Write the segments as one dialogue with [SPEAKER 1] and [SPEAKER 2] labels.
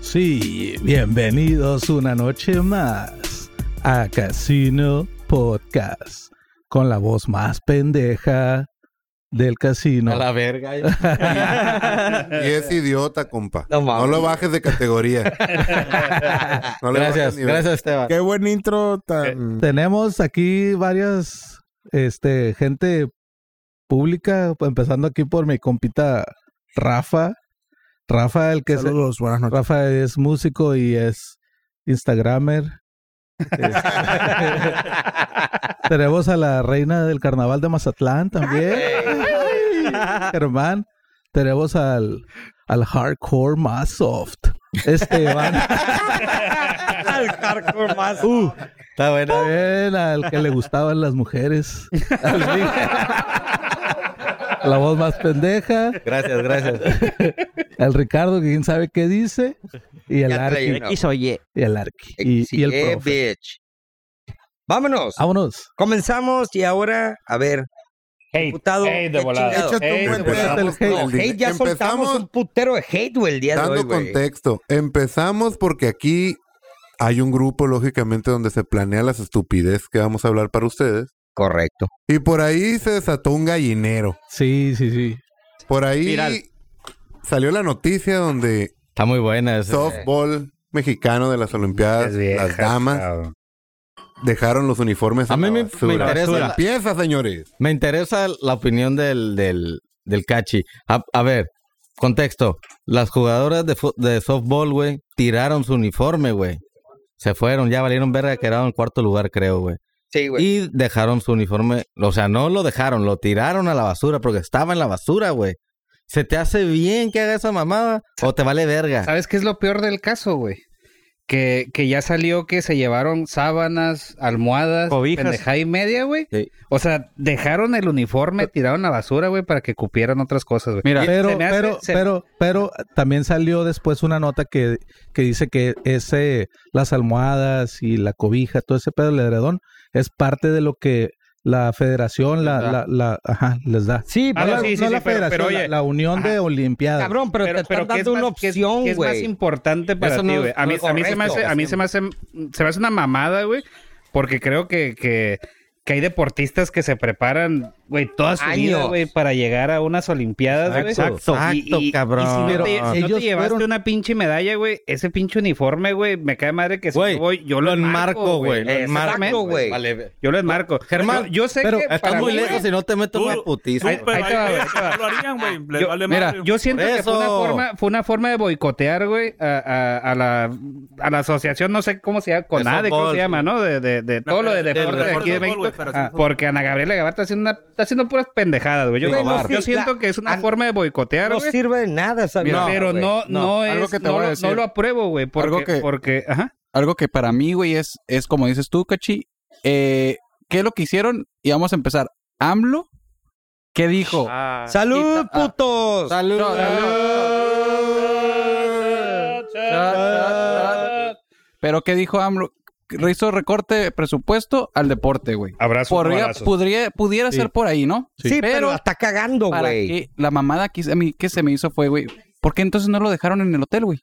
[SPEAKER 1] Sí, bienvenidos una noche más a Casino Podcast con la voz más pendeja del casino.
[SPEAKER 2] A la verga.
[SPEAKER 3] Y es idiota, compa. No, lo bajes de categoría. No le
[SPEAKER 2] gracias,
[SPEAKER 3] bajes nivel.
[SPEAKER 2] gracias Esteban.
[SPEAKER 4] Qué buen
[SPEAKER 5] Eh,
[SPEAKER 4] intro tan...
[SPEAKER 1] Tenemos aquí varias este gente pública, empezando aquí por mi compita Rafa. Rafa, el que se-
[SPEAKER 4] Saludos, buenas noches.
[SPEAKER 1] Rafa es músico y es Instagramer. Es- Tenemos a la reina del carnaval de Mazatlán también. Ay, Germán. Tenemos al, al hardcore Este más soft. Esteban.
[SPEAKER 6] Al hardcore más.
[SPEAKER 1] Uh,
[SPEAKER 2] Está bueno.
[SPEAKER 1] también al que le gustaban las mujeres. Al Big. La voz más pendeja.
[SPEAKER 2] Gracias, gracias.
[SPEAKER 1] Al Ricardo, que quién sabe qué dice. Y el
[SPEAKER 7] Ya traí
[SPEAKER 1] Arqui.
[SPEAKER 7] una.
[SPEAKER 6] X o Y.
[SPEAKER 1] Y el Arqui. Y, y el
[SPEAKER 7] Eh,
[SPEAKER 1] profe.
[SPEAKER 7] bitch. Vámonos.
[SPEAKER 1] Vámonos.
[SPEAKER 7] Comenzamos y ahora, a ver.
[SPEAKER 6] Hey,
[SPEAKER 7] Diputado,
[SPEAKER 6] hey, de
[SPEAKER 7] qué
[SPEAKER 6] volada.
[SPEAKER 7] chingado.
[SPEAKER 3] Échate un
[SPEAKER 6] Ey,
[SPEAKER 3] buen
[SPEAKER 1] güey.
[SPEAKER 3] empezamos
[SPEAKER 1] Hate,
[SPEAKER 7] No,
[SPEAKER 3] con el
[SPEAKER 7] hate, ya soltamos
[SPEAKER 3] Empezamos
[SPEAKER 7] un putero de hate, güey, el día de hoy,
[SPEAKER 3] dando
[SPEAKER 7] güey.
[SPEAKER 3] contexto. Empezamos porque aquí hay un grupo, lógicamente, donde se planea las estupidez que vamos a hablar para ustedes.
[SPEAKER 7] Correcto.
[SPEAKER 3] Y por ahí se desató un gallinero.
[SPEAKER 1] Sí, sí, sí.
[SPEAKER 3] Por ahí
[SPEAKER 2] Viral.
[SPEAKER 3] salió la noticia donde
[SPEAKER 2] Está muy buena. esa.
[SPEAKER 3] softball mexicano de las Olimpiadas, las damas, dejaron los uniformes
[SPEAKER 2] A
[SPEAKER 3] en
[SPEAKER 2] mí
[SPEAKER 3] la
[SPEAKER 2] me- me
[SPEAKER 3] basura.
[SPEAKER 2] interesa
[SPEAKER 3] Basura.
[SPEAKER 2] la-
[SPEAKER 3] Empieza, señores.
[SPEAKER 2] Me interesa la opinión del, del, del Cachi. A, a ver, contexto. Las jugadoras de, fu- de softball, güey, tiraron su uniforme, güey. Se fueron, ya valieron verga, quedaron en cuarto lugar, creo, güey.
[SPEAKER 7] Sí, güey.
[SPEAKER 2] Y dejaron su uniforme, o sea, no lo dejaron, lo tiraron a la basura porque estaba en la basura, güey. ¿Se te hace bien que haga esa mamada o te vale verga?
[SPEAKER 8] ¿Sabes qué es lo peor del caso, güey? Que, que ya salió que se llevaron sábanas, almohadas,
[SPEAKER 6] Cobijas.
[SPEAKER 8] pendejada y media, güey.
[SPEAKER 2] Sí.
[SPEAKER 8] O sea, dejaron el uniforme, tiraron la basura, güey, para que cupieran otras cosas, güey.
[SPEAKER 6] Mira.
[SPEAKER 8] Y
[SPEAKER 1] Pero,
[SPEAKER 8] se me hace-
[SPEAKER 1] pero,
[SPEAKER 8] se-
[SPEAKER 1] pero, pero también salió después una nota que, que dice que ese, las almohadas y la cobija, todo ese pedo, el edredón, es parte de lo que la federación, la,
[SPEAKER 6] Les
[SPEAKER 1] la, la- ajá, les da.
[SPEAKER 7] Sí,
[SPEAKER 8] Ah,
[SPEAKER 1] no
[SPEAKER 8] no,
[SPEAKER 1] la,
[SPEAKER 8] sí, sí,
[SPEAKER 1] no
[SPEAKER 8] sí,
[SPEAKER 1] la
[SPEAKER 8] pero-
[SPEAKER 1] federación,
[SPEAKER 8] pero
[SPEAKER 1] la-
[SPEAKER 8] oye,
[SPEAKER 1] la, unión de Olimpiadas.
[SPEAKER 7] cabrón, pero, te están
[SPEAKER 8] ¿qué
[SPEAKER 7] dando
[SPEAKER 8] es
[SPEAKER 7] una
[SPEAKER 8] más- qué es-
[SPEAKER 7] opción,
[SPEAKER 8] qué es, más
[SPEAKER 7] güey.
[SPEAKER 8] importante para
[SPEAKER 2] Eso
[SPEAKER 8] ti,
[SPEAKER 2] no-
[SPEAKER 8] güey? A
[SPEAKER 2] no
[SPEAKER 8] mí,
[SPEAKER 2] es
[SPEAKER 8] a mí se me hace,
[SPEAKER 2] correcto.
[SPEAKER 8] a mí se me hace, se me hace una mamada, güey, porque creo que, que, que hay deportistas que se preparan, güey, toda su vida,
[SPEAKER 7] Años.
[SPEAKER 8] güey, para llegar a unas olimpiadas, güey.
[SPEAKER 2] Exacto, exacto, cabrón.
[SPEAKER 8] y si no
[SPEAKER 2] Pero
[SPEAKER 8] te, si no te
[SPEAKER 1] ellos
[SPEAKER 8] llevaste
[SPEAKER 1] fueron-
[SPEAKER 8] una pinche medalla, güey, ese pinche uniforme, güey, me cae madre que si
[SPEAKER 2] Güey,
[SPEAKER 8] yo voy, yo
[SPEAKER 2] Lo
[SPEAKER 8] lo
[SPEAKER 2] enmarco, güey. Lo
[SPEAKER 7] Exactamente,
[SPEAKER 2] enmarco,
[SPEAKER 7] güey.
[SPEAKER 2] Vale, ve-
[SPEAKER 8] Yo lo enmarco.
[SPEAKER 2] Germán,
[SPEAKER 8] yo, yo sé
[SPEAKER 1] pero
[SPEAKER 8] que
[SPEAKER 2] estás
[SPEAKER 8] para
[SPEAKER 2] muy
[SPEAKER 8] mí,
[SPEAKER 2] lejos y no te meto
[SPEAKER 9] Tú-
[SPEAKER 2] una putiza.
[SPEAKER 9] Tú, pero
[SPEAKER 8] ahí te va,
[SPEAKER 9] hay
[SPEAKER 8] güey, ahí
[SPEAKER 9] veces
[SPEAKER 8] te va.
[SPEAKER 9] que lo harían, güey. Les
[SPEAKER 8] Yo-
[SPEAKER 9] vale
[SPEAKER 2] mira,
[SPEAKER 9] madre.
[SPEAKER 8] Yo siento
[SPEAKER 2] Por
[SPEAKER 8] que fue una,
[SPEAKER 2] eso.
[SPEAKER 8] forma, fue una forma de boicotear, güey, a, a- a la, a la asociación, no sé cómo se llama, CONADE, ¿cómo
[SPEAKER 2] softball,
[SPEAKER 8] se llama, no? De, de- de todo lo de
[SPEAKER 2] del
[SPEAKER 8] deporte de
[SPEAKER 2] deporte
[SPEAKER 8] aquí de
[SPEAKER 9] de
[SPEAKER 8] México.
[SPEAKER 9] fútbol, güey, pero
[SPEAKER 8] Ah,
[SPEAKER 9] sí.
[SPEAKER 8] porque Ana Gabriela Gabá está haciendo, una- está haciendo puras pendejadas, güey. Yo,
[SPEAKER 2] Sí,
[SPEAKER 8] yo
[SPEAKER 2] no, sí,
[SPEAKER 8] yo siento
[SPEAKER 7] la-
[SPEAKER 8] que es una
[SPEAKER 7] an-
[SPEAKER 8] forma de boicotear,
[SPEAKER 7] No
[SPEAKER 8] güey.
[SPEAKER 7] sirve de nada, ¿sabes?
[SPEAKER 2] No,
[SPEAKER 8] pero no, no,
[SPEAKER 2] no.
[SPEAKER 8] es,
[SPEAKER 5] Algo que te
[SPEAKER 8] no,
[SPEAKER 5] voy a
[SPEAKER 8] lo-
[SPEAKER 5] decir.
[SPEAKER 8] no lo apruebo, güey, porque,
[SPEAKER 5] Algo que-
[SPEAKER 8] porque, ajá.
[SPEAKER 5] Algo que para mí, güey, es, es como dices tú, Cachi. Eh, ¿Qué es lo que hicieron? Y vamos a empezar. AMLO, ¿qué dijo?
[SPEAKER 9] Ah.
[SPEAKER 7] ¡Salud,
[SPEAKER 5] Ah.
[SPEAKER 7] putos!
[SPEAKER 5] No, Pero ¿qué dijo AMLO? Hizo recorte de presupuesto al deporte, güey.
[SPEAKER 8] Abrazo, un
[SPEAKER 5] Podría,
[SPEAKER 8] abrazo.
[SPEAKER 5] pudiera, pudiera
[SPEAKER 1] Sí.
[SPEAKER 5] ser por ahí, ¿no?
[SPEAKER 7] Sí, pero, la está cagando,
[SPEAKER 5] para
[SPEAKER 7] güey.
[SPEAKER 5] que la mamada que, hice- a mí, que se me hizo fue, güey, ¿por qué entonces no lo dejaron en el hotel, güey?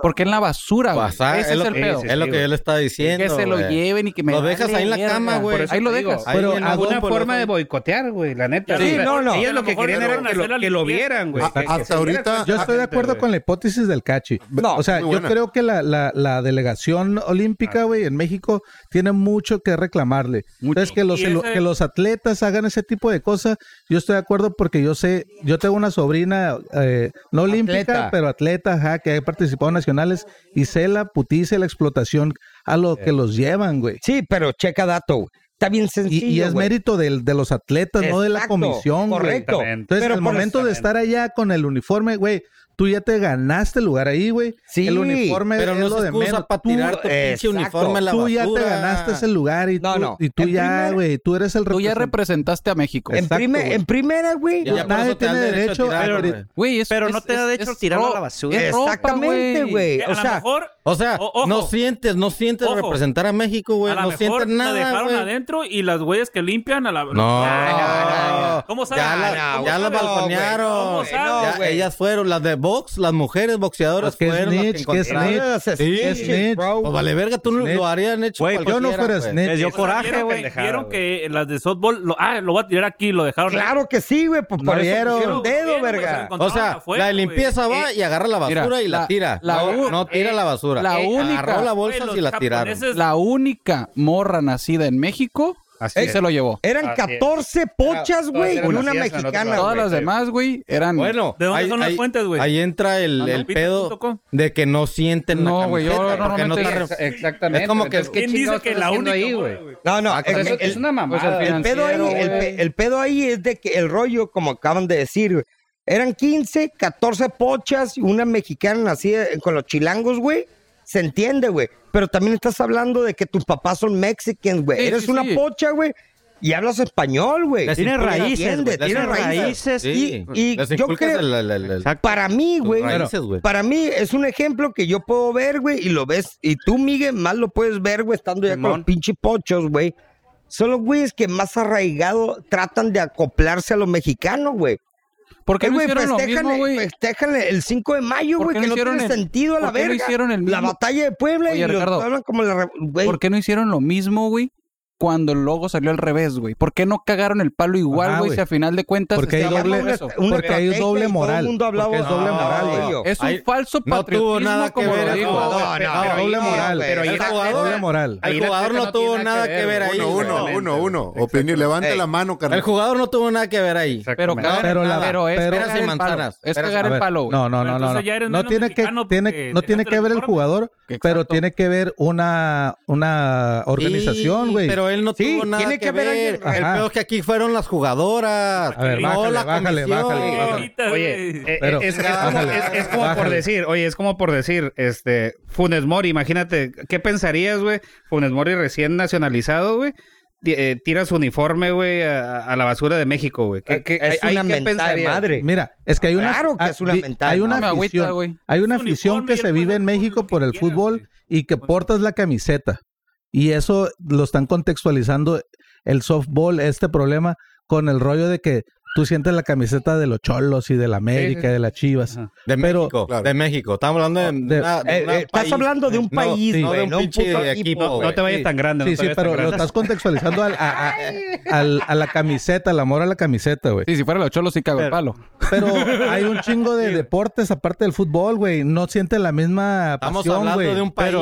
[SPEAKER 5] Porque en la basura, güey.
[SPEAKER 2] Pasar,
[SPEAKER 5] Ese
[SPEAKER 2] es
[SPEAKER 5] es,
[SPEAKER 2] lo
[SPEAKER 5] el
[SPEAKER 2] que-
[SPEAKER 5] pedo.
[SPEAKER 2] Es lo que yo le estaba diciendo.
[SPEAKER 5] que se lo
[SPEAKER 2] güey.
[SPEAKER 5] lleven y que me
[SPEAKER 2] Lo dejas
[SPEAKER 5] vale
[SPEAKER 2] ahí en la
[SPEAKER 5] verga.
[SPEAKER 2] cama, güey.
[SPEAKER 5] Por eso
[SPEAKER 8] Ahí
[SPEAKER 5] Ahí lo
[SPEAKER 8] te
[SPEAKER 5] dejas.
[SPEAKER 2] Ahí
[SPEAKER 1] Pero
[SPEAKER 2] en
[SPEAKER 1] hago
[SPEAKER 2] algún
[SPEAKER 8] Una
[SPEAKER 2] polo-
[SPEAKER 8] forma de boicotear, güey, la neta.
[SPEAKER 5] Sí,
[SPEAKER 8] O sea,
[SPEAKER 7] no, no.
[SPEAKER 8] Ellos
[SPEAKER 9] A
[SPEAKER 8] lo
[SPEAKER 9] lo
[SPEAKER 8] que
[SPEAKER 9] mejor
[SPEAKER 8] querían
[SPEAKER 9] le
[SPEAKER 8] era
[SPEAKER 9] fueron a
[SPEAKER 8] que lo,
[SPEAKER 9] hacer Ah, la
[SPEAKER 8] que lo
[SPEAKER 9] limpieza.
[SPEAKER 8] vieran,
[SPEAKER 7] Ah,
[SPEAKER 8] güey.
[SPEAKER 3] A-
[SPEAKER 8] Que- que se
[SPEAKER 3] Hasta
[SPEAKER 8] viera
[SPEAKER 3] ahorita
[SPEAKER 1] Yo estoy de
[SPEAKER 8] gente,
[SPEAKER 1] acuerdo
[SPEAKER 8] güey.
[SPEAKER 1] con la hipótesis del Cachi.
[SPEAKER 7] No,
[SPEAKER 1] o sea,
[SPEAKER 3] muy
[SPEAKER 1] yo
[SPEAKER 3] buena.
[SPEAKER 1] creo que la, la, la delegación olímpica, güey, en México tiene mucho que reclamarle. Entonces, que los,
[SPEAKER 9] Y ese-
[SPEAKER 1] que los atletas hagan ese tipo de cosas, yo estoy de acuerdo porque yo sé, yo tengo una sobrina, eh, no olímpica,
[SPEAKER 7] Atleta.
[SPEAKER 1] pero atleta, ajá, que ha participado en nacionales y sé la putiza y la explotación a lo que los llevan, güey.
[SPEAKER 7] Sí, pero checa dato. güey. Está bien
[SPEAKER 1] Y,
[SPEAKER 7] sencillo,
[SPEAKER 1] y es
[SPEAKER 7] güey.
[SPEAKER 1] mérito del- de los atletas, no de la
[SPEAKER 7] Exacto,
[SPEAKER 1] comisión, güey.
[SPEAKER 7] Correcto.
[SPEAKER 8] Exactamente.
[SPEAKER 1] Entonces,
[SPEAKER 7] Pero
[SPEAKER 1] al
[SPEAKER 7] por-
[SPEAKER 1] momento de estar allá con el uniforme, güey, tú ya te ganaste el lugar ahí, güey.
[SPEAKER 7] Sí,
[SPEAKER 1] el uniforme
[SPEAKER 2] Pero
[SPEAKER 1] es
[SPEAKER 2] no
[SPEAKER 1] lo
[SPEAKER 2] se
[SPEAKER 1] de menos.
[SPEAKER 2] excusa para
[SPEAKER 1] Tú-
[SPEAKER 2] tirar tu pinche
[SPEAKER 7] Exacto.
[SPEAKER 2] uniforme a la
[SPEAKER 1] tú ya te
[SPEAKER 2] basura.
[SPEAKER 1] ganaste ese lugar y
[SPEAKER 7] No,
[SPEAKER 1] tú,
[SPEAKER 7] no.
[SPEAKER 1] Y tú
[SPEAKER 7] En
[SPEAKER 1] ya,
[SPEAKER 7] primer-
[SPEAKER 1] güey, tú eres el
[SPEAKER 5] Tú ya
[SPEAKER 1] representante.
[SPEAKER 5] representaste a México.
[SPEAKER 7] En,
[SPEAKER 1] Exacto,
[SPEAKER 7] prime-
[SPEAKER 1] güey.
[SPEAKER 7] en primera, güey.
[SPEAKER 2] Ya por
[SPEAKER 1] Nadie
[SPEAKER 2] eso te dan
[SPEAKER 1] tiene derecho a
[SPEAKER 2] tirar,
[SPEAKER 1] cri-
[SPEAKER 2] güey.
[SPEAKER 5] Güey, es-
[SPEAKER 6] Pero
[SPEAKER 5] es-
[SPEAKER 6] no te da
[SPEAKER 5] es-
[SPEAKER 6] derecho
[SPEAKER 5] es
[SPEAKER 6] tirarlo a
[SPEAKER 5] ro-
[SPEAKER 6] la basura.
[SPEAKER 5] es ropa,
[SPEAKER 7] Exactamente, güey.
[SPEAKER 9] Eh, a
[SPEAKER 7] O
[SPEAKER 9] lo
[SPEAKER 7] sea,
[SPEAKER 9] mejor
[SPEAKER 2] O sea,
[SPEAKER 9] O- ojo.
[SPEAKER 2] no sientes, no sientes
[SPEAKER 9] Ojo.
[SPEAKER 2] representar a México, güey.
[SPEAKER 9] a
[SPEAKER 2] No
[SPEAKER 9] lo mejor
[SPEAKER 2] sientes
[SPEAKER 9] la
[SPEAKER 2] nada,
[SPEAKER 9] dejaron
[SPEAKER 2] güey.
[SPEAKER 9] adentro y las güeyes que limpian a la... Ah,
[SPEAKER 2] No.
[SPEAKER 9] ¿Cómo saben?
[SPEAKER 2] Ya la,
[SPEAKER 9] ¿Cómo
[SPEAKER 2] ya la
[SPEAKER 9] saben?
[SPEAKER 2] balconearon.
[SPEAKER 9] ¿Cómo saben?
[SPEAKER 2] Ya, ellas fueron, las de box, las mujeres
[SPEAKER 1] Pues
[SPEAKER 2] boxeadoras
[SPEAKER 1] que
[SPEAKER 2] fueron las que
[SPEAKER 1] snitch, que
[SPEAKER 2] encontraron.
[SPEAKER 1] snitch.
[SPEAKER 7] Eres snitch,
[SPEAKER 1] snitch.
[SPEAKER 7] bro.
[SPEAKER 2] Pues vale verga, tú no
[SPEAKER 1] Snitch.
[SPEAKER 2] lo harían hecho
[SPEAKER 1] Güey,
[SPEAKER 9] pues,
[SPEAKER 1] yo no
[SPEAKER 2] cualquiera,
[SPEAKER 1] fuera
[SPEAKER 2] güey. pues
[SPEAKER 1] snitch.
[SPEAKER 6] Les dio
[SPEAKER 9] O sea,
[SPEAKER 6] coraje,
[SPEAKER 9] vieron
[SPEAKER 6] güey.
[SPEAKER 9] que-
[SPEAKER 6] pendejada,
[SPEAKER 9] Vieron
[SPEAKER 6] güey.
[SPEAKER 9] que las de softball... Lo, ah, lo voy a tirar aquí, lo dejaron.
[SPEAKER 7] Claro que sí, güey. Pues
[SPEAKER 9] Por eso
[SPEAKER 7] perdieron
[SPEAKER 9] pusieron
[SPEAKER 7] dedo,
[SPEAKER 9] bien, güey, se
[SPEAKER 7] verga. Eh,
[SPEAKER 2] O
[SPEAKER 9] encontraron
[SPEAKER 2] sea,
[SPEAKER 9] afuera,
[SPEAKER 2] la
[SPEAKER 9] güey.
[SPEAKER 2] limpieza va y agarra la basura
[SPEAKER 5] mira,
[SPEAKER 2] y la,
[SPEAKER 5] la-
[SPEAKER 2] tira.
[SPEAKER 5] la
[SPEAKER 2] no,
[SPEAKER 5] u-
[SPEAKER 2] no tira la basura.
[SPEAKER 5] la
[SPEAKER 2] Agarró
[SPEAKER 5] única-
[SPEAKER 2] la
[SPEAKER 9] Güey,
[SPEAKER 2] bolsa
[SPEAKER 9] los
[SPEAKER 2] y la tiraron.
[SPEAKER 9] japoneses-
[SPEAKER 5] La única morra nacida en México
[SPEAKER 8] Así
[SPEAKER 5] sí
[SPEAKER 8] es.
[SPEAKER 5] se lo llevó.
[SPEAKER 7] Eran
[SPEAKER 8] Así es.
[SPEAKER 7] 14 pochas,
[SPEAKER 8] Todas
[SPEAKER 7] güey,
[SPEAKER 8] eran
[SPEAKER 7] y una
[SPEAKER 8] nacidas en otro
[SPEAKER 7] mexicana,
[SPEAKER 8] lado,
[SPEAKER 5] Todas
[SPEAKER 7] güey.
[SPEAKER 5] las
[SPEAKER 8] güey.
[SPEAKER 5] demás, güey, eran...
[SPEAKER 2] Bueno,
[SPEAKER 9] ¿De dónde
[SPEAKER 2] ahí-
[SPEAKER 9] son las
[SPEAKER 2] ahí-
[SPEAKER 9] fuentes, güey?
[SPEAKER 2] Ahí entra el,
[SPEAKER 9] Ah, no.
[SPEAKER 2] el pedo
[SPEAKER 9] Pito.com.
[SPEAKER 2] de que no sienten la
[SPEAKER 5] No, güey, yo
[SPEAKER 2] camiseta, porque
[SPEAKER 5] normalmente-
[SPEAKER 2] no
[SPEAKER 5] Ex-
[SPEAKER 2] está re-
[SPEAKER 10] Exactamente.
[SPEAKER 2] Es como que-
[SPEAKER 10] Entonces, ¿qué
[SPEAKER 9] ¿Quién dice
[SPEAKER 10] chingados
[SPEAKER 9] que
[SPEAKER 10] estás
[SPEAKER 9] la
[SPEAKER 10] haciendo
[SPEAKER 9] única...
[SPEAKER 10] ahí,
[SPEAKER 9] güey,
[SPEAKER 10] güey?
[SPEAKER 9] güey?
[SPEAKER 7] No, no,
[SPEAKER 5] Ah,
[SPEAKER 7] el-
[SPEAKER 5] con eso-
[SPEAKER 7] el-
[SPEAKER 5] es una mamada.
[SPEAKER 7] El pedo, ahí, el, pe- el pedo ahí es de que el rollo, como acaban de decir, güey, eran 15, 14 pochas y una mexicana nacida con los chilangos, güey. Se entiende, güey. Pero también estás hablando de que tus papás son mexicans, güey.
[SPEAKER 5] Sí,
[SPEAKER 7] Eres
[SPEAKER 5] sí,
[SPEAKER 7] una
[SPEAKER 5] sí.
[SPEAKER 7] pocha, güey. Y hablas español, güey.
[SPEAKER 2] Les
[SPEAKER 6] Tiene
[SPEAKER 2] inculcas-
[SPEAKER 6] raíces, güey.
[SPEAKER 2] les
[SPEAKER 6] Tiene
[SPEAKER 2] inculcas-
[SPEAKER 6] raíces.
[SPEAKER 2] Sí,
[SPEAKER 7] Y- y
[SPEAKER 2] les
[SPEAKER 7] yo
[SPEAKER 2] inculcas
[SPEAKER 7] creo-
[SPEAKER 2] el- el- el- el-
[SPEAKER 7] Para mí,
[SPEAKER 2] tus
[SPEAKER 7] güey.
[SPEAKER 2] raíces, güey.
[SPEAKER 7] Para mí es un ejemplo que yo puedo ver, güey, y lo ves. Y tú, Miguel, más lo puedes ver, güey, estando ya con
[SPEAKER 5] Simón.
[SPEAKER 7] los pinches pochos, güey. Son los güeyes que más arraigado tratan de acoplarse a los mexicanos, güey.
[SPEAKER 5] ¿Por qué
[SPEAKER 7] Eh,
[SPEAKER 5] no
[SPEAKER 7] güey,
[SPEAKER 5] hicieron lo mismo,
[SPEAKER 7] festejan,
[SPEAKER 5] güey?
[SPEAKER 7] festejan el 5 de mayo,
[SPEAKER 5] ¿Por
[SPEAKER 7] güey,
[SPEAKER 5] qué
[SPEAKER 7] que
[SPEAKER 5] no
[SPEAKER 7] no
[SPEAKER 5] hicieron
[SPEAKER 7] tiene
[SPEAKER 5] el-
[SPEAKER 7] sentido a la
[SPEAKER 5] por qué no
[SPEAKER 7] verga.
[SPEAKER 5] hicieron el
[SPEAKER 7] La
[SPEAKER 5] mismo?
[SPEAKER 7] batalla de Puebla
[SPEAKER 5] Oye,
[SPEAKER 7] y los
[SPEAKER 5] Ricardo,
[SPEAKER 7] hablan como la... re- güey.
[SPEAKER 5] ¿Por qué no hicieron lo mismo, güey? Cuando el logo salió al revés, güey. ¿Por qué no cagaron el palo igual,
[SPEAKER 1] Ajá,
[SPEAKER 5] güey?
[SPEAKER 1] güey.
[SPEAKER 5] Si a final de cuentas
[SPEAKER 1] Porque hay
[SPEAKER 5] estaba
[SPEAKER 1] doble-
[SPEAKER 5] mal eso.
[SPEAKER 7] Una
[SPEAKER 1] Porque hay
[SPEAKER 7] estrategia y
[SPEAKER 1] doble
[SPEAKER 7] todo el
[SPEAKER 1] moral.
[SPEAKER 7] mundo hablaba
[SPEAKER 1] Porque es doble
[SPEAKER 7] de
[SPEAKER 1] moral,
[SPEAKER 7] ello.
[SPEAKER 1] güey.
[SPEAKER 5] Es un
[SPEAKER 2] Ahí-
[SPEAKER 5] falso
[SPEAKER 2] no tuvo
[SPEAKER 5] patriotismo,
[SPEAKER 2] nada que
[SPEAKER 5] como
[SPEAKER 2] ver
[SPEAKER 5] lo
[SPEAKER 2] el
[SPEAKER 5] digo.
[SPEAKER 2] jugador.
[SPEAKER 5] No,
[SPEAKER 2] No,
[SPEAKER 1] Ah,
[SPEAKER 2] pero
[SPEAKER 1] doble
[SPEAKER 2] ahí-
[SPEAKER 1] moral.
[SPEAKER 2] pero ahí
[SPEAKER 1] Doble
[SPEAKER 2] la jugadora-
[SPEAKER 1] moral.
[SPEAKER 2] El jugador no tuvo nada que ver ahí.
[SPEAKER 3] Uno,
[SPEAKER 2] güey.
[SPEAKER 3] uno, uno, uno. Opinión, levanta
[SPEAKER 7] Ey.
[SPEAKER 3] la mano,
[SPEAKER 2] El
[SPEAKER 3] carnal.
[SPEAKER 2] jugador no tuvo nada que ver ahí.
[SPEAKER 5] Pero,
[SPEAKER 8] Exactamente.
[SPEAKER 5] cagar-
[SPEAKER 1] Pero la-
[SPEAKER 5] pero es
[SPEAKER 1] pero-
[SPEAKER 5] cagar
[SPEAKER 2] Peras y
[SPEAKER 5] el palo.
[SPEAKER 2] manzanas.
[SPEAKER 5] Es
[SPEAKER 2] Peras-
[SPEAKER 5] cagar
[SPEAKER 1] A
[SPEAKER 5] el
[SPEAKER 1] ver,
[SPEAKER 5] palo, güey.
[SPEAKER 1] No, no, no, no.
[SPEAKER 9] Entonces ya
[SPEAKER 1] No,
[SPEAKER 9] eres
[SPEAKER 1] No
[SPEAKER 9] menos
[SPEAKER 1] tiene que,
[SPEAKER 9] mexicano
[SPEAKER 1] tiene,
[SPEAKER 9] porque
[SPEAKER 1] no tiene
[SPEAKER 9] dejaste
[SPEAKER 1] que
[SPEAKER 9] el
[SPEAKER 1] ver el
[SPEAKER 9] uniforme.
[SPEAKER 1] jugador,
[SPEAKER 5] Exacto.
[SPEAKER 1] pero tiene que ver una, una organización,
[SPEAKER 2] Sí,
[SPEAKER 1] güey.
[SPEAKER 2] Pero él no
[SPEAKER 7] Sí,
[SPEAKER 2] tuvo nada
[SPEAKER 7] tiene
[SPEAKER 2] que,
[SPEAKER 7] que
[SPEAKER 2] ver.
[SPEAKER 7] haber
[SPEAKER 1] alguien-
[SPEAKER 2] El
[SPEAKER 1] Ajá.
[SPEAKER 2] peor es que aquí fueron las jugadoras.
[SPEAKER 1] A ver,
[SPEAKER 2] no
[SPEAKER 1] bájale,
[SPEAKER 2] la
[SPEAKER 1] bájale,
[SPEAKER 2] comisión.
[SPEAKER 1] bájale, bájale.
[SPEAKER 9] Ahorita,
[SPEAKER 8] Oye,
[SPEAKER 9] güey.
[SPEAKER 8] eh,
[SPEAKER 1] Pero,
[SPEAKER 8] es, es como,
[SPEAKER 1] bájale,
[SPEAKER 8] es- es como por
[SPEAKER 1] bájale.
[SPEAKER 8] decir, oye, es como por decir, este, Funes Mori, imagínate, ¿qué pensarías, güey? Funes Mori recién nacionalizado, güey. ti- eh, tira su uniforme, güey, a, a la basura de México, güey. ¿Qué- qué-
[SPEAKER 7] Ah, Es
[SPEAKER 8] ahí
[SPEAKER 7] una
[SPEAKER 8] qué
[SPEAKER 7] mentada de
[SPEAKER 8] pensarías?
[SPEAKER 7] madre.
[SPEAKER 1] Mira, es que hay una, ah,
[SPEAKER 7] Claro que es una
[SPEAKER 1] di-
[SPEAKER 7] mentada,
[SPEAKER 1] hay una
[SPEAKER 5] no me agüita,
[SPEAKER 1] afición,
[SPEAKER 5] güey.
[SPEAKER 1] hay una
[SPEAKER 9] Es un
[SPEAKER 1] afición
[SPEAKER 9] uniforme
[SPEAKER 1] que
[SPEAKER 9] y
[SPEAKER 1] se
[SPEAKER 9] él
[SPEAKER 1] vive
[SPEAKER 9] puede
[SPEAKER 1] en
[SPEAKER 9] hacer lo
[SPEAKER 1] México
[SPEAKER 9] que
[SPEAKER 1] por el
[SPEAKER 9] quiera,
[SPEAKER 1] fútbol
[SPEAKER 9] güey.
[SPEAKER 1] y que portas la camiseta. Y eso lo están contextualizando el softball, este problema, con el rollo de que tú sientes la camiseta de los cholos y de la América y de las Chivas.
[SPEAKER 8] Ajá.
[SPEAKER 2] De
[SPEAKER 1] Pero-
[SPEAKER 2] México.
[SPEAKER 3] Claro.
[SPEAKER 2] De México. Estamos hablando de.
[SPEAKER 1] De-
[SPEAKER 2] una- de
[SPEAKER 7] Eh,
[SPEAKER 2] una
[SPEAKER 7] eh, estás
[SPEAKER 2] país.
[SPEAKER 7] hablando de un
[SPEAKER 2] No,
[SPEAKER 7] país,
[SPEAKER 2] no de
[SPEAKER 7] güey,
[SPEAKER 2] un
[SPEAKER 7] no un
[SPEAKER 2] pinche
[SPEAKER 7] puto
[SPEAKER 2] equipo,
[SPEAKER 7] equipo,
[SPEAKER 8] No,
[SPEAKER 2] güey.
[SPEAKER 8] no te vayas
[SPEAKER 1] Sí.
[SPEAKER 8] tan grande. no
[SPEAKER 1] Sí,
[SPEAKER 8] te
[SPEAKER 1] sí,
[SPEAKER 8] vayas tan
[SPEAKER 1] pero lo
[SPEAKER 8] grande.
[SPEAKER 1] estás contextualizando al- a, a- al- a la camiseta, el amor a la camiseta, güey.
[SPEAKER 5] Sí, si fuera los cholos sí cago el palo.
[SPEAKER 1] Pero hay un chingo de deportes aparte del fútbol, güey. No sientes la misma
[SPEAKER 2] Estamos
[SPEAKER 1] pasión,
[SPEAKER 2] hablando
[SPEAKER 1] güey.
[SPEAKER 2] de un país.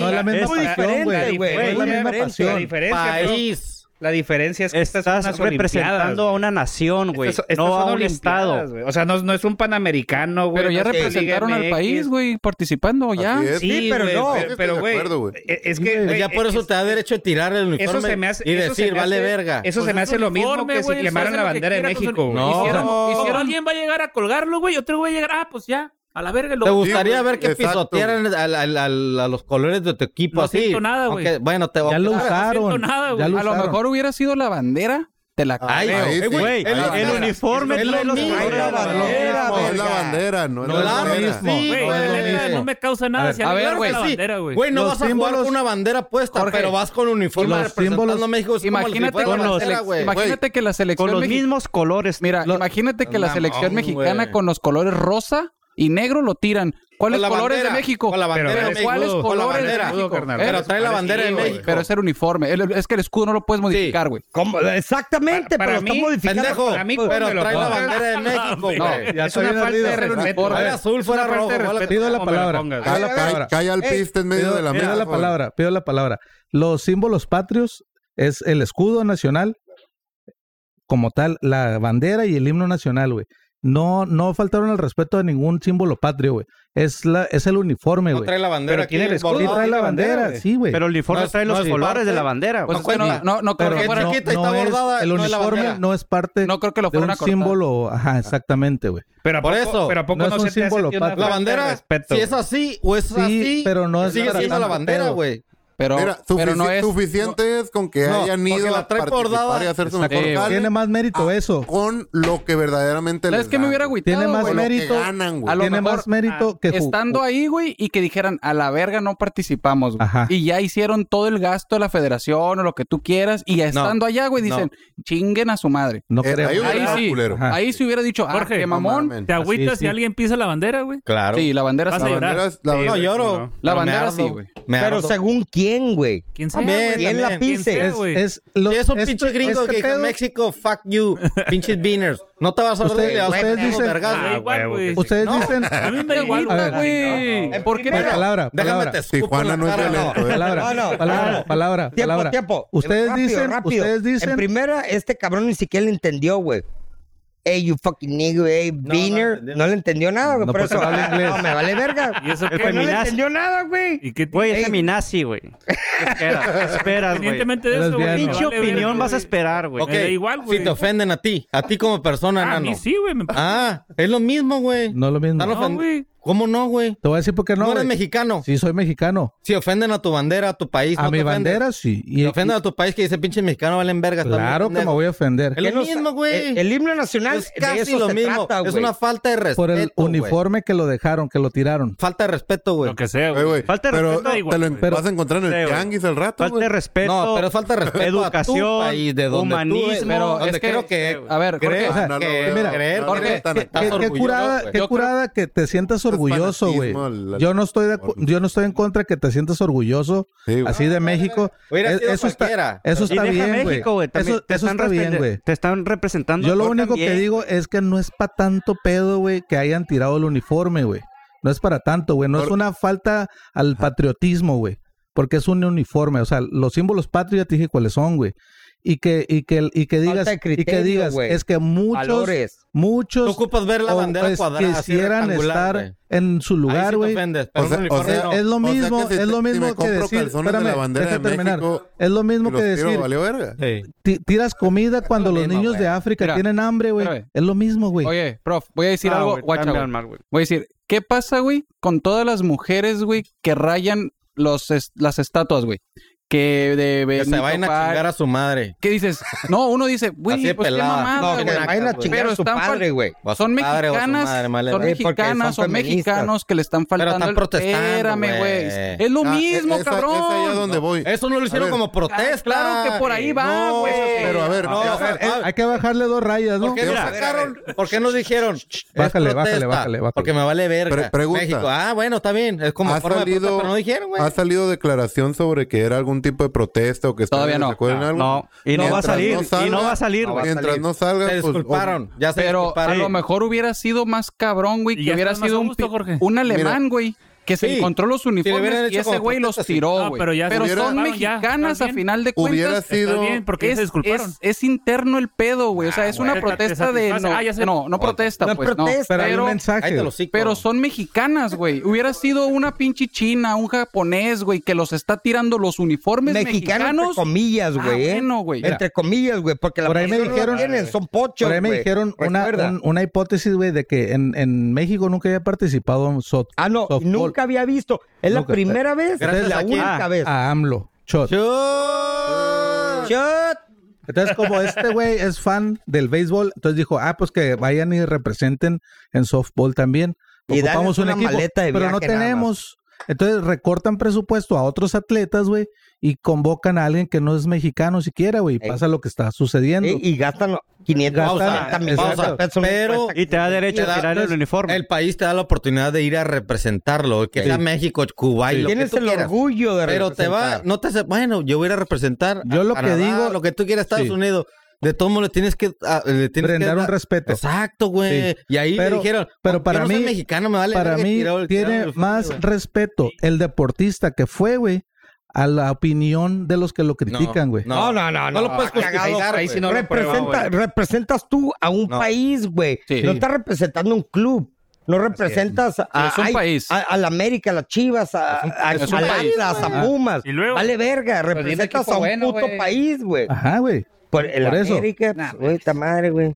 [SPEAKER 1] No es la misma
[SPEAKER 6] Es muy
[SPEAKER 1] pasión, güey.
[SPEAKER 7] diferente, güey.
[SPEAKER 1] No es la
[SPEAKER 7] Muy
[SPEAKER 1] misma
[SPEAKER 7] diferente.
[SPEAKER 8] La
[SPEAKER 1] pasión.
[SPEAKER 8] diferencia, pero-
[SPEAKER 2] país.
[SPEAKER 8] la diferencia es que estas son
[SPEAKER 6] Estás
[SPEAKER 8] unas Olimpiadas,
[SPEAKER 6] representando a
[SPEAKER 8] güey.
[SPEAKER 6] una nación, güey.
[SPEAKER 8] Estas son- estas
[SPEAKER 6] No a
[SPEAKER 8] son
[SPEAKER 6] un
[SPEAKER 8] olimpiadas,
[SPEAKER 6] estado.
[SPEAKER 8] güey. O sea, no, no es un panamericano, güey.
[SPEAKER 5] Pero ya
[SPEAKER 8] no es una
[SPEAKER 5] representaron
[SPEAKER 8] Liga
[SPEAKER 5] al
[SPEAKER 8] MX.
[SPEAKER 5] país, güey, participando ya.
[SPEAKER 3] Así es.
[SPEAKER 8] Sí,
[SPEAKER 7] Sí, pero
[SPEAKER 8] güey,
[SPEAKER 7] no.
[SPEAKER 8] pero- Pero,
[SPEAKER 3] Estoy de acuerdo,
[SPEAKER 8] güey,
[SPEAKER 3] güey.
[SPEAKER 8] e- es que... güey,
[SPEAKER 2] ya por eso
[SPEAKER 8] es-
[SPEAKER 2] te da derecho a tirar el uniforme
[SPEAKER 8] Eso se me hace...
[SPEAKER 2] y
[SPEAKER 8] eso se
[SPEAKER 2] decir,
[SPEAKER 8] me
[SPEAKER 2] vale
[SPEAKER 8] hace-
[SPEAKER 2] verga.
[SPEAKER 8] Eso
[SPEAKER 9] Pues
[SPEAKER 8] se me
[SPEAKER 9] es
[SPEAKER 8] hace lo mismo
[SPEAKER 9] uniforme,
[SPEAKER 8] que si
[SPEAKER 9] güey,
[SPEAKER 8] quemaran
[SPEAKER 9] eso hace lo
[SPEAKER 8] la
[SPEAKER 9] que
[SPEAKER 8] bandera
[SPEAKER 9] quiera
[SPEAKER 8] de
[SPEAKER 9] con su-
[SPEAKER 8] México, güey.
[SPEAKER 2] No,
[SPEAKER 8] Hicieron-
[SPEAKER 9] Hicieron-
[SPEAKER 5] no.
[SPEAKER 9] hicieron- alguien va a llegar a colgarlo, güey. Otro va a llegar, ah, pues ya, a la verga.
[SPEAKER 2] ¿Te
[SPEAKER 9] Lo...
[SPEAKER 2] gustaría
[SPEAKER 3] Sí, güey,
[SPEAKER 2] ver que
[SPEAKER 3] exacto.
[SPEAKER 2] pisotearan al- al- al- a los colores de tu equipo
[SPEAKER 9] No
[SPEAKER 2] así?
[SPEAKER 9] siento nada, güey.
[SPEAKER 2] Aunque, Bueno, te
[SPEAKER 1] Ya lo
[SPEAKER 2] aunque-
[SPEAKER 1] usaron.
[SPEAKER 9] siento nada, güey.
[SPEAKER 1] ya lo
[SPEAKER 5] A lo
[SPEAKER 1] usaron.
[SPEAKER 5] mejor hubiera sido la bandera, te la
[SPEAKER 2] Ay,
[SPEAKER 5] creo.
[SPEAKER 3] Ahí
[SPEAKER 2] eh,
[SPEAKER 3] sí,
[SPEAKER 2] güey,
[SPEAKER 3] ahí
[SPEAKER 2] el-
[SPEAKER 3] sí.
[SPEAKER 2] el
[SPEAKER 6] uniforme
[SPEAKER 2] Es lo
[SPEAKER 6] trae los
[SPEAKER 2] mismo.
[SPEAKER 6] colores.
[SPEAKER 7] la bandera,
[SPEAKER 3] No, es la
[SPEAKER 7] verga.
[SPEAKER 3] bandera, no es la
[SPEAKER 2] Claro que
[SPEAKER 3] bandera.
[SPEAKER 2] sí, güey.
[SPEAKER 9] Güey, la neta,
[SPEAKER 2] Claro
[SPEAKER 9] no me causa nada. si
[SPEAKER 2] A
[SPEAKER 9] alguien
[SPEAKER 2] ver,
[SPEAKER 9] agarra
[SPEAKER 2] güey,
[SPEAKER 9] la
[SPEAKER 2] sí.
[SPEAKER 9] bandera, güey.
[SPEAKER 2] Güey, no
[SPEAKER 1] Los
[SPEAKER 2] vas a jugar
[SPEAKER 1] símbolos-
[SPEAKER 2] con una bandera puesta,
[SPEAKER 5] Jorge,
[SPEAKER 2] pero vas con uniforme
[SPEAKER 1] los
[SPEAKER 2] representando
[SPEAKER 1] símbolos-
[SPEAKER 2] a México. Es como si
[SPEAKER 5] Imagínate,
[SPEAKER 2] fuera
[SPEAKER 5] que
[SPEAKER 2] la
[SPEAKER 5] la
[SPEAKER 6] los-
[SPEAKER 2] bandera,
[SPEAKER 5] selec-
[SPEAKER 2] güey.
[SPEAKER 5] imagínate que la selección
[SPEAKER 6] Con los
[SPEAKER 5] mexi-
[SPEAKER 6] mismos colores.
[SPEAKER 5] Mira,
[SPEAKER 1] Lo-
[SPEAKER 5] imagínate que la
[SPEAKER 2] Mamón,
[SPEAKER 5] selección mexicana
[SPEAKER 2] güey.
[SPEAKER 5] con los colores rosa y negro lo tiran. ¿Cuáles
[SPEAKER 2] Con la
[SPEAKER 5] colores
[SPEAKER 2] bandera,
[SPEAKER 5] de México?
[SPEAKER 2] con la
[SPEAKER 8] Pero
[SPEAKER 2] bandera,
[SPEAKER 8] el
[SPEAKER 2] de
[SPEAKER 5] ¿Cuáles
[SPEAKER 2] México, con la
[SPEAKER 5] colores de
[SPEAKER 2] bandera.
[SPEAKER 5] México?
[SPEAKER 8] carnal.
[SPEAKER 5] Eh,
[SPEAKER 2] Pero trae la bandera de
[SPEAKER 8] Sí, güey.
[SPEAKER 2] México.
[SPEAKER 5] Pero es el uniforme. El- es que el escudo no lo puedes modificar, güey.
[SPEAKER 7] ¿Cómo? Exactamente,
[SPEAKER 8] Para
[SPEAKER 7] pero
[SPEAKER 8] mí,
[SPEAKER 7] está modificando.
[SPEAKER 2] Pendejo,
[SPEAKER 8] Para mí,
[SPEAKER 2] pero
[SPEAKER 8] pónmelo,
[SPEAKER 2] trae la
[SPEAKER 8] pongas.
[SPEAKER 2] bandera de México,
[SPEAKER 9] No,
[SPEAKER 2] güey.
[SPEAKER 1] Ya
[SPEAKER 8] es
[SPEAKER 1] estoy
[SPEAKER 8] una
[SPEAKER 1] bien
[SPEAKER 8] falta
[SPEAKER 1] ardido.
[SPEAKER 8] de respeto.
[SPEAKER 2] Fuera
[SPEAKER 8] güey.
[SPEAKER 2] azul,
[SPEAKER 8] Es
[SPEAKER 2] fuera
[SPEAKER 8] una
[SPEAKER 2] rojo,
[SPEAKER 8] falta de
[SPEAKER 2] vale.
[SPEAKER 8] respeto
[SPEAKER 1] Pido la
[SPEAKER 8] como me
[SPEAKER 1] palabra.
[SPEAKER 8] pongas,
[SPEAKER 1] Pido
[SPEAKER 8] güey.
[SPEAKER 3] Calla,
[SPEAKER 1] la
[SPEAKER 3] calla,
[SPEAKER 1] palabra.
[SPEAKER 3] calla al piste en medio
[SPEAKER 1] Pido,
[SPEAKER 3] de la
[SPEAKER 1] pido
[SPEAKER 3] mesa. por
[SPEAKER 1] la
[SPEAKER 3] favor.
[SPEAKER 1] palabra, pido la palabra. Los símbolos patrios es el escudo nacional, como tal, la bandera y el himno nacional, güey. No, no faltaron al respeto de ningún símbolo patrio, güey. Es la, es el uniforme,
[SPEAKER 2] No
[SPEAKER 1] güey.
[SPEAKER 2] trae la bandera.
[SPEAKER 8] Pero
[SPEAKER 2] aquí,
[SPEAKER 8] tiene el escudo.
[SPEAKER 1] Sí
[SPEAKER 2] bordado.
[SPEAKER 1] trae la bandera,
[SPEAKER 8] güey.
[SPEAKER 1] sí, güey.
[SPEAKER 6] Pero el uniforme
[SPEAKER 2] No es-
[SPEAKER 6] trae
[SPEAKER 2] no
[SPEAKER 6] los
[SPEAKER 2] es
[SPEAKER 6] colores
[SPEAKER 2] parte-
[SPEAKER 6] de la bandera.
[SPEAKER 5] Pues
[SPEAKER 6] güey.
[SPEAKER 5] es que no, no, no creo
[SPEAKER 1] Pero
[SPEAKER 5] que fuera-
[SPEAKER 1] no,
[SPEAKER 2] chiquita y
[SPEAKER 1] no
[SPEAKER 2] está
[SPEAKER 1] es-
[SPEAKER 2] bordada,
[SPEAKER 1] el
[SPEAKER 2] no es la
[SPEAKER 1] uniforme
[SPEAKER 2] bandera.
[SPEAKER 1] no es parte
[SPEAKER 5] no creo que lo
[SPEAKER 1] de
[SPEAKER 5] fueran
[SPEAKER 1] un
[SPEAKER 5] a cortar.
[SPEAKER 1] símbolo, ajá, exactamente, güey.
[SPEAKER 8] Pero ¿a
[SPEAKER 2] Ah. Por
[SPEAKER 8] poco-
[SPEAKER 2] eso,
[SPEAKER 8] pero ¿a poco
[SPEAKER 1] no
[SPEAKER 8] no,
[SPEAKER 1] es un
[SPEAKER 8] se te hace
[SPEAKER 1] símbolo
[SPEAKER 8] que una
[SPEAKER 1] patrio.
[SPEAKER 2] La
[SPEAKER 8] falta de
[SPEAKER 2] bandera,
[SPEAKER 8] respeto,
[SPEAKER 2] si
[SPEAKER 8] güey?
[SPEAKER 2] es así o es
[SPEAKER 1] Sí,
[SPEAKER 2] así,
[SPEAKER 1] pero no es
[SPEAKER 2] sigue
[SPEAKER 1] para
[SPEAKER 2] siendo la
[SPEAKER 1] tanto
[SPEAKER 2] bandera,
[SPEAKER 1] pedo.
[SPEAKER 2] güey.
[SPEAKER 5] Pero,
[SPEAKER 3] Mira,
[SPEAKER 5] pero no
[SPEAKER 3] sufici-
[SPEAKER 5] es.
[SPEAKER 3] suficiente es con que
[SPEAKER 2] No,
[SPEAKER 3] hayan
[SPEAKER 2] porque
[SPEAKER 3] ido
[SPEAKER 2] la
[SPEAKER 3] a
[SPEAKER 2] trae
[SPEAKER 3] participar
[SPEAKER 2] bordada.
[SPEAKER 3] y hacer su mejor
[SPEAKER 5] Exacto.
[SPEAKER 3] jale
[SPEAKER 1] Tiene más mérito eso.
[SPEAKER 3] con lo que verdaderamente
[SPEAKER 5] ¿Sabes
[SPEAKER 3] les
[SPEAKER 5] qué me
[SPEAKER 3] dan,
[SPEAKER 5] hubiera
[SPEAKER 3] güey.
[SPEAKER 5] agüitado?
[SPEAKER 1] Tiene más
[SPEAKER 5] güey?
[SPEAKER 3] Con lo que
[SPEAKER 1] mérito.
[SPEAKER 3] ganan,
[SPEAKER 5] A
[SPEAKER 3] güey.
[SPEAKER 5] lo
[SPEAKER 1] Tiene
[SPEAKER 5] mejor, ah,
[SPEAKER 1] más mérito que ju-
[SPEAKER 5] Estando ahí, güey, y que dijeran, a la verga no participamos, güey.
[SPEAKER 1] Ajá.
[SPEAKER 5] Y ya hicieron todo el gasto de la federación o lo que tú quieras. Y ya
[SPEAKER 2] No,
[SPEAKER 5] estando allá, güey, dicen, chinguen a su madre.
[SPEAKER 1] No
[SPEAKER 3] Eh,
[SPEAKER 1] creo.
[SPEAKER 3] ahí hubiera
[SPEAKER 5] Ahí
[SPEAKER 3] estado
[SPEAKER 5] sí.
[SPEAKER 3] culero.
[SPEAKER 1] Ajá.
[SPEAKER 5] Ahí se hubiera dicho, ah,
[SPEAKER 9] Jorge,
[SPEAKER 5] qué
[SPEAKER 3] No
[SPEAKER 5] mamón.
[SPEAKER 3] mamen.
[SPEAKER 9] Te agüitas
[SPEAKER 1] Así,
[SPEAKER 9] si
[SPEAKER 1] sí.
[SPEAKER 9] alguien pisa la bandera, güey.
[SPEAKER 2] Claro.
[SPEAKER 5] Sí, la bandera
[SPEAKER 9] Vas
[SPEAKER 5] sí.
[SPEAKER 9] a llorar.
[SPEAKER 3] La verdad, la
[SPEAKER 8] Sí,
[SPEAKER 2] No
[SPEAKER 3] verdad,
[SPEAKER 8] güey,
[SPEAKER 2] lloro.
[SPEAKER 8] no.
[SPEAKER 5] La
[SPEAKER 2] pero me
[SPEAKER 5] bandera
[SPEAKER 2] ardo,
[SPEAKER 5] sí, güey.
[SPEAKER 2] Me
[SPEAKER 7] Pero
[SPEAKER 2] ardo.
[SPEAKER 7] según quién, güey.
[SPEAKER 9] ¿Quién sea,
[SPEAKER 2] También,
[SPEAKER 9] güey?
[SPEAKER 7] ¿Quién la
[SPEAKER 2] también.
[SPEAKER 9] ¿Quién sea,
[SPEAKER 7] pise?
[SPEAKER 1] Es,
[SPEAKER 9] güey?
[SPEAKER 1] es lo-
[SPEAKER 2] Sí, esos
[SPEAKER 1] es-
[SPEAKER 2] pinches gringos
[SPEAKER 1] este
[SPEAKER 2] que dicen
[SPEAKER 1] pedo-
[SPEAKER 2] México, fuck you, pinches beaners. No te vas a hablar
[SPEAKER 1] Usted-
[SPEAKER 2] de
[SPEAKER 1] ustedes dicen-
[SPEAKER 2] vergas,
[SPEAKER 9] Ah,
[SPEAKER 2] güey.
[SPEAKER 9] igual,
[SPEAKER 8] huevo,
[SPEAKER 9] güey.
[SPEAKER 8] que
[SPEAKER 1] Ustedes
[SPEAKER 2] No.
[SPEAKER 1] dicen.
[SPEAKER 9] A mí me da igual,
[SPEAKER 1] A ver.
[SPEAKER 5] güey. ¿Por qué?
[SPEAKER 1] Pero-
[SPEAKER 5] no?
[SPEAKER 1] palabra,
[SPEAKER 2] Déjame
[SPEAKER 1] palabra.
[SPEAKER 2] te escupo
[SPEAKER 3] Tijuana
[SPEAKER 2] en
[SPEAKER 3] no
[SPEAKER 2] la
[SPEAKER 3] es
[SPEAKER 2] cara,
[SPEAKER 3] violento, eh.
[SPEAKER 1] Palabra,
[SPEAKER 7] No, no,
[SPEAKER 1] palabra,
[SPEAKER 7] no.
[SPEAKER 1] palabra,
[SPEAKER 7] Tiempo,
[SPEAKER 1] palabra.
[SPEAKER 7] tiempo.
[SPEAKER 1] Ustedes
[SPEAKER 7] Rápido,
[SPEAKER 1] dicen,
[SPEAKER 7] rápido.
[SPEAKER 1] ustedes
[SPEAKER 7] En
[SPEAKER 1] dicen,
[SPEAKER 7] primera, este cabrón ni siquiera le entendió, güey. Hey, you fucking nigga, hey, beaner. No,
[SPEAKER 2] entendió.
[SPEAKER 7] le entendió nada, güey.
[SPEAKER 1] No,
[SPEAKER 7] por
[SPEAKER 1] porque
[SPEAKER 7] eso,
[SPEAKER 1] no habla inglés.
[SPEAKER 7] no, me vale verga.
[SPEAKER 9] ¿Y eso
[SPEAKER 6] El
[SPEAKER 9] qué?
[SPEAKER 7] No le
[SPEAKER 6] feminazi.
[SPEAKER 7] entendió nada, güey.
[SPEAKER 9] ¿Y qué?
[SPEAKER 6] Güey, es
[SPEAKER 7] Ey.
[SPEAKER 6] feminazi, güey. ¿Qué esperas? ¿Qué esperas, güey?
[SPEAKER 9] Independientemente de eso, güey.
[SPEAKER 1] Lesbiana.
[SPEAKER 9] me
[SPEAKER 6] Pinche
[SPEAKER 9] vale
[SPEAKER 6] opinión
[SPEAKER 9] verga,
[SPEAKER 6] vas a
[SPEAKER 9] güey.
[SPEAKER 6] esperar, güey.
[SPEAKER 2] Ok,
[SPEAKER 9] Me da igual, güey.
[SPEAKER 2] si te ofenden a ti, a ti como persona,
[SPEAKER 9] Ah, a
[SPEAKER 2] nano.
[SPEAKER 9] mí sí, güey. me-
[SPEAKER 2] Ah, es lo mismo, güey.
[SPEAKER 1] no es lo mismo.
[SPEAKER 2] Están
[SPEAKER 9] No,
[SPEAKER 2] ofend-
[SPEAKER 9] güey.
[SPEAKER 2] ¿Cómo no, güey?
[SPEAKER 1] Te voy a decir por qué
[SPEAKER 2] No,
[SPEAKER 1] no.
[SPEAKER 2] eres
[SPEAKER 1] güey.
[SPEAKER 2] mexicano.
[SPEAKER 1] Sí, soy mexicano.
[SPEAKER 2] Si ofenden a tu bandera, a tu país,
[SPEAKER 1] A
[SPEAKER 2] no
[SPEAKER 1] mi
[SPEAKER 2] te ofendes.
[SPEAKER 1] bandera sí. Y,
[SPEAKER 2] Si ofenden a tu país que dice pinche mexicano valen vergas. también,
[SPEAKER 1] claro que me
[SPEAKER 2] pendejo.
[SPEAKER 1] voy a ofender.
[SPEAKER 2] Es lo
[SPEAKER 7] ¿Qué nos-
[SPEAKER 2] mismo,
[SPEAKER 7] El,
[SPEAKER 2] güey.
[SPEAKER 7] el himno nacional
[SPEAKER 2] Es casi
[SPEAKER 7] de eso
[SPEAKER 2] lo
[SPEAKER 7] se
[SPEAKER 2] mismo.
[SPEAKER 7] trata,
[SPEAKER 2] Es
[SPEAKER 7] güey.
[SPEAKER 2] una falta de respeto.
[SPEAKER 1] Por el
[SPEAKER 2] güey.
[SPEAKER 1] uniforme que lo dejaron, que lo tiraron.
[SPEAKER 2] Falta de respeto, güey.
[SPEAKER 9] Lo que sea,
[SPEAKER 3] Oye,
[SPEAKER 9] güey.
[SPEAKER 3] güey,
[SPEAKER 6] Falta de
[SPEAKER 3] pero
[SPEAKER 6] respeto,
[SPEAKER 3] te
[SPEAKER 6] igual,
[SPEAKER 3] lo
[SPEAKER 6] güey.
[SPEAKER 1] Pero-
[SPEAKER 3] vas a encontrar en
[SPEAKER 6] Sí,
[SPEAKER 3] el
[SPEAKER 6] güey.
[SPEAKER 3] tianguis al rato,
[SPEAKER 6] Falta de
[SPEAKER 3] güey.
[SPEAKER 6] respeto.
[SPEAKER 2] No, pero falta de respeto a tu
[SPEAKER 6] educación,
[SPEAKER 2] país, de donde
[SPEAKER 6] humanismo,
[SPEAKER 2] tú, pero
[SPEAKER 5] pero
[SPEAKER 2] donde
[SPEAKER 5] es que-
[SPEAKER 2] creo que,
[SPEAKER 5] A ver, Jorge,
[SPEAKER 2] crees,
[SPEAKER 1] o sea,
[SPEAKER 3] no lo
[SPEAKER 2] que-
[SPEAKER 3] veo,
[SPEAKER 1] mira,
[SPEAKER 2] creer,
[SPEAKER 3] no lo
[SPEAKER 2] Jorge,
[SPEAKER 3] veo tan-
[SPEAKER 2] que-
[SPEAKER 3] tan
[SPEAKER 1] Qué-
[SPEAKER 2] estás
[SPEAKER 1] Qué,
[SPEAKER 2] orgulloso,
[SPEAKER 1] curada,
[SPEAKER 2] güey.
[SPEAKER 1] qué
[SPEAKER 5] Yo creo-
[SPEAKER 1] curada que te sientas
[SPEAKER 3] es
[SPEAKER 1] orgulloso, güey.
[SPEAKER 3] fanatismo, la-
[SPEAKER 1] Yo no estoy de acu- yo no estoy en contra que te sientas orgulloso
[SPEAKER 3] Sí, güey.
[SPEAKER 1] así de México.
[SPEAKER 2] Ah, Hubiera
[SPEAKER 1] Es-
[SPEAKER 2] sido
[SPEAKER 1] eso está,
[SPEAKER 2] cualquiera.
[SPEAKER 1] eso
[SPEAKER 6] y
[SPEAKER 1] está
[SPEAKER 6] deja
[SPEAKER 1] bien,
[SPEAKER 6] México,
[SPEAKER 1] güey.
[SPEAKER 6] güey. también
[SPEAKER 1] Eso,
[SPEAKER 6] te
[SPEAKER 1] eso
[SPEAKER 6] están
[SPEAKER 1] está bien,
[SPEAKER 6] represent-
[SPEAKER 1] güey.
[SPEAKER 6] Te están representando.
[SPEAKER 1] Yo lo
[SPEAKER 6] Tú
[SPEAKER 1] único que
[SPEAKER 6] también.
[SPEAKER 1] digo es que no es para tanto pedo, güey, que hayan tirado el uniforme, güey. No es para tanto, güey. No es
[SPEAKER 3] Por-
[SPEAKER 1] una falta al patriotismo, güey. Porque es un uniforme. O sea, los símbolos patrios ya te dije cuáles son, güey. Y que, y que, y que digas,
[SPEAKER 7] Falta de
[SPEAKER 1] y que
[SPEAKER 7] criterio,
[SPEAKER 1] digas,
[SPEAKER 7] güey.
[SPEAKER 1] es que muchos,
[SPEAKER 7] Valores.
[SPEAKER 2] Tú
[SPEAKER 1] muchos
[SPEAKER 2] ocupas ver la
[SPEAKER 1] o,
[SPEAKER 2] bandera
[SPEAKER 1] pues,
[SPEAKER 2] cuadrada. así,
[SPEAKER 1] quisieran estar
[SPEAKER 2] rectangular, güey.
[SPEAKER 1] en su
[SPEAKER 2] Ahí sí
[SPEAKER 1] lugar,
[SPEAKER 2] te
[SPEAKER 1] güey.
[SPEAKER 2] ofendes, pero
[SPEAKER 3] O sea-
[SPEAKER 2] un
[SPEAKER 3] o
[SPEAKER 2] uniforme
[SPEAKER 3] sea,
[SPEAKER 2] no.
[SPEAKER 1] es lo
[SPEAKER 3] O sea que
[SPEAKER 1] mismo,
[SPEAKER 3] si
[SPEAKER 1] es
[SPEAKER 3] te-
[SPEAKER 1] lo
[SPEAKER 3] si me
[SPEAKER 1] mismo que
[SPEAKER 3] compro
[SPEAKER 1] decir,
[SPEAKER 3] calzones de la
[SPEAKER 1] espérame,
[SPEAKER 3] bandera de
[SPEAKER 1] deja terminar.
[SPEAKER 3] México
[SPEAKER 1] Es lo mismo
[SPEAKER 3] Y
[SPEAKER 1] que
[SPEAKER 3] los tiro,
[SPEAKER 1] decir,
[SPEAKER 3] valió verga.
[SPEAKER 2] Sí.
[SPEAKER 1] ti- tiras comida cuando los
[SPEAKER 2] mismo,
[SPEAKER 1] niños de
[SPEAKER 2] güey.
[SPEAKER 1] África
[SPEAKER 5] Mira,
[SPEAKER 1] tienen hambre, güey.
[SPEAKER 5] espérame.
[SPEAKER 1] Es lo mismo, güey.
[SPEAKER 5] Oye, prof, voy a decir
[SPEAKER 6] Ah,
[SPEAKER 5] algo,
[SPEAKER 6] güey,
[SPEAKER 5] guacha,
[SPEAKER 6] también
[SPEAKER 5] güey.
[SPEAKER 6] mal, güey.
[SPEAKER 5] Voy a decir, ¿qué pasa, güey, con todas las mujeres, güey, que rayan los est- las estatuas, güey? Que de
[SPEAKER 2] Que se
[SPEAKER 5] Benito
[SPEAKER 2] vayan a
[SPEAKER 5] Juárez-
[SPEAKER 2] chingar a su madre.
[SPEAKER 5] ¿Qué dices? No, uno dice,
[SPEAKER 2] Así de
[SPEAKER 5] güey, pues qué
[SPEAKER 2] pelada.
[SPEAKER 5] mamada,
[SPEAKER 7] No,
[SPEAKER 5] güey.
[SPEAKER 7] que le vayan a chingar
[SPEAKER 5] Pero
[SPEAKER 7] a su
[SPEAKER 5] están fal-
[SPEAKER 7] padre, güey.
[SPEAKER 2] O a su
[SPEAKER 5] son
[SPEAKER 2] padre o a su
[SPEAKER 5] mexicanas,
[SPEAKER 2] madre, madre,
[SPEAKER 5] son
[SPEAKER 2] vale.
[SPEAKER 7] Sí, porque
[SPEAKER 5] mexicanas,
[SPEAKER 7] son
[SPEAKER 5] son
[SPEAKER 7] feministas.
[SPEAKER 5] mexicanos que le están faltando.
[SPEAKER 2] están
[SPEAKER 5] el-
[SPEAKER 2] protestando,
[SPEAKER 5] Espérame,
[SPEAKER 2] güey. e
[SPEAKER 5] güey. Es lo
[SPEAKER 3] Ah,
[SPEAKER 5] mismo,
[SPEAKER 3] esa-
[SPEAKER 5] cabrón.
[SPEAKER 3] Esa ya es donde voy.
[SPEAKER 2] Eso no lo hicieron
[SPEAKER 3] ver.
[SPEAKER 2] como protesta.
[SPEAKER 5] claro que por ahí va,
[SPEAKER 2] No,
[SPEAKER 5] güey.
[SPEAKER 3] Pero a ver,
[SPEAKER 2] no,
[SPEAKER 3] ya
[SPEAKER 2] a ver,
[SPEAKER 1] Eh, Hay que bajarle dos rayas, ¿no?
[SPEAKER 2] ¿Por qué no
[SPEAKER 3] Mira,
[SPEAKER 2] sacaron? ¿Por qué no dijeron? es
[SPEAKER 1] Bájale,
[SPEAKER 2] protesta?
[SPEAKER 1] bájale, bájale, bájale.
[SPEAKER 2] Porque me vale verga.
[SPEAKER 3] Pre- pregunta.
[SPEAKER 2] México, ah, bueno, está bien. Es como
[SPEAKER 3] ha
[SPEAKER 2] forma de protesta,
[SPEAKER 3] salido,
[SPEAKER 2] pero no dijeron, güey.
[SPEAKER 3] ha salido declaración sobre que era algún tipo de protesta o que estaban
[SPEAKER 5] Todavía no.
[SPEAKER 3] desacuerdo en algo.
[SPEAKER 6] No, y no va a
[SPEAKER 3] Mientras
[SPEAKER 6] salir.
[SPEAKER 3] salga-
[SPEAKER 6] Y no va a salir, güey.
[SPEAKER 3] Mientras no salga,
[SPEAKER 2] Se
[SPEAKER 3] pues,
[SPEAKER 2] disculparon. Ya se
[SPEAKER 5] Pero a
[SPEAKER 2] disculparon.
[SPEAKER 5] lo mejor hubiera sido más cabrón, güey,
[SPEAKER 9] Y
[SPEAKER 5] que
[SPEAKER 9] ya
[SPEAKER 5] hubiera
[SPEAKER 9] estás más
[SPEAKER 5] sido
[SPEAKER 9] a
[SPEAKER 5] un,
[SPEAKER 9] gusto,
[SPEAKER 5] pi-
[SPEAKER 9] Jorge.
[SPEAKER 5] un alemán, güey, que se
[SPEAKER 2] Sí.
[SPEAKER 5] encontró los
[SPEAKER 2] hubieran
[SPEAKER 5] uniformes y
[SPEAKER 2] hecho
[SPEAKER 5] ese
[SPEAKER 2] como
[SPEAKER 5] güey los
[SPEAKER 2] protestas, sí.
[SPEAKER 5] tiró,
[SPEAKER 9] No,
[SPEAKER 5] güey.
[SPEAKER 9] pero ya se
[SPEAKER 5] pero son
[SPEAKER 9] disculparon, ya,
[SPEAKER 5] mexicanas
[SPEAKER 9] está
[SPEAKER 5] a
[SPEAKER 9] bien.
[SPEAKER 5] final de
[SPEAKER 3] hubiera
[SPEAKER 5] cuentas.
[SPEAKER 9] Está
[SPEAKER 3] sido
[SPEAKER 9] bien, porque ya
[SPEAKER 5] Es,
[SPEAKER 9] se disculparon.
[SPEAKER 5] es- es interno el pedo, güey. O sea, es
[SPEAKER 2] Ah,
[SPEAKER 5] una
[SPEAKER 2] güey.
[SPEAKER 5] protesta
[SPEAKER 9] Te
[SPEAKER 5] de...
[SPEAKER 9] satisface.
[SPEAKER 5] No,
[SPEAKER 9] Ah, ya sé.
[SPEAKER 5] no, no protesta,
[SPEAKER 1] No
[SPEAKER 5] pues
[SPEAKER 7] protesta,
[SPEAKER 5] no.
[SPEAKER 1] Pero hay un
[SPEAKER 5] Pero,
[SPEAKER 1] mensaje.
[SPEAKER 2] Ahí te lo
[SPEAKER 1] güey.
[SPEAKER 2] hocico.
[SPEAKER 5] pero son mexicanas, güey. Hubiera sido una pinche china, un japonés, güey, que los está tirando los uniformes
[SPEAKER 7] Mexicano, entre
[SPEAKER 5] mexicanos.
[SPEAKER 7] comillas,
[SPEAKER 5] Ah,
[SPEAKER 7] güey. ¿eh?
[SPEAKER 5] bueno, güey.
[SPEAKER 7] Entre comillas, güey, porque la
[SPEAKER 1] Por ahí me
[SPEAKER 7] mayoría no
[SPEAKER 1] dijeron-
[SPEAKER 7] tienen, son pochos,
[SPEAKER 1] Por ahí me
[SPEAKER 7] güey.
[SPEAKER 1] dijeron una,
[SPEAKER 7] Recuerda.
[SPEAKER 1] un- una hipótesis, güey, de que en, en México nunca había participado un shot
[SPEAKER 7] Ah, no,
[SPEAKER 1] softball.
[SPEAKER 7] nunca había visto. Es la
[SPEAKER 1] Nunca. Eh,
[SPEAKER 7] primera vez
[SPEAKER 2] Gracias
[SPEAKER 7] y la
[SPEAKER 2] a quién.
[SPEAKER 7] única vez.
[SPEAKER 1] a AMLO. Shot.
[SPEAKER 2] Yo-
[SPEAKER 7] Shot.
[SPEAKER 1] Entonces, como este güey es fan del béisbol, entonces dijo, ah, pues que vayan y representen en softball también.
[SPEAKER 7] Y darles
[SPEAKER 1] Ocupamos un
[SPEAKER 7] una
[SPEAKER 1] equipo,
[SPEAKER 7] maleta de
[SPEAKER 1] pero no
[SPEAKER 7] viaje nada más.
[SPEAKER 1] tenemos. Entonces recortan presupuesto a otros atletas, güey, y convocan a alguien que no es mexicano siquiera, güey, y
[SPEAKER 7] Ey.
[SPEAKER 1] pasa lo que está sucediendo.
[SPEAKER 7] Y, y gastan 500
[SPEAKER 1] Pausa,
[SPEAKER 7] millones de
[SPEAKER 1] pausa.
[SPEAKER 7] pesos.
[SPEAKER 2] Pero-
[SPEAKER 7] Cuesta-
[SPEAKER 6] Y te da derecho
[SPEAKER 2] Te da-
[SPEAKER 6] a tirar el
[SPEAKER 2] entonces,
[SPEAKER 6] uniforme.
[SPEAKER 2] El país te da la oportunidad de ir a representarlo, que sea México, Cuba y lo que
[SPEAKER 7] Tienes
[SPEAKER 2] tú
[SPEAKER 7] el
[SPEAKER 2] quieras.
[SPEAKER 7] orgullo de
[SPEAKER 2] Pero te va,
[SPEAKER 7] representar.
[SPEAKER 2] no te hace, bueno, yo voy a ir a representar. a
[SPEAKER 1] Yo lo que
[SPEAKER 2] Canadá,
[SPEAKER 1] digo-
[SPEAKER 2] lo que tú quieras, Estados
[SPEAKER 1] Sí.
[SPEAKER 2] Unidos. De todo modo, le tienes que. a- le tienes que
[SPEAKER 1] Brindar un
[SPEAKER 2] dar-
[SPEAKER 1] respeto.
[SPEAKER 2] Exacto, güey.
[SPEAKER 1] Sí.
[SPEAKER 2] Y ahí me
[SPEAKER 1] Pero-
[SPEAKER 2] dijeron.
[SPEAKER 1] pero
[SPEAKER 2] "Yo
[SPEAKER 1] para
[SPEAKER 2] no soy
[SPEAKER 1] mí-
[SPEAKER 2] mexicano, me vale
[SPEAKER 1] Para
[SPEAKER 2] verga", y
[SPEAKER 1] mí
[SPEAKER 2] tiraron el-
[SPEAKER 1] tiene
[SPEAKER 2] tiraron el-
[SPEAKER 1] más respeto el deportista que fue, güey, a la opinión de los que lo critican, güey.
[SPEAKER 2] No, no,
[SPEAKER 7] no,
[SPEAKER 2] no lo puedes
[SPEAKER 7] Cagado,
[SPEAKER 2] justificar.
[SPEAKER 8] Ahí
[SPEAKER 2] güey.
[SPEAKER 8] sí no lo prueba,
[SPEAKER 7] Representa-
[SPEAKER 8] güey.
[SPEAKER 7] representas tú a un
[SPEAKER 2] No.
[SPEAKER 7] país, güey.
[SPEAKER 5] Sí.
[SPEAKER 7] No estás representando un club. No representas a,
[SPEAKER 5] Es un
[SPEAKER 7] ay,
[SPEAKER 5] país.
[SPEAKER 7] a, a la América, a las Chivas, a, a,
[SPEAKER 5] es un
[SPEAKER 7] a
[SPEAKER 5] país.
[SPEAKER 7] Atlas, a Pumas.
[SPEAKER 9] Y luego-
[SPEAKER 7] Vale verga,
[SPEAKER 5] pues, dime
[SPEAKER 7] representas
[SPEAKER 5] equipo
[SPEAKER 7] a un
[SPEAKER 5] bueno,
[SPEAKER 7] puto
[SPEAKER 5] güey.
[SPEAKER 7] país, Ah, güey.
[SPEAKER 1] Ajá, güey.
[SPEAKER 7] Por el
[SPEAKER 1] Por eso.
[SPEAKER 7] América, pues, güey, esta madre, güey.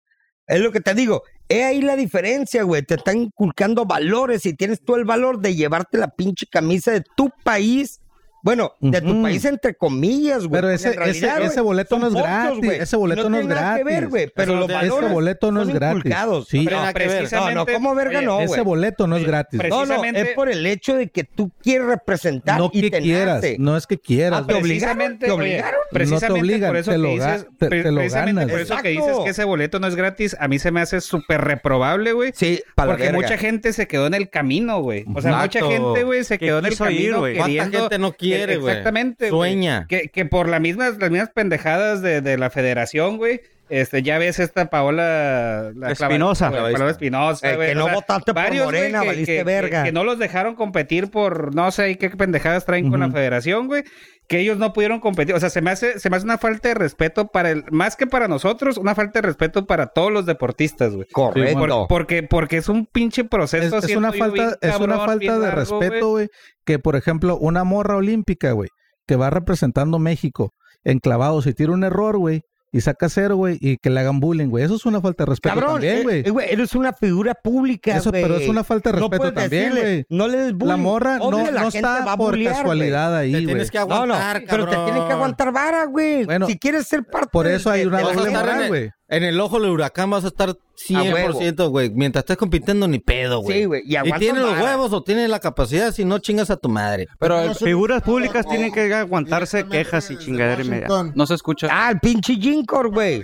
[SPEAKER 7] Es lo que te digo. Es ahí la diferencia, güey. Te están inculcando valores y tienes tú el valor de llevarte la pinche camisa de tu país Bueno, de tu
[SPEAKER 1] Ujú.
[SPEAKER 7] país, entre comillas, güey.
[SPEAKER 1] Pero
[SPEAKER 7] porque
[SPEAKER 1] ese,
[SPEAKER 7] en realidad,
[SPEAKER 1] ese,
[SPEAKER 7] güey,
[SPEAKER 1] ese boleto
[SPEAKER 7] son
[SPEAKER 1] no es
[SPEAKER 7] pochos,
[SPEAKER 1] gratis.
[SPEAKER 7] güey,
[SPEAKER 1] Ese boleto no,
[SPEAKER 7] no
[SPEAKER 1] es
[SPEAKER 7] tiene nada que
[SPEAKER 1] gratis.
[SPEAKER 7] ver, güey, pero
[SPEAKER 1] Eso
[SPEAKER 7] los
[SPEAKER 1] no tiene-
[SPEAKER 7] valores
[SPEAKER 1] Ese boleto no
[SPEAKER 7] son
[SPEAKER 1] es gratis.
[SPEAKER 7] inculcados.
[SPEAKER 1] Sí,
[SPEAKER 8] Pero
[SPEAKER 7] No,
[SPEAKER 8] precisamente-
[SPEAKER 7] no, ¿cómo verga
[SPEAKER 8] oye,
[SPEAKER 7] no, güey?
[SPEAKER 1] ese boleto no es gratis.
[SPEAKER 8] pre-
[SPEAKER 7] No, no,
[SPEAKER 8] precisamente-
[SPEAKER 7] es por el hecho de que tú quieres representar
[SPEAKER 1] No
[SPEAKER 7] y
[SPEAKER 1] que
[SPEAKER 7] te
[SPEAKER 1] quieras,
[SPEAKER 7] nace.
[SPEAKER 1] no es que quieras.
[SPEAKER 7] Ah, ¿te
[SPEAKER 1] güey.
[SPEAKER 7] obligaron?
[SPEAKER 8] Precisamente,
[SPEAKER 7] ¿Te
[SPEAKER 8] oye,
[SPEAKER 7] obligaron?
[SPEAKER 8] precisamente
[SPEAKER 1] No te obligan,
[SPEAKER 8] por eso
[SPEAKER 1] te
[SPEAKER 8] que
[SPEAKER 1] lo
[SPEAKER 8] dices,
[SPEAKER 1] ga- te-
[SPEAKER 8] pre-
[SPEAKER 1] te lo
[SPEAKER 8] precisamente
[SPEAKER 1] ganas.
[SPEAKER 8] por eso que
[SPEAKER 7] Exacto.
[SPEAKER 8] dices que ese boleto no es gratis, a mí se me hace súper reprobable, güey.
[SPEAKER 7] Sí, para
[SPEAKER 8] Porque mucha gente se quedó en el camino, güey. O sea,
[SPEAKER 2] Exacto.
[SPEAKER 8] mucha gente, güey, se
[SPEAKER 6] Que
[SPEAKER 8] quedó en el
[SPEAKER 6] quiso ir,
[SPEAKER 8] camino
[SPEAKER 6] güey.
[SPEAKER 2] ¿Cuánta
[SPEAKER 8] queriendo-
[SPEAKER 2] gente no quiere, güey?
[SPEAKER 8] Exactamente. güey.
[SPEAKER 2] Sueña.
[SPEAKER 8] Que, que por las mismas, las mismas pendejadas de, de la federación, güey. Este, ya ves esta Paola la clava-
[SPEAKER 6] Espinosa.
[SPEAKER 8] güey, Paola Espinosa,
[SPEAKER 7] Eh,
[SPEAKER 8] güey.
[SPEAKER 7] que
[SPEAKER 8] O
[SPEAKER 7] no
[SPEAKER 8] sea,
[SPEAKER 7] votaste por
[SPEAKER 8] güey,
[SPEAKER 7] Morena,
[SPEAKER 8] que-
[SPEAKER 7] valiste
[SPEAKER 8] que- que-
[SPEAKER 7] verga.
[SPEAKER 8] Que, no los dejaron competir por no sé ahí qué pendejadas traen con la federación, güey. Que ellos no pudieron competir. O sea, se me hace, se me hace una falta de respeto para el, más que para nosotros, una falta de respeto para todos los deportistas, güey.
[SPEAKER 7] Correcto.
[SPEAKER 8] Por- porque, porque es un pinche
[SPEAKER 1] Es,
[SPEAKER 8] proceso.
[SPEAKER 1] es
[SPEAKER 8] siento
[SPEAKER 1] una
[SPEAKER 8] yo,
[SPEAKER 1] falta,
[SPEAKER 8] bien
[SPEAKER 1] es una
[SPEAKER 8] cabrón,
[SPEAKER 1] falta
[SPEAKER 8] bien
[SPEAKER 1] de
[SPEAKER 8] largo, güey.
[SPEAKER 1] respeto, güey. Que por ejemplo, una morra olímpica, güey, que va representando México en clavados y tira un error, güey, y saca cero, güey, y que le hagan bullying, güey. Eso es una falta de respeto
[SPEAKER 7] Cabrón,
[SPEAKER 1] también,
[SPEAKER 7] eh,
[SPEAKER 1] güey.
[SPEAKER 7] eh, güey, eres una figura pública,
[SPEAKER 1] Eso,
[SPEAKER 7] güey.
[SPEAKER 1] pero es una falta de
[SPEAKER 7] No
[SPEAKER 1] respeto
[SPEAKER 7] puedes
[SPEAKER 1] también,
[SPEAKER 7] decirle,
[SPEAKER 1] güey.
[SPEAKER 7] No le des bullying.
[SPEAKER 1] La morra
[SPEAKER 7] Obvio, la
[SPEAKER 1] no, no
[SPEAKER 7] gente va
[SPEAKER 1] está
[SPEAKER 7] a
[SPEAKER 1] por
[SPEAKER 7] bullear, güey.
[SPEAKER 1] casualidad
[SPEAKER 2] Te
[SPEAKER 1] ahí, güey.
[SPEAKER 2] tienes que
[SPEAKER 7] No, no,
[SPEAKER 2] aguantar,
[SPEAKER 7] pero te
[SPEAKER 2] cabrón.
[SPEAKER 7] tienes que aguantar vara, güey.
[SPEAKER 1] Bueno,
[SPEAKER 7] si quieres ser parte
[SPEAKER 1] Por
[SPEAKER 7] del-
[SPEAKER 1] eso hay una
[SPEAKER 7] del-
[SPEAKER 2] Te Eh, vas a
[SPEAKER 1] doble
[SPEAKER 2] estar en
[SPEAKER 1] moral,
[SPEAKER 2] el-
[SPEAKER 1] güey.
[SPEAKER 2] En el ojo del huracán vas a estar 100%, güey. Mientras estés compitiendo, ni pedo, güey.
[SPEAKER 7] Sí, güey, y
[SPEAKER 2] Y
[SPEAKER 7] aguantas
[SPEAKER 2] tienes los
[SPEAKER 7] vara.
[SPEAKER 2] huevos o tienes la capacidad, si no chingas a tu madre.
[SPEAKER 5] Pero el-
[SPEAKER 6] Figuras públicas tienen que aguantarse quejas y chingadera y media.
[SPEAKER 3] Washington.
[SPEAKER 5] no se escucha.
[SPEAKER 7] Ah, el pinche Jincor, güey.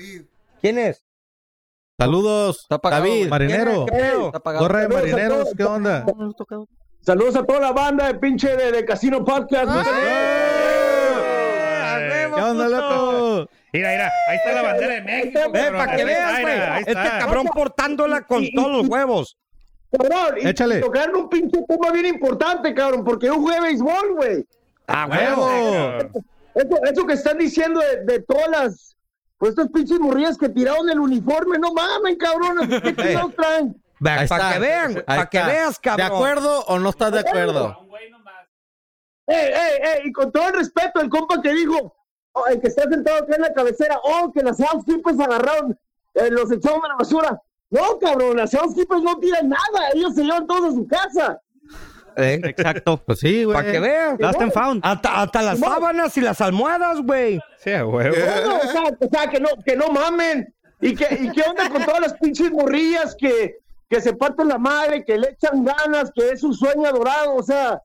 [SPEAKER 7] ¿Quién es?
[SPEAKER 2] Saludos,
[SPEAKER 5] Está apagado,
[SPEAKER 2] David.
[SPEAKER 5] güey.
[SPEAKER 1] Marinero,
[SPEAKER 7] ¿Qué pedo?
[SPEAKER 5] Está apagado.
[SPEAKER 1] gorra de marineros, ¿qué onda?
[SPEAKER 10] Saludos a toda la banda de pinche de, de Casino Podcast.
[SPEAKER 7] ¡Ah!
[SPEAKER 10] Un saludo.
[SPEAKER 1] ¡Eh! ¿Qué onda, loco?
[SPEAKER 8] Mira, mira, ahí está la bandera de México.
[SPEAKER 7] Ve,
[SPEAKER 8] cabrón.
[SPEAKER 7] para que
[SPEAKER 8] Ahí está,
[SPEAKER 7] veas,
[SPEAKER 8] mira, ahí
[SPEAKER 7] güey. Este
[SPEAKER 8] está.
[SPEAKER 7] cabrón portándola con todos los huevos.
[SPEAKER 10] Cabrón, y-
[SPEAKER 1] Échale.
[SPEAKER 10] Y tocaron un pinche tema bien importante, cabrón, porque yo jugué béisbol, güey.
[SPEAKER 7] ¡A
[SPEAKER 8] Ah, Huevo.
[SPEAKER 10] Eso, eso que están diciendo de, de todas las. Pues estos pinches morrillas que tiraron el uniforme, no mamen, cabrones. ¿Qué chingados traen?
[SPEAKER 2] Ahí
[SPEAKER 7] Para
[SPEAKER 2] está.
[SPEAKER 7] que vean, güey,
[SPEAKER 2] Ahí
[SPEAKER 7] para que
[SPEAKER 2] está.
[SPEAKER 7] veas, cabrón.
[SPEAKER 2] ¿De acuerdo o no estás de acuerdo?
[SPEAKER 10] ¡Ey, ey, ey! Y con todo el respeto, el compa que dijo, oh, el que está sentado acá en la cabecera, oh, que las housekeepers agarraron, eh, los echaron a la basura. No, cabrón, las housekeepers no tiran nada, ellos se llevan todos a su casa.
[SPEAKER 1] ¿Eh?
[SPEAKER 6] Exacto.
[SPEAKER 2] Pues sí, güey.
[SPEAKER 7] Para que vean.
[SPEAKER 6] Last and found.
[SPEAKER 7] Hasta, hasta las sábanas y las almohadas, güey.
[SPEAKER 8] Sí, a huevo.
[SPEAKER 10] Bueno, o sea, o sea, que no, que no mamen. ¿Y qué, ¿Y qué onda con todas las pinches morrillas que, que se parten la madre, que le echan ganas, que es un sueño dorado? O sea,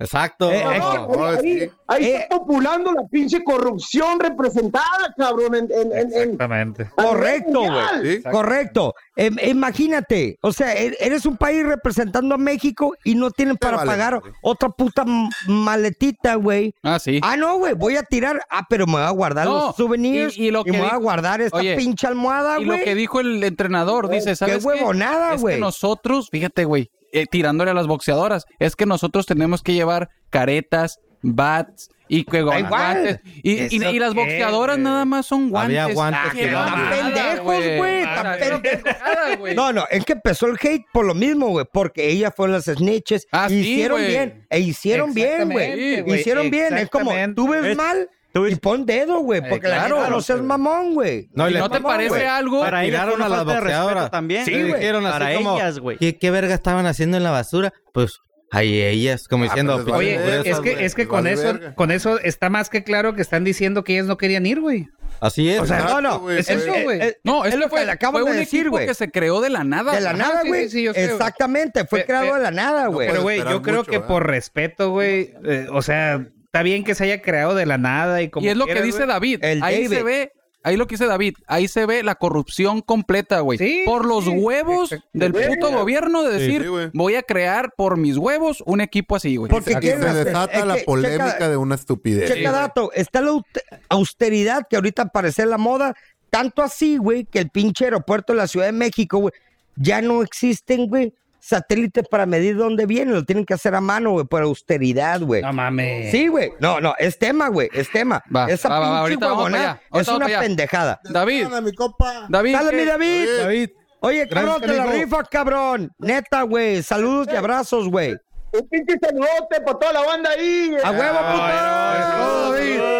[SPEAKER 2] Exacto.
[SPEAKER 1] Eh,
[SPEAKER 10] No,
[SPEAKER 1] eh,
[SPEAKER 10] no,
[SPEAKER 3] no,
[SPEAKER 10] ahí,
[SPEAKER 3] sí.
[SPEAKER 10] ahí
[SPEAKER 7] Eh.
[SPEAKER 10] está populando la pinche corrupción representada, cabrón, en, en, en- en-
[SPEAKER 8] Exactamente.
[SPEAKER 10] a nivel
[SPEAKER 7] Correcto, güey.
[SPEAKER 10] mundial.
[SPEAKER 3] Sí.
[SPEAKER 7] Correcto. Em- imagínate, o sea, e- eres un país representando a México y no tienen para
[SPEAKER 3] vale,
[SPEAKER 7] pagar
[SPEAKER 3] madre.
[SPEAKER 7] otra puta m- maletita, güey.
[SPEAKER 5] Ah, sí.
[SPEAKER 7] Ah, no, güey, voy a tirar. Ah, pero me voy a guardar
[SPEAKER 5] No,
[SPEAKER 7] los souvenirs y,
[SPEAKER 5] y- y lo que
[SPEAKER 7] me voy
[SPEAKER 5] di-
[SPEAKER 7] a guardar esta
[SPEAKER 5] Oye,
[SPEAKER 7] pinche almohada,
[SPEAKER 5] Y lo que
[SPEAKER 7] güey.
[SPEAKER 5] dijo el entrenador, dice, ¿sabes
[SPEAKER 7] qué huevonada,
[SPEAKER 5] Es
[SPEAKER 7] güey.
[SPEAKER 5] que nosotros, fíjate, güey, eh, tirándole a las boxeadoras, es que nosotros tenemos que llevar caretas, bats y que
[SPEAKER 7] Da
[SPEAKER 5] gu-
[SPEAKER 7] igual.
[SPEAKER 5] guantes. Y, y-
[SPEAKER 7] ¿Eso
[SPEAKER 5] y las
[SPEAKER 8] qué,
[SPEAKER 5] boxeadoras
[SPEAKER 8] güey?
[SPEAKER 5] nada más son guantes.
[SPEAKER 2] Había guantes
[SPEAKER 5] Ah,
[SPEAKER 2] que
[SPEAKER 5] qué
[SPEAKER 2] no
[SPEAKER 5] mamada,
[SPEAKER 2] mames.
[SPEAKER 7] Pendejos, güey, tan
[SPEAKER 5] Ah,
[SPEAKER 7] pendejos.
[SPEAKER 5] pendejada, güey.
[SPEAKER 7] No, no, es que empezó el hate por lo mismo, güey, porque ellas fueron las snitches.
[SPEAKER 5] Ah,
[SPEAKER 7] y
[SPEAKER 5] sí,
[SPEAKER 7] hicieron
[SPEAKER 5] güey.
[SPEAKER 7] bien, e hicieron bien,
[SPEAKER 5] Exactamente,
[SPEAKER 7] güey.
[SPEAKER 5] güey,
[SPEAKER 7] Hicieron bien, es como
[SPEAKER 8] exactamente.
[SPEAKER 7] tú ves
[SPEAKER 6] Es-
[SPEAKER 7] mal
[SPEAKER 6] tú ves-
[SPEAKER 7] y pon dedo, güey, porque la
[SPEAKER 5] claro,
[SPEAKER 7] neta no seas mamón, güey.
[SPEAKER 2] No, y
[SPEAKER 5] ¿Y
[SPEAKER 2] le-
[SPEAKER 5] no te
[SPEAKER 7] mamón,
[SPEAKER 5] parece
[SPEAKER 7] güey.
[SPEAKER 5] algo?
[SPEAKER 6] Para ellas
[SPEAKER 2] tiraron
[SPEAKER 6] fue una
[SPEAKER 2] a las
[SPEAKER 6] falta de respeto
[SPEAKER 2] boxeadas.
[SPEAKER 6] también.
[SPEAKER 2] Sí,
[SPEAKER 6] Le
[SPEAKER 2] güey.
[SPEAKER 6] dijeron así
[SPEAKER 2] Para
[SPEAKER 6] como,
[SPEAKER 2] ellas, ¿Qué, qué verga estaban haciendo en la basura? Pues ahí ellas, como diciendo.
[SPEAKER 3] pero les
[SPEAKER 2] pues,
[SPEAKER 3] vale
[SPEAKER 8] Oye,
[SPEAKER 3] verga,
[SPEAKER 2] esas,
[SPEAKER 8] es que,
[SPEAKER 3] güey,
[SPEAKER 8] es que
[SPEAKER 3] les
[SPEAKER 8] con
[SPEAKER 3] vale
[SPEAKER 8] eso,
[SPEAKER 3] verga.
[SPEAKER 8] con eso está más que claro que están diciendo que ellas no querían ir, güey.
[SPEAKER 2] Así es.
[SPEAKER 7] O sea, no, no,
[SPEAKER 3] güey,
[SPEAKER 7] es
[SPEAKER 3] fue-
[SPEAKER 7] eso, güey.
[SPEAKER 1] Eh,
[SPEAKER 5] No,
[SPEAKER 7] es
[SPEAKER 5] es,
[SPEAKER 7] lo que
[SPEAKER 5] que fue,
[SPEAKER 7] le acabo
[SPEAKER 5] fue
[SPEAKER 7] de
[SPEAKER 5] un
[SPEAKER 7] decir,
[SPEAKER 5] equipo
[SPEAKER 7] güey.
[SPEAKER 5] que se creó de la nada.
[SPEAKER 7] De la
[SPEAKER 5] Ajá,
[SPEAKER 7] nada,
[SPEAKER 5] sí,
[SPEAKER 7] güey.
[SPEAKER 8] sí, sí, yo sé, güey.
[SPEAKER 7] Exactamente, fue
[SPEAKER 8] Pe-
[SPEAKER 7] creado
[SPEAKER 8] pe-
[SPEAKER 7] de la nada,
[SPEAKER 3] No,
[SPEAKER 7] güey.
[SPEAKER 3] puedes
[SPEAKER 8] Pero, güey,
[SPEAKER 3] esperar
[SPEAKER 8] yo creo
[SPEAKER 3] mucho,
[SPEAKER 8] que
[SPEAKER 3] ¿eh?
[SPEAKER 8] por respeto, güey, eh, o sea, está bien que se haya creado de la nada y como
[SPEAKER 5] Y es lo que
[SPEAKER 8] quieras,
[SPEAKER 5] dice
[SPEAKER 8] güey.
[SPEAKER 5] David.
[SPEAKER 7] El
[SPEAKER 5] ahí
[SPEAKER 7] David.
[SPEAKER 5] se ve, ahí lo que dice David, ahí se ve la corrupción completa, güey.
[SPEAKER 8] Sí,
[SPEAKER 5] por los
[SPEAKER 8] sí.
[SPEAKER 5] huevos
[SPEAKER 8] Exacto.
[SPEAKER 5] del
[SPEAKER 8] Güey.
[SPEAKER 5] puto gobierno de decir,
[SPEAKER 3] sí, güey.
[SPEAKER 5] voy a crear por mis huevos un equipo así, güey.
[SPEAKER 7] Porque
[SPEAKER 3] Aquí
[SPEAKER 7] quieren
[SPEAKER 3] se
[SPEAKER 7] hacer-
[SPEAKER 3] desata
[SPEAKER 7] es
[SPEAKER 3] la
[SPEAKER 7] que,
[SPEAKER 3] polémica
[SPEAKER 7] checa-
[SPEAKER 3] de una estupidez.
[SPEAKER 7] Checa dato, está la aut- austeridad que ahorita parece la moda, tanto así, güey, que el pinche aeropuerto de la Ciudad de México, güey, ya no existen, güey, satélites para medir dónde viene, lo tienen que hacer a mano, güey, por austeridad, güey.
[SPEAKER 8] No mames.
[SPEAKER 7] Sí, güey. No, no, es tema, güey, es tema.
[SPEAKER 5] Va,
[SPEAKER 7] Esa
[SPEAKER 5] va, va, va,
[SPEAKER 7] pinche
[SPEAKER 5] ahorita vamos
[SPEAKER 7] huevonada
[SPEAKER 5] para allá, ahorita
[SPEAKER 7] es
[SPEAKER 5] vamos
[SPEAKER 7] una
[SPEAKER 5] para allá.
[SPEAKER 7] pendejada.
[SPEAKER 5] David,
[SPEAKER 4] Dale, mi copa.
[SPEAKER 5] David,
[SPEAKER 7] Dale, mi
[SPEAKER 5] ¿qué?
[SPEAKER 7] David.
[SPEAKER 1] David,
[SPEAKER 7] Oye, cabrón,
[SPEAKER 1] Gracias,
[SPEAKER 7] te la
[SPEAKER 1] amigo.
[SPEAKER 7] rifas, cabrón. Neta, güey. Saludos y abrazos, güey.
[SPEAKER 10] Un pinche saludote para toda la banda ahí. eh.
[SPEAKER 7] ¡A huevo,
[SPEAKER 8] Ah,
[SPEAKER 7] puto!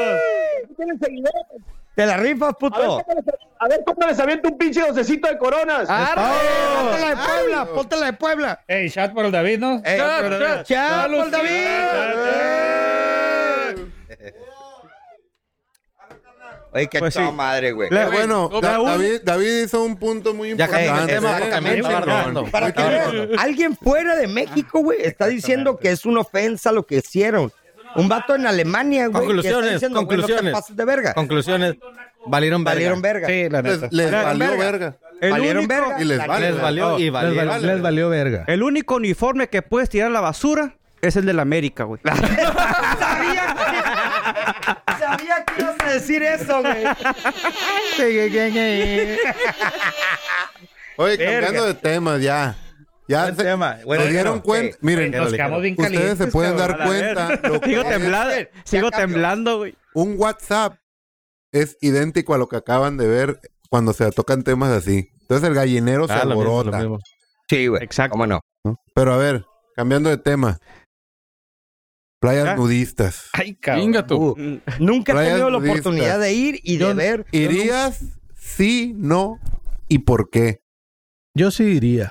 [SPEAKER 10] Aquí tienen seguidores.
[SPEAKER 7] ¡Te la
[SPEAKER 10] A
[SPEAKER 7] rifas,
[SPEAKER 10] ver
[SPEAKER 7] puto!
[SPEAKER 10] cómo les- A ver cómo les avienta un pinche docecito de coronas.
[SPEAKER 7] ¡Ponte la de Puebla! ¡Ponte la de Puebla!
[SPEAKER 8] Ey, chat por el David, ¿no?
[SPEAKER 7] Eh,
[SPEAKER 8] Chat por el David.
[SPEAKER 7] ¡Chao, David!
[SPEAKER 8] Chat, chat.
[SPEAKER 7] Oye, que
[SPEAKER 6] Pues
[SPEAKER 7] toda
[SPEAKER 6] sí.
[SPEAKER 7] madre, güey.
[SPEAKER 3] Pero bueno, Da- David, David hizo un punto muy
[SPEAKER 2] Ya cambió el
[SPEAKER 3] importante.
[SPEAKER 2] tema,
[SPEAKER 3] ¿eh?
[SPEAKER 2] porque también
[SPEAKER 3] Muy
[SPEAKER 2] estaba
[SPEAKER 3] cabrón.
[SPEAKER 2] ardando.
[SPEAKER 7] Para que vean, alguien fuera de México, güey, está diciendo que es una ofensa lo que hicieron. Un vato en Alemania, güey. que está
[SPEAKER 2] Conclusiones,
[SPEAKER 7] diciendo, güey,
[SPEAKER 2] conclusiones.
[SPEAKER 7] No te pases de verga.
[SPEAKER 2] Conclusiones. Valieron verga.
[SPEAKER 7] Valieron verga.
[SPEAKER 8] Sí, la neta.
[SPEAKER 3] Les, les
[SPEAKER 6] La
[SPEAKER 3] valió
[SPEAKER 6] verga.
[SPEAKER 3] verga.
[SPEAKER 6] El
[SPEAKER 7] Valieron
[SPEAKER 6] único-
[SPEAKER 7] verga.
[SPEAKER 3] Y les
[SPEAKER 7] La
[SPEAKER 3] vale.
[SPEAKER 2] Les
[SPEAKER 7] neta.
[SPEAKER 2] valió y
[SPEAKER 1] Les,
[SPEAKER 2] valieron.
[SPEAKER 1] val- les valió verga.
[SPEAKER 6] El único uniforme que puedes tirar a la basura es el de la América, güey.
[SPEAKER 7] Sabía que, sabía que ibas a decir eso, güey.
[SPEAKER 3] Oye, cambiando de tema ya. Ya
[SPEAKER 1] Buen
[SPEAKER 3] se,
[SPEAKER 1] tema, buen
[SPEAKER 3] se dieron
[SPEAKER 1] tema,
[SPEAKER 3] cuenta.
[SPEAKER 1] sí.
[SPEAKER 3] Miren,
[SPEAKER 8] Nos quedamos bien
[SPEAKER 3] ustedes
[SPEAKER 8] calientes.
[SPEAKER 3] se pueden
[SPEAKER 8] cabrón.
[SPEAKER 3] dar cuenta. lo que
[SPEAKER 6] sigo
[SPEAKER 3] es
[SPEAKER 6] temblando, sigo
[SPEAKER 7] cambió.
[SPEAKER 6] temblando, güey.
[SPEAKER 3] un WhatsApp es idéntico a lo que acaban de ver cuando se tocan temas así. Entonces el gallinero se
[SPEAKER 2] Ah, lo mismo, lo
[SPEAKER 3] alborota.
[SPEAKER 2] mismo.
[SPEAKER 7] Sí, güey.
[SPEAKER 6] Exacto.
[SPEAKER 7] ¿Cómo no?
[SPEAKER 3] Pero a ver, cambiando de tema. Playas
[SPEAKER 6] Ah.
[SPEAKER 3] nudistas.
[SPEAKER 8] Ay, cabrón.
[SPEAKER 5] Venga tú.
[SPEAKER 6] Mm,
[SPEAKER 7] Nunca he
[SPEAKER 3] Playas
[SPEAKER 7] tenido la
[SPEAKER 3] nudistas.
[SPEAKER 7] oportunidad de ir y de ver.
[SPEAKER 3] ¿Irías? Sí, no. ¿Y por qué?
[SPEAKER 1] Yo sí iría.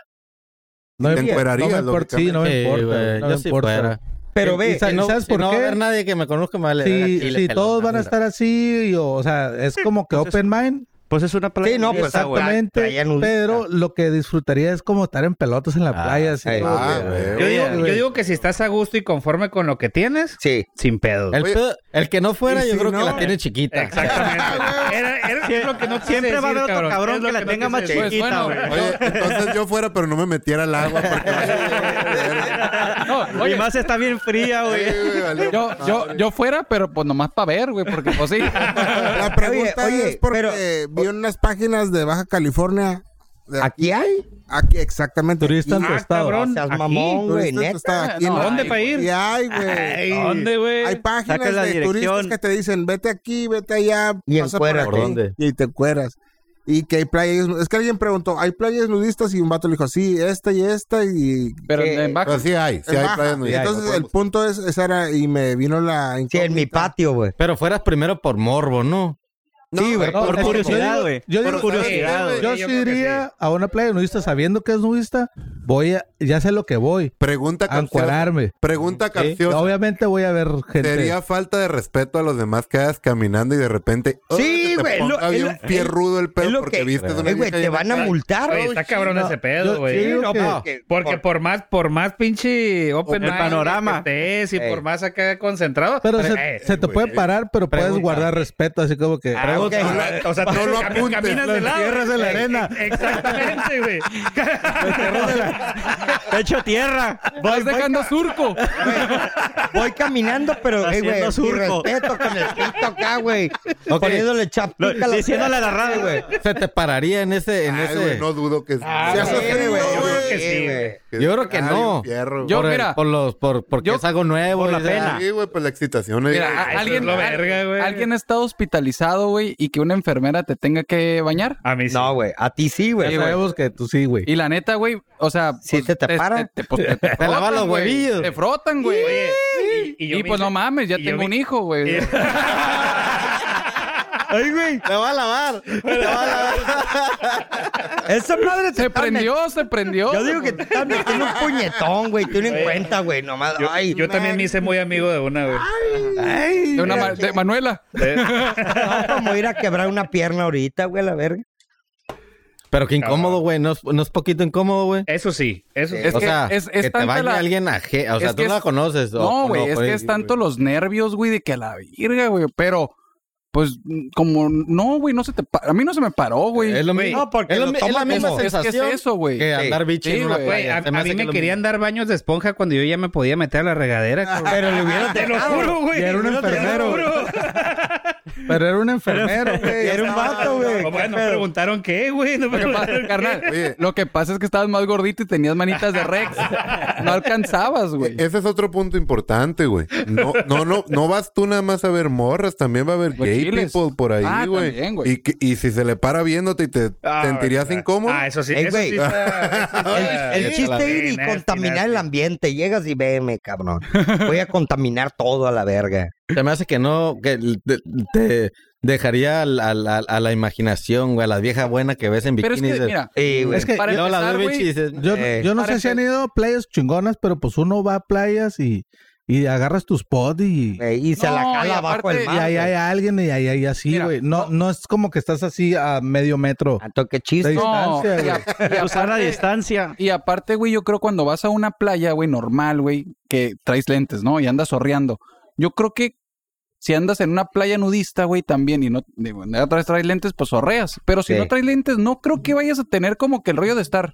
[SPEAKER 1] No
[SPEAKER 3] Te
[SPEAKER 1] me importa. No me
[SPEAKER 3] encuerarías,
[SPEAKER 1] importa. Sí, no me
[SPEAKER 2] Sí,
[SPEAKER 1] importa.
[SPEAKER 2] güey,
[SPEAKER 1] no me
[SPEAKER 2] yo sí
[SPEAKER 1] importa.
[SPEAKER 2] fuera.
[SPEAKER 7] Pero
[SPEAKER 1] Y
[SPEAKER 7] ve,
[SPEAKER 1] sa-
[SPEAKER 2] Si no,
[SPEAKER 1] ¿sabes
[SPEAKER 2] si
[SPEAKER 1] por
[SPEAKER 2] no va a
[SPEAKER 1] qué?
[SPEAKER 2] haber nadie que me conozca, me vale.
[SPEAKER 1] Si,
[SPEAKER 2] verga,
[SPEAKER 1] si
[SPEAKER 2] chile, pelón,
[SPEAKER 1] todos van a
[SPEAKER 2] mira.
[SPEAKER 1] estar así, y, o, o sea, es como que
[SPEAKER 6] entonces-
[SPEAKER 1] open mind,
[SPEAKER 6] Pues es una playa.
[SPEAKER 7] Sí, no, pues,
[SPEAKER 6] nudista, güey.
[SPEAKER 1] Exactamente,
[SPEAKER 7] playa nudista.
[SPEAKER 1] pero lo que disfrutaría es como estar en pelotas en la
[SPEAKER 2] Ah,
[SPEAKER 1] playa. Así,
[SPEAKER 7] ahí
[SPEAKER 1] como
[SPEAKER 7] va,
[SPEAKER 1] que-
[SPEAKER 3] güey.
[SPEAKER 8] Yo digo,
[SPEAKER 1] Sí,
[SPEAKER 8] yo
[SPEAKER 1] güey.
[SPEAKER 8] digo que si estás a gusto y conforme con lo que tienes,
[SPEAKER 7] sí.
[SPEAKER 8] sin pedo.
[SPEAKER 2] El,
[SPEAKER 3] Oye,
[SPEAKER 2] pedo- el que no fuera,
[SPEAKER 3] ¿y
[SPEAKER 2] yo
[SPEAKER 3] si
[SPEAKER 2] creo
[SPEAKER 3] no?
[SPEAKER 2] que la tiene chiquita.
[SPEAKER 8] Exactamente. Ah, era, era es lo que no quise
[SPEAKER 6] Siempre va a
[SPEAKER 8] decir,
[SPEAKER 6] haber otro cabrón
[SPEAKER 8] Es
[SPEAKER 6] que
[SPEAKER 8] lo
[SPEAKER 6] la tenga
[SPEAKER 8] quise
[SPEAKER 6] más
[SPEAKER 8] decir. Pues,
[SPEAKER 6] chiquita,
[SPEAKER 8] Bueno,
[SPEAKER 6] güey.
[SPEAKER 3] Oye, entonces yo fuera, pero no me metiera al agua. Porque...
[SPEAKER 5] No,
[SPEAKER 6] Y
[SPEAKER 5] oye,
[SPEAKER 6] más está bien fría, güey.
[SPEAKER 3] Sí, güey, valió
[SPEAKER 5] yo, yo,
[SPEAKER 3] madre.
[SPEAKER 5] yo fuera, pero pues nomás para ver, güey, porque pues sí.
[SPEAKER 4] La pregunta
[SPEAKER 7] Oye, oye,
[SPEAKER 4] es porque
[SPEAKER 7] pero-
[SPEAKER 4] vi unas páginas de Baja California. de
[SPEAKER 7] ¿Aquí hay?
[SPEAKER 4] aquí, exactamente.
[SPEAKER 1] Turista en tu
[SPEAKER 8] Ah,
[SPEAKER 1] estado.
[SPEAKER 8] cabrón.
[SPEAKER 7] Seas
[SPEAKER 8] aquí.
[SPEAKER 7] mamón, güey,
[SPEAKER 4] Turista,
[SPEAKER 7] neta.
[SPEAKER 4] está aquí,
[SPEAKER 5] no,
[SPEAKER 8] ¿Dónde
[SPEAKER 5] Ay,
[SPEAKER 8] para ir?
[SPEAKER 4] Y hay, güey.
[SPEAKER 8] Ay, ¿Dónde, güey?
[SPEAKER 4] Hay páginas
[SPEAKER 6] Saca la
[SPEAKER 4] de turistas
[SPEAKER 6] dirección.
[SPEAKER 4] que te dicen, vete aquí, vete allá,
[SPEAKER 7] Y
[SPEAKER 4] pasa por
[SPEAKER 7] encuérate.
[SPEAKER 4] aquí",
[SPEAKER 2] ¿Por dónde?
[SPEAKER 4] Y te cueras. Y que hay playas. Es que alguien preguntó, ¿hay playas nudistas? Y un vato le dijo, sí, esta y esta. Y
[SPEAKER 5] Pero
[SPEAKER 7] Eh,
[SPEAKER 5] en baja.
[SPEAKER 3] Pero sí hay, sí
[SPEAKER 4] en
[SPEAKER 3] hay
[SPEAKER 4] Baja.
[SPEAKER 3] playas nudistas.
[SPEAKER 4] Entonces,
[SPEAKER 3] no
[SPEAKER 4] el
[SPEAKER 3] podemos-
[SPEAKER 4] punto es, esa era, y me vino la
[SPEAKER 7] Sí, en mi patio, güey.
[SPEAKER 2] Pero fueras primero por morbo, ¿no?
[SPEAKER 7] Sí, güey.
[SPEAKER 1] No,
[SPEAKER 6] Por
[SPEAKER 1] es que yo
[SPEAKER 6] curiosidad,
[SPEAKER 1] digo-
[SPEAKER 6] güey.
[SPEAKER 1] yo
[SPEAKER 6] Por
[SPEAKER 1] digo-
[SPEAKER 6] curiosidad, güey.
[SPEAKER 1] Yo
[SPEAKER 8] Sí, yo
[SPEAKER 1] sí
[SPEAKER 8] creo que
[SPEAKER 1] iría a una playa nudista sabiendo que es nudista. Voy a, ya sé lo que voy.
[SPEAKER 3] Pregunta
[SPEAKER 1] A
[SPEAKER 3] capciosa.
[SPEAKER 1] encuadrarme.
[SPEAKER 3] Pregunta capciosa.
[SPEAKER 1] Obviamente voy a ver gente.
[SPEAKER 3] Sería falta de respeto a los demás que hagas caminando y de repente. ¡ay,
[SPEAKER 7] Sí,
[SPEAKER 3] que te
[SPEAKER 7] güey, es lo-
[SPEAKER 3] ponga
[SPEAKER 7] es
[SPEAKER 3] bien
[SPEAKER 7] lo-
[SPEAKER 3] pierrudo el
[SPEAKER 7] es
[SPEAKER 3] pelo
[SPEAKER 7] lo
[SPEAKER 3] porque
[SPEAKER 7] que-
[SPEAKER 3] viste una
[SPEAKER 7] Eh, güey,
[SPEAKER 3] vieja
[SPEAKER 7] te
[SPEAKER 3] y-
[SPEAKER 7] van a multar,
[SPEAKER 8] Güey,
[SPEAKER 7] güey.
[SPEAKER 8] está cabrón ese pedo,
[SPEAKER 1] Yo-
[SPEAKER 8] güey.
[SPEAKER 1] sí, no,
[SPEAKER 7] pa.
[SPEAKER 8] Porque por más, por más pinche open
[SPEAKER 6] El
[SPEAKER 8] mind
[SPEAKER 6] panorama.
[SPEAKER 8] que estés y
[SPEAKER 7] Ey.
[SPEAKER 8] por más acá concentrado.
[SPEAKER 1] Pero
[SPEAKER 8] pues,
[SPEAKER 1] se,
[SPEAKER 8] eh,
[SPEAKER 1] se te puede parar, pero puedes
[SPEAKER 2] Pregunta.
[SPEAKER 1] guardar respeto, así como que.
[SPEAKER 8] ah, ok. O sea,
[SPEAKER 3] No
[SPEAKER 8] tú
[SPEAKER 3] lo
[SPEAKER 8] cam-
[SPEAKER 3] apuntes,
[SPEAKER 8] caminas
[SPEAKER 3] lo
[SPEAKER 8] de lado.
[SPEAKER 1] entierras en la
[SPEAKER 8] Eh,
[SPEAKER 1] arena.
[SPEAKER 8] eh, Exactamente, güey.
[SPEAKER 6] Hecho tierra.
[SPEAKER 5] Vas dejando surco.
[SPEAKER 7] Voy caminando, pero, eh, güey,
[SPEAKER 6] Haciendo
[SPEAKER 7] sin
[SPEAKER 6] surco.
[SPEAKER 7] respeto con el pito acá, güey.
[SPEAKER 2] Ok.
[SPEAKER 7] Poniéndole chapuca.
[SPEAKER 6] Lo- diciéndole a la radio,
[SPEAKER 7] güey.
[SPEAKER 2] Se te pararía en ese. En
[SPEAKER 3] Ay,
[SPEAKER 2] ese...
[SPEAKER 3] güey, no dudo que.
[SPEAKER 8] Ah,
[SPEAKER 3] se
[SPEAKER 8] sí,
[SPEAKER 3] asustó,
[SPEAKER 8] güey,
[SPEAKER 3] güey.
[SPEAKER 8] yo creo que sí, güey.
[SPEAKER 2] Yo creo que
[SPEAKER 3] Ay,
[SPEAKER 2] no.
[SPEAKER 3] un fierro.
[SPEAKER 5] Yo-
[SPEAKER 2] por el-
[SPEAKER 5] mira,
[SPEAKER 2] por los, por, porque
[SPEAKER 5] yo-
[SPEAKER 2] es algo nuevo.
[SPEAKER 6] por la
[SPEAKER 2] y de-
[SPEAKER 6] pena.
[SPEAKER 3] Sí, güey, pues la excitación. eh,
[SPEAKER 5] Mira,
[SPEAKER 3] güey.
[SPEAKER 5] a- alguien,
[SPEAKER 8] es lo verga, güey.
[SPEAKER 5] alguien ha estado hospitalizado, güey, y que una enfermera te tenga que bañar.
[SPEAKER 8] A mí sí.
[SPEAKER 7] No, güey. A ti sí,
[SPEAKER 1] Ya
[SPEAKER 7] güey.
[SPEAKER 1] sabemos que tú sí, güey.
[SPEAKER 5] Y la neta, güey, o sea,
[SPEAKER 7] Sí, te te paran.
[SPEAKER 5] te- pues, te- te
[SPEAKER 2] Te lavan
[SPEAKER 5] frotan,
[SPEAKER 2] los
[SPEAKER 5] güey.
[SPEAKER 2] huevillos.
[SPEAKER 5] Te frotan, güey.
[SPEAKER 8] Oye, y,
[SPEAKER 5] Y,
[SPEAKER 8] yo vi-
[SPEAKER 5] pues no mames, ya
[SPEAKER 8] y yo
[SPEAKER 5] tengo
[SPEAKER 8] vi-
[SPEAKER 5] un hijo, güey.
[SPEAKER 7] Ay, güey.
[SPEAKER 2] Te va a lavar. Te va a lavar.
[SPEAKER 7] Esa madre te
[SPEAKER 5] Se
[SPEAKER 7] está
[SPEAKER 5] prendió, se prendió.
[SPEAKER 7] metiendo- Yo digo que te están metiendo un puñetón, güey. Tú no en cuenta, güey. Nomás.
[SPEAKER 8] Yo,
[SPEAKER 7] ay,
[SPEAKER 8] yo también me hice muy amigo de una, güey.
[SPEAKER 7] ay,
[SPEAKER 5] De, una
[SPEAKER 7] mira,
[SPEAKER 5] ma- de Manuela.
[SPEAKER 7] no, como ir a quebrar una pierna ahorita, güey, la verga.
[SPEAKER 2] Pero qué incómodo, güey. ¿No, es- no es poquito incómodo, güey.
[SPEAKER 8] Eso sí, eso sí.
[SPEAKER 5] Es
[SPEAKER 2] Eh, o
[SPEAKER 5] que
[SPEAKER 2] sea,
[SPEAKER 5] es- es
[SPEAKER 2] que te
[SPEAKER 5] tanta
[SPEAKER 2] vaya
[SPEAKER 5] la-
[SPEAKER 2] alguien ajeno. O sea,
[SPEAKER 5] es
[SPEAKER 2] tú
[SPEAKER 5] que
[SPEAKER 2] no la
[SPEAKER 5] es-
[SPEAKER 2] conoces. o-
[SPEAKER 5] No,
[SPEAKER 2] o
[SPEAKER 5] güey, es
[SPEAKER 2] pues,
[SPEAKER 5] que es tanto los nervios, güey, de que a la virga, güey. Pero, pues, mm, como, no, güey, no se te pa- A mí no se me paró, güey.
[SPEAKER 2] Es lo
[SPEAKER 8] Güey,
[SPEAKER 2] mismo.
[SPEAKER 7] no, porque
[SPEAKER 2] es, lo
[SPEAKER 7] lo
[SPEAKER 2] mi- es la
[SPEAKER 7] toman
[SPEAKER 2] misma
[SPEAKER 7] como-
[SPEAKER 5] es que es
[SPEAKER 2] sensación
[SPEAKER 5] eso, güey.
[SPEAKER 2] que
[SPEAKER 5] Sí.
[SPEAKER 2] andar biche
[SPEAKER 5] Sí,
[SPEAKER 2] en una
[SPEAKER 5] güey.
[SPEAKER 8] Güey,
[SPEAKER 2] playa.
[SPEAKER 8] a,
[SPEAKER 2] Se me
[SPEAKER 8] a
[SPEAKER 2] hace
[SPEAKER 8] mí
[SPEAKER 2] que
[SPEAKER 8] me
[SPEAKER 2] lo
[SPEAKER 8] querían
[SPEAKER 2] mismo.
[SPEAKER 8] dar baños de esponja cuando yo ya me podía meter a la regadera. cabrón.
[SPEAKER 7] Pero le hubieran
[SPEAKER 8] Te lo
[SPEAKER 7] dejado.
[SPEAKER 8] juro, güey.
[SPEAKER 1] Y era un
[SPEAKER 8] Te lo
[SPEAKER 1] enfermero.
[SPEAKER 8] juro.
[SPEAKER 1] Pero era un enfermero, güey.
[SPEAKER 7] Era un vato, güey.
[SPEAKER 8] No, bueno, me preguntaron qué, güey. No me
[SPEAKER 5] Lo que pasa,
[SPEAKER 8] preguntaron
[SPEAKER 5] carnal,
[SPEAKER 3] Oye.
[SPEAKER 5] lo que pasa es que estabas más gordito y tenías manitas de Rex. No alcanzabas, güey.
[SPEAKER 3] E-, Ese es otro punto importante, güey. No, no, no, no vas tú nada más a ver morras, también va a haber gay
[SPEAKER 5] Mochiles.
[SPEAKER 3] people por ahí,
[SPEAKER 5] Ah,
[SPEAKER 3] güey.
[SPEAKER 5] también, güey.
[SPEAKER 3] y, que- y si se le para viéndote y te
[SPEAKER 8] Ah,
[SPEAKER 3] sentirías
[SPEAKER 8] güey.
[SPEAKER 3] incómodo.
[SPEAKER 8] Ah, eso sí.
[SPEAKER 7] Ey,
[SPEAKER 8] eso
[SPEAKER 7] güey.
[SPEAKER 8] sí está- eso sí está-
[SPEAKER 7] El, el
[SPEAKER 8] Sí,
[SPEAKER 7] chiste es ir
[SPEAKER 8] sí,
[SPEAKER 7] y
[SPEAKER 8] nasty,
[SPEAKER 7] contaminar
[SPEAKER 8] nasty.
[SPEAKER 7] el ambiente. Llegas y veme, cabrón. Voy a contaminar todo a la verga.
[SPEAKER 2] Se me hace que no, que te, te dejaría al- al- al- a, la imaginación, güey, a la vieja buena que ves en
[SPEAKER 5] Pero
[SPEAKER 2] bikini.
[SPEAKER 5] es que,
[SPEAKER 2] dices,
[SPEAKER 5] mira,
[SPEAKER 7] Sí, güey.
[SPEAKER 1] Es que
[SPEAKER 5] para
[SPEAKER 2] "No, la
[SPEAKER 5] empezar,
[SPEAKER 2] veo
[SPEAKER 5] güey,
[SPEAKER 2] bichi", dices,
[SPEAKER 1] Yo,
[SPEAKER 7] Eh,
[SPEAKER 1] yo no sé si
[SPEAKER 5] parece-
[SPEAKER 1] han ido a playas chingonas, pero pues uno va a playas y Y agarras tus pods y.
[SPEAKER 7] y se la No, cala y abajo el aparte- mar,
[SPEAKER 1] Y ahí
[SPEAKER 7] güey.
[SPEAKER 1] hay alguien y ahí hay así, güey. No, no es como que estás así a medio metro.
[SPEAKER 7] A toque chiste.
[SPEAKER 5] No,
[SPEAKER 1] distancia,
[SPEAKER 5] y a-
[SPEAKER 1] güey.
[SPEAKER 5] y aparte- Y aparte, güey, yo creo cuando vas a una playa, güey, normal, güey, que traes lentes, ¿no? Y andas zorreando. Yo creo que si andas en una playa nudista, güey, también, y no, digo, otra vez traes lentes, pues zorreas. Pero si
[SPEAKER 7] Sí.
[SPEAKER 5] no traes lentes, no creo que vayas a tener como que el rollo de estar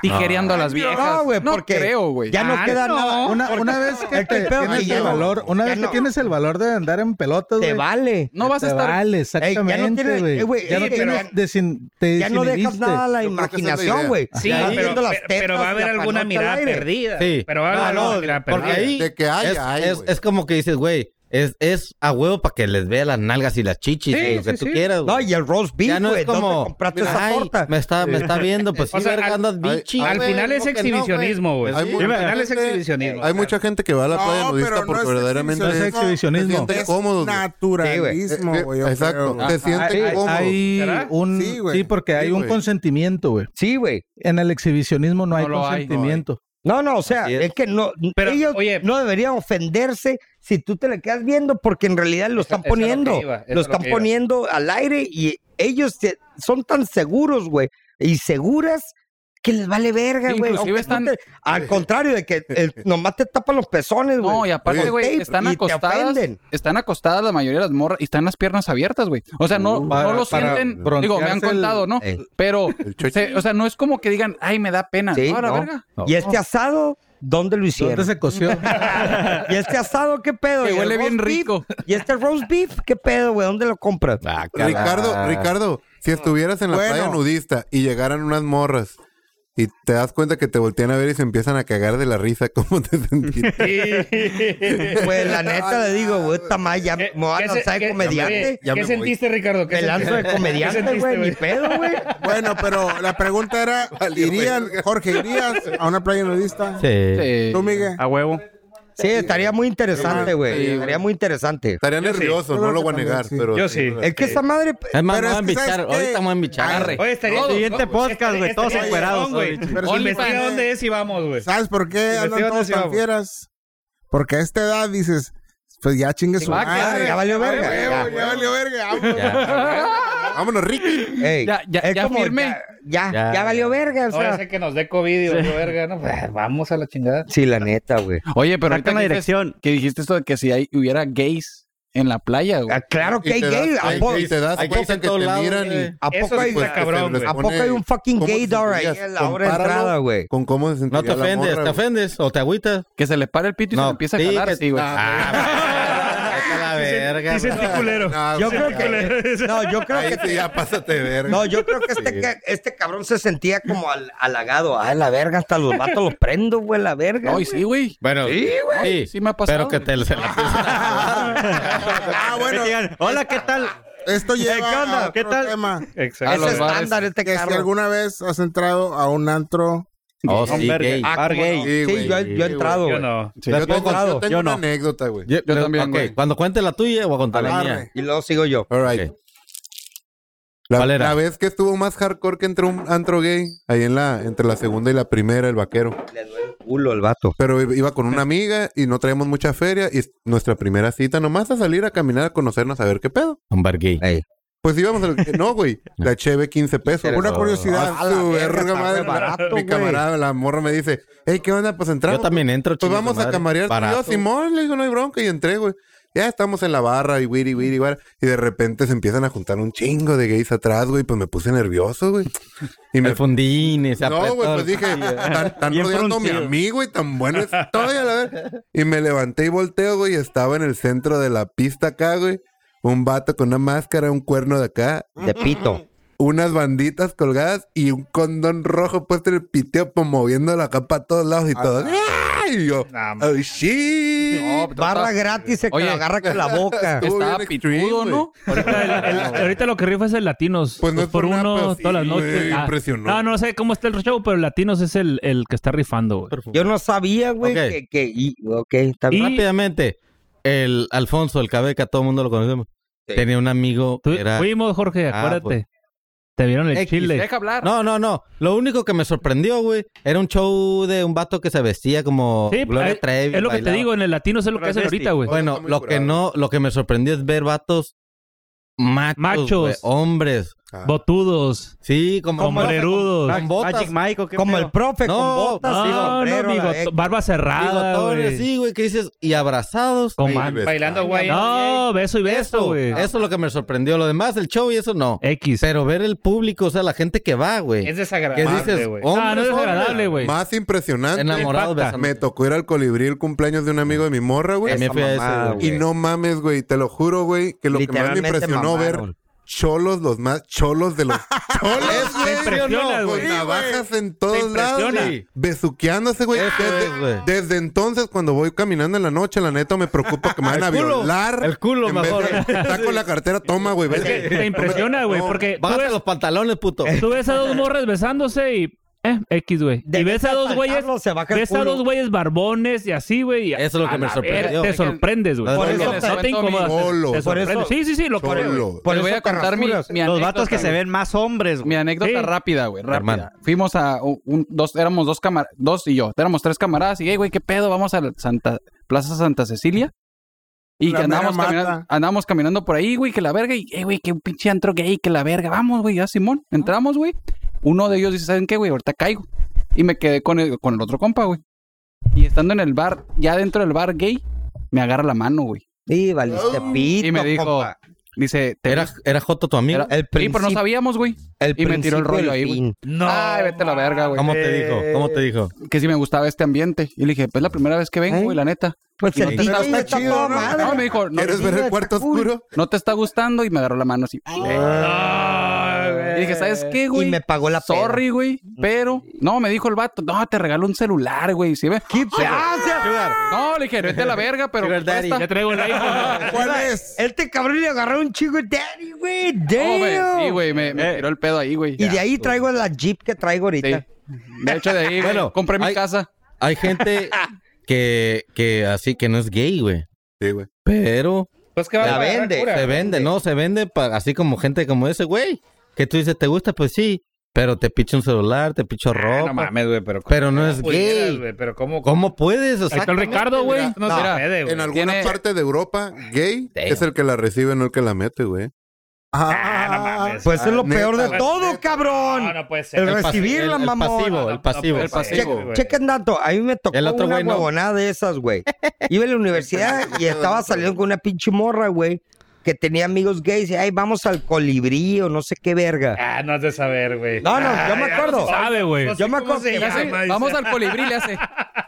[SPEAKER 5] tijereando a las viejas.
[SPEAKER 7] Ah, No, güey,
[SPEAKER 5] no
[SPEAKER 7] porque
[SPEAKER 5] creo, güey.
[SPEAKER 7] Ya Ah, no queda nada.
[SPEAKER 1] Una, una vez que,
[SPEAKER 7] el
[SPEAKER 1] te-
[SPEAKER 7] pedo que
[SPEAKER 1] tienes el
[SPEAKER 7] lleva.
[SPEAKER 1] valor, una
[SPEAKER 7] Ya
[SPEAKER 1] vez
[SPEAKER 7] no.
[SPEAKER 1] que tienes el valor de andar en pelotas,
[SPEAKER 7] Te
[SPEAKER 1] güey,
[SPEAKER 7] vale.
[SPEAKER 5] No vas a
[SPEAKER 1] te
[SPEAKER 5] estar.
[SPEAKER 1] vale,
[SPEAKER 7] Ey, ya no
[SPEAKER 1] exactamente,
[SPEAKER 7] tienes-
[SPEAKER 1] güey.
[SPEAKER 7] eh, güey,
[SPEAKER 1] ya
[SPEAKER 7] sí,
[SPEAKER 1] no
[SPEAKER 7] pero-
[SPEAKER 1] tienes desin- te
[SPEAKER 7] Ya no dejas
[SPEAKER 1] desinhibiste.
[SPEAKER 7] nada a la
[SPEAKER 3] Yo creo que esa es la
[SPEAKER 7] imaginación,
[SPEAKER 3] idea.
[SPEAKER 7] güey.
[SPEAKER 8] Sí,
[SPEAKER 7] Ya
[SPEAKER 8] pero-
[SPEAKER 7] viendo las
[SPEAKER 8] pero- pero
[SPEAKER 7] tetas
[SPEAKER 8] va a
[SPEAKER 7] y
[SPEAKER 8] haber
[SPEAKER 7] la
[SPEAKER 8] alguna
[SPEAKER 7] panota al
[SPEAKER 8] mirada
[SPEAKER 7] aire.
[SPEAKER 8] perdida.
[SPEAKER 2] Sí.
[SPEAKER 8] Pero va a haber
[SPEAKER 7] No,
[SPEAKER 8] alguna
[SPEAKER 7] no,
[SPEAKER 8] mirada
[SPEAKER 2] Porque
[SPEAKER 8] perdida.
[SPEAKER 2] ahí
[SPEAKER 3] De que haya,
[SPEAKER 2] es,
[SPEAKER 3] hay,
[SPEAKER 2] es-
[SPEAKER 3] güey.
[SPEAKER 2] es como que dices, güey, es, es a huevo para que les vea las nalgas y las chichis,
[SPEAKER 8] Sí,
[SPEAKER 2] güey, lo que
[SPEAKER 8] sí,
[SPEAKER 2] tú
[SPEAKER 8] sí.
[SPEAKER 2] quieras, güey.
[SPEAKER 7] No, y el roast beef,
[SPEAKER 2] ya no
[SPEAKER 7] güey.
[SPEAKER 2] es como,
[SPEAKER 7] ¿Dónde compraste
[SPEAKER 2] mira,
[SPEAKER 7] esa
[SPEAKER 2] ay,
[SPEAKER 7] torta?
[SPEAKER 2] me está, me está viendo, pues
[SPEAKER 8] O
[SPEAKER 2] sí,
[SPEAKER 8] sea,
[SPEAKER 2] verga,
[SPEAKER 8] al-
[SPEAKER 2] andas
[SPEAKER 3] al-
[SPEAKER 2] bichi,
[SPEAKER 8] Al
[SPEAKER 2] güey,
[SPEAKER 8] final es
[SPEAKER 2] ¿cómo que no,
[SPEAKER 8] exhibicionismo, güey.
[SPEAKER 3] Hay
[SPEAKER 8] Al
[SPEAKER 3] mucha
[SPEAKER 8] final es
[SPEAKER 3] gente-
[SPEAKER 8] exhibicionismo.
[SPEAKER 3] Hay mucha gente que va a la playa
[SPEAKER 4] No,
[SPEAKER 3] nudista
[SPEAKER 4] pero
[SPEAKER 3] porque
[SPEAKER 4] no es
[SPEAKER 3] verdaderamente
[SPEAKER 1] No es exhibicionismo.
[SPEAKER 3] se sienten cómodos. güey.
[SPEAKER 4] Naturalismo,
[SPEAKER 3] Eh, eh,
[SPEAKER 4] güey. yo creo,
[SPEAKER 3] exacto,
[SPEAKER 4] güey.
[SPEAKER 3] se
[SPEAKER 1] Hay,
[SPEAKER 3] sienten
[SPEAKER 1] hay-
[SPEAKER 3] cómodos.
[SPEAKER 1] hay
[SPEAKER 8] ¿Será?
[SPEAKER 1] un
[SPEAKER 4] Sí,
[SPEAKER 1] sí,
[SPEAKER 4] güey.
[SPEAKER 1] porque hay
[SPEAKER 3] Sí,
[SPEAKER 1] un
[SPEAKER 3] güey.
[SPEAKER 1] consentimiento, güey.
[SPEAKER 7] Sí, güey.
[SPEAKER 1] En el exhibicionismo no, hay
[SPEAKER 5] lo hay.
[SPEAKER 1] consentimiento.
[SPEAKER 7] No, no, o sea,
[SPEAKER 2] Así
[SPEAKER 7] es.
[SPEAKER 2] es.
[SPEAKER 7] que no,
[SPEAKER 8] Pero,
[SPEAKER 7] ellos
[SPEAKER 8] oye-
[SPEAKER 7] no deberían ofenderse si tú te le quedas viendo porque en realidad lo están
[SPEAKER 8] eso es lo que
[SPEAKER 7] poniendo,
[SPEAKER 8] iba, eso es
[SPEAKER 7] lo
[SPEAKER 8] lo
[SPEAKER 7] están
[SPEAKER 8] que iba.
[SPEAKER 7] poniendo al aire y ellos se- son tan seguros, güey, y seguras que les vale verga, güey.
[SPEAKER 5] Inclusive
[SPEAKER 7] aunque no
[SPEAKER 5] están-
[SPEAKER 7] te- al contrario de que el- nomás te tapan los pezones, güey.
[SPEAKER 5] No, y aparte,
[SPEAKER 7] Oye,
[SPEAKER 5] güey,
[SPEAKER 7] tape,
[SPEAKER 5] están
[SPEAKER 7] y te
[SPEAKER 5] acostadas.
[SPEAKER 7] ofenden.
[SPEAKER 5] Están acostadas la mayoría de las morras y están las piernas abiertas, güey. O sea, no,
[SPEAKER 1] para-
[SPEAKER 5] no lo
[SPEAKER 1] para
[SPEAKER 5] sienten. Digo, me han
[SPEAKER 1] broncearse el-
[SPEAKER 5] contado, ¿no?
[SPEAKER 7] Ey.
[SPEAKER 5] Pero,
[SPEAKER 3] El chocho.
[SPEAKER 5] se- o sea, no es como que digan, ay, me da pena.
[SPEAKER 7] Sí,
[SPEAKER 5] no, a la
[SPEAKER 7] no.
[SPEAKER 5] verga.
[SPEAKER 7] Y este asado, ¿dónde lo
[SPEAKER 1] ¿Dónde
[SPEAKER 7] hicieron?
[SPEAKER 1] se coció?
[SPEAKER 7] Y este asado, ¿qué pedo?
[SPEAKER 5] Que
[SPEAKER 7] ¿Y el
[SPEAKER 5] huele bien
[SPEAKER 7] roast beef?
[SPEAKER 5] rico.
[SPEAKER 7] Y este roast beef, ¿qué pedo, güey? ¿Dónde lo compras?
[SPEAKER 2] Ah, caray.
[SPEAKER 3] Ricardo, Ricardo, si estuvieras en la
[SPEAKER 4] Bueno.
[SPEAKER 3] playa nudista y llegaran unas morras y te das cuenta que te voltean a ver y se empiezan a cagar de la risa, ¿cómo te sentiste?
[SPEAKER 7] Pues la neta le digo, güey, esta madre ya me voy a
[SPEAKER 8] ¿Qué se-
[SPEAKER 7] lanzar de
[SPEAKER 8] qué-
[SPEAKER 7] Ah, comediante.
[SPEAKER 8] oye, ¿Qué sentiste, Ricardo? ¿Qué
[SPEAKER 7] Me lanzo de
[SPEAKER 8] sentiste? ¿Qué
[SPEAKER 7] comediante,
[SPEAKER 8] sentiste,
[SPEAKER 7] güey, ni
[SPEAKER 8] güey?
[SPEAKER 7] pedo, güey.
[SPEAKER 4] Bueno, pero la pregunta era, ¿irían, Jorge, irías a una playa nudista?
[SPEAKER 2] Sí.
[SPEAKER 5] Sí.
[SPEAKER 4] ¿Tú, Miguel?
[SPEAKER 6] A huevo.
[SPEAKER 7] Sí, estaría muy interesante, güey. Estaría muy interesante.
[SPEAKER 3] Estaría nervioso, no lo voy a
[SPEAKER 4] Yo
[SPEAKER 3] negar,
[SPEAKER 4] sí.
[SPEAKER 3] pero...
[SPEAKER 8] Yo sí.
[SPEAKER 7] Es que esa madre.
[SPEAKER 2] Es más,
[SPEAKER 4] Pero
[SPEAKER 2] me
[SPEAKER 4] es
[SPEAKER 2] voy a
[SPEAKER 4] que, ¿sabes
[SPEAKER 2] embichar,
[SPEAKER 4] qué?
[SPEAKER 2] ahorita me voy a embichar.
[SPEAKER 4] Agarre.
[SPEAKER 8] Oye, estaría
[SPEAKER 5] Todos.
[SPEAKER 8] Siguiente podcast, güey. Todos encuerados, güey.
[SPEAKER 4] Pero
[SPEAKER 5] sí,
[SPEAKER 8] Investiga
[SPEAKER 4] sí.
[SPEAKER 8] dónde es y vamos, güey.
[SPEAKER 4] ¿Sabes por qué andan
[SPEAKER 8] Investiga
[SPEAKER 4] todos
[SPEAKER 8] dónde
[SPEAKER 4] tan
[SPEAKER 8] vamos.
[SPEAKER 4] fieras? Porque a esta edad dices, pues ya chingue su
[SPEAKER 5] va a quedar,
[SPEAKER 4] madre.
[SPEAKER 7] ya valió verga,
[SPEAKER 4] Ya,
[SPEAKER 7] ya,
[SPEAKER 4] huevo, ya valió verga. vámonos.
[SPEAKER 3] Vámonos, Ricky.
[SPEAKER 7] Ey,
[SPEAKER 5] Ya- ya-
[SPEAKER 7] es
[SPEAKER 5] ya
[SPEAKER 7] como,
[SPEAKER 5] firme.
[SPEAKER 7] Ya, ya,
[SPEAKER 2] Ya.
[SPEAKER 7] ya valió verga, o
[SPEAKER 8] No vaya a
[SPEAKER 7] sea.
[SPEAKER 8] ser que nos dé COVID y valió verga, ¿no? Pues, vamos a la chingada.
[SPEAKER 7] Sí, la neta, güey.
[SPEAKER 5] Oye, pero ahorita
[SPEAKER 6] Saca la
[SPEAKER 5] que dices-
[SPEAKER 6] dirección.
[SPEAKER 5] que dijiste esto de que si hay, hubiera gays en la playa, güey.
[SPEAKER 7] Ah, Claro que hay
[SPEAKER 3] Y te das-
[SPEAKER 7] gay. ¿A
[SPEAKER 3] hay-
[SPEAKER 7] poco-
[SPEAKER 3] y te das
[SPEAKER 2] Hay gays
[SPEAKER 3] cuenta
[SPEAKER 2] en
[SPEAKER 3] que
[SPEAKER 2] todos
[SPEAKER 3] te
[SPEAKER 2] lados,
[SPEAKER 3] miran
[SPEAKER 2] güey.
[SPEAKER 3] y...
[SPEAKER 7] ¿a poco
[SPEAKER 8] Eso
[SPEAKER 7] hay
[SPEAKER 8] sí
[SPEAKER 3] pues,
[SPEAKER 8] está
[SPEAKER 3] que
[SPEAKER 8] cabrón,
[SPEAKER 3] se
[SPEAKER 8] güey.
[SPEAKER 3] les
[SPEAKER 7] ¿A poco
[SPEAKER 3] pone-
[SPEAKER 7] hay un fucking
[SPEAKER 3] ¿Cómo te
[SPEAKER 7] gaydar ahí
[SPEAKER 3] sentirías?
[SPEAKER 7] en la hora de
[SPEAKER 3] Compáralo
[SPEAKER 7] entrada, güey?
[SPEAKER 3] Con cómo se sentiría
[SPEAKER 2] No te
[SPEAKER 3] la
[SPEAKER 2] ofendes,
[SPEAKER 3] morra,
[SPEAKER 2] te
[SPEAKER 3] güey.
[SPEAKER 2] ofendes o te agüitas.
[SPEAKER 5] Que se le para el pito y se
[SPEAKER 2] No,
[SPEAKER 5] le empieza a
[SPEAKER 2] sí,
[SPEAKER 5] jalar
[SPEAKER 2] que-
[SPEAKER 5] así, güey. Ah,
[SPEAKER 2] Ah, vete a la verga,
[SPEAKER 8] Sí,
[SPEAKER 2] güey.
[SPEAKER 8] sentí culero.
[SPEAKER 3] No,
[SPEAKER 7] Yo
[SPEAKER 3] güey,
[SPEAKER 7] creo que. No, yo creo
[SPEAKER 3] Ahí
[SPEAKER 7] que
[SPEAKER 3] sí, ya pásate verga.
[SPEAKER 7] No, yo creo que este, ca- este cabrón se sentía como al- halagado. Ay, la verga, hasta los vatos los prendo, güey, la verga.
[SPEAKER 5] No, y sí, güey.
[SPEAKER 2] Bueno,
[SPEAKER 7] Sí,
[SPEAKER 5] güey. Sí me ha pasado,
[SPEAKER 2] Pero que te se la empiecen
[SPEAKER 4] Ah, bueno,
[SPEAKER 6] Hola, ¿qué tal?
[SPEAKER 4] esto lleva
[SPEAKER 6] ¿qué
[SPEAKER 4] a
[SPEAKER 6] onda?
[SPEAKER 4] otro
[SPEAKER 6] ¿Qué tal?
[SPEAKER 4] tema.
[SPEAKER 5] A
[SPEAKER 8] Exacto.
[SPEAKER 7] es
[SPEAKER 5] los bares.
[SPEAKER 7] estándar este
[SPEAKER 4] Que si
[SPEAKER 7] cabrón.
[SPEAKER 4] alguna vez has entrado a un antro
[SPEAKER 2] Oh, sí,
[SPEAKER 6] Hombre,
[SPEAKER 2] gay.
[SPEAKER 6] ah, bar gay.
[SPEAKER 7] Sí,
[SPEAKER 3] Sí,
[SPEAKER 7] yo,
[SPEAKER 3] güey.
[SPEAKER 7] yo he entrado,
[SPEAKER 8] Yo
[SPEAKER 7] güey.
[SPEAKER 8] no.
[SPEAKER 3] Yo tengo,
[SPEAKER 7] entrado.
[SPEAKER 3] yo tengo
[SPEAKER 6] Yo
[SPEAKER 3] una
[SPEAKER 6] no.
[SPEAKER 3] anécdota, güey.
[SPEAKER 2] Yo,
[SPEAKER 5] también,
[SPEAKER 2] ok,
[SPEAKER 5] güey.
[SPEAKER 2] Cuando cuente la tuya, voy a contar la
[SPEAKER 4] Agarre.
[SPEAKER 2] mía.
[SPEAKER 7] Y luego sigo yo.
[SPEAKER 3] All right.
[SPEAKER 2] Ok.
[SPEAKER 3] La,
[SPEAKER 2] ¿Cuál era?
[SPEAKER 3] la vez que estuvo más hardcore que entró un antro gay, ahí en la, entre la segunda y la primera, el vaquero.
[SPEAKER 7] Le duele el culo al vato.
[SPEAKER 3] Pero i- iba con una amiga y no traíamos mucha feria y es nuestra primera cita nomás a salir a caminar a conocernos a ver qué pedo.
[SPEAKER 2] Un bar gay.
[SPEAKER 7] Ey.
[SPEAKER 3] Pues íbamos al... No, güey. La cheve 15 pesos.
[SPEAKER 4] Una curiosidad.
[SPEAKER 3] A su verga,
[SPEAKER 7] está
[SPEAKER 3] madre.
[SPEAKER 7] re barato,
[SPEAKER 3] Mi
[SPEAKER 7] güey.
[SPEAKER 3] camarada, la morra me dice, hey, ¿qué onda? Pues entramos.
[SPEAKER 2] Yo también entro,
[SPEAKER 3] Pues
[SPEAKER 2] chinga
[SPEAKER 3] vamos
[SPEAKER 2] su
[SPEAKER 3] a
[SPEAKER 2] madre.
[SPEAKER 3] camarear tú y yo,
[SPEAKER 2] Barato.
[SPEAKER 3] Simón, le digo, no hay bronca, y entré, güey. Ya estamos en la barra y wiri, wiri, bar, y de repente se empiezan a juntar un chingo de gays atrás, güey, pues me puse nervioso, güey. Y me
[SPEAKER 2] El fundín y se
[SPEAKER 3] No,
[SPEAKER 2] apretó
[SPEAKER 3] güey, pues
[SPEAKER 2] el-
[SPEAKER 3] dije, tan, tan
[SPEAKER 6] Bien
[SPEAKER 3] rodeando a mi
[SPEAKER 6] fruncido.
[SPEAKER 3] amigo y tan bueno estoy, a la ver. Y me levanté y volteo, güey, y estaba en el centro de la pista acá, güey. Un vato con una máscara, un cuerno de acá,
[SPEAKER 7] De pito.
[SPEAKER 3] unas banditas colgadas y un condón rojo puesto en el piteo, pues moviéndolo acá para todos lados y todo. ¡Ah! Y yo, oh shit.
[SPEAKER 5] No,
[SPEAKER 7] Barra
[SPEAKER 5] estaba-
[SPEAKER 7] gratis se que
[SPEAKER 5] Oye.
[SPEAKER 7] lo agarra con la boca.
[SPEAKER 3] Estuvo
[SPEAKER 5] estaba
[SPEAKER 3] bien extreme,
[SPEAKER 5] pitudo,
[SPEAKER 3] güey.
[SPEAKER 5] ¿no?
[SPEAKER 11] Ahorita, el- el- ahorita lo que rifa es el latinos.
[SPEAKER 3] Pues no
[SPEAKER 11] Dos
[SPEAKER 3] es
[SPEAKER 11] por
[SPEAKER 3] por nada,
[SPEAKER 11] uno,
[SPEAKER 3] pero sí,
[SPEAKER 11] todas las noches.
[SPEAKER 3] güey,
[SPEAKER 11] Ah,
[SPEAKER 3] impresionó.
[SPEAKER 11] no, no sé cómo está el show, pero latinos es el, el que está rifando, güey.
[SPEAKER 7] Yo no sabía, güey,
[SPEAKER 2] Ok.
[SPEAKER 7] que, que... y- ok, está bien.
[SPEAKER 2] Rápidamente, el Alfonso, el cabeca, todo el mundo lo conocemos.
[SPEAKER 7] Sí.
[SPEAKER 2] Tenía un amigo
[SPEAKER 11] Tu-
[SPEAKER 2] que era...
[SPEAKER 11] Fuimos, Jorge,
[SPEAKER 2] Ah,
[SPEAKER 11] acuérdate. Te vieron el
[SPEAKER 2] X.
[SPEAKER 11] chile.
[SPEAKER 2] No, no, no. Lo único que me sorprendió, güey, era un show de un vato que se vestía como
[SPEAKER 11] Sí,
[SPEAKER 2] Gloria
[SPEAKER 11] eh,
[SPEAKER 2] Trevi,
[SPEAKER 11] es lo que te
[SPEAKER 2] bailaba.
[SPEAKER 11] digo, en el latino es lo que hacen ahorita, güey.
[SPEAKER 2] Bueno, lo que no, lo que me sorprendió es ver vatos machos,
[SPEAKER 11] Machos.
[SPEAKER 2] güey, hombres,
[SPEAKER 7] Ah.
[SPEAKER 11] botudos.
[SPEAKER 2] Sí, como
[SPEAKER 11] Sombrerudos.
[SPEAKER 2] Con botas.
[SPEAKER 11] Magic Mike, ¿o qué
[SPEAKER 2] como
[SPEAKER 11] pedo?
[SPEAKER 2] el profe
[SPEAKER 11] No,
[SPEAKER 2] con botas y
[SPEAKER 11] no, no,
[SPEAKER 2] sombrero,
[SPEAKER 11] bigot-
[SPEAKER 2] la-
[SPEAKER 11] barba cerrada,
[SPEAKER 2] bigotones,
[SPEAKER 11] güey.
[SPEAKER 2] sí, güey, ¿qué dices? Y abrazados.
[SPEAKER 11] Con man- Bailando guay. No, beso y beso, güey.
[SPEAKER 2] Eso, es lo que me sorprendió. Lo demás, el show y eso no. X. Pero ver el público, o sea, la gente que va, güey.
[SPEAKER 8] Es
[SPEAKER 2] ¿Qué
[SPEAKER 8] desagradable,
[SPEAKER 2] dices?
[SPEAKER 8] güey.
[SPEAKER 2] Hombres,
[SPEAKER 8] Ah, no es
[SPEAKER 2] hombres.
[SPEAKER 8] desagradable,
[SPEAKER 3] güey. Más impresionante.
[SPEAKER 2] Enamorados Impacta. besándose.
[SPEAKER 3] Me tocó ir al colibrí el cumpleaños de un amigo de mi morra, güey.
[SPEAKER 2] También fui a ese,
[SPEAKER 3] mamada,
[SPEAKER 2] güey.
[SPEAKER 3] Y no mames, güey. Te lo juro, güey, que lo que más me
[SPEAKER 2] Literalmente
[SPEAKER 3] impresionó ver
[SPEAKER 2] mamaron.
[SPEAKER 3] cholos, los más cholos de los cholos, güey.
[SPEAKER 2] impresiona, güey.
[SPEAKER 3] Con navajas en todos lados.
[SPEAKER 2] impresiona.
[SPEAKER 3] güey. Besuqueándose, güey. Desde,
[SPEAKER 2] güey.
[SPEAKER 3] desde entonces, cuando voy caminando en la noche, la neta me preocupa que me van a
[SPEAKER 2] El culo.
[SPEAKER 3] violar.
[SPEAKER 2] El culo,
[SPEAKER 3] En vez
[SPEAKER 2] mejor.
[SPEAKER 3] de- Está con la cartera, toma, güey.
[SPEAKER 11] Es que te impresiona, güey, porque tú
[SPEAKER 2] Bájate
[SPEAKER 11] ves-
[SPEAKER 2] los pantalones, puto.
[SPEAKER 11] Tú ves a dos morras besándose y. Eh, X, güey. Y ves a dos güeyes.
[SPEAKER 2] el
[SPEAKER 11] Ves a
[SPEAKER 2] culo.
[SPEAKER 11] dos güeyes barbones y así, güey. y-
[SPEAKER 2] Eso es lo
[SPEAKER 11] a
[SPEAKER 2] que me
[SPEAKER 11] la verga,
[SPEAKER 2] sorprendió.
[SPEAKER 11] Te sorprendes, güey.
[SPEAKER 2] Por
[SPEAKER 11] Porque
[SPEAKER 2] eso
[SPEAKER 11] no te
[SPEAKER 2] te-
[SPEAKER 11] incomodas.
[SPEAKER 2] Solo.
[SPEAKER 11] te
[SPEAKER 2] Por
[SPEAKER 11] sorprendes.
[SPEAKER 2] eso-
[SPEAKER 11] Sí, sí, sí, lo creo.
[SPEAKER 2] Solo.
[SPEAKER 11] güey.
[SPEAKER 2] Por
[SPEAKER 5] Les voy
[SPEAKER 2] eso
[SPEAKER 5] a
[SPEAKER 2] te
[SPEAKER 5] contar mi,
[SPEAKER 2] rasuras.
[SPEAKER 5] mi
[SPEAKER 2] Los
[SPEAKER 5] anécdota,
[SPEAKER 2] vatos que se
[SPEAKER 5] güey.
[SPEAKER 2] ven
[SPEAKER 6] más hombres,
[SPEAKER 5] Mi anécdota
[SPEAKER 2] Sí.
[SPEAKER 5] rápida, güey, rápida.
[SPEAKER 2] Hermano.
[SPEAKER 5] Fuimos a un, un- dos, éramos dos camaradas, dos y yo, éramos tres camaradas y, hey, güey, qué pedo, vamos a la Santa, Plaza Santa Cecilia. Y
[SPEAKER 4] La
[SPEAKER 5] que andamos
[SPEAKER 4] mera
[SPEAKER 5] caminando,
[SPEAKER 4] mata.
[SPEAKER 5] andamos caminando por ahí, güey, que la verga, y, hey, güey, que un pinche antro gay, que la verga, vamos, güey, ya, Simón, entramos, güey. Uno de ellos dice, ¿saben qué, güey? Ahorita caigo. Y me quedé con el, con el otro compa, güey. Y estando en el bar, ya dentro del bar gay, me agarra la mano, güey.
[SPEAKER 7] Y
[SPEAKER 2] Oh.
[SPEAKER 7] valiste
[SPEAKER 5] Y me
[SPEAKER 7] pito,
[SPEAKER 5] dijo,
[SPEAKER 7] compa.
[SPEAKER 5] dice, ¿te
[SPEAKER 2] Este Era, era Joto tu amigo.
[SPEAKER 5] Era- sí, pero no sabíamos, güey. y me tiró el rollo ahí, güey.
[SPEAKER 11] No.
[SPEAKER 5] Ay, vete a la verga, güey.
[SPEAKER 2] ¿Cómo te dijo? ¿Cómo te dijo?
[SPEAKER 5] Que sí me gustaba este ambiente. Y le dije, pues la primera vez que vengo, güey, la neta.
[SPEAKER 7] Pues
[SPEAKER 5] Y
[SPEAKER 7] el
[SPEAKER 5] no te
[SPEAKER 7] tiro
[SPEAKER 5] está-
[SPEAKER 7] está
[SPEAKER 5] está
[SPEAKER 7] toda
[SPEAKER 5] ¿no?
[SPEAKER 7] madre.
[SPEAKER 5] No, me dijo, no,
[SPEAKER 3] ¿Quieres ver el cuarto oscuro?
[SPEAKER 5] no te está gustando. Y me agarró la mano así. Y dije, ¿sabes qué, güey?
[SPEAKER 7] Ah, Y me pagó la peda.
[SPEAKER 5] Sorry, güey. Pero, no, me dijo el vato, no, te regaló un celular, güey. ¿Sí ve? ¿Qué No, le dije, vete a la verga, pero.
[SPEAKER 2] Sugar daddy.
[SPEAKER 5] presta.
[SPEAKER 2] Ya
[SPEAKER 11] traigo el iPhone.
[SPEAKER 5] ¿Cuál
[SPEAKER 7] es? Este cabrón le agarró un chico de daddy, güey.
[SPEAKER 5] No, güey, Sí,
[SPEAKER 7] Damn.
[SPEAKER 5] güey, me, me tiró el pedo ahí, güey.
[SPEAKER 7] Y de ahí traigo la Jeep que traigo ahorita.
[SPEAKER 5] De hecho, de ahí, bueno,
[SPEAKER 2] Bueno,
[SPEAKER 5] compré mi
[SPEAKER 2] hay-
[SPEAKER 5] casa.
[SPEAKER 2] Hay
[SPEAKER 11] Eh,
[SPEAKER 2] gente que, que así que no es gay, güey.
[SPEAKER 3] Sí, güey.
[SPEAKER 2] Pero
[SPEAKER 8] Pues que va
[SPEAKER 2] La
[SPEAKER 8] a pagar
[SPEAKER 2] vende,
[SPEAKER 8] cura.
[SPEAKER 2] se vende, no, se vende pa- así como gente como ese, güey. Que tú dices, ¿te gusta? Pues sí. Pero te picha un celular, te picha ropa.
[SPEAKER 8] Ah, no mames, güey, pero...
[SPEAKER 2] Pero no es
[SPEAKER 8] pudieras,
[SPEAKER 2] gay.
[SPEAKER 8] güey, pero ¿cómo?
[SPEAKER 2] ¿Cómo puedes?
[SPEAKER 8] Ahí está el Ricardo, güey.
[SPEAKER 2] Mira,
[SPEAKER 8] No se
[SPEAKER 2] mira,
[SPEAKER 8] puede, güey.
[SPEAKER 3] En alguna
[SPEAKER 2] Tiene-
[SPEAKER 3] parte de Europa, gay es el que la recibe, no el que la mete, güey.
[SPEAKER 7] Pues
[SPEAKER 8] Ah,
[SPEAKER 4] Ah,
[SPEAKER 7] es lo
[SPEAKER 3] neta,
[SPEAKER 7] peor de
[SPEAKER 3] güey.
[SPEAKER 7] todo, cabrón.
[SPEAKER 8] No, no puede ser.
[SPEAKER 7] El
[SPEAKER 2] El pasi- el-
[SPEAKER 7] recibirla,
[SPEAKER 2] el
[SPEAKER 7] mamón.
[SPEAKER 2] pasivo, el pasivo.
[SPEAKER 7] puede
[SPEAKER 2] El
[SPEAKER 7] ser,
[SPEAKER 2] pasivo,
[SPEAKER 7] che-
[SPEAKER 2] güey.
[SPEAKER 7] Chequen dato. A mí me tocó
[SPEAKER 2] El otro
[SPEAKER 7] una
[SPEAKER 2] güey no.
[SPEAKER 7] huevonada de esas, güey. Iba a la universidad y estaba saliendo con una pinche morra, güey, que tenía amigos gays. Y, ay, vamos al colibrí o no sé qué verga.
[SPEAKER 8] Ah, no has de saber, güey.
[SPEAKER 7] No, no,
[SPEAKER 8] Ah,
[SPEAKER 7] yo me
[SPEAKER 8] ya
[SPEAKER 7] acuerdo.
[SPEAKER 8] no se sabe, güey.
[SPEAKER 7] Yo me acuerdo que ya se-
[SPEAKER 5] Vamos al colibrí, le hace.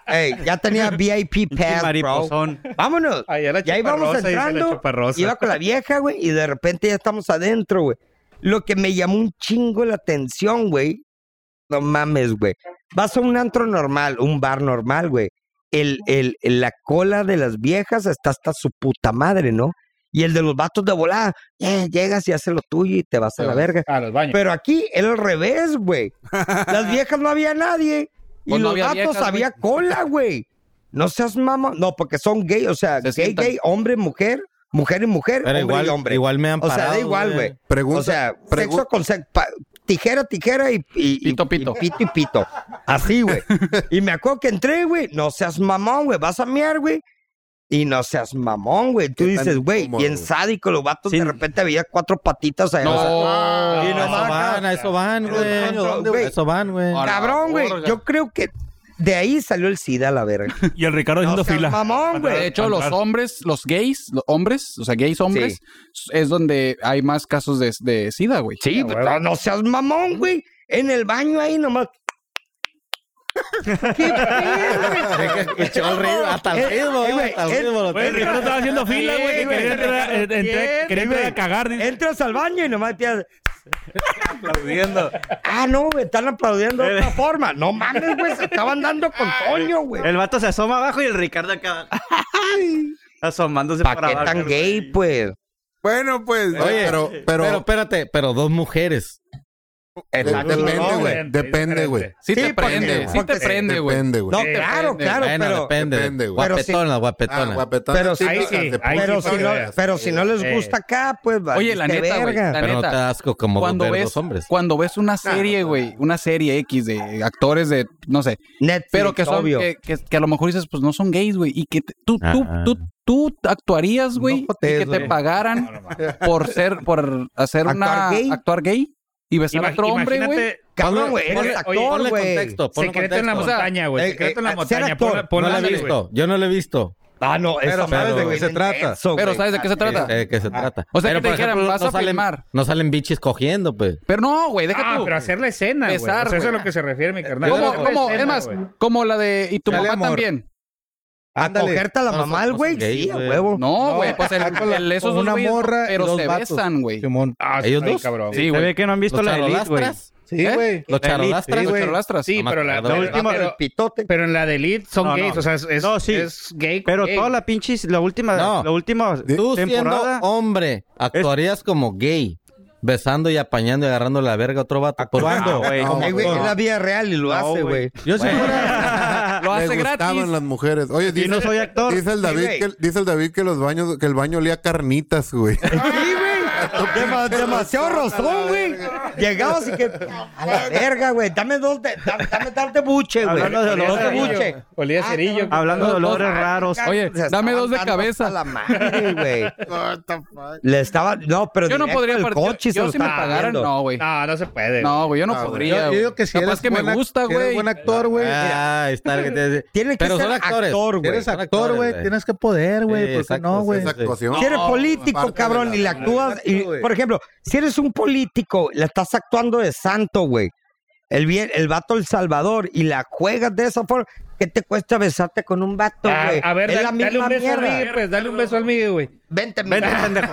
[SPEAKER 7] Ey, ya tenía VIP pass, bro.
[SPEAKER 6] mariposón.
[SPEAKER 7] Vámonos. y ahí vamos
[SPEAKER 8] chuparrosa, dice la
[SPEAKER 7] entrando.
[SPEAKER 8] chuparrosa.
[SPEAKER 7] Iba con la vieja, güey, y de repente ya estamos adentro, güey. Lo que me llamó un chingo la atención, güey. No mames, güey. Vas a un antro normal, un bar normal, güey. El, el, el- la cola de las viejas está hasta su puta madre, ¿no? Y el de los vatos de volada, eh, llegas y haces lo tuyo y te vas a la verga.
[SPEAKER 8] A los baños.
[SPEAKER 7] Pero aquí era al revés, güey. Las viejas no había nadie. Y
[SPEAKER 5] Pues no
[SPEAKER 7] los
[SPEAKER 5] había
[SPEAKER 7] vatos
[SPEAKER 5] viejas,
[SPEAKER 7] había cola, güey. No seas mamá. No, porque son gay, o sea, gay,
[SPEAKER 5] sientan.
[SPEAKER 7] gay, hombre, mujer, mujer y mujer, hombre
[SPEAKER 2] Pero igual-
[SPEAKER 7] y hombre.
[SPEAKER 2] igual me han
[SPEAKER 7] O sea, da
[SPEAKER 2] parado,
[SPEAKER 7] igual,
[SPEAKER 2] güey.
[SPEAKER 7] güey.
[SPEAKER 3] Pregunta-
[SPEAKER 7] O sea,
[SPEAKER 3] pregu-
[SPEAKER 7] sexo con sexo. Tijera, tijera y, y- y-
[SPEAKER 5] Pito, pito.
[SPEAKER 7] y pito y pito. Así, güey. Y me acuerdo que entré, güey. No seas mamón, güey. Vas a mear, güey. Y no seas mamón, güey. Tú
[SPEAKER 3] Qué tan
[SPEAKER 7] dices, güey,
[SPEAKER 3] incómodo,
[SPEAKER 7] bien
[SPEAKER 3] güey.
[SPEAKER 7] sádico. Los vatos de repente había cuatro patitas allá.
[SPEAKER 5] No.
[SPEAKER 7] o sea,
[SPEAKER 2] No,
[SPEAKER 7] Y no
[SPEAKER 2] a eso
[SPEAKER 7] marca.
[SPEAKER 2] van, a eso van, güey. ¿A dónde, güey? A eso van, güey.
[SPEAKER 5] A la
[SPEAKER 7] Cabrón, güey.
[SPEAKER 5] verga.
[SPEAKER 7] Yo creo que de ahí salió el SIDA a la verga.
[SPEAKER 11] Y el Ricardo
[SPEAKER 7] No
[SPEAKER 11] haciendo
[SPEAKER 7] seas
[SPEAKER 11] fila.
[SPEAKER 7] mamón,
[SPEAKER 5] De
[SPEAKER 7] güey.
[SPEAKER 5] hecho, los hombres, los gays, los hombres, o sea, gays hombres, es donde hay más casos de, de SIDA, güey.
[SPEAKER 7] Sí, no, no seas mamón, güey. En el baño ahí nomás. ¿Qué pedo, güey?
[SPEAKER 2] Escuchó el ritmo, hasta el ritmo,
[SPEAKER 7] Eh,
[SPEAKER 2] güey,
[SPEAKER 7] güey,
[SPEAKER 2] Hasta
[SPEAKER 7] eh,
[SPEAKER 2] el ritmo. lo
[SPEAKER 11] Güey, el
[SPEAKER 2] tiene.
[SPEAKER 11] Ricardo estaba haciendo fila,
[SPEAKER 7] Sí,
[SPEAKER 11] güey. que
[SPEAKER 7] güey,
[SPEAKER 11] Quería entrar a-
[SPEAKER 7] Ricardo,
[SPEAKER 11] entré-
[SPEAKER 7] bien,
[SPEAKER 11] quería entrar
[SPEAKER 7] güey.
[SPEAKER 11] a cagar. dice.
[SPEAKER 7] Entras al baño y nomás te haces-
[SPEAKER 6] aplaudiendo.
[SPEAKER 7] Ah, no, güey, están aplaudiendo de otra forma. No mames, güey, se estaban dando con Toño, güey.
[SPEAKER 6] El vato se asoma abajo y el Ricardo acá. Asomándose
[SPEAKER 7] ¿Para
[SPEAKER 6] para
[SPEAKER 7] qué
[SPEAKER 6] abajo.
[SPEAKER 7] tan gay, pues?
[SPEAKER 4] Bueno, pues.
[SPEAKER 2] Oye,
[SPEAKER 3] Pero, pero,
[SPEAKER 2] pero espérate, pero dos mujeres.
[SPEAKER 7] Exacto.
[SPEAKER 3] Depende, güey.
[SPEAKER 7] No,
[SPEAKER 3] Depende, güey.
[SPEAKER 7] Sí te prende,
[SPEAKER 3] güey.
[SPEAKER 7] sí te
[SPEAKER 3] Porque-
[SPEAKER 7] prende, güey.
[SPEAKER 3] Depende, güey.
[SPEAKER 7] No, Sí, claro, depende. claro,
[SPEAKER 3] Bueno,
[SPEAKER 7] pero-
[SPEAKER 3] Depende,
[SPEAKER 7] Depende,
[SPEAKER 3] güey.
[SPEAKER 7] güey. Pero sí-
[SPEAKER 2] Guapetona, guapetona.
[SPEAKER 3] Ah, guapetona.
[SPEAKER 7] Pero si,
[SPEAKER 3] Ahí sí, ahí sí
[SPEAKER 7] pero, si no,
[SPEAKER 3] todavía sí.
[SPEAKER 7] pero si no les
[SPEAKER 3] Eh.
[SPEAKER 7] gusta acá, pues
[SPEAKER 5] Oye, la
[SPEAKER 7] valiste
[SPEAKER 5] neta, güey,
[SPEAKER 7] verga.
[SPEAKER 5] la neta. cuando ves, Cuando ves una serie, güey, una serie X de actores de, no sé, pero que son,
[SPEAKER 7] obvio.
[SPEAKER 5] que, que- que a lo mejor dices, pues no son gays, güey, y que te- tú, tú,
[SPEAKER 7] Ah.
[SPEAKER 5] tú, tú actuarías, güey, y que te
[SPEAKER 7] güey.
[SPEAKER 5] pagaran por ser, por hacer
[SPEAKER 7] ¿Actuar
[SPEAKER 5] una,
[SPEAKER 7] gay?
[SPEAKER 5] actuar gay y besar a
[SPEAKER 7] Ima-
[SPEAKER 5] otro hombre, güey.
[SPEAKER 7] imagínate- Cabrón, güey, eres actor, güey.
[SPEAKER 8] Secreto en la montaña, güey.
[SPEAKER 2] eh,
[SPEAKER 8] Secreto en la montaña. Ponla-
[SPEAKER 2] no
[SPEAKER 8] ponla
[SPEAKER 2] la he
[SPEAKER 8] ahí,
[SPEAKER 2] visto. Yo no lo he visto.
[SPEAKER 7] Ah, no,
[SPEAKER 2] pero
[SPEAKER 7] esa madre,
[SPEAKER 2] sabes de
[SPEAKER 7] güey,
[SPEAKER 2] qué se
[SPEAKER 7] es
[SPEAKER 2] trata.
[SPEAKER 7] intenso,
[SPEAKER 5] Pero güey. ¿sabes de qué se trata?
[SPEAKER 2] Eh, de qué se trata.
[SPEAKER 5] O sea,
[SPEAKER 2] Pero,
[SPEAKER 5] que te
[SPEAKER 2] por
[SPEAKER 5] dijeran, vas a
[SPEAKER 2] no salen,
[SPEAKER 5] filmar.
[SPEAKER 2] no salen bichis cogiendo, pues.
[SPEAKER 5] Pero no, güey, deja
[SPEAKER 8] Ah,
[SPEAKER 5] tú.
[SPEAKER 8] pero hacer la escena, güey. O sea,
[SPEAKER 5] Besar,
[SPEAKER 8] eso es a
[SPEAKER 5] güey.
[SPEAKER 8] lo que se refiere mi carnal.
[SPEAKER 5] Como,
[SPEAKER 8] Hacer la
[SPEAKER 5] como,
[SPEAKER 8] escena,
[SPEAKER 5] es más,
[SPEAKER 8] güey.
[SPEAKER 5] como la de, y tu
[SPEAKER 8] Dale
[SPEAKER 5] mamá
[SPEAKER 8] amor.
[SPEAKER 5] también.
[SPEAKER 7] Ándale. Cogerte a la No, mamá, son- no son güey, gays, sí, a güey. huevo.
[SPEAKER 5] No,
[SPEAKER 7] No,
[SPEAKER 5] güey, pues el,
[SPEAKER 7] con la-
[SPEAKER 5] el- esos
[SPEAKER 7] con
[SPEAKER 5] dos
[SPEAKER 7] una
[SPEAKER 5] güeyes no,
[SPEAKER 7] morra y
[SPEAKER 5] pero
[SPEAKER 7] dos
[SPEAKER 5] se
[SPEAKER 7] vatos.
[SPEAKER 5] besan, güey.
[SPEAKER 8] Ah,
[SPEAKER 5] ¿Ellos
[SPEAKER 8] ay,
[SPEAKER 5] dos?
[SPEAKER 8] cabrón.
[SPEAKER 5] Sí,
[SPEAKER 8] Se
[SPEAKER 5] güey.
[SPEAKER 8] ve que no han visto
[SPEAKER 5] ¿Los
[SPEAKER 8] la de Elite,
[SPEAKER 5] charolastras?
[SPEAKER 8] güey.
[SPEAKER 5] ¿Eh?
[SPEAKER 8] Sí, güey.
[SPEAKER 5] ¿Los
[SPEAKER 8] La Elite,
[SPEAKER 5] charolastras?
[SPEAKER 8] sí,
[SPEAKER 5] ¿Los
[SPEAKER 8] güey.
[SPEAKER 5] charolastras?
[SPEAKER 8] Sí,
[SPEAKER 5] No me
[SPEAKER 8] pero la,
[SPEAKER 5] acuerdo,
[SPEAKER 8] la
[SPEAKER 5] güey.
[SPEAKER 8] última...
[SPEAKER 5] Ah, pero-
[SPEAKER 8] Pero en la de Elite son
[SPEAKER 6] No, no.
[SPEAKER 8] gays, o sea, es, es-
[SPEAKER 6] No, sí.
[SPEAKER 8] es gay con
[SPEAKER 6] Pero
[SPEAKER 8] gay.
[SPEAKER 6] toda la pinche, la última,
[SPEAKER 2] No.
[SPEAKER 6] la última
[SPEAKER 2] Tú
[SPEAKER 6] temporada.
[SPEAKER 2] siendo hombre, actuarías como gay, besando y apañando y agarrando la verga a otro vato. ¿Por
[SPEAKER 7] Actuando,
[SPEAKER 2] qué?
[SPEAKER 7] güey.
[SPEAKER 2] Como
[SPEAKER 7] Eh, güey,
[SPEAKER 2] actor.
[SPEAKER 7] es la vida real y lo hace, güey.
[SPEAKER 2] Yo sí
[SPEAKER 5] Lo
[SPEAKER 3] Le gustaban las mujeres. Oye, dice,
[SPEAKER 6] no soy actor.
[SPEAKER 3] Dice el
[SPEAKER 6] Sí,
[SPEAKER 3] David,
[SPEAKER 6] güey.
[SPEAKER 3] que, dice el David que los baños, que el baño olía carnitas, güey.
[SPEAKER 7] Dema- demasiado rozón, güey. Llegabas y que. A la verga, güey. Dame dos de. Dame, dame dos de buche, güey.
[SPEAKER 6] Hablando
[SPEAKER 7] Dos
[SPEAKER 6] de olores
[SPEAKER 7] de buche.
[SPEAKER 6] raros. Olía
[SPEAKER 8] Ah,
[SPEAKER 6] cerillo. Hablando de
[SPEAKER 5] Dos- dos-
[SPEAKER 6] olores raros.
[SPEAKER 5] Oye,
[SPEAKER 7] Se
[SPEAKER 5] dame
[SPEAKER 7] estaban
[SPEAKER 5] dos de
[SPEAKER 7] dando
[SPEAKER 5] cabeza.
[SPEAKER 7] hasta La madre, güey. Le estaba. No, pero.
[SPEAKER 5] Yo no
[SPEAKER 7] directo
[SPEAKER 5] podría
[SPEAKER 7] al
[SPEAKER 5] partir-
[SPEAKER 7] coche,
[SPEAKER 5] yo
[SPEAKER 7] se lo
[SPEAKER 5] si me
[SPEAKER 7] estaba
[SPEAKER 5] pagaran,
[SPEAKER 7] viendo.
[SPEAKER 5] no, güey.
[SPEAKER 2] Ah,
[SPEAKER 8] No, no se puede.
[SPEAKER 5] No, güey, yo no
[SPEAKER 8] Ah, güey.
[SPEAKER 5] podría.
[SPEAKER 1] Yo, yo
[SPEAKER 5] güey.
[SPEAKER 1] digo que si
[SPEAKER 5] Capaz
[SPEAKER 1] eres
[SPEAKER 5] que me
[SPEAKER 1] buen ac-
[SPEAKER 5] gusta,
[SPEAKER 1] si eres
[SPEAKER 5] güey.
[SPEAKER 1] buen actor, güey.
[SPEAKER 2] Ah, ahí está. lo que te decía.
[SPEAKER 7] Tienes que
[SPEAKER 2] Pero
[SPEAKER 7] ser
[SPEAKER 2] son actores.
[SPEAKER 7] actor, güey.
[SPEAKER 1] Eres actor, güey. Tienes que poder, güey.
[SPEAKER 2] Sí,
[SPEAKER 1] ¿Por qué
[SPEAKER 2] exacto,
[SPEAKER 1] no,
[SPEAKER 2] sí,
[SPEAKER 1] güey?
[SPEAKER 2] es actuación.
[SPEAKER 7] Si eres
[SPEAKER 2] No,
[SPEAKER 7] político,
[SPEAKER 2] parte
[SPEAKER 7] cabrón,
[SPEAKER 2] de
[SPEAKER 7] y le
[SPEAKER 2] la-
[SPEAKER 7] actúas.
[SPEAKER 2] Exacto,
[SPEAKER 7] Y,
[SPEAKER 2] güey.
[SPEAKER 7] por ejemplo, si eres un político, la estás actuando de santo, güey. El, bien, el vato El Salvador y la juegas de esa forma. ¿Qué te cuesta besarte con un vato,
[SPEAKER 8] Ah,
[SPEAKER 7] güey?
[SPEAKER 8] a ver,
[SPEAKER 7] es
[SPEAKER 8] da-
[SPEAKER 7] la
[SPEAKER 8] dale
[SPEAKER 7] misma
[SPEAKER 8] un beso al
[SPEAKER 7] mierda.
[SPEAKER 8] Miguel, pues, dale un beso al Miguel, güey.
[SPEAKER 7] Vente,
[SPEAKER 6] Vente,
[SPEAKER 7] mira.
[SPEAKER 6] pendejo.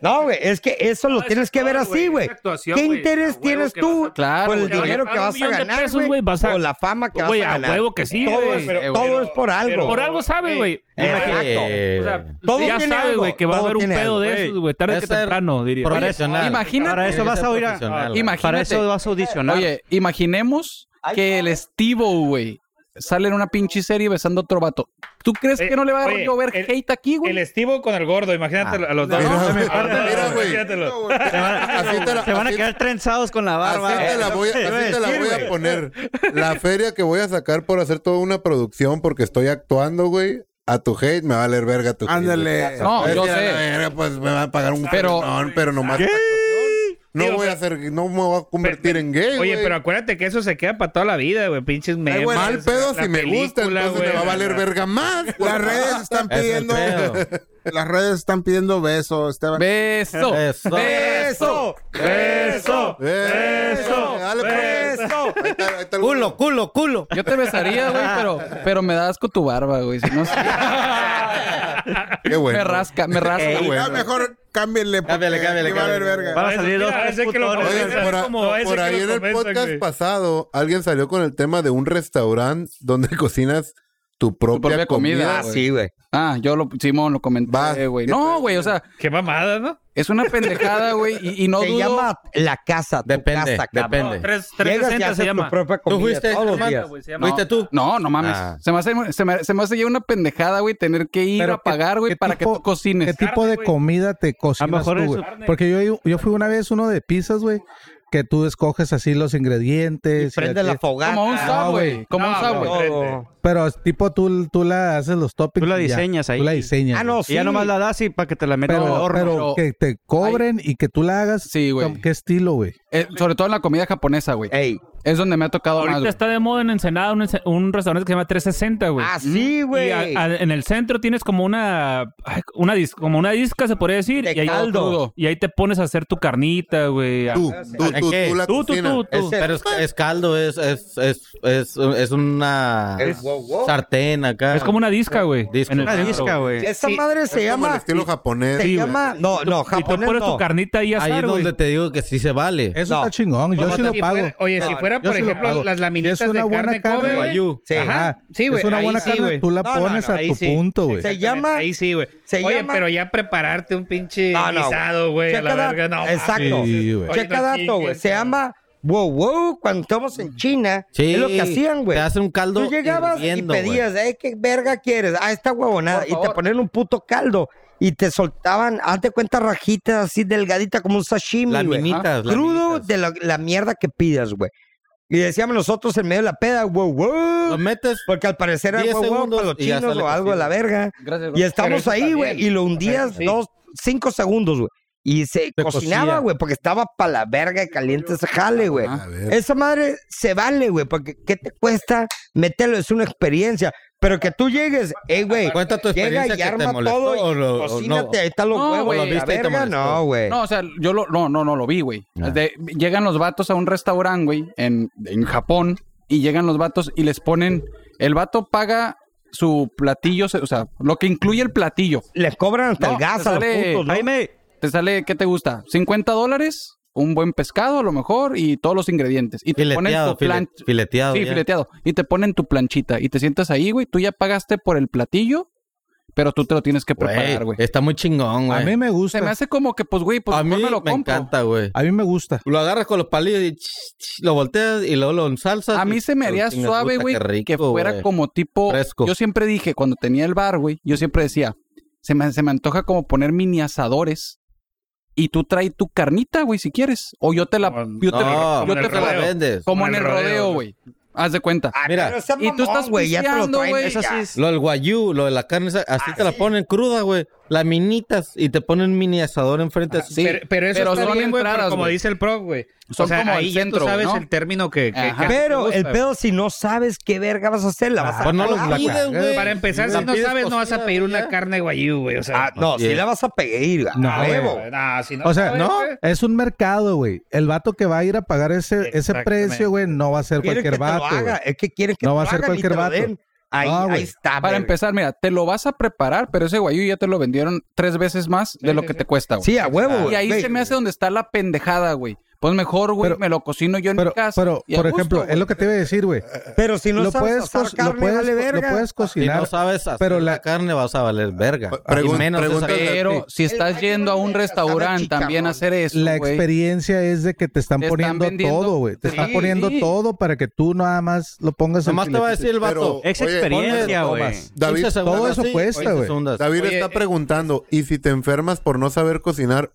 [SPEAKER 7] No, güey, es que eso lo
[SPEAKER 6] es
[SPEAKER 7] tienes que ver
[SPEAKER 6] actuar, Ah, güey,
[SPEAKER 7] así, güey.
[SPEAKER 6] es actuación,
[SPEAKER 7] ¿Qué
[SPEAKER 6] güey. A
[SPEAKER 7] interés
[SPEAKER 6] huevo
[SPEAKER 7] tienes
[SPEAKER 6] que
[SPEAKER 7] tú
[SPEAKER 6] vas a- Claro,
[SPEAKER 7] por el
[SPEAKER 6] güey.
[SPEAKER 7] dinero que
[SPEAKER 6] A un
[SPEAKER 7] vas a
[SPEAKER 6] millón de
[SPEAKER 7] ganar,
[SPEAKER 6] pesos, güey,
[SPEAKER 7] güey?
[SPEAKER 6] vas a-
[SPEAKER 7] O la fama que
[SPEAKER 6] Güey,
[SPEAKER 7] vas Pues, a
[SPEAKER 6] a
[SPEAKER 7] ganar.
[SPEAKER 6] huevo que sí,
[SPEAKER 7] Todo,
[SPEAKER 6] güey.
[SPEAKER 7] es,
[SPEAKER 6] Pero-
[SPEAKER 7] todo es por algo.
[SPEAKER 6] Por algo sabe, güey.
[SPEAKER 2] Eh,
[SPEAKER 7] Todo
[SPEAKER 6] ya
[SPEAKER 7] tiene
[SPEAKER 6] sabe,
[SPEAKER 7] algo,
[SPEAKER 6] güey, que va a
[SPEAKER 7] todo
[SPEAKER 6] haber un
[SPEAKER 7] tiene
[SPEAKER 6] pedo
[SPEAKER 7] algo.
[SPEAKER 6] de
[SPEAKER 2] Güey,
[SPEAKER 6] esos, güey. Tarde
[SPEAKER 2] es
[SPEAKER 6] que
[SPEAKER 2] ser
[SPEAKER 6] temprano, diría.
[SPEAKER 2] Para
[SPEAKER 6] Para
[SPEAKER 2] eso-
[SPEAKER 6] eso,
[SPEAKER 2] profesional.
[SPEAKER 5] Imagínate.
[SPEAKER 6] Para eso vas a ir a-
[SPEAKER 2] profesional, güey.
[SPEAKER 5] Imagínate.
[SPEAKER 6] Para eso vas a audicionar.
[SPEAKER 5] Oye, imaginemos que el Steve, güey, sale en una pinche serie besando a otro vato. ¿Tú crees
[SPEAKER 7] eh,
[SPEAKER 5] que no le va a
[SPEAKER 8] Oye,
[SPEAKER 5] llover
[SPEAKER 8] el-
[SPEAKER 5] hate aquí, güey?
[SPEAKER 8] El Estivo con el gordo, imagínate a los dos.
[SPEAKER 3] Mira,
[SPEAKER 8] Ah,
[SPEAKER 3] mira, güey.
[SPEAKER 8] imagínatelo.
[SPEAKER 6] se van, a-
[SPEAKER 3] Así te la-
[SPEAKER 6] se van a
[SPEAKER 3] así-
[SPEAKER 6] quedar trenzados con la barba. eh.
[SPEAKER 3] Así te la voy, a-
[SPEAKER 6] Te iba
[SPEAKER 3] así te la
[SPEAKER 6] decir,
[SPEAKER 3] voy a
[SPEAKER 6] güey.
[SPEAKER 3] poner. La feria que voy a sacar por hacer toda una producción porque estoy actuando, güey. A tu hate me va a valer verga tu hate.
[SPEAKER 4] Ándale.
[SPEAKER 3] güey.
[SPEAKER 5] No,
[SPEAKER 3] Puedes
[SPEAKER 5] yo
[SPEAKER 3] ir a
[SPEAKER 5] sé.
[SPEAKER 3] la verga, pues me van a pagar un
[SPEAKER 5] Pero-
[SPEAKER 3] pero, pero nomás. No
[SPEAKER 8] Sí, o
[SPEAKER 3] voy a
[SPEAKER 8] sea-
[SPEAKER 3] hacer, no me voy a convertir en gay.
[SPEAKER 8] Oye,
[SPEAKER 3] güey.
[SPEAKER 8] pero acuérdate que eso se queda para toda la vida, güey. Pinches memes.
[SPEAKER 3] güey, mal pedo
[SPEAKER 8] la
[SPEAKER 3] si me gusta,
[SPEAKER 8] película,
[SPEAKER 3] entonces
[SPEAKER 8] güey.
[SPEAKER 3] me va a valer verga más.
[SPEAKER 4] Las redes están
[SPEAKER 2] Es el
[SPEAKER 4] pidiendo.
[SPEAKER 2] pedo.
[SPEAKER 4] Las redes están pidiendo besos, Esteban.
[SPEAKER 5] Beso.
[SPEAKER 2] Beso.
[SPEAKER 5] Beso.
[SPEAKER 8] Beso.
[SPEAKER 3] Eso. Dale, pues. Ahí está- ahí está el-
[SPEAKER 2] Culo, culo, culo.
[SPEAKER 5] Yo te besaría, güey, pero, pero me da asco tu barba, güey. Si no, sí.
[SPEAKER 3] Qué bueno.
[SPEAKER 5] me rasca, me
[SPEAKER 4] Ah,
[SPEAKER 5] rasca.
[SPEAKER 3] Ey,
[SPEAKER 5] güey.
[SPEAKER 3] güey.
[SPEAKER 4] Ya mejor cámbienle. porque
[SPEAKER 2] Cámbiale, cámbiale,
[SPEAKER 4] aquí va a haber
[SPEAKER 2] cámbiale.
[SPEAKER 4] verga.
[SPEAKER 6] Van a salir dos,
[SPEAKER 8] Mira,
[SPEAKER 6] tres
[SPEAKER 8] ese que lo
[SPEAKER 6] putones.
[SPEAKER 3] Oye,
[SPEAKER 8] comenta,
[SPEAKER 3] por, a-
[SPEAKER 8] como ese
[SPEAKER 3] por
[SPEAKER 8] que
[SPEAKER 3] ahí
[SPEAKER 8] lo
[SPEAKER 3] en el
[SPEAKER 8] comenta,
[SPEAKER 3] podcast
[SPEAKER 8] güey.
[SPEAKER 3] pasado, alguien salió con el tema de un restaurante donde cocinas tu propia,
[SPEAKER 5] propia comida,
[SPEAKER 3] comida.
[SPEAKER 7] Ah, sí, güey.
[SPEAKER 5] Ah, yo lo, Simón lo
[SPEAKER 3] Vas,
[SPEAKER 5] comenté, eh, güey. No, güey, o sea,
[SPEAKER 8] Qué mamada, ¿no?
[SPEAKER 5] es una pendejada, güey, y, y no
[SPEAKER 7] Se
[SPEAKER 5] dudo.
[SPEAKER 7] llama la casa, tu
[SPEAKER 2] Depende,
[SPEAKER 7] casa, cabrón.
[SPEAKER 2] depende.
[SPEAKER 7] Llegas
[SPEAKER 6] Tres-
[SPEAKER 7] y
[SPEAKER 6] 360
[SPEAKER 7] haces
[SPEAKER 6] se
[SPEAKER 7] tu
[SPEAKER 6] llama.
[SPEAKER 7] propia comida
[SPEAKER 2] ¿Tú fuiste,
[SPEAKER 7] todos los
[SPEAKER 2] Germán?
[SPEAKER 7] días.
[SPEAKER 6] güey, se
[SPEAKER 5] No,
[SPEAKER 6] llama.
[SPEAKER 2] ¿Fuiste tú?
[SPEAKER 5] No, no mames.
[SPEAKER 2] Ah.
[SPEAKER 5] Se, me hace, se, me, se me hace ya una pendejada, güey, tener que ir
[SPEAKER 1] Pero
[SPEAKER 5] a
[SPEAKER 1] ¿qué-
[SPEAKER 5] pagar, güey,
[SPEAKER 1] qué
[SPEAKER 5] para que
[SPEAKER 1] tipo-
[SPEAKER 5] tú cocines.
[SPEAKER 1] ¿Qué tipo de comida te cocinas
[SPEAKER 6] mejor
[SPEAKER 1] tú,
[SPEAKER 6] eso-
[SPEAKER 1] güey? Porque yo, yo fui una vez uno de pizzas, güey, que tú escoges así los ingredientes. y
[SPEAKER 7] Prende
[SPEAKER 1] así.
[SPEAKER 7] la fogata.
[SPEAKER 5] Como un Subway, como un
[SPEAKER 8] No,
[SPEAKER 5] Subway.
[SPEAKER 8] no,
[SPEAKER 7] Todo.
[SPEAKER 1] Pero es tipo tú, tú la haces los toppings.
[SPEAKER 6] Tú la
[SPEAKER 1] y ya.
[SPEAKER 6] diseñas ahí.
[SPEAKER 1] Tú la diseñas.
[SPEAKER 7] Ah, no,
[SPEAKER 6] Y
[SPEAKER 7] sí.
[SPEAKER 6] ya nomás la das y para que te la metan
[SPEAKER 1] Pero,
[SPEAKER 6] al horno.
[SPEAKER 1] pero que te cobren y que tú la hagas.
[SPEAKER 5] Sí, güey.
[SPEAKER 1] ¿con ¿Qué estilo, güey?
[SPEAKER 5] Eh, sobre todo en la comida japonesa, güey.
[SPEAKER 7] Ey.
[SPEAKER 5] Es donde me ha tocado más,
[SPEAKER 11] Ahorita
[SPEAKER 5] güey.
[SPEAKER 11] está de moda en Ensenada un, ence- un restaurante que se llama 360, güey.
[SPEAKER 7] Ah, sí, güey.
[SPEAKER 11] Y a- a- en el centro tienes como una ay, una dis- como una disca se podría decir
[SPEAKER 7] De
[SPEAKER 11] y ahí,
[SPEAKER 7] caldo.
[SPEAKER 11] y ahí te pones a hacer tu carnita, güey.
[SPEAKER 3] Tú, tú,
[SPEAKER 2] ¿En
[SPEAKER 3] tú,
[SPEAKER 2] qué?
[SPEAKER 3] tú la
[SPEAKER 11] Tú, tú,
[SPEAKER 3] cocinas.
[SPEAKER 11] tú,
[SPEAKER 2] Es-
[SPEAKER 11] tú.
[SPEAKER 2] pero es, es caldo, es, es, es, es, es una
[SPEAKER 7] Es- wow, wow.
[SPEAKER 2] sartén acá.
[SPEAKER 11] Es como una disca, güey.
[SPEAKER 2] Disco.
[SPEAKER 11] En el
[SPEAKER 6] Una
[SPEAKER 11] centro.
[SPEAKER 6] disca, güey.
[SPEAKER 7] Esa madre se
[SPEAKER 3] Es como el
[SPEAKER 7] llama.
[SPEAKER 3] estilo japonés.
[SPEAKER 7] Se
[SPEAKER 3] güey.
[SPEAKER 7] llama. No, no,
[SPEAKER 11] Y tú
[SPEAKER 7] japonés.
[SPEAKER 11] pones
[SPEAKER 7] no.
[SPEAKER 11] tu carnita ahí a
[SPEAKER 2] Ahí es
[SPEAKER 11] asar, güey.
[SPEAKER 2] donde te digo que sí se vale.
[SPEAKER 1] Eso
[SPEAKER 7] No.
[SPEAKER 1] está chingón. Yo sí lo
[SPEAKER 8] Si
[SPEAKER 1] pago.
[SPEAKER 8] fuera- oye, si
[SPEAKER 7] No,
[SPEAKER 8] fuera fuera,
[SPEAKER 1] Yo
[SPEAKER 8] por
[SPEAKER 1] sí lo
[SPEAKER 8] ejemplo,
[SPEAKER 1] pago.
[SPEAKER 8] las
[SPEAKER 1] Si
[SPEAKER 8] laminitas
[SPEAKER 1] es
[SPEAKER 8] de
[SPEAKER 1] una buena
[SPEAKER 8] carne,
[SPEAKER 1] carne,
[SPEAKER 8] Kobe, güey.
[SPEAKER 1] guayú. Sí.
[SPEAKER 8] Ajá. Sí,
[SPEAKER 1] Es
[SPEAKER 8] güey.
[SPEAKER 1] una
[SPEAKER 8] ahí
[SPEAKER 1] buena
[SPEAKER 8] sí,
[SPEAKER 1] carne,
[SPEAKER 8] güey.
[SPEAKER 1] tú la pones a
[SPEAKER 8] ahí
[SPEAKER 1] tu punto, güey. Se
[SPEAKER 8] Exactamente,
[SPEAKER 1] llama-
[SPEAKER 8] Ahí sí, güey.
[SPEAKER 1] se
[SPEAKER 8] Oye,
[SPEAKER 1] llama-
[SPEAKER 8] pero ya prepararte un pinche
[SPEAKER 7] güey.
[SPEAKER 8] guisado, güey. a la
[SPEAKER 7] Checa
[SPEAKER 8] verga,
[SPEAKER 7] dato.
[SPEAKER 8] no.
[SPEAKER 7] Exacto.
[SPEAKER 8] mames. Oye,
[SPEAKER 7] Checa
[SPEAKER 8] no
[SPEAKER 7] dato, güey.
[SPEAKER 8] chingues,
[SPEAKER 7] Se llama wow wow cuando estamos en China.
[SPEAKER 2] Sí,
[SPEAKER 7] es lo que hacían, güey.
[SPEAKER 2] te hacen un caldo
[SPEAKER 7] Tú llegabas y
[SPEAKER 2] hirviendo,
[SPEAKER 7] pedías, "Ey, ¿qué verga quieres? Ah, esta huevonada. Y te ponían un puto caldo. Y te soltaban, hazte cuenta, rajitas así delgaditas como un sashimi, güey.
[SPEAKER 2] Laminitas,
[SPEAKER 7] Ajá. Crudo de la, la mierda que pidas, güey. Y decíamos nosotros en medio de la peda, wow, wow.
[SPEAKER 2] Lo metes.
[SPEAKER 7] Porque al parecer era
[SPEAKER 2] 10
[SPEAKER 7] wow, wow,
[SPEAKER 2] segundos
[SPEAKER 7] para los
[SPEAKER 2] y ya
[SPEAKER 7] chinos
[SPEAKER 2] sale
[SPEAKER 7] o algo de la
[SPEAKER 2] cocido.
[SPEAKER 7] verga.
[SPEAKER 2] Gracias,
[SPEAKER 7] y
[SPEAKER 2] bro. Pero
[SPEAKER 7] estamos
[SPEAKER 2] eso
[SPEAKER 7] ahí,
[SPEAKER 2] está
[SPEAKER 7] güey.
[SPEAKER 2] bien.
[SPEAKER 7] Y lo hundías
[SPEAKER 2] Sí.
[SPEAKER 7] dos, cinco segundos, güey. Y se cocinaba,
[SPEAKER 2] cocía.
[SPEAKER 7] güey, porque estaba para la verga de caliente ese jale, güey. Esa madre se vale, güey, porque ¿qué te cuesta meterlo? Es una experiencia. Pero que tú llegues, ey, güey,
[SPEAKER 2] Cuenta tu
[SPEAKER 7] llega
[SPEAKER 2] experiencia
[SPEAKER 7] y
[SPEAKER 2] que te
[SPEAKER 7] arma
[SPEAKER 2] molestó,
[SPEAKER 7] todo
[SPEAKER 2] o
[SPEAKER 7] y
[SPEAKER 2] lo- o
[SPEAKER 7] cocínate,
[SPEAKER 2] no.
[SPEAKER 7] ahí están los
[SPEAKER 2] No,
[SPEAKER 7] huevos,
[SPEAKER 2] güey,
[SPEAKER 7] la
[SPEAKER 2] viste y te
[SPEAKER 7] verga,
[SPEAKER 2] molestó.
[SPEAKER 7] no, güey.
[SPEAKER 5] No, o sea, yo lo, no, no, no lo vi, güey.
[SPEAKER 7] Ah.
[SPEAKER 5] De- Llegan los vatos a un restaurante, güey, en, en Japón, y llegan los vatos y les ponen, el vato paga su platillo, se- o sea, lo que incluye el platillo.
[SPEAKER 7] Les cobran hasta el gas a los putos, ¿no?
[SPEAKER 5] Jaime, te sale, ¿qué te gusta? ¿50 dólares? Un buen pescado, a lo mejor, y todos los ingredientes. Y te
[SPEAKER 2] Fileteado,
[SPEAKER 5] ponen tu
[SPEAKER 2] file-
[SPEAKER 5] plan-
[SPEAKER 2] fileteado,
[SPEAKER 5] Sí,
[SPEAKER 2] ya.
[SPEAKER 5] fileteado. Y te ponen tu planchita y te sientas ahí, güey. Tú ya pagaste por el platillo, pero tú te lo tienes que preparar, güey.
[SPEAKER 2] Está muy chingón, güey.
[SPEAKER 5] A mí
[SPEAKER 1] me gusta.
[SPEAKER 5] Se me hace como que, pues, güey, pues
[SPEAKER 2] a mí
[SPEAKER 5] mejor me lo
[SPEAKER 2] me
[SPEAKER 5] compro.
[SPEAKER 2] encanta, güey.
[SPEAKER 1] A mí me gusta.
[SPEAKER 2] Lo agarras con los palillos y ch- ch- lo volteas y luego lo ensalzas.
[SPEAKER 5] A mí se me haría suave, güey, que fuera como tipo. Yo siempre dije, cuando tenía el bar, güey, yo siempre decía, se me, se me antoja como poner mini asadores. Y tú trae tu carnita, güey, si quieres. O yo te la. yo te,
[SPEAKER 2] no,
[SPEAKER 5] yo
[SPEAKER 2] como en
[SPEAKER 5] te
[SPEAKER 2] el rodeo. vendes.
[SPEAKER 5] Como en el rodeo, güey. Haz de cuenta.
[SPEAKER 2] Mira,
[SPEAKER 5] y tú estás pisteando, güey.
[SPEAKER 2] Eso sí es- Lo del guayú, lo de la carne, esa- así te la ponen cruda, güey. Laminitas y te ponen mini asador enfrente. sí,
[SPEAKER 8] Pero, pero eso está bien, güey, pero como dice el pro, güey.
[SPEAKER 2] Son
[SPEAKER 8] o sea,
[SPEAKER 2] como
[SPEAKER 8] ahí
[SPEAKER 2] el
[SPEAKER 8] ya
[SPEAKER 2] centro,
[SPEAKER 8] tú sabes
[SPEAKER 2] ¿no?
[SPEAKER 8] el término que... que- que
[SPEAKER 7] Pero
[SPEAKER 8] te gusta,
[SPEAKER 7] el
[SPEAKER 8] güey.
[SPEAKER 7] pedo, si no sabes qué verga vas a hacer, la vas a
[SPEAKER 8] Pues no
[SPEAKER 7] pagar,
[SPEAKER 8] los
[SPEAKER 7] güey.
[SPEAKER 8] pides, güey. Para empezar, si no sabes, no vas a pedir una carne guayú, güey. O sea,
[SPEAKER 7] no, si la vas a pedir,
[SPEAKER 1] No,
[SPEAKER 7] a huevo.
[SPEAKER 8] güey, no, si no
[SPEAKER 1] O sea,
[SPEAKER 8] sabes,
[SPEAKER 1] no,
[SPEAKER 5] pues.
[SPEAKER 8] güey.
[SPEAKER 1] es un mercado, güey. El vato que va a ir a pagar ese, ese
[SPEAKER 7] Exactamente.
[SPEAKER 1] precio, güey, no va a ser
[SPEAKER 7] Quieren
[SPEAKER 1] cualquier
[SPEAKER 7] que te lo
[SPEAKER 1] vato.
[SPEAKER 7] haga,
[SPEAKER 1] güey.
[SPEAKER 7] es que quieren que
[SPEAKER 1] No
[SPEAKER 7] te
[SPEAKER 1] va a
[SPEAKER 7] lo
[SPEAKER 1] ser
[SPEAKER 7] hagan y te
[SPEAKER 1] cualquier
[SPEAKER 7] lo
[SPEAKER 1] vato.
[SPEAKER 7] den. Ahí-
[SPEAKER 1] No,
[SPEAKER 7] ahí
[SPEAKER 1] güey.
[SPEAKER 7] está,
[SPEAKER 5] Para
[SPEAKER 7] verga.
[SPEAKER 5] empezar, mira, te lo vas a preparar, pero ese guayú ya te lo vendieron tres veces más de lo que te cuesta, güey.
[SPEAKER 7] Sí, a huevo,
[SPEAKER 5] Y
[SPEAKER 7] güey.
[SPEAKER 5] ahí
[SPEAKER 7] Güey.
[SPEAKER 5] se me hace donde está la pendejada, güey. Pues mejor, güey, me lo cocino yo en mi casa.
[SPEAKER 1] Pero,
[SPEAKER 5] y a
[SPEAKER 1] por
[SPEAKER 5] gusto,
[SPEAKER 1] ejemplo,
[SPEAKER 5] güey.
[SPEAKER 1] es lo que te iba a decir, güey.
[SPEAKER 7] Pero si no
[SPEAKER 1] Lo
[SPEAKER 7] sabes
[SPEAKER 1] puedes
[SPEAKER 7] asar
[SPEAKER 1] co- lo
[SPEAKER 7] carne,
[SPEAKER 1] puedes
[SPEAKER 7] vale
[SPEAKER 1] co- lo
[SPEAKER 7] verga.
[SPEAKER 1] puedes cocinar,
[SPEAKER 2] Si no sabes hacer
[SPEAKER 1] pero
[SPEAKER 2] pero la carne, vas a valer verga.
[SPEAKER 1] pregun-
[SPEAKER 2] Y menos
[SPEAKER 1] pregunta-
[SPEAKER 2] esa-
[SPEAKER 5] Pero si estás yendo a un restaurante también a hacer eso,
[SPEAKER 1] La
[SPEAKER 5] güey.
[SPEAKER 1] experiencia es de que te están
[SPEAKER 5] Te están
[SPEAKER 1] poniendo
[SPEAKER 5] vendiendo-
[SPEAKER 1] todo, güey. Te
[SPEAKER 5] Sí,
[SPEAKER 1] están poniendo
[SPEAKER 5] sí.
[SPEAKER 1] todo para que tú nada más lo pongas
[SPEAKER 2] Nomás te va a decir el vato.
[SPEAKER 3] Pero,
[SPEAKER 2] Es
[SPEAKER 3] oye,
[SPEAKER 2] experiencia,
[SPEAKER 3] ponle-
[SPEAKER 2] güey.
[SPEAKER 3] Tomás,
[SPEAKER 2] 15
[SPEAKER 3] David,
[SPEAKER 2] segundos
[SPEAKER 3] todo eso
[SPEAKER 2] así,
[SPEAKER 3] cuesta,
[SPEAKER 2] 15
[SPEAKER 3] güey.
[SPEAKER 2] segundas.
[SPEAKER 3] David
[SPEAKER 2] Oye,
[SPEAKER 3] está preguntando, ¿y si te enfermas por no saber cocinar?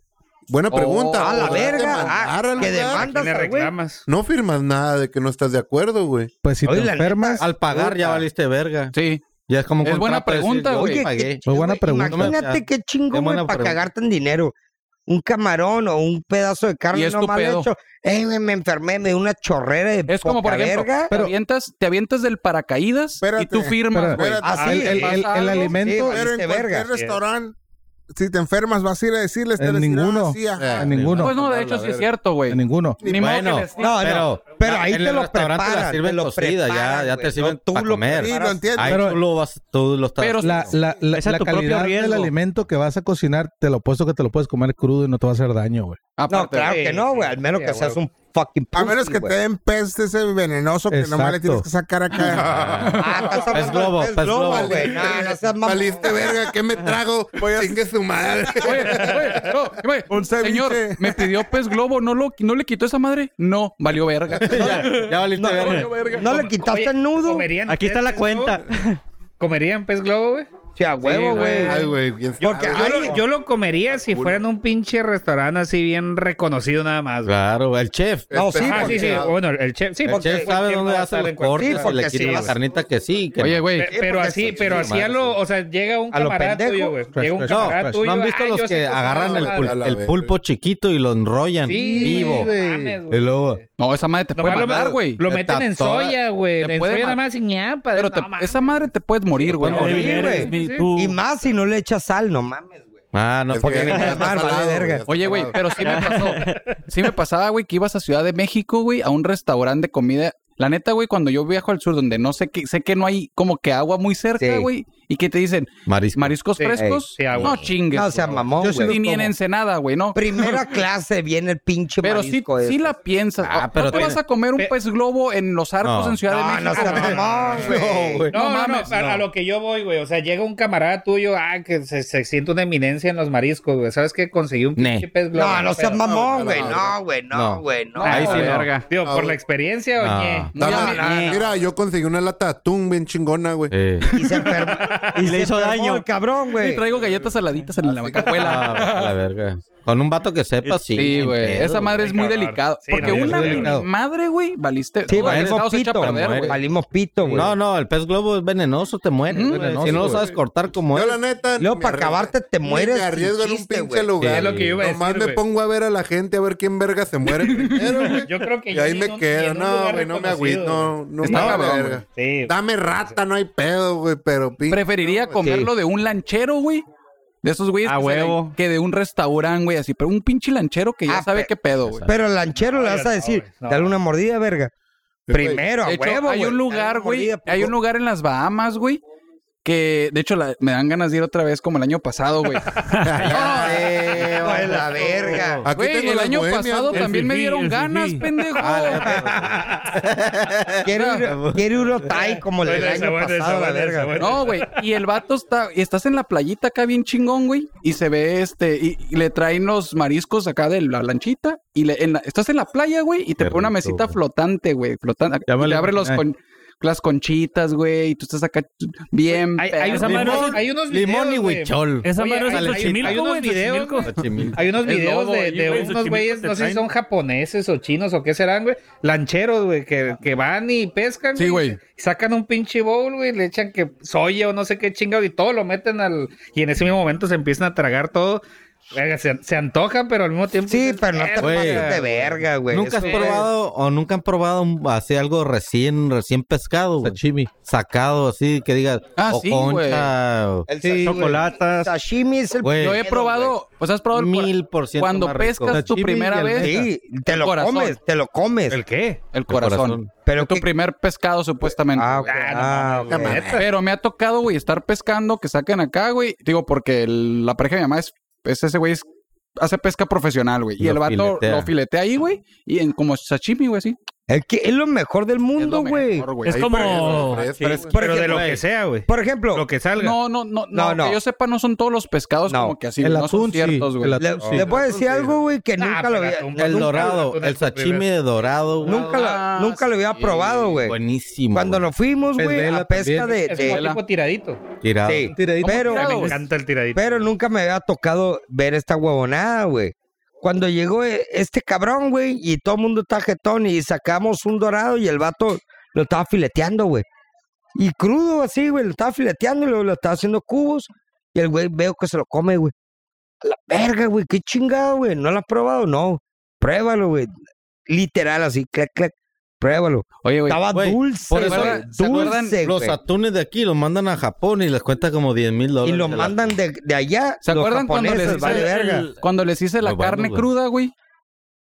[SPEAKER 3] Buena pregunta.
[SPEAKER 7] a la
[SPEAKER 3] podrás
[SPEAKER 7] verga,
[SPEAKER 3] demandar
[SPEAKER 7] ah,
[SPEAKER 3] al
[SPEAKER 7] que
[SPEAKER 3] lugar.
[SPEAKER 7] demandas al güey.
[SPEAKER 3] No firmas nada de que no estás de acuerdo, güey.
[SPEAKER 1] Pues si
[SPEAKER 7] Oye, te la neta, enfermas-
[SPEAKER 2] Al pagar ya
[SPEAKER 7] puta.
[SPEAKER 2] valiste verga.
[SPEAKER 5] Sí.
[SPEAKER 2] Ya es como
[SPEAKER 7] Es buena pregunta, güey. Oye, qué-
[SPEAKER 1] Muy buena pregunta.
[SPEAKER 7] Imagínate qué chingo, güey, para cagarte en dinero. Un camarón o un pedazo de
[SPEAKER 5] Y
[SPEAKER 7] carne
[SPEAKER 5] es
[SPEAKER 7] no
[SPEAKER 5] tu
[SPEAKER 7] mal
[SPEAKER 5] pedo.
[SPEAKER 7] hecho. Ey, güey, me enfermé, me dio una chorrera de
[SPEAKER 5] Es como, por
[SPEAKER 7] poca
[SPEAKER 5] ejemplo,
[SPEAKER 7] verga.
[SPEAKER 5] te, avientas, te avientas del paracaídas y tú firmas, güey.
[SPEAKER 4] espérate.
[SPEAKER 5] Ah,
[SPEAKER 4] El-
[SPEAKER 5] sí,
[SPEAKER 4] el-
[SPEAKER 5] pasa
[SPEAKER 4] el- el
[SPEAKER 5] algo.
[SPEAKER 4] alimento-
[SPEAKER 5] Sí,
[SPEAKER 4] Pero en
[SPEAKER 5] valiste
[SPEAKER 4] cualquier
[SPEAKER 5] verga.
[SPEAKER 4] restaurante, si te enfermas, vas a ir a decirles. te
[SPEAKER 1] En
[SPEAKER 4] decirán,
[SPEAKER 1] ninguno.
[SPEAKER 4] "Ah, sí, ajá".
[SPEAKER 1] En ninguno.
[SPEAKER 5] Pues no, de hecho sí es cierto, güey.
[SPEAKER 1] En ninguno.
[SPEAKER 5] Ni modo que les-
[SPEAKER 7] No, no,
[SPEAKER 2] pero,
[SPEAKER 7] pero ahí
[SPEAKER 2] en
[SPEAKER 7] te
[SPEAKER 2] el
[SPEAKER 7] lo
[SPEAKER 2] restaurante
[SPEAKER 7] preparan,
[SPEAKER 2] la sirven
[SPEAKER 7] te lo
[SPEAKER 2] cocida, ya,
[SPEAKER 7] preparan,
[SPEAKER 2] ya
[SPEAKER 7] güey.
[SPEAKER 2] te sirven
[SPEAKER 7] No, tú
[SPEAKER 2] para
[SPEAKER 7] lo
[SPEAKER 2] comer.
[SPEAKER 7] preparas. Sí, lo entiendo.
[SPEAKER 2] Ahí
[SPEAKER 1] Pero-
[SPEAKER 2] tú lo vas, tú lo estás.
[SPEAKER 1] Pero la, la, la,
[SPEAKER 2] Es a
[SPEAKER 1] la
[SPEAKER 2] tu propio
[SPEAKER 1] calidad del
[SPEAKER 2] riesgo.
[SPEAKER 1] alimento que vas a cocinar, te lo apuesto que te lo puedes comer crudo y no te va a hacer daño, güey.
[SPEAKER 7] no, claro que no, güey. Al menos que seas un fucking
[SPEAKER 4] A menos que te den pez de ese venenoso que nomás le
[SPEAKER 1] Exacto.
[SPEAKER 4] tienes que sacar acá.
[SPEAKER 7] Es globo, es globo, güey. No, no seas mamón.
[SPEAKER 3] Valiste verga, ¿qué me trago? Chingue su madre.
[SPEAKER 5] No, güey, señor, me pidió pez globo, ¿no, lo, ¿no le quitó esa madre? No, valió verga.
[SPEAKER 2] ya, valiste
[SPEAKER 5] No,
[SPEAKER 2] verga.
[SPEAKER 5] valió verga.
[SPEAKER 7] No le quitaste
[SPEAKER 8] Oye,
[SPEAKER 7] el nudo.
[SPEAKER 8] ¿comerían Aquí está la pez globo? ¿Comerían pez globo, güey?
[SPEAKER 7] Sí, a huevo, güey.
[SPEAKER 3] Ay, güey, quién sabe.
[SPEAKER 8] Porque yo, lo, yo lo comería si fuera en un pinche restaurante así bien reconocido nada más.
[SPEAKER 2] Claro, el chef.
[SPEAKER 8] No, sí,
[SPEAKER 2] Especial.
[SPEAKER 8] ah, sí, sí. Bueno, el chef, sí,
[SPEAKER 2] el
[SPEAKER 8] porque
[SPEAKER 2] chef sabe
[SPEAKER 8] el
[SPEAKER 2] dónde
[SPEAKER 8] no va a
[SPEAKER 2] hace
[SPEAKER 8] saber
[SPEAKER 2] los
[SPEAKER 8] en
[SPEAKER 2] cortes y le
[SPEAKER 8] cualquier- Sí, porque
[SPEAKER 2] quita
[SPEAKER 8] sí,
[SPEAKER 2] la
[SPEAKER 8] güey.
[SPEAKER 2] carnita que sí. que
[SPEAKER 5] Oye,
[SPEAKER 2] no.
[SPEAKER 5] güey.
[SPEAKER 8] Pe- Pero así, pero así a lo, o sea, llega un
[SPEAKER 2] A lo
[SPEAKER 8] camarada
[SPEAKER 2] pendejo.
[SPEAKER 8] tuyo, güey. Llega un
[SPEAKER 2] No,
[SPEAKER 8] camarada
[SPEAKER 2] no,
[SPEAKER 8] tuyo.
[SPEAKER 2] ¿no han visto
[SPEAKER 8] "Ay,
[SPEAKER 2] los
[SPEAKER 8] yo sé
[SPEAKER 2] que
[SPEAKER 8] cocinar
[SPEAKER 2] agarran el,
[SPEAKER 8] esa
[SPEAKER 2] pul-
[SPEAKER 8] madre?"
[SPEAKER 2] el pulpo chiquito y lo enrollan
[SPEAKER 8] Sí,
[SPEAKER 2] vivo. Y
[SPEAKER 8] güey.
[SPEAKER 2] luego-
[SPEAKER 5] No, esa madre te puede
[SPEAKER 8] Nomás lo-
[SPEAKER 5] matar, güey.
[SPEAKER 8] Lo meten en
[SPEAKER 5] Te toda-
[SPEAKER 8] soya, güey.
[SPEAKER 5] te
[SPEAKER 8] En
[SPEAKER 5] puede
[SPEAKER 8] soya nada
[SPEAKER 5] matar.
[SPEAKER 8] más sin ñapa.
[SPEAKER 5] Pero
[SPEAKER 8] no
[SPEAKER 5] te-
[SPEAKER 8] mames.
[SPEAKER 5] esa madre te puedes morir, güey.
[SPEAKER 7] Bueno, sí, güey.
[SPEAKER 5] Sí.
[SPEAKER 7] Y más si no le echas sal, no mames, güey.
[SPEAKER 2] Ah, no, porque
[SPEAKER 7] Mar, vale, verga.
[SPEAKER 5] Oye, güey, pero sí me pasó. Sí me pasaba, güey, que ibas a Ciudad de México, güey, a un restaurante de comida. La neta, güey, cuando yo viajo al sur, donde no sé que, sé que no hay como que agua muy cerca,
[SPEAKER 7] Sí.
[SPEAKER 5] güey, y que te dicen mariscos
[SPEAKER 7] Sí,
[SPEAKER 5] frescos.
[SPEAKER 8] ah,
[SPEAKER 7] ey, sí, a
[SPEAKER 5] no
[SPEAKER 7] huevo.
[SPEAKER 5] chingues.
[SPEAKER 7] No, sea
[SPEAKER 5] güey.
[SPEAKER 7] mamón,
[SPEAKER 5] Yo
[SPEAKER 7] güey.
[SPEAKER 5] sí ni en
[SPEAKER 7] Como-
[SPEAKER 5] Ensenada, güey, no.
[SPEAKER 7] Primera clase viene el pinche
[SPEAKER 5] Pero sí,
[SPEAKER 7] marisco
[SPEAKER 5] sí
[SPEAKER 7] ese.
[SPEAKER 5] la piensas. Ah,
[SPEAKER 7] pero
[SPEAKER 5] no te
[SPEAKER 7] te-
[SPEAKER 5] vas a comer un
[SPEAKER 7] pe-
[SPEAKER 5] pez globo en los arcos
[SPEAKER 7] No.
[SPEAKER 5] en Ciudad de
[SPEAKER 7] No, no
[SPEAKER 5] México.
[SPEAKER 7] seas
[SPEAKER 5] güey.
[SPEAKER 7] mamón, güey.
[SPEAKER 5] güey.
[SPEAKER 8] No, no, no,
[SPEAKER 5] mames,
[SPEAKER 8] a,
[SPEAKER 5] no.
[SPEAKER 8] a lo que yo voy, güey. O sea, llega un camarada tuyo, ah, que se, se siente una eminencia en los mariscos, güey. ¿Sabes qué? Conseguí un
[SPEAKER 2] Ne.
[SPEAKER 8] pinche pez globo.
[SPEAKER 7] No, no seas
[SPEAKER 8] Pero-
[SPEAKER 7] mamón, güey. No, güey,
[SPEAKER 2] No.
[SPEAKER 7] no, güey, no.
[SPEAKER 2] Ahí sí,
[SPEAKER 7] güey.
[SPEAKER 2] verga.
[SPEAKER 8] Digo,
[SPEAKER 3] No,
[SPEAKER 8] por la
[SPEAKER 3] güey.
[SPEAKER 8] experiencia,
[SPEAKER 2] No.
[SPEAKER 8] oye.
[SPEAKER 3] Dame-
[SPEAKER 7] No, no, no.
[SPEAKER 3] Mira, yo conseguí una lata de atún bien chingona, güey.
[SPEAKER 7] Y le hizo daño. El cabrón,
[SPEAKER 5] Y
[SPEAKER 7] güey.
[SPEAKER 5] traigo galletas saladitas en la
[SPEAKER 2] Ah,
[SPEAKER 5] cajuela.
[SPEAKER 2] a la verga. Con un vato que
[SPEAKER 7] Ah,
[SPEAKER 2] sepa, sí.
[SPEAKER 5] Sí, güey.
[SPEAKER 2] pedo,
[SPEAKER 5] Esa madre es muy
[SPEAKER 8] cabrón.
[SPEAKER 5] delicada.
[SPEAKER 8] Sí,
[SPEAKER 5] Porque
[SPEAKER 8] no, es
[SPEAKER 5] una
[SPEAKER 8] muy
[SPEAKER 5] mini
[SPEAKER 2] delicado.
[SPEAKER 5] madre, güey, valiste.
[SPEAKER 7] Sí,
[SPEAKER 5] todo el
[SPEAKER 7] valimos
[SPEAKER 5] estado se echa a
[SPEAKER 7] pito,
[SPEAKER 5] perder,
[SPEAKER 2] muere.
[SPEAKER 5] güey.
[SPEAKER 7] Valimos pito, güey.
[SPEAKER 2] No, no, el pez globo es venenoso, te muere.
[SPEAKER 5] Mm.
[SPEAKER 2] güey.
[SPEAKER 5] Venenoso,
[SPEAKER 2] si no lo
[SPEAKER 5] güey.
[SPEAKER 2] sabes cortar como
[SPEAKER 3] Yo,
[SPEAKER 2] es.
[SPEAKER 3] la neta.
[SPEAKER 7] Luego,
[SPEAKER 3] me
[SPEAKER 7] para
[SPEAKER 3] arre-
[SPEAKER 7] acabarte, te
[SPEAKER 3] ni
[SPEAKER 7] mueres
[SPEAKER 3] Me
[SPEAKER 7] sin
[SPEAKER 3] arriesgo en un
[SPEAKER 7] chiste,
[SPEAKER 3] pinche
[SPEAKER 7] güey.
[SPEAKER 3] lugar.
[SPEAKER 8] Es lo que yo iba a
[SPEAKER 3] Nomás
[SPEAKER 8] decir,
[SPEAKER 3] me
[SPEAKER 8] güey.
[SPEAKER 3] pongo a ver a la gente, a ver quién verga se muere primero, güey.
[SPEAKER 8] Yo creo que
[SPEAKER 3] Y
[SPEAKER 8] ya
[SPEAKER 3] ahí
[SPEAKER 8] ni en
[SPEAKER 3] me
[SPEAKER 8] un-
[SPEAKER 3] queda.
[SPEAKER 8] ni en un
[SPEAKER 3] No,
[SPEAKER 8] lugar
[SPEAKER 3] güey, no me agüito.
[SPEAKER 8] reconocido,
[SPEAKER 3] No, no
[SPEAKER 5] Está
[SPEAKER 3] me vale
[SPEAKER 5] cabrón,
[SPEAKER 3] verga.
[SPEAKER 8] güey. Sí.
[SPEAKER 3] Dame rata, no hay pedo, güey, pero pinche.
[SPEAKER 5] Preferiría comerlo de un lanchero, güey. De esos güeyes
[SPEAKER 11] A
[SPEAKER 5] que, se-
[SPEAKER 11] huevo.
[SPEAKER 5] que de un restaurante, güey, así. Pero un pinche lanchero que ya
[SPEAKER 7] Ah,
[SPEAKER 5] sabe
[SPEAKER 7] pe-
[SPEAKER 5] qué pedo, güey.
[SPEAKER 7] Pero al lanchero le
[SPEAKER 8] No,
[SPEAKER 7] vas a
[SPEAKER 8] no,
[SPEAKER 7] decir,
[SPEAKER 8] güey, no.
[SPEAKER 7] dale una mordida, verga. Primero, a
[SPEAKER 5] De hecho,
[SPEAKER 7] huevo,
[SPEAKER 5] hay
[SPEAKER 7] güey.
[SPEAKER 5] un lugar,
[SPEAKER 7] Dale una
[SPEAKER 5] güey.
[SPEAKER 7] mordida,
[SPEAKER 5] Hay un lugar en las Bahamas, güey. Que, de hecho, la- me dan ganas de ir otra vez como el año pasado, güey.
[SPEAKER 7] Hijo de la verga.
[SPEAKER 3] Aquí
[SPEAKER 5] Eh, Güey,
[SPEAKER 3] tengo
[SPEAKER 5] el
[SPEAKER 3] las
[SPEAKER 5] año
[SPEAKER 3] bohemias,
[SPEAKER 5] pasado
[SPEAKER 3] güey.
[SPEAKER 5] también me
[SPEAKER 11] fifí,
[SPEAKER 5] dieron
[SPEAKER 11] el
[SPEAKER 5] ganas,
[SPEAKER 7] Ah,
[SPEAKER 11] fifí.
[SPEAKER 5] pendejo.
[SPEAKER 7] Quiero ir, quiero ir a Otay como el del
[SPEAKER 8] Buena esa,
[SPEAKER 7] año
[SPEAKER 8] buena esa,
[SPEAKER 7] pasado, la
[SPEAKER 8] buena esa,
[SPEAKER 7] verga.
[SPEAKER 8] buena.
[SPEAKER 5] No, güey. Y el vato está. y Estás en la playita acá bien chingón, güey. Y se ve este. Y, y le traen los mariscos acá de la lanchita. Y le, en la- estás en la playa, güey. Y te
[SPEAKER 2] Qué
[SPEAKER 5] pone una
[SPEAKER 2] rico,
[SPEAKER 5] mesita
[SPEAKER 2] güey.
[SPEAKER 5] flotante, güey. Flotante.
[SPEAKER 1] Ya me
[SPEAKER 5] y te
[SPEAKER 1] lo
[SPEAKER 5] abre los
[SPEAKER 1] imaginé.
[SPEAKER 5] con- las conchitas, güey. Y tú estás acá bien.
[SPEAKER 11] Hay-
[SPEAKER 5] pedo.
[SPEAKER 11] hay esa madre-
[SPEAKER 5] Limón.
[SPEAKER 8] Hay unos
[SPEAKER 2] Limón y
[SPEAKER 8] videos, güey.
[SPEAKER 2] huichol.
[SPEAKER 11] Esa
[SPEAKER 8] Oye,
[SPEAKER 11] madre es en
[SPEAKER 8] hay- hay- hay
[SPEAKER 11] Xochimilco,
[SPEAKER 8] unos
[SPEAKER 11] güey. en
[SPEAKER 8] videos,
[SPEAKER 11] Xochimilco.
[SPEAKER 8] güey.
[SPEAKER 2] Chimil.
[SPEAKER 8] Hay unos
[SPEAKER 11] El
[SPEAKER 8] videos
[SPEAKER 11] lobo
[SPEAKER 8] de,
[SPEAKER 11] ahí,
[SPEAKER 8] de
[SPEAKER 11] güey, en
[SPEAKER 8] unos
[SPEAKER 11] Xochimilco
[SPEAKER 8] güeyes,
[SPEAKER 11] te
[SPEAKER 8] no sé si
[SPEAKER 11] traen.
[SPEAKER 8] son japoneses o chinos o qué serán, güey. Lancheros, güey, que, que van y pescan.
[SPEAKER 5] Sí, güey.
[SPEAKER 8] Sacan un pinche bowl, güey, le echan que soya o no sé qué chingado y todo lo meten al. Y en ese mismo momento se empiezan a tragar todo. Verga, se, se antojan, pero al mismo tiempo.
[SPEAKER 7] Sí,
[SPEAKER 8] dices,
[SPEAKER 7] pero no te
[SPEAKER 8] "Verga,
[SPEAKER 7] pases de
[SPEAKER 8] güey".
[SPEAKER 7] verga, güey.
[SPEAKER 2] Nunca has
[SPEAKER 7] Eso-
[SPEAKER 2] probado o nunca han probado un- así algo recién, recién pescado, güey?
[SPEAKER 1] Sashimi.
[SPEAKER 2] Sacado así, que digas,
[SPEAKER 5] Ah,
[SPEAKER 2] o
[SPEAKER 5] sí,
[SPEAKER 2] concha, o-
[SPEAKER 7] El
[SPEAKER 8] Sí,
[SPEAKER 7] sashimi.
[SPEAKER 8] chocolatas.
[SPEAKER 7] Sashimi es el
[SPEAKER 2] Güey.
[SPEAKER 5] Yo he
[SPEAKER 7] pedo,
[SPEAKER 5] probado. Pues has probado el cora-
[SPEAKER 2] mil por ciento
[SPEAKER 5] Cuando
[SPEAKER 2] más rico.
[SPEAKER 5] pescas tu
[SPEAKER 1] Sashimi y
[SPEAKER 5] primera
[SPEAKER 1] almeja.
[SPEAKER 7] güey. Sí,
[SPEAKER 5] vez,
[SPEAKER 7] te lo
[SPEAKER 5] Corazón.
[SPEAKER 7] comes, te lo comes.
[SPEAKER 8] ¿El qué?
[SPEAKER 5] el corazón.
[SPEAKER 2] corazón.
[SPEAKER 7] Pero
[SPEAKER 5] tu
[SPEAKER 7] qué-
[SPEAKER 5] primer pescado, supuestamente.
[SPEAKER 7] Ah, ok.
[SPEAKER 8] Ah, no
[SPEAKER 7] Ah,
[SPEAKER 8] mames, güey.
[SPEAKER 7] ok.
[SPEAKER 8] Neta.
[SPEAKER 5] Pero me ha tocado, güey, estar pescando, que saquen acá, güey. Digo, porque el- la pareja de mi mamá es, es ese güey, es- hace pesca profesional, güey. Y
[SPEAKER 2] Lo
[SPEAKER 5] el vato
[SPEAKER 2] filetea.
[SPEAKER 5] lo filetea ahí, güey. Y en como sashimi, güey, así.
[SPEAKER 7] Es que es lo mejor del
[SPEAKER 5] Es
[SPEAKER 7] mundo,
[SPEAKER 5] lo
[SPEAKER 7] güey.
[SPEAKER 5] mejor,
[SPEAKER 11] Es
[SPEAKER 3] Ahí
[SPEAKER 11] como.
[SPEAKER 3] fresco, fresco,
[SPEAKER 7] Pero
[SPEAKER 3] güey.
[SPEAKER 7] por
[SPEAKER 8] Pero de lo
[SPEAKER 7] ejemplo,
[SPEAKER 8] que sea, güey.
[SPEAKER 7] por ejemplo,
[SPEAKER 8] Lo que salga.
[SPEAKER 5] No, no, no, no,
[SPEAKER 7] No, no.
[SPEAKER 5] Que yo sepa, no son todos los pescados
[SPEAKER 7] No.
[SPEAKER 5] como que así.
[SPEAKER 1] El
[SPEAKER 5] no son
[SPEAKER 1] atún, sí.
[SPEAKER 5] ciertos, güey.
[SPEAKER 1] El
[SPEAKER 7] le,
[SPEAKER 1] atún, sí.
[SPEAKER 7] les voy a decir
[SPEAKER 3] Sí.
[SPEAKER 7] algo, güey, que
[SPEAKER 8] Nah,
[SPEAKER 7] nunca lo
[SPEAKER 8] pero
[SPEAKER 7] había,
[SPEAKER 8] tú-
[SPEAKER 2] El
[SPEAKER 8] nunca-
[SPEAKER 2] dorado,
[SPEAKER 8] tú-
[SPEAKER 2] el sashimi de dorado, güey.
[SPEAKER 7] nunca,
[SPEAKER 5] Ah,
[SPEAKER 7] lo, nunca lo había
[SPEAKER 5] sí.
[SPEAKER 7] probado, güey.
[SPEAKER 2] Buenísimo.
[SPEAKER 7] Cuando
[SPEAKER 2] güey.
[SPEAKER 7] nos fuimos,
[SPEAKER 8] Pues,
[SPEAKER 1] Pez
[SPEAKER 7] güey,
[SPEAKER 1] vela
[SPEAKER 7] a pesca de,
[SPEAKER 8] Es
[SPEAKER 7] de-
[SPEAKER 8] como tipo tiradito.
[SPEAKER 2] Tirado.
[SPEAKER 7] sí.
[SPEAKER 1] Tiradito.
[SPEAKER 7] Pero, pues,
[SPEAKER 8] Ah,
[SPEAKER 5] Claro,
[SPEAKER 8] Me
[SPEAKER 5] güey.
[SPEAKER 8] encanta el tiradito.
[SPEAKER 7] pero nunca me había tocado ver esta huevonada, güey. Cuando llegó eh, este cabrón, güey, y todo el mundo está jetón y sacamos un dorado y el vato lo estaba fileteando, güey. Y crudo así, güey, lo estaba fileteando y lo, lo estaba haciendo cubos. Y el güey veo que se lo come, güey. A la verga, güey, qué chingado, güey. ¿No lo has probado? No. Pruébalo, güey. Literal, así, clac, clac. Pruébalo.
[SPEAKER 5] Oye, güey.
[SPEAKER 7] Estaba
[SPEAKER 2] güey,
[SPEAKER 7] dulce,
[SPEAKER 2] por eso,
[SPEAKER 7] güey,
[SPEAKER 5] ¿se acuerdan
[SPEAKER 7] dulce,
[SPEAKER 2] Los
[SPEAKER 7] güey.
[SPEAKER 2] atunes de aquí los mandan a Japón y les cuesta como 10 mil
[SPEAKER 7] Y
[SPEAKER 2] dólares.
[SPEAKER 7] lo
[SPEAKER 2] de la-
[SPEAKER 7] mandan de, de allá.
[SPEAKER 5] ¿Se
[SPEAKER 7] los
[SPEAKER 5] acuerdan cuando
[SPEAKER 7] japoneses,
[SPEAKER 5] les, hice
[SPEAKER 7] vale verga.
[SPEAKER 5] el- cuando les hice la
[SPEAKER 2] Muy bueno,
[SPEAKER 5] carne
[SPEAKER 2] güey.
[SPEAKER 5] cruda, güey?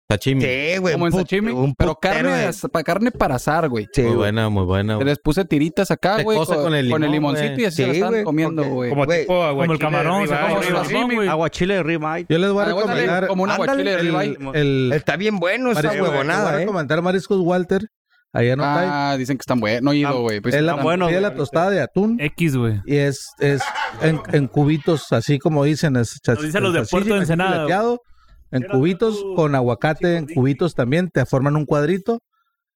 [SPEAKER 2] Sashimi.
[SPEAKER 7] Sí, güey.
[SPEAKER 5] como en
[SPEAKER 7] put-
[SPEAKER 5] sashimi.
[SPEAKER 7] un
[SPEAKER 5] Pero
[SPEAKER 7] putero
[SPEAKER 5] carne,
[SPEAKER 7] de-
[SPEAKER 5] as- pa- carne para asar, güey.
[SPEAKER 7] Sí,
[SPEAKER 2] muy
[SPEAKER 7] güey.
[SPEAKER 2] buena, muy buena.
[SPEAKER 5] Se
[SPEAKER 2] güey.
[SPEAKER 5] les puse tiritas acá,
[SPEAKER 2] Se
[SPEAKER 5] güey.
[SPEAKER 2] cose
[SPEAKER 5] Con,
[SPEAKER 2] con el
[SPEAKER 5] con el
[SPEAKER 2] limón,
[SPEAKER 5] limoncito
[SPEAKER 2] güey.
[SPEAKER 5] y así se la
[SPEAKER 7] Sí,
[SPEAKER 5] estaban
[SPEAKER 7] güey,
[SPEAKER 5] comiendo,
[SPEAKER 7] porque-
[SPEAKER 5] güey.
[SPEAKER 8] Como
[SPEAKER 7] Güey,
[SPEAKER 8] tipo
[SPEAKER 11] Como el camarón,
[SPEAKER 8] aguachile de
[SPEAKER 11] ¿sabes?
[SPEAKER 5] como
[SPEAKER 8] ribeye,
[SPEAKER 5] el
[SPEAKER 8] güey.
[SPEAKER 5] salmón, güey.
[SPEAKER 6] Aguachile de ribeye.
[SPEAKER 1] Yo les voy a
[SPEAKER 5] Ah, ándale,
[SPEAKER 1] recomendar.
[SPEAKER 5] como un
[SPEAKER 1] Ándale,
[SPEAKER 5] aguachile de
[SPEAKER 1] el-
[SPEAKER 5] ribeye.
[SPEAKER 1] el-
[SPEAKER 7] Está bien bueno esa
[SPEAKER 1] Mariscos, les
[SPEAKER 7] huevonada,
[SPEAKER 1] voy a
[SPEAKER 7] ¿eh?
[SPEAKER 1] recomendar mariscos Walter. Allá no hay.
[SPEAKER 5] Ah, dicen que están buenos. No he ido,
[SPEAKER 6] Están-
[SPEAKER 5] güey. Pues,
[SPEAKER 1] es la,
[SPEAKER 5] están-
[SPEAKER 6] buenos,
[SPEAKER 1] es la
[SPEAKER 6] güey.
[SPEAKER 1] tostada de atún.
[SPEAKER 11] X, güey.
[SPEAKER 1] Y es, es en, en cubitos, así como dicen. Es chas-
[SPEAKER 11] Lo dicen los de
[SPEAKER 1] chas-
[SPEAKER 11] Puerto de Ensenada, güey.
[SPEAKER 1] fileteado, En cubitos, con aguacate, en cubitos también. Te forman un cuadrito.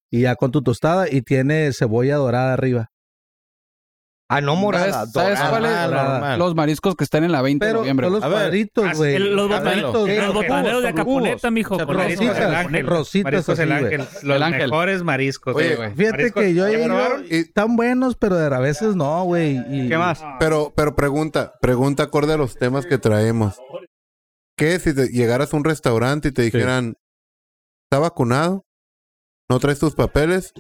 [SPEAKER 1] Y ya con tu tostada. Y tiene cebolla dorada arriba.
[SPEAKER 7] Ah, no morada.
[SPEAKER 5] ¿Sabes- ¿Sabes
[SPEAKER 7] dorada.
[SPEAKER 5] cuál es?
[SPEAKER 2] Normal, normal.
[SPEAKER 5] Los mariscos que están en la 20 de
[SPEAKER 1] Pero
[SPEAKER 5] noviembre.
[SPEAKER 1] son los
[SPEAKER 2] A ver,
[SPEAKER 1] cuadritos,
[SPEAKER 8] haz
[SPEAKER 1] güey.
[SPEAKER 11] el- los
[SPEAKER 2] botaneros-
[SPEAKER 1] Cuadritos.
[SPEAKER 11] Los
[SPEAKER 8] Cubos,
[SPEAKER 11] botaneros de
[SPEAKER 1] son cubos.
[SPEAKER 11] Acaponeta, mijo. con
[SPEAKER 1] Rositas,
[SPEAKER 11] rosas, el ángel.
[SPEAKER 1] rositas
[SPEAKER 8] Mariscos el
[SPEAKER 1] así, güey.
[SPEAKER 8] ángel. Los
[SPEAKER 5] El ángel.
[SPEAKER 8] mejores mariscos.
[SPEAKER 3] Oye,
[SPEAKER 8] güey.
[SPEAKER 1] Fíjate
[SPEAKER 8] Mariscos-
[SPEAKER 1] que yo he
[SPEAKER 8] ¿Ya
[SPEAKER 1] ido
[SPEAKER 8] probaron?
[SPEAKER 1] y están buenos, pero de a veces no, güey. y-
[SPEAKER 6] ¿Qué más?
[SPEAKER 3] Pero, pero pregunta, pregunta acorde a los temas que traemos. ¿Qué si te llegaras a un restaurante y te dijeran, está vacunado? ¿No traes tus papeles?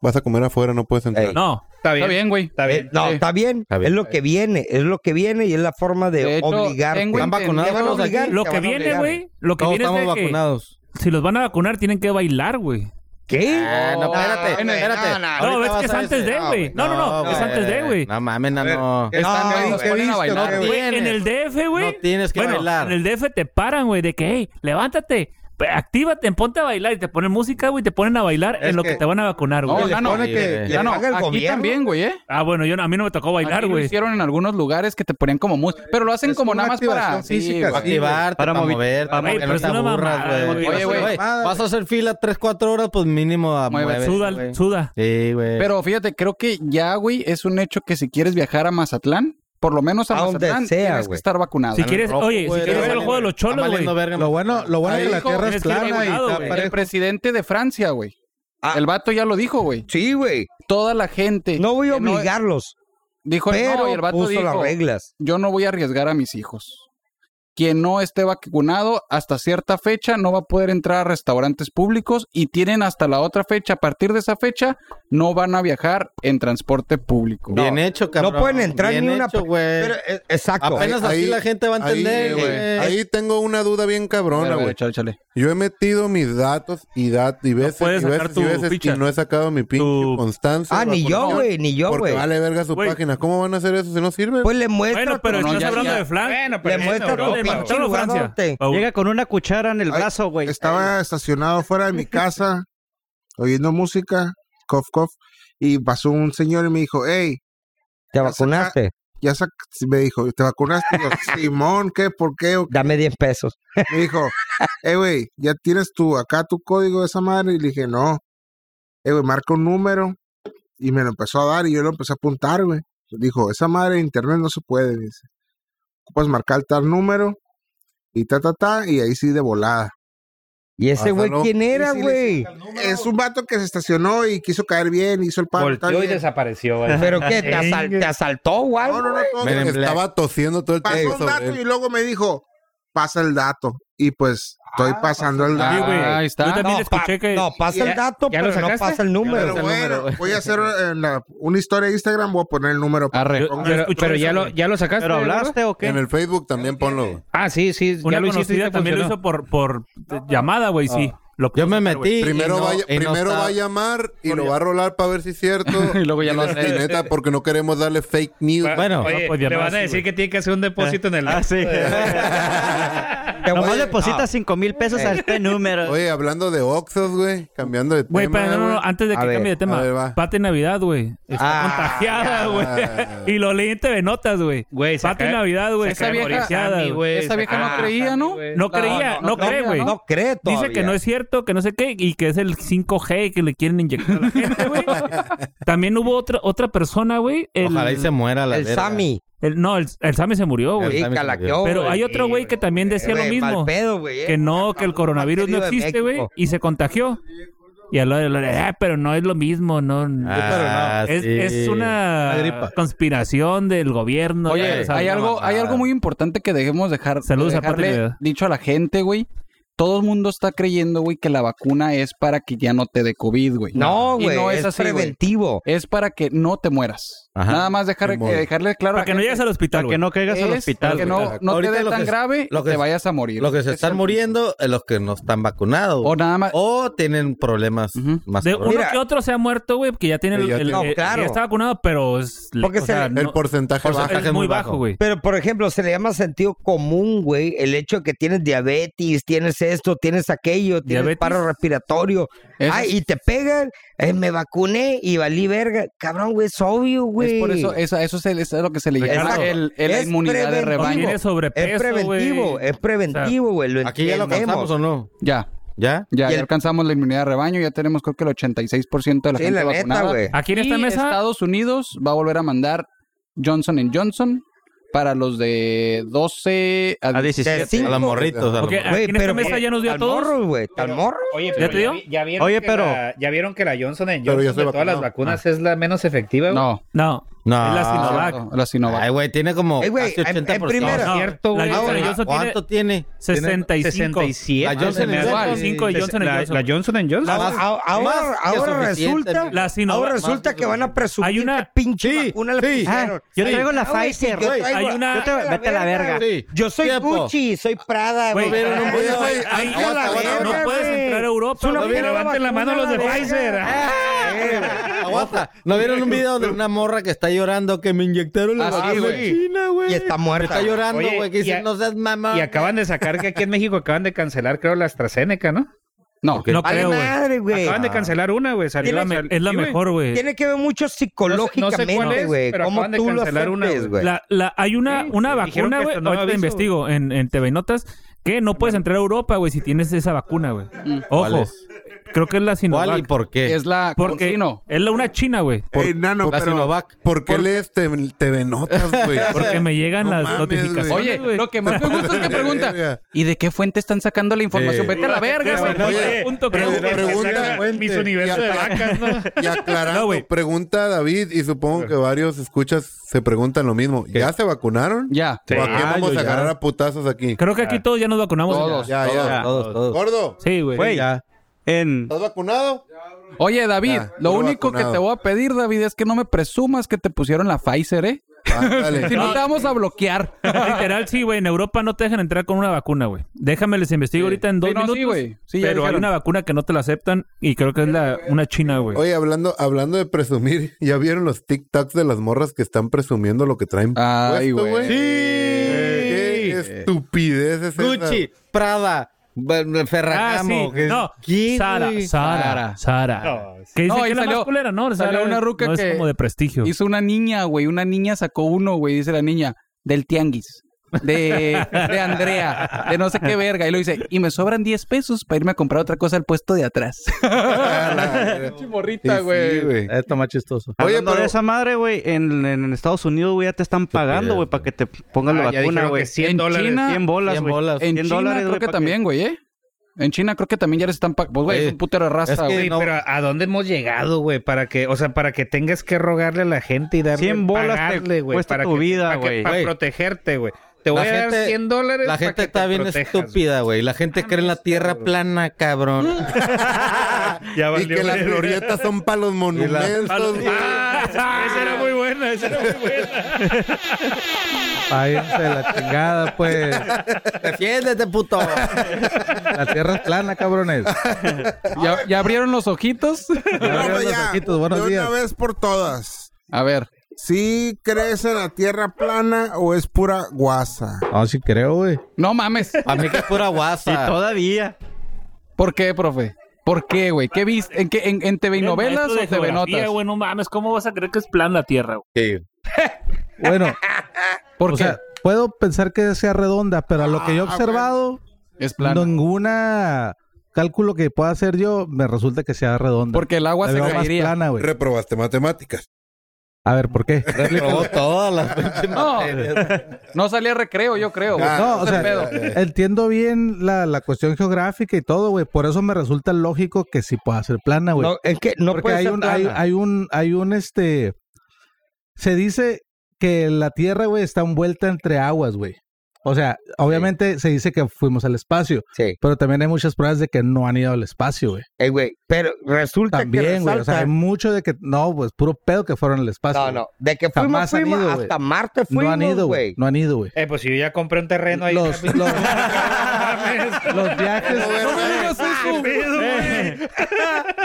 [SPEAKER 3] Vas a comer afuera, no puedes entrar.
[SPEAKER 7] Ey.
[SPEAKER 11] No.
[SPEAKER 8] Está
[SPEAKER 5] Está
[SPEAKER 8] bien.
[SPEAKER 5] bien, güey.
[SPEAKER 8] Está
[SPEAKER 7] Eh,
[SPEAKER 8] bien.
[SPEAKER 7] no,
[SPEAKER 5] Sí.
[SPEAKER 7] está bien.
[SPEAKER 2] Está bien.
[SPEAKER 7] Es lo que viene. Es lo que viene y es la forma de,
[SPEAKER 5] De hecho,
[SPEAKER 7] obligarte.
[SPEAKER 5] tengo
[SPEAKER 2] Están
[SPEAKER 5] entendido-
[SPEAKER 2] vacunados
[SPEAKER 7] Te van a
[SPEAKER 2] todos aquí.
[SPEAKER 7] obligar,
[SPEAKER 11] Lo
[SPEAKER 7] te
[SPEAKER 11] que
[SPEAKER 7] van a
[SPEAKER 11] viene,
[SPEAKER 7] obligar.
[SPEAKER 11] güey. Lo que
[SPEAKER 2] Todos
[SPEAKER 11] viene es
[SPEAKER 2] estamos
[SPEAKER 11] de que
[SPEAKER 2] vacunados.
[SPEAKER 11] si los van a vacunar, tienen que bailar, güey.
[SPEAKER 7] ¿Qué?
[SPEAKER 2] Ah, no,
[SPEAKER 7] No,
[SPEAKER 2] espérate,
[SPEAKER 7] no,
[SPEAKER 2] espérate.
[SPEAKER 7] no, no.
[SPEAKER 2] Ahorita
[SPEAKER 11] No, es que
[SPEAKER 2] vas
[SPEAKER 11] es
[SPEAKER 2] a
[SPEAKER 11] antes
[SPEAKER 2] decir-
[SPEAKER 11] de, güey. No, no, no, es antes de, güey.
[SPEAKER 2] No mames, nana, no.
[SPEAKER 11] Es cuando nos ponen a bailar, güey.
[SPEAKER 2] güey.
[SPEAKER 11] En el DF, güey.
[SPEAKER 2] No tienes que
[SPEAKER 11] bueno,
[SPEAKER 2] bailar.
[SPEAKER 11] En el DF te paran, güey, de que, hey, levántate, pe- actívate, ponte a bailar. Y te ponen música, güey, y te ponen a bailar en lo que, te van a vacunar,
[SPEAKER 5] No,
[SPEAKER 11] güey.
[SPEAKER 5] ya no, ya no, aquí también, güey, ¿eh?
[SPEAKER 11] Ah, bueno, yo no- a mí no me tocó bailar,
[SPEAKER 5] Aquí lo
[SPEAKER 11] güey.
[SPEAKER 5] hicieron en algunos lugares que te ponían como mus, pero lo hacen como nada más para
[SPEAKER 2] para activarte, para,
[SPEAKER 5] mover
[SPEAKER 2] mover, para,
[SPEAKER 5] Güey,
[SPEAKER 2] que
[SPEAKER 5] pero
[SPEAKER 2] no
[SPEAKER 5] es
[SPEAKER 2] te
[SPEAKER 5] una
[SPEAKER 2] aburras,
[SPEAKER 5] mamada,
[SPEAKER 2] güey.
[SPEAKER 5] güey. Oye,
[SPEAKER 2] Oye,
[SPEAKER 5] güey,
[SPEAKER 2] güey, vas a hacer fila 3, 4 horas, pues mínimo a
[SPEAKER 5] Mueve,
[SPEAKER 2] mueves,
[SPEAKER 5] suda,
[SPEAKER 2] güey.
[SPEAKER 11] suda.
[SPEAKER 2] Sí, güey.
[SPEAKER 5] Pero fíjate, creo que ya, güey, es un hecho que si quieres viajar a Mazatlán, por lo menos a,
[SPEAKER 2] A donde
[SPEAKER 5] Mazatlán,
[SPEAKER 2] sea,
[SPEAKER 5] tienes que
[SPEAKER 2] güey.
[SPEAKER 5] estar vacunado.
[SPEAKER 2] Si quieres-
[SPEAKER 11] oye, si quieres ver el juego de los cholos, güey.
[SPEAKER 1] Lo bueno- lo bueno es que la tierra es plana y está parejo.
[SPEAKER 5] El presidente de Francia, güey. El vato ya lo dijo, güey.
[SPEAKER 7] Sí, güey.
[SPEAKER 5] Toda la gente.
[SPEAKER 7] No voy a
[SPEAKER 5] que no-
[SPEAKER 7] obligarlos.
[SPEAKER 5] Dijo,
[SPEAKER 7] Pero
[SPEAKER 5] no, y el vato
[SPEAKER 7] puso
[SPEAKER 5] dijo,
[SPEAKER 7] las reglas.
[SPEAKER 5] yo no voy a arriesgar a mis hijos. Quien no esté vacunado hasta cierta fecha no va a poder entrar a restaurantes públicos y tienen hasta la otra fecha. A partir de esa fecha no van a viajar en transporte público.
[SPEAKER 2] Bien hecho, cabrón.
[SPEAKER 5] No pueden entrar
[SPEAKER 2] Bien
[SPEAKER 5] ni una-
[SPEAKER 2] hecho, güey.
[SPEAKER 5] Pero, eh,
[SPEAKER 7] exacto.
[SPEAKER 2] Apenas así la gente va a entender,
[SPEAKER 3] ahí, eh,
[SPEAKER 2] güey.
[SPEAKER 3] Ahí tengo una duda bien
[SPEAKER 5] A
[SPEAKER 3] cabrona,
[SPEAKER 5] ver, a ver,
[SPEAKER 3] güey.
[SPEAKER 5] échale, échale.
[SPEAKER 3] Yo he metido mis datos y, dat y veces,
[SPEAKER 5] puedes
[SPEAKER 3] y
[SPEAKER 5] sacar
[SPEAKER 3] veces,
[SPEAKER 5] tu
[SPEAKER 3] y, veces
[SPEAKER 5] ficha.
[SPEAKER 3] y no he sacado mi pinche constancia.
[SPEAKER 7] Ah,
[SPEAKER 3] de
[SPEAKER 7] ni yo,
[SPEAKER 3] vacunación
[SPEAKER 7] güey, ni yo,
[SPEAKER 3] porque
[SPEAKER 7] güey.
[SPEAKER 3] Vale, verga su
[SPEAKER 7] Güey.
[SPEAKER 3] página. ¿Cómo van a hacer eso si no sirve?
[SPEAKER 7] Pues le muestra.
[SPEAKER 3] Bueno, pero
[SPEAKER 7] tu-
[SPEAKER 3] no, ya- ya.
[SPEAKER 8] Bueno,
[SPEAKER 7] Le
[SPEAKER 8] pero
[SPEAKER 7] muestra
[SPEAKER 8] bueno,
[SPEAKER 7] tu
[SPEAKER 8] le
[SPEAKER 7] pinche
[SPEAKER 8] mataron a
[SPEAKER 7] lugar
[SPEAKER 8] Francia.
[SPEAKER 7] donde-
[SPEAKER 8] Llega con una cuchara en el
[SPEAKER 4] Ay,
[SPEAKER 8] brazo, güey.
[SPEAKER 4] Estaba estacionado fuera de mi casa, oyendo música, cof, cof, y pasó un señor y me dijo, hey.
[SPEAKER 7] ¿Te vacunaste?
[SPEAKER 4] Ya saca, me dijo, ¿te vacunaste? Y yo, Simón, ¿qué? ¿Por qué?
[SPEAKER 7] Dame 10 pesos.
[SPEAKER 4] Me dijo, hey, güey, ¿ya tienes tú acá tu código de esa madre? Y le dije, no. Eh, güey, marca un número. Y me lo empezó a dar y yo lo empecé a apuntar, güey. Dijo, esa madre de internet no se puede, me dice. Ocupas marcar tal número y ta, ta, ta, y ahí sí de volada.
[SPEAKER 7] ¿Y ese güey quién era, güey?
[SPEAKER 4] Es un vato que se estacionó y quiso caer bien, hizo el paro. está
[SPEAKER 8] Volteó y
[SPEAKER 4] bien.
[SPEAKER 8] desapareció.
[SPEAKER 7] ¿Pero qué? ¿Te, asal- te asaltó o algo?
[SPEAKER 4] No, no, no, todo
[SPEAKER 3] Me
[SPEAKER 4] bien.
[SPEAKER 3] estaba tosiendo todo el
[SPEAKER 4] Pasó
[SPEAKER 3] tiempo.
[SPEAKER 4] un
[SPEAKER 3] sobre
[SPEAKER 4] dato
[SPEAKER 5] eh.
[SPEAKER 3] él.
[SPEAKER 4] y luego me dijo, pasa el dato. Y pues estoy
[SPEAKER 7] Ah,
[SPEAKER 4] pasando el dato.
[SPEAKER 5] ahí está. Yo también escuché que-
[SPEAKER 7] No, pasa el dato, pero no pasa el número.
[SPEAKER 4] Pero bueno, voy a hacer eh, la- una historia de Instagram, voy a poner el número.
[SPEAKER 5] Arre.
[SPEAKER 4] Pongan-
[SPEAKER 8] Pero, pero ya, lo, ya lo sacaste.
[SPEAKER 4] ¿Pero hablaste
[SPEAKER 8] o qué?
[SPEAKER 3] En el Facebook también ponlo.
[SPEAKER 8] Ah, sí, sí.
[SPEAKER 11] Una
[SPEAKER 8] ya lo hiciste y
[SPEAKER 11] conocida
[SPEAKER 8] te
[SPEAKER 11] también lo
[SPEAKER 8] funcionó.
[SPEAKER 11] hizo por, por llamada, güey, sí.
[SPEAKER 5] Ah.
[SPEAKER 3] Ah.
[SPEAKER 2] Yo me metí.
[SPEAKER 3] Primero,
[SPEAKER 2] y no-
[SPEAKER 3] va, a-
[SPEAKER 2] y no
[SPEAKER 3] primero
[SPEAKER 2] estaba-
[SPEAKER 3] va a llamar y lo va a rolar para ver si es cierto.
[SPEAKER 5] y luego ya lo
[SPEAKER 3] Tienes
[SPEAKER 5] hace.
[SPEAKER 3] que, neta, porque no queremos darle fake news.
[SPEAKER 2] Bueno,
[SPEAKER 8] Oye, le van a decir que tiene que hacer un depósito en el.
[SPEAKER 6] Ah, sí. Nomás
[SPEAKER 5] ah.
[SPEAKER 6] deposita 5 mil pesos a
[SPEAKER 5] Eh.
[SPEAKER 6] este número.
[SPEAKER 3] Oye, hablando de Oxos, güey, cambiando de
[SPEAKER 11] Güey,
[SPEAKER 3] tema.
[SPEAKER 11] pero no, no, no,
[SPEAKER 3] güey.
[SPEAKER 11] antes de que
[SPEAKER 3] A ver,
[SPEAKER 11] cambie de tema,
[SPEAKER 3] a ver, va.
[SPEAKER 11] Pati Navidad, güey. Está
[SPEAKER 3] Ah,
[SPEAKER 11] contagiada,
[SPEAKER 3] ah.
[SPEAKER 11] güey. y lo leí en TV Notas, güey.
[SPEAKER 8] Güey, se
[SPEAKER 11] Pati
[SPEAKER 8] acaba-
[SPEAKER 11] Navidad, güey.
[SPEAKER 8] se acaba
[SPEAKER 11] está
[SPEAKER 8] de morir
[SPEAKER 11] contagiada,
[SPEAKER 8] Sammy, güey,
[SPEAKER 5] Esa
[SPEAKER 8] se
[SPEAKER 5] vieja
[SPEAKER 8] acaba-
[SPEAKER 5] no creía, ¿no?
[SPEAKER 8] güey.
[SPEAKER 11] No creía, no, cree, güey.
[SPEAKER 7] No cree todavía.
[SPEAKER 11] Dice que no es cierto, que no sé qué, y que es el 5G que le quieren inyectar a la gente, güey. También hubo otra, otra persona, güey. el-
[SPEAKER 2] Ojalá y se muera la
[SPEAKER 11] el
[SPEAKER 2] verga.
[SPEAKER 7] Sammy.
[SPEAKER 11] El- no, el, el Sammy se murió,
[SPEAKER 7] Sí,
[SPEAKER 11] güey.
[SPEAKER 7] calaqueó,
[SPEAKER 11] Pero
[SPEAKER 7] güey.
[SPEAKER 11] hay otro güey que también decía lo
[SPEAKER 7] Eh, Güey, mal
[SPEAKER 11] mismo.
[SPEAKER 7] pedo, güey, eh.
[SPEAKER 11] Que no, que el coronavirus no
[SPEAKER 7] querido de
[SPEAKER 11] existe, güey.
[SPEAKER 7] México.
[SPEAKER 11] Y se contagió. Y a lo de ah, pero no es lo mismo, no.
[SPEAKER 2] Ah,
[SPEAKER 11] es,
[SPEAKER 2] sí.
[SPEAKER 11] es una
[SPEAKER 2] Una gripa.
[SPEAKER 11] conspiración del gobierno.
[SPEAKER 5] Oye,
[SPEAKER 11] ya sabes,
[SPEAKER 5] hay
[SPEAKER 11] no,
[SPEAKER 5] algo,
[SPEAKER 11] no,
[SPEAKER 5] hay
[SPEAKER 11] no.
[SPEAKER 5] algo muy importante que dejemos dejar.
[SPEAKER 11] Saludos a
[SPEAKER 5] dejarle
[SPEAKER 11] Patria.
[SPEAKER 5] dicho a la gente, güey. Todo el mundo está creyendo, güey, que la vacuna es para que ya no te dé COVID, güey.
[SPEAKER 7] No,
[SPEAKER 5] Y
[SPEAKER 7] güey, es
[SPEAKER 5] así, güey.
[SPEAKER 7] preventivo.
[SPEAKER 5] Es para que no te mueras.
[SPEAKER 2] Ajá.
[SPEAKER 5] Nada más dejar,
[SPEAKER 2] Simón.
[SPEAKER 5] eh, dejarle claro.
[SPEAKER 11] Para que no llegues al hospital,
[SPEAKER 6] Que
[SPEAKER 11] güey.
[SPEAKER 6] no caigas al
[SPEAKER 5] Es
[SPEAKER 6] hospital.
[SPEAKER 5] que
[SPEAKER 6] güey.
[SPEAKER 5] no, no te
[SPEAKER 2] Ahorita
[SPEAKER 5] dé
[SPEAKER 2] lo
[SPEAKER 5] tan
[SPEAKER 2] que-
[SPEAKER 5] grave
[SPEAKER 2] lo que
[SPEAKER 5] te
[SPEAKER 2] se-
[SPEAKER 5] vayas a morir.
[SPEAKER 2] Los que se
[SPEAKER 5] Es
[SPEAKER 2] están
[SPEAKER 5] el-
[SPEAKER 2] muriendo es los que no están vacunados.
[SPEAKER 5] O nada más.
[SPEAKER 2] O tienen problemas más
[SPEAKER 11] De uno
[SPEAKER 2] cabrones.
[SPEAKER 11] que otro se ha muerto, güey, que ya tiene el,
[SPEAKER 3] Sí, ya
[SPEAKER 11] el-
[SPEAKER 3] tiene.
[SPEAKER 11] el-
[SPEAKER 7] No, claro.
[SPEAKER 11] ya está vacunado, pero es le-
[SPEAKER 7] Porque
[SPEAKER 11] o
[SPEAKER 7] se
[SPEAKER 11] sea,
[SPEAKER 7] le-
[SPEAKER 3] El
[SPEAKER 11] no-
[SPEAKER 3] porcentaje
[SPEAKER 11] o sea,
[SPEAKER 3] baja.
[SPEAKER 11] es muy bajo, güey.
[SPEAKER 7] Pero, por ejemplo, se le llama sentido común, güey, el hecho de que tienes diabetes, tienes esto, tienes aquello, tienes
[SPEAKER 11] ¿Diabetes?
[SPEAKER 7] paro respiratorio.
[SPEAKER 5] Eso
[SPEAKER 7] Ay,
[SPEAKER 5] es-
[SPEAKER 7] y te pegan, eh, me vacuné y valí verga. Cabrón, güey, es obvio, güey.
[SPEAKER 5] Es por eso, eso, eso es, el- eso es lo que se le llama
[SPEAKER 7] Exacto.
[SPEAKER 5] el, el- la
[SPEAKER 7] Es
[SPEAKER 5] inmunidad de
[SPEAKER 7] preventivo.
[SPEAKER 5] rebaño.
[SPEAKER 11] Tiene sobrepeso,
[SPEAKER 7] es preventivo,
[SPEAKER 11] güey.
[SPEAKER 7] es preventivo, güey. lo
[SPEAKER 2] Aquí ya lo
[SPEAKER 7] entendemos.
[SPEAKER 2] alcanzamos o no.
[SPEAKER 5] Ya,
[SPEAKER 2] ¿Ya?
[SPEAKER 5] ya,
[SPEAKER 7] Y
[SPEAKER 5] ya
[SPEAKER 7] el-
[SPEAKER 5] alcanzamos la inmunidad de rebaño. Ya tenemos creo que el 86% de la
[SPEAKER 7] Sí,
[SPEAKER 5] gente
[SPEAKER 7] la neta,
[SPEAKER 5] vacunada.
[SPEAKER 7] güey.
[SPEAKER 11] Aquí en esta
[SPEAKER 5] Y
[SPEAKER 11] mesa-
[SPEAKER 5] Estados Unidos va a volver a mandar Johnson Johnson para los de 12 a
[SPEAKER 6] A
[SPEAKER 5] 17.
[SPEAKER 6] 17.
[SPEAKER 7] Sí,
[SPEAKER 2] A los morritos. a los
[SPEAKER 11] Ok,
[SPEAKER 2] morritos.
[SPEAKER 11] aquí en esta
[SPEAKER 7] pero-
[SPEAKER 11] mesa ya nos dio a
[SPEAKER 7] Al
[SPEAKER 11] todos.
[SPEAKER 7] morro, güey, al morro.
[SPEAKER 8] Oye,
[SPEAKER 11] ¿Ya
[SPEAKER 8] pero
[SPEAKER 11] te dio?
[SPEAKER 8] vi- vieron
[SPEAKER 6] Oye,
[SPEAKER 8] que
[SPEAKER 6] pero-
[SPEAKER 8] la- ya vieron que la Johnson
[SPEAKER 3] Pero ya
[SPEAKER 8] Johnson
[SPEAKER 3] estoy
[SPEAKER 8] de todas las
[SPEAKER 3] vacunado.
[SPEAKER 8] vacunas es la menos efectiva. güey.
[SPEAKER 5] No,
[SPEAKER 11] No,
[SPEAKER 2] No.
[SPEAKER 11] Es la Sinovac.
[SPEAKER 5] La Sinovac.
[SPEAKER 2] Ay, Ah. güey, tiene como.
[SPEAKER 11] Ay, güey,
[SPEAKER 2] casi
[SPEAKER 11] en- en
[SPEAKER 2] 80%.
[SPEAKER 11] primera. No, Cierto, la güey. Johnson
[SPEAKER 2] Ahora,
[SPEAKER 11] Johnson
[SPEAKER 2] ¿Cuánto tiene?
[SPEAKER 11] tiene 65.
[SPEAKER 2] 67.
[SPEAKER 11] La Johnson
[SPEAKER 2] Ah,
[SPEAKER 11] Johnson.
[SPEAKER 2] ¿cuál?
[SPEAKER 11] 65 y Johnson
[SPEAKER 2] La-
[SPEAKER 11] Johnson.
[SPEAKER 2] la Johnson Johnson.
[SPEAKER 7] Ahora, ahora- ahora
[SPEAKER 11] suficiente,
[SPEAKER 7] resulta,
[SPEAKER 11] güey. La Sinovac.
[SPEAKER 7] ahora
[SPEAKER 11] Más
[SPEAKER 7] resulta que van a presumir hay una, pinche vacuna le pusieron.
[SPEAKER 11] Ah, Yo
[SPEAKER 7] Ay,
[SPEAKER 11] traigo la
[SPEAKER 7] güey,
[SPEAKER 11] Pfizer,
[SPEAKER 7] yo
[SPEAKER 11] güey.
[SPEAKER 7] traigo-
[SPEAKER 11] Hay una-
[SPEAKER 7] yo traigo
[SPEAKER 11] Vete a la verga.
[SPEAKER 7] güey.
[SPEAKER 11] Sí.
[SPEAKER 7] Yo soy
[SPEAKER 11] Tiempo.
[SPEAKER 7] Gucci, soy Prada,
[SPEAKER 11] Güey,
[SPEAKER 7] güey.
[SPEAKER 11] vieron un video,
[SPEAKER 7] Ay,
[SPEAKER 11] güey.
[SPEAKER 7] ay,
[SPEAKER 11] Ahí
[SPEAKER 7] ay,
[SPEAKER 11] está,
[SPEAKER 7] la
[SPEAKER 11] güey, no
[SPEAKER 7] verga,
[SPEAKER 11] puedes
[SPEAKER 7] güey.
[SPEAKER 11] entrar a Europa,
[SPEAKER 7] Es una
[SPEAKER 11] güey.
[SPEAKER 7] puta
[SPEAKER 11] Levanten la mano
[SPEAKER 7] vacuna,
[SPEAKER 11] los de
[SPEAKER 7] la verga.
[SPEAKER 11] Pfizer.
[SPEAKER 7] Ah, eh.
[SPEAKER 2] Aguanta. ¿No vieron un video de una morra que está llorando que me inyectaron la
[SPEAKER 7] Ah, sí,
[SPEAKER 2] vacuna
[SPEAKER 7] güey.
[SPEAKER 2] china, güey?
[SPEAKER 7] Y está muerta.
[SPEAKER 2] Está llorando,
[SPEAKER 8] Oye,
[SPEAKER 2] güey, que
[SPEAKER 8] y
[SPEAKER 2] dice,
[SPEAKER 8] a-
[SPEAKER 2] no seas mamá.
[SPEAKER 8] Y acaban de sacar que aquí en México acaban de cancelar, creo, la AstraZeneca, ¿no?
[SPEAKER 5] No,
[SPEAKER 11] no creo, güey. Ah.
[SPEAKER 8] Acaban de cancelar una, güey. Salió
[SPEAKER 11] Es la
[SPEAKER 8] la,
[SPEAKER 11] me- es la mejor, güey.
[SPEAKER 7] Tiene que ver mucho
[SPEAKER 8] cuál
[SPEAKER 7] psicológicamente,
[SPEAKER 8] es,
[SPEAKER 7] güey.
[SPEAKER 8] pero
[SPEAKER 7] ¿Cómo
[SPEAKER 8] acaban de
[SPEAKER 7] tú lo
[SPEAKER 8] cancelar una,
[SPEAKER 7] afectes, güey?
[SPEAKER 11] La, la- hay una, una
[SPEAKER 8] dijeron
[SPEAKER 11] vacuna,
[SPEAKER 8] que
[SPEAKER 11] güey.
[SPEAKER 8] esto no
[SPEAKER 11] ahorita
[SPEAKER 8] había visto,
[SPEAKER 11] investigo en, en TV Notas que no puedes entrar a Europa, güey, si tienes esa vacuna, güey.
[SPEAKER 2] ¿Cuál
[SPEAKER 11] Ojo.
[SPEAKER 2] es?
[SPEAKER 11] Creo que es la Sinovac.
[SPEAKER 2] ¿Cuál y por qué?
[SPEAKER 5] Es la
[SPEAKER 11] Porque es la una china, güey.
[SPEAKER 3] Ey, Eh, nano,
[SPEAKER 2] la
[SPEAKER 3] pero,
[SPEAKER 2] Sinovac.
[SPEAKER 3] ¿Por qué lees Este, te, TV Notas, güey?
[SPEAKER 11] Porque me llegan
[SPEAKER 3] No
[SPEAKER 11] las
[SPEAKER 3] mames,
[SPEAKER 11] notificaciones.
[SPEAKER 3] güey.
[SPEAKER 5] Oye, lo que más me gusta es que pregunta,
[SPEAKER 3] Verga.
[SPEAKER 5] ¿y de qué fuente están sacando la información?
[SPEAKER 2] Sí.
[SPEAKER 5] Vete a la verga, güey.
[SPEAKER 3] Oye,
[SPEAKER 11] Punto
[SPEAKER 3] pre-
[SPEAKER 11] creo que-
[SPEAKER 3] pregunta,
[SPEAKER 8] Mis universos de vacas, ¿no?
[SPEAKER 3] y aclarando,
[SPEAKER 11] No, güey.
[SPEAKER 3] pregunta David, y supongo que varios escuchas se preguntan lo mismo. ¿Ya se vacunaron? ¿O
[SPEAKER 5] Ya.
[SPEAKER 3] a qué
[SPEAKER 2] Ah,
[SPEAKER 3] vamos
[SPEAKER 2] yo
[SPEAKER 3] a
[SPEAKER 2] ya.
[SPEAKER 3] agarrar a putazos aquí?
[SPEAKER 11] Creo que aquí todos ya nos vacunamos.
[SPEAKER 5] Todos.
[SPEAKER 3] Ya, ya.
[SPEAKER 2] Todos, todos.
[SPEAKER 3] Gordo,
[SPEAKER 11] Sí, güey.
[SPEAKER 6] Güey,
[SPEAKER 2] Ya.
[SPEAKER 6] en...
[SPEAKER 3] ¿estás vacunado?
[SPEAKER 5] Oye, David,
[SPEAKER 3] Ya,
[SPEAKER 5] lo
[SPEAKER 3] puro
[SPEAKER 5] único
[SPEAKER 3] vacunado.
[SPEAKER 5] que te voy a pedir, David, es que no me presumas que te pusieron la Pfizer, ¿eh?
[SPEAKER 3] Ándale.
[SPEAKER 5] Si no, te vamos a bloquear.
[SPEAKER 11] Literal, sí, güey. En Europa no te dejan entrar con una vacuna, güey. Déjame les investigo ahorita en dos
[SPEAKER 5] Sí, no, sí,
[SPEAKER 11] minutos.
[SPEAKER 5] güey. Sí, ya
[SPEAKER 11] pero hay
[SPEAKER 5] dijeron.
[SPEAKER 11] una vacuna que no te la aceptan y creo que es la una china, güey.
[SPEAKER 3] Oye, hablando, hablando de presumir, ¿ya vieron los TikToks de las morras que están presumiendo lo que traen?
[SPEAKER 5] Ay,
[SPEAKER 3] puesto,
[SPEAKER 5] güey.
[SPEAKER 3] Qué estupidez es
[SPEAKER 2] Gucci, Prada, Ber-
[SPEAKER 11] Ah,
[SPEAKER 2] Ferragamo.
[SPEAKER 11] sí.
[SPEAKER 2] que-
[SPEAKER 11] No.
[SPEAKER 2] ¿Quién,
[SPEAKER 11] Sara,
[SPEAKER 2] güey?
[SPEAKER 11] Sara,
[SPEAKER 5] Sara.
[SPEAKER 11] Sara. Que dice
[SPEAKER 5] No,
[SPEAKER 11] que
[SPEAKER 5] y
[SPEAKER 11] es la
[SPEAKER 5] salió-
[SPEAKER 11] más culera, ¿no?
[SPEAKER 5] salió
[SPEAKER 11] Sara
[SPEAKER 5] una ruca
[SPEAKER 11] no es
[SPEAKER 5] que
[SPEAKER 11] como de prestigio.
[SPEAKER 5] Hizo una niña, güey. Una niña sacó uno, güey. Dice la niña, del tianguis. De, de Andrea, de no sé qué verga. Y lo dice, y me sobran 10 pesos para irme a comprar otra cosa al puesto de atrás.
[SPEAKER 3] esa.
[SPEAKER 5] Ah, Morrita,
[SPEAKER 3] Sí, güey.
[SPEAKER 1] Está más chistoso.
[SPEAKER 3] Oye,
[SPEAKER 6] Hablando
[SPEAKER 3] pero-
[SPEAKER 6] de esa madre, güey, en, en Estados Unidos, güey, ya te están pagando, güey, para que te pongan la
[SPEAKER 8] Ah, ya
[SPEAKER 6] vacuna,
[SPEAKER 8] dijeron
[SPEAKER 6] güey.
[SPEAKER 8] que 100
[SPEAKER 5] En
[SPEAKER 8] dólares.
[SPEAKER 5] China-
[SPEAKER 6] 100 bolas,
[SPEAKER 2] 100
[SPEAKER 6] güey.
[SPEAKER 2] bolas.
[SPEAKER 6] 100
[SPEAKER 5] En China
[SPEAKER 6] dólares,
[SPEAKER 5] creo
[SPEAKER 6] güey,
[SPEAKER 5] que
[SPEAKER 6] pa'
[SPEAKER 5] también, güey, ¿eh? En China creo que también ya les están... pa- Pues, güey,
[SPEAKER 2] Oye,
[SPEAKER 5] es un putero de raza,
[SPEAKER 2] es que
[SPEAKER 5] güey.
[SPEAKER 8] Güey,
[SPEAKER 2] no.
[SPEAKER 8] pero ¿a dónde hemos llegado, güey? Para que, o sea, para que tengas que rogarle a la gente y darle
[SPEAKER 6] 100 bolas te
[SPEAKER 8] pagarle, güey,
[SPEAKER 6] cuesta
[SPEAKER 8] para
[SPEAKER 6] tu
[SPEAKER 8] que-
[SPEAKER 6] vida,
[SPEAKER 8] para que-
[SPEAKER 6] güey.
[SPEAKER 8] Para
[SPEAKER 2] Güey.
[SPEAKER 8] protegerte, güey. Te voy
[SPEAKER 2] La
[SPEAKER 8] a dar
[SPEAKER 2] gente-
[SPEAKER 8] 100 dólares.
[SPEAKER 2] La
[SPEAKER 8] para
[SPEAKER 2] gente
[SPEAKER 8] que
[SPEAKER 2] está
[SPEAKER 8] te
[SPEAKER 2] bien
[SPEAKER 8] protejas, güey. Ah,
[SPEAKER 2] estúpida, güey. La gente cree en la tierra plana, cabrón.
[SPEAKER 8] Ya
[SPEAKER 3] Y que
[SPEAKER 8] valió,
[SPEAKER 3] las
[SPEAKER 8] güey.
[SPEAKER 3] glorietas son para los monumentos. güey.
[SPEAKER 8] Ah, esa, esa era muy buena, esa era muy buena.
[SPEAKER 1] Váyanse a la chingada, pues.
[SPEAKER 2] Defiéndete, puto.
[SPEAKER 1] La tierra es plana, cabrones.
[SPEAKER 5] ¿Ya, ya abrieron los ojitos?
[SPEAKER 1] Ya abrieron
[SPEAKER 4] No,
[SPEAKER 1] los
[SPEAKER 4] ya,
[SPEAKER 1] ojitos,
[SPEAKER 4] de
[SPEAKER 1] Buenos días.
[SPEAKER 4] una vez por todas.
[SPEAKER 5] A ver.
[SPEAKER 4] ¿Sí crees en la tierra plana o es pura guasa?
[SPEAKER 1] No, Ah, sí creo, güey.
[SPEAKER 5] No mames.
[SPEAKER 2] A mí que es pura
[SPEAKER 6] Y
[SPEAKER 2] guasa.
[SPEAKER 6] todavía.
[SPEAKER 5] ¿Por qué, profe? ¿Por qué, güey? ¿Qué viste? ¿En, qué, en, en TV y novelas
[SPEAKER 11] Maestro
[SPEAKER 5] o
[SPEAKER 11] de
[SPEAKER 5] TV
[SPEAKER 11] geografía,
[SPEAKER 5] notas?
[SPEAKER 11] güey, no mames, ¿cómo vas a creer que es plan la Tierra, güey?
[SPEAKER 2] Sí.
[SPEAKER 1] Bueno,
[SPEAKER 5] ¿Por
[SPEAKER 1] o
[SPEAKER 5] qué?
[SPEAKER 1] sea, puedo pensar que sea redonda, pero a lo que yo he observado,
[SPEAKER 5] es plano.
[SPEAKER 1] ninguna cálculo que pueda hacer yo me resulta que sea redonda.
[SPEAKER 5] Porque el agua
[SPEAKER 1] La
[SPEAKER 5] se
[SPEAKER 1] veo más
[SPEAKER 5] caería.
[SPEAKER 1] plana, güey.
[SPEAKER 3] Reprobaste matemáticas.
[SPEAKER 1] A ver, ¿por qué?
[SPEAKER 2] Reprobó todas las pinches
[SPEAKER 5] No.
[SPEAKER 2] materias.
[SPEAKER 5] No salía recreo, yo creo. güey.
[SPEAKER 3] Ah,
[SPEAKER 1] No, o
[SPEAKER 5] Es el
[SPEAKER 1] sea, eh,
[SPEAKER 5] pedo.
[SPEAKER 1] entiendo bien la, la cuestión geográfica y todo, güey. Por eso me resulta lógico que sí pueda ser plana, güey.
[SPEAKER 7] No, es que no
[SPEAKER 1] Porque
[SPEAKER 7] puede
[SPEAKER 1] hay
[SPEAKER 7] ser
[SPEAKER 1] un, hay,
[SPEAKER 7] plana.
[SPEAKER 1] hay un, hay un, este, se dice que la Tierra, güey, está envuelta entre aguas, güey. O sea, obviamente se dice que fuimos al espacio,
[SPEAKER 7] Sí,
[SPEAKER 1] pero también hay muchas pruebas de que no han ido al espacio, güey.
[SPEAKER 7] eh, güey. Pero resulta que
[SPEAKER 1] También, güey. O sea,
[SPEAKER 7] resalta-
[SPEAKER 1] hay mucho de que, no, pues puro pedo que fueron al espacio.
[SPEAKER 7] No,
[SPEAKER 1] güey.
[SPEAKER 7] no. De que fuimos,
[SPEAKER 1] Jamás han
[SPEAKER 7] fuimos,
[SPEAKER 1] ido, güey.
[SPEAKER 7] hasta Marte fuimos,
[SPEAKER 1] no han ido, güey. No han ido, güey.
[SPEAKER 8] Eh, pues yo ya compré un terreno ahí.
[SPEAKER 1] Los, los, los viajes.
[SPEAKER 5] No me digas eso, güey.
[SPEAKER 1] Eh.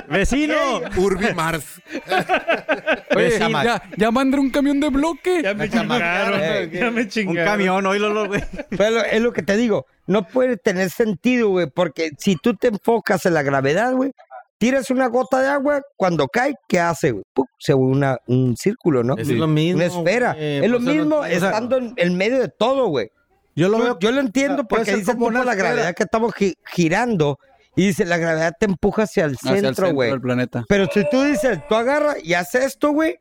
[SPEAKER 6] ¡Vecino!
[SPEAKER 3] Urbi Mars.
[SPEAKER 5] Oye,
[SPEAKER 2] Jamás.
[SPEAKER 5] ya, ya mandé un camión de
[SPEAKER 8] Ya
[SPEAKER 5] bloque.
[SPEAKER 8] me chingaron, ya me
[SPEAKER 6] Un
[SPEAKER 8] chingaron.
[SPEAKER 6] camión, oílo, lo- güey.
[SPEAKER 7] Pero es lo que te digo, no puede tener sentido, güey, porque si tú te enfocas en la gravedad, güey, tiras una gota de agua, cuando cae, ¿qué hace? güey? ¡Pum! Se une una- un círculo, ¿no?
[SPEAKER 2] Es lo mismo.
[SPEAKER 7] una esfera.
[SPEAKER 2] güey.
[SPEAKER 7] es lo
[SPEAKER 2] O sea, no-
[SPEAKER 7] mismo
[SPEAKER 2] o sea,
[SPEAKER 7] estando en, en medio de todo, güey.
[SPEAKER 1] Yo lo
[SPEAKER 7] Yo-
[SPEAKER 1] veo.
[SPEAKER 7] Yo lo
[SPEAKER 1] o sea,
[SPEAKER 7] entiendo
[SPEAKER 1] puede
[SPEAKER 7] porque
[SPEAKER 1] ser
[SPEAKER 7] dice
[SPEAKER 1] como
[SPEAKER 7] como
[SPEAKER 1] una
[SPEAKER 7] la
[SPEAKER 1] esfera.
[SPEAKER 7] gravedad que estamos gi- girando y dice la gravedad te empuja hacia el
[SPEAKER 5] Hacia el
[SPEAKER 7] centro, güey.
[SPEAKER 5] del planeta.
[SPEAKER 7] Pero si tú dices, tú agarras y haces esto, güey,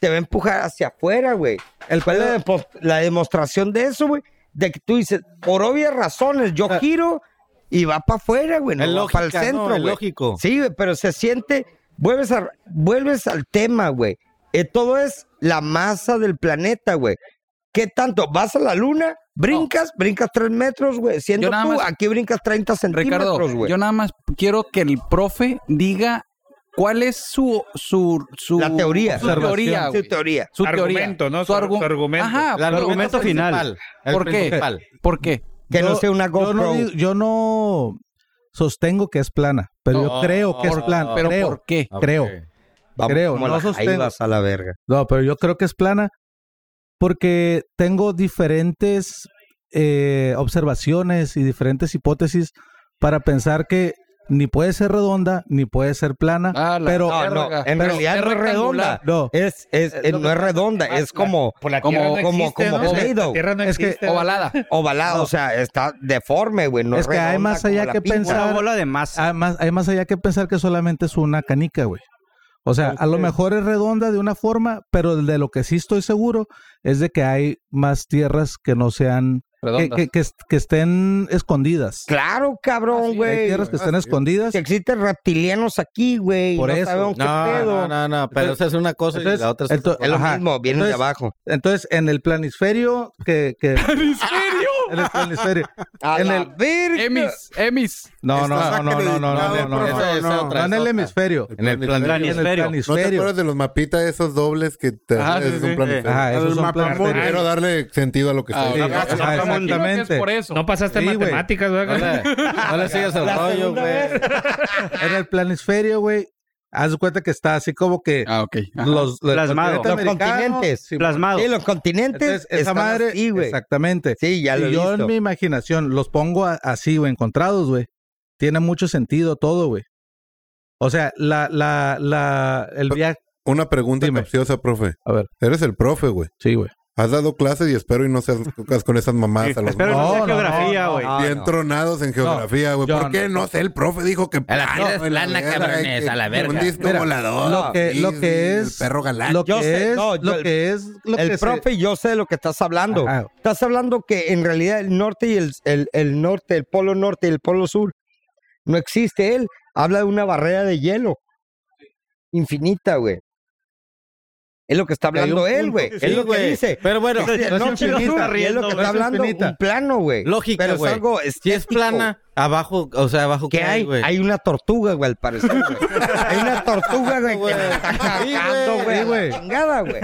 [SPEAKER 7] te va a empujar hacia afuera, güey. El cual la, demo- la demostración de eso, güey, de que tú dices, por obvias razones, yo giro y va para afuera, güey, no
[SPEAKER 2] Es
[SPEAKER 7] va para el
[SPEAKER 2] lógica, ¿no?
[SPEAKER 7] centro,
[SPEAKER 2] Es
[SPEAKER 7] güey.
[SPEAKER 2] lógico.
[SPEAKER 7] Sí, güey, pero se siente, vuelves, a- vuelves al tema, güey. Eh, todo es la masa del planeta, güey. ¿Qué tanto? ¿Vas a la luna? ¿Brincas? ¿Brincas tres metros, güey? Siendo
[SPEAKER 5] Yo nada
[SPEAKER 7] tú,
[SPEAKER 5] más-
[SPEAKER 7] aquí brincas 30 centímetros,
[SPEAKER 5] Ricardo,
[SPEAKER 7] güey.
[SPEAKER 5] yo nada más quiero que el profe diga cuál es su su su
[SPEAKER 7] La teoría.
[SPEAKER 5] su teoría,
[SPEAKER 7] Su
[SPEAKER 5] güey.
[SPEAKER 7] teoría.
[SPEAKER 5] su
[SPEAKER 7] Argumento,
[SPEAKER 5] teoría.
[SPEAKER 7] ¿no?
[SPEAKER 5] Su,
[SPEAKER 7] Su-
[SPEAKER 5] argu-
[SPEAKER 7] su argumento.
[SPEAKER 5] Ajá,
[SPEAKER 7] El argumento final. El
[SPEAKER 5] ¿Por qué?
[SPEAKER 7] principal.
[SPEAKER 5] ¿Por qué?
[SPEAKER 1] Yo- Yo no, digo- yo no sostengo que es plana, pero
[SPEAKER 5] No,
[SPEAKER 1] yo creo que es
[SPEAKER 5] por-
[SPEAKER 1] plana.
[SPEAKER 5] pero
[SPEAKER 1] creo,
[SPEAKER 5] ¿por qué?
[SPEAKER 1] Creo.
[SPEAKER 5] Ok.
[SPEAKER 7] Vamos
[SPEAKER 1] creo,
[SPEAKER 7] como
[SPEAKER 1] no
[SPEAKER 7] las
[SPEAKER 1] sostengo.
[SPEAKER 7] jaivas a la verga.
[SPEAKER 1] No, pero yo creo que es plana porque tengo diferentes eh, observaciones y diferentes hipótesis para pensar que ni puede ser redonda ni puede ser plana. pero
[SPEAKER 7] Ah, no, no, en
[SPEAKER 1] pero-
[SPEAKER 7] realidad no es redonda.
[SPEAKER 1] No.
[SPEAKER 7] Es, es, es-
[SPEAKER 1] lo
[SPEAKER 7] no
[SPEAKER 1] que
[SPEAKER 7] es redonda, es como,
[SPEAKER 1] Tierra
[SPEAKER 7] como,
[SPEAKER 1] no
[SPEAKER 7] como,
[SPEAKER 1] existe,
[SPEAKER 7] como
[SPEAKER 1] ¿no? Es que
[SPEAKER 7] Play-Doh.
[SPEAKER 1] la Tierra no Es que- existe, ¿no?
[SPEAKER 5] ovalada.
[SPEAKER 7] Ovalada, o sea, está deforme, güey. No
[SPEAKER 1] es que hay
[SPEAKER 7] redonda
[SPEAKER 1] más
[SPEAKER 7] como
[SPEAKER 1] allá
[SPEAKER 7] la
[SPEAKER 1] que
[SPEAKER 7] pizza.
[SPEAKER 1] pensar. Hay más, hay más allá que pensar que solamente es una canica, güey. O sea, a lo mejor es redonda de una forma, pero de lo que sí estoy seguro es de que hay más tierras que no sean. Que,
[SPEAKER 7] Redondas.
[SPEAKER 1] que, que est- que estén escondidas.
[SPEAKER 7] Claro, cabrón, güey.
[SPEAKER 1] Hay tierras que están escondidas.
[SPEAKER 7] Que existen reptilianos aquí, güey.
[SPEAKER 1] Por
[SPEAKER 7] no
[SPEAKER 1] eso.
[SPEAKER 7] Sabemos
[SPEAKER 1] No,
[SPEAKER 7] qué pedo.
[SPEAKER 1] no, no, no, pero Entonces- esa es una cosa y entonces- la otra es- entonces-
[SPEAKER 7] es lo
[SPEAKER 1] ajá.
[SPEAKER 7] mismo, vienen de
[SPEAKER 1] Entonces-
[SPEAKER 7] abajo.
[SPEAKER 1] Entonces, en el planisferio que. que en el planisferio.
[SPEAKER 7] A
[SPEAKER 1] en
[SPEAKER 7] la
[SPEAKER 1] el,
[SPEAKER 7] verga.
[SPEAKER 5] Emis, emis.
[SPEAKER 1] no, no, no, no, no, no, no, no, no,
[SPEAKER 3] Esa- esa
[SPEAKER 1] no,
[SPEAKER 3] es
[SPEAKER 1] no,
[SPEAKER 3] otra,
[SPEAKER 1] no, en
[SPEAKER 3] es
[SPEAKER 1] el
[SPEAKER 3] otra.
[SPEAKER 1] hemisferio.
[SPEAKER 3] En el planisferio.
[SPEAKER 1] En el
[SPEAKER 3] ¿No te
[SPEAKER 1] planisferio.
[SPEAKER 3] acuerdas de los mapitas esos dobles que te
[SPEAKER 1] Ajá,
[SPEAKER 3] haces?
[SPEAKER 1] sí,
[SPEAKER 3] Es
[SPEAKER 1] sí.
[SPEAKER 3] un planisferio.
[SPEAKER 1] Ajá, esos El son mapamón. planisferios.
[SPEAKER 3] Quiero darle sentido a lo que
[SPEAKER 1] Ah,
[SPEAKER 3] estoy
[SPEAKER 1] sí,
[SPEAKER 3] diciendo.
[SPEAKER 1] ajá, exactamente.
[SPEAKER 8] No pasaste
[SPEAKER 1] Sí, güey.
[SPEAKER 8] matemáticas, güey.
[SPEAKER 1] No le sigas el rollo, güey. En el planisferio, güey, haz de cuenta que está así como que.
[SPEAKER 5] Ah, ok.
[SPEAKER 1] Los, el
[SPEAKER 6] Plasmado.
[SPEAKER 1] continente
[SPEAKER 6] Los
[SPEAKER 1] americano,
[SPEAKER 6] continentes.
[SPEAKER 1] sí,
[SPEAKER 6] Plasmado.
[SPEAKER 1] sí,
[SPEAKER 7] los continentes
[SPEAKER 1] Entonces, esa
[SPEAKER 7] están
[SPEAKER 1] madre,
[SPEAKER 7] así, güey.
[SPEAKER 1] exactamente.
[SPEAKER 7] Sí, ya lo
[SPEAKER 1] y
[SPEAKER 7] he
[SPEAKER 1] yo
[SPEAKER 7] visto.
[SPEAKER 1] en mi imaginación los pongo a- así, güey, encontrados, güey. Tiene mucho sentido todo, güey. O sea, la, la, la, el viaje.
[SPEAKER 3] Una pregunta capciosa, profe.
[SPEAKER 1] A ver.
[SPEAKER 3] Eres el profe, güey.
[SPEAKER 1] Sí, güey.
[SPEAKER 3] Has dado clases y espero y no seas con esas mamadas a los
[SPEAKER 11] Espero no sea geografía, güey.
[SPEAKER 3] Bien
[SPEAKER 11] No, no.
[SPEAKER 3] tronados en geografía, güey.
[SPEAKER 11] yo
[SPEAKER 3] ¿Por qué
[SPEAKER 11] no.
[SPEAKER 3] no sé? El profe dijo que.
[SPEAKER 11] A la vida es
[SPEAKER 3] güey,
[SPEAKER 11] plana,
[SPEAKER 3] verga,
[SPEAKER 11] cabrones,
[SPEAKER 3] que-
[SPEAKER 11] a la verga.
[SPEAKER 3] Un disco
[SPEAKER 11] Mira,
[SPEAKER 3] volador.
[SPEAKER 7] lo
[SPEAKER 1] que- lo
[SPEAKER 3] sí,
[SPEAKER 1] que
[SPEAKER 3] el
[SPEAKER 1] es-
[SPEAKER 3] perro galáctico.
[SPEAKER 1] lo que es- lo
[SPEAKER 7] el-
[SPEAKER 1] que es- lo
[SPEAKER 7] el
[SPEAKER 1] que se-
[SPEAKER 7] profe, yo sé de lo que estás hablando.
[SPEAKER 1] Ajá.
[SPEAKER 7] Estás hablando que en realidad el norte y el, el, el norte, el polo norte y el polo sur, no existe él. Habla de una barrera de hielo infinita, güey. Es lo que está
[SPEAKER 2] hay un
[SPEAKER 7] hablando él,
[SPEAKER 2] punto.
[SPEAKER 7] güey.
[SPEAKER 2] Sí,
[SPEAKER 7] es lo que
[SPEAKER 2] güey.
[SPEAKER 7] dice.
[SPEAKER 2] Pero bueno,
[SPEAKER 7] Dice,
[SPEAKER 2] no es
[SPEAKER 7] norte y sur,
[SPEAKER 2] infinita,
[SPEAKER 7] y es lo
[SPEAKER 2] no
[SPEAKER 7] que
[SPEAKER 2] es
[SPEAKER 7] está hablando,
[SPEAKER 2] infinita.
[SPEAKER 7] un plano, güey.
[SPEAKER 2] Lógica,
[SPEAKER 7] Pero es
[SPEAKER 2] güey.
[SPEAKER 7] algo
[SPEAKER 2] Si es
[SPEAKER 7] estético.
[SPEAKER 2] plana, abajo, o sea, abajo
[SPEAKER 7] Que hay, hay una tortuga, güey, al parecer. güey. hay una tortuga, güey, que me está cargando, güey. a la Chingada, güey.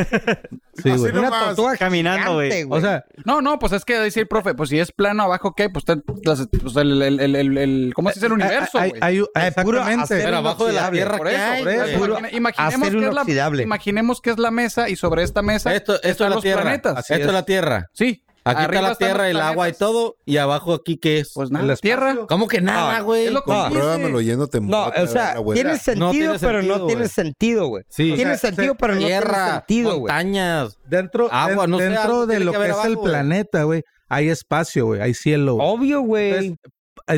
[SPEAKER 1] Sí, güey.
[SPEAKER 7] Una tortuga caminando,
[SPEAKER 1] O sea,
[SPEAKER 5] no, no, pues es que decir, profe, pues si es plano abajo, ¿qué? Pues, te- las- pues, el, el, el, el, el- ¿cómo se dice el universo,
[SPEAKER 1] Eh, Hay-
[SPEAKER 5] güey?
[SPEAKER 1] hay- exactamente.
[SPEAKER 5] Pero abajo de la tierra,
[SPEAKER 2] ¿qué hay,
[SPEAKER 5] por eso.
[SPEAKER 2] güey? Puro
[SPEAKER 5] Imagine- imaginemos,
[SPEAKER 2] acero
[SPEAKER 5] que es la,
[SPEAKER 2] inoxidable.
[SPEAKER 5] imaginemos que es la mesa y sobre esta mesa
[SPEAKER 2] Esto, esto
[SPEAKER 5] están
[SPEAKER 2] es la
[SPEAKER 5] los
[SPEAKER 2] tierra.
[SPEAKER 5] planetas.
[SPEAKER 2] Esto es. la tierra.
[SPEAKER 5] Sí.
[SPEAKER 2] Aquí
[SPEAKER 5] Arriba
[SPEAKER 2] está la
[SPEAKER 5] están
[SPEAKER 2] tierra,
[SPEAKER 5] los
[SPEAKER 2] el agua y todo. Y abajo aquí, ¿qué es?
[SPEAKER 5] Pues
[SPEAKER 2] nada.
[SPEAKER 5] tierra.
[SPEAKER 2] ¿Cómo que nada,
[SPEAKER 7] No,
[SPEAKER 2] güey?
[SPEAKER 7] es lo que
[SPEAKER 2] No,
[SPEAKER 7] dice.
[SPEAKER 3] Pruébamelo yéndote.
[SPEAKER 7] No, o sea, tiene sentido, pero no tiene sentido, güey.
[SPEAKER 2] Sí.
[SPEAKER 7] Tiene
[SPEAKER 2] O sea,
[SPEAKER 7] sentido,
[SPEAKER 2] se-
[SPEAKER 7] pero no
[SPEAKER 2] tierra,
[SPEAKER 7] tiene sentido, güey.
[SPEAKER 2] Montañas.
[SPEAKER 1] Dentro,
[SPEAKER 2] agua,
[SPEAKER 1] Den-
[SPEAKER 2] no sé,
[SPEAKER 1] dentro
[SPEAKER 2] algo
[SPEAKER 1] de
[SPEAKER 2] tiene
[SPEAKER 1] lo que,
[SPEAKER 2] haber
[SPEAKER 1] es el
[SPEAKER 2] abajo, güey.
[SPEAKER 1] planeta, güey, hay espacio, güey, hay cielo. eh,
[SPEAKER 7] Obvio, güey.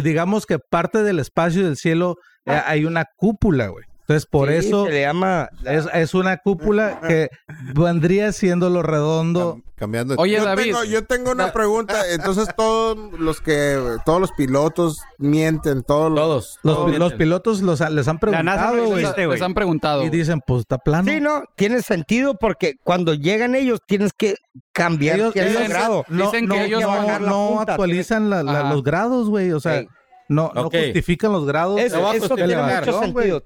[SPEAKER 1] Digamos que parte del espacio y del cielo eh,
[SPEAKER 2] Ah.
[SPEAKER 1] hay una cúpula, güey. Entonces, por
[SPEAKER 7] Sí,
[SPEAKER 1] eso
[SPEAKER 7] se le llama
[SPEAKER 1] es, es una cúpula que vendría siendo lo redondo.
[SPEAKER 3] cambiando
[SPEAKER 1] de- Oye,
[SPEAKER 4] yo
[SPEAKER 1] David.
[SPEAKER 4] Tengo, yo tengo una pregunta. Entonces, todos los que. Todos los pilotos mienten. Todos. Todos.
[SPEAKER 1] Los, pi- los pilotos los, ha- les han preguntado, güey.
[SPEAKER 5] preguntado.
[SPEAKER 1] Y dicen, pues está plano.
[SPEAKER 7] Sí, no, tiene sentido porque cuando llegan ellos tienes que cambiar
[SPEAKER 1] Ellos-
[SPEAKER 7] cierto
[SPEAKER 1] ellos-
[SPEAKER 7] grado.
[SPEAKER 1] no, no-
[SPEAKER 7] Tienes
[SPEAKER 1] no-
[SPEAKER 7] bajar la
[SPEAKER 1] no
[SPEAKER 7] punta,
[SPEAKER 1] actualizan la- la-
[SPEAKER 7] Ajá.
[SPEAKER 1] los grados, güey. O sea, no, no
[SPEAKER 2] Ok.
[SPEAKER 1] justifican los grados.
[SPEAKER 2] Te voy a justificar.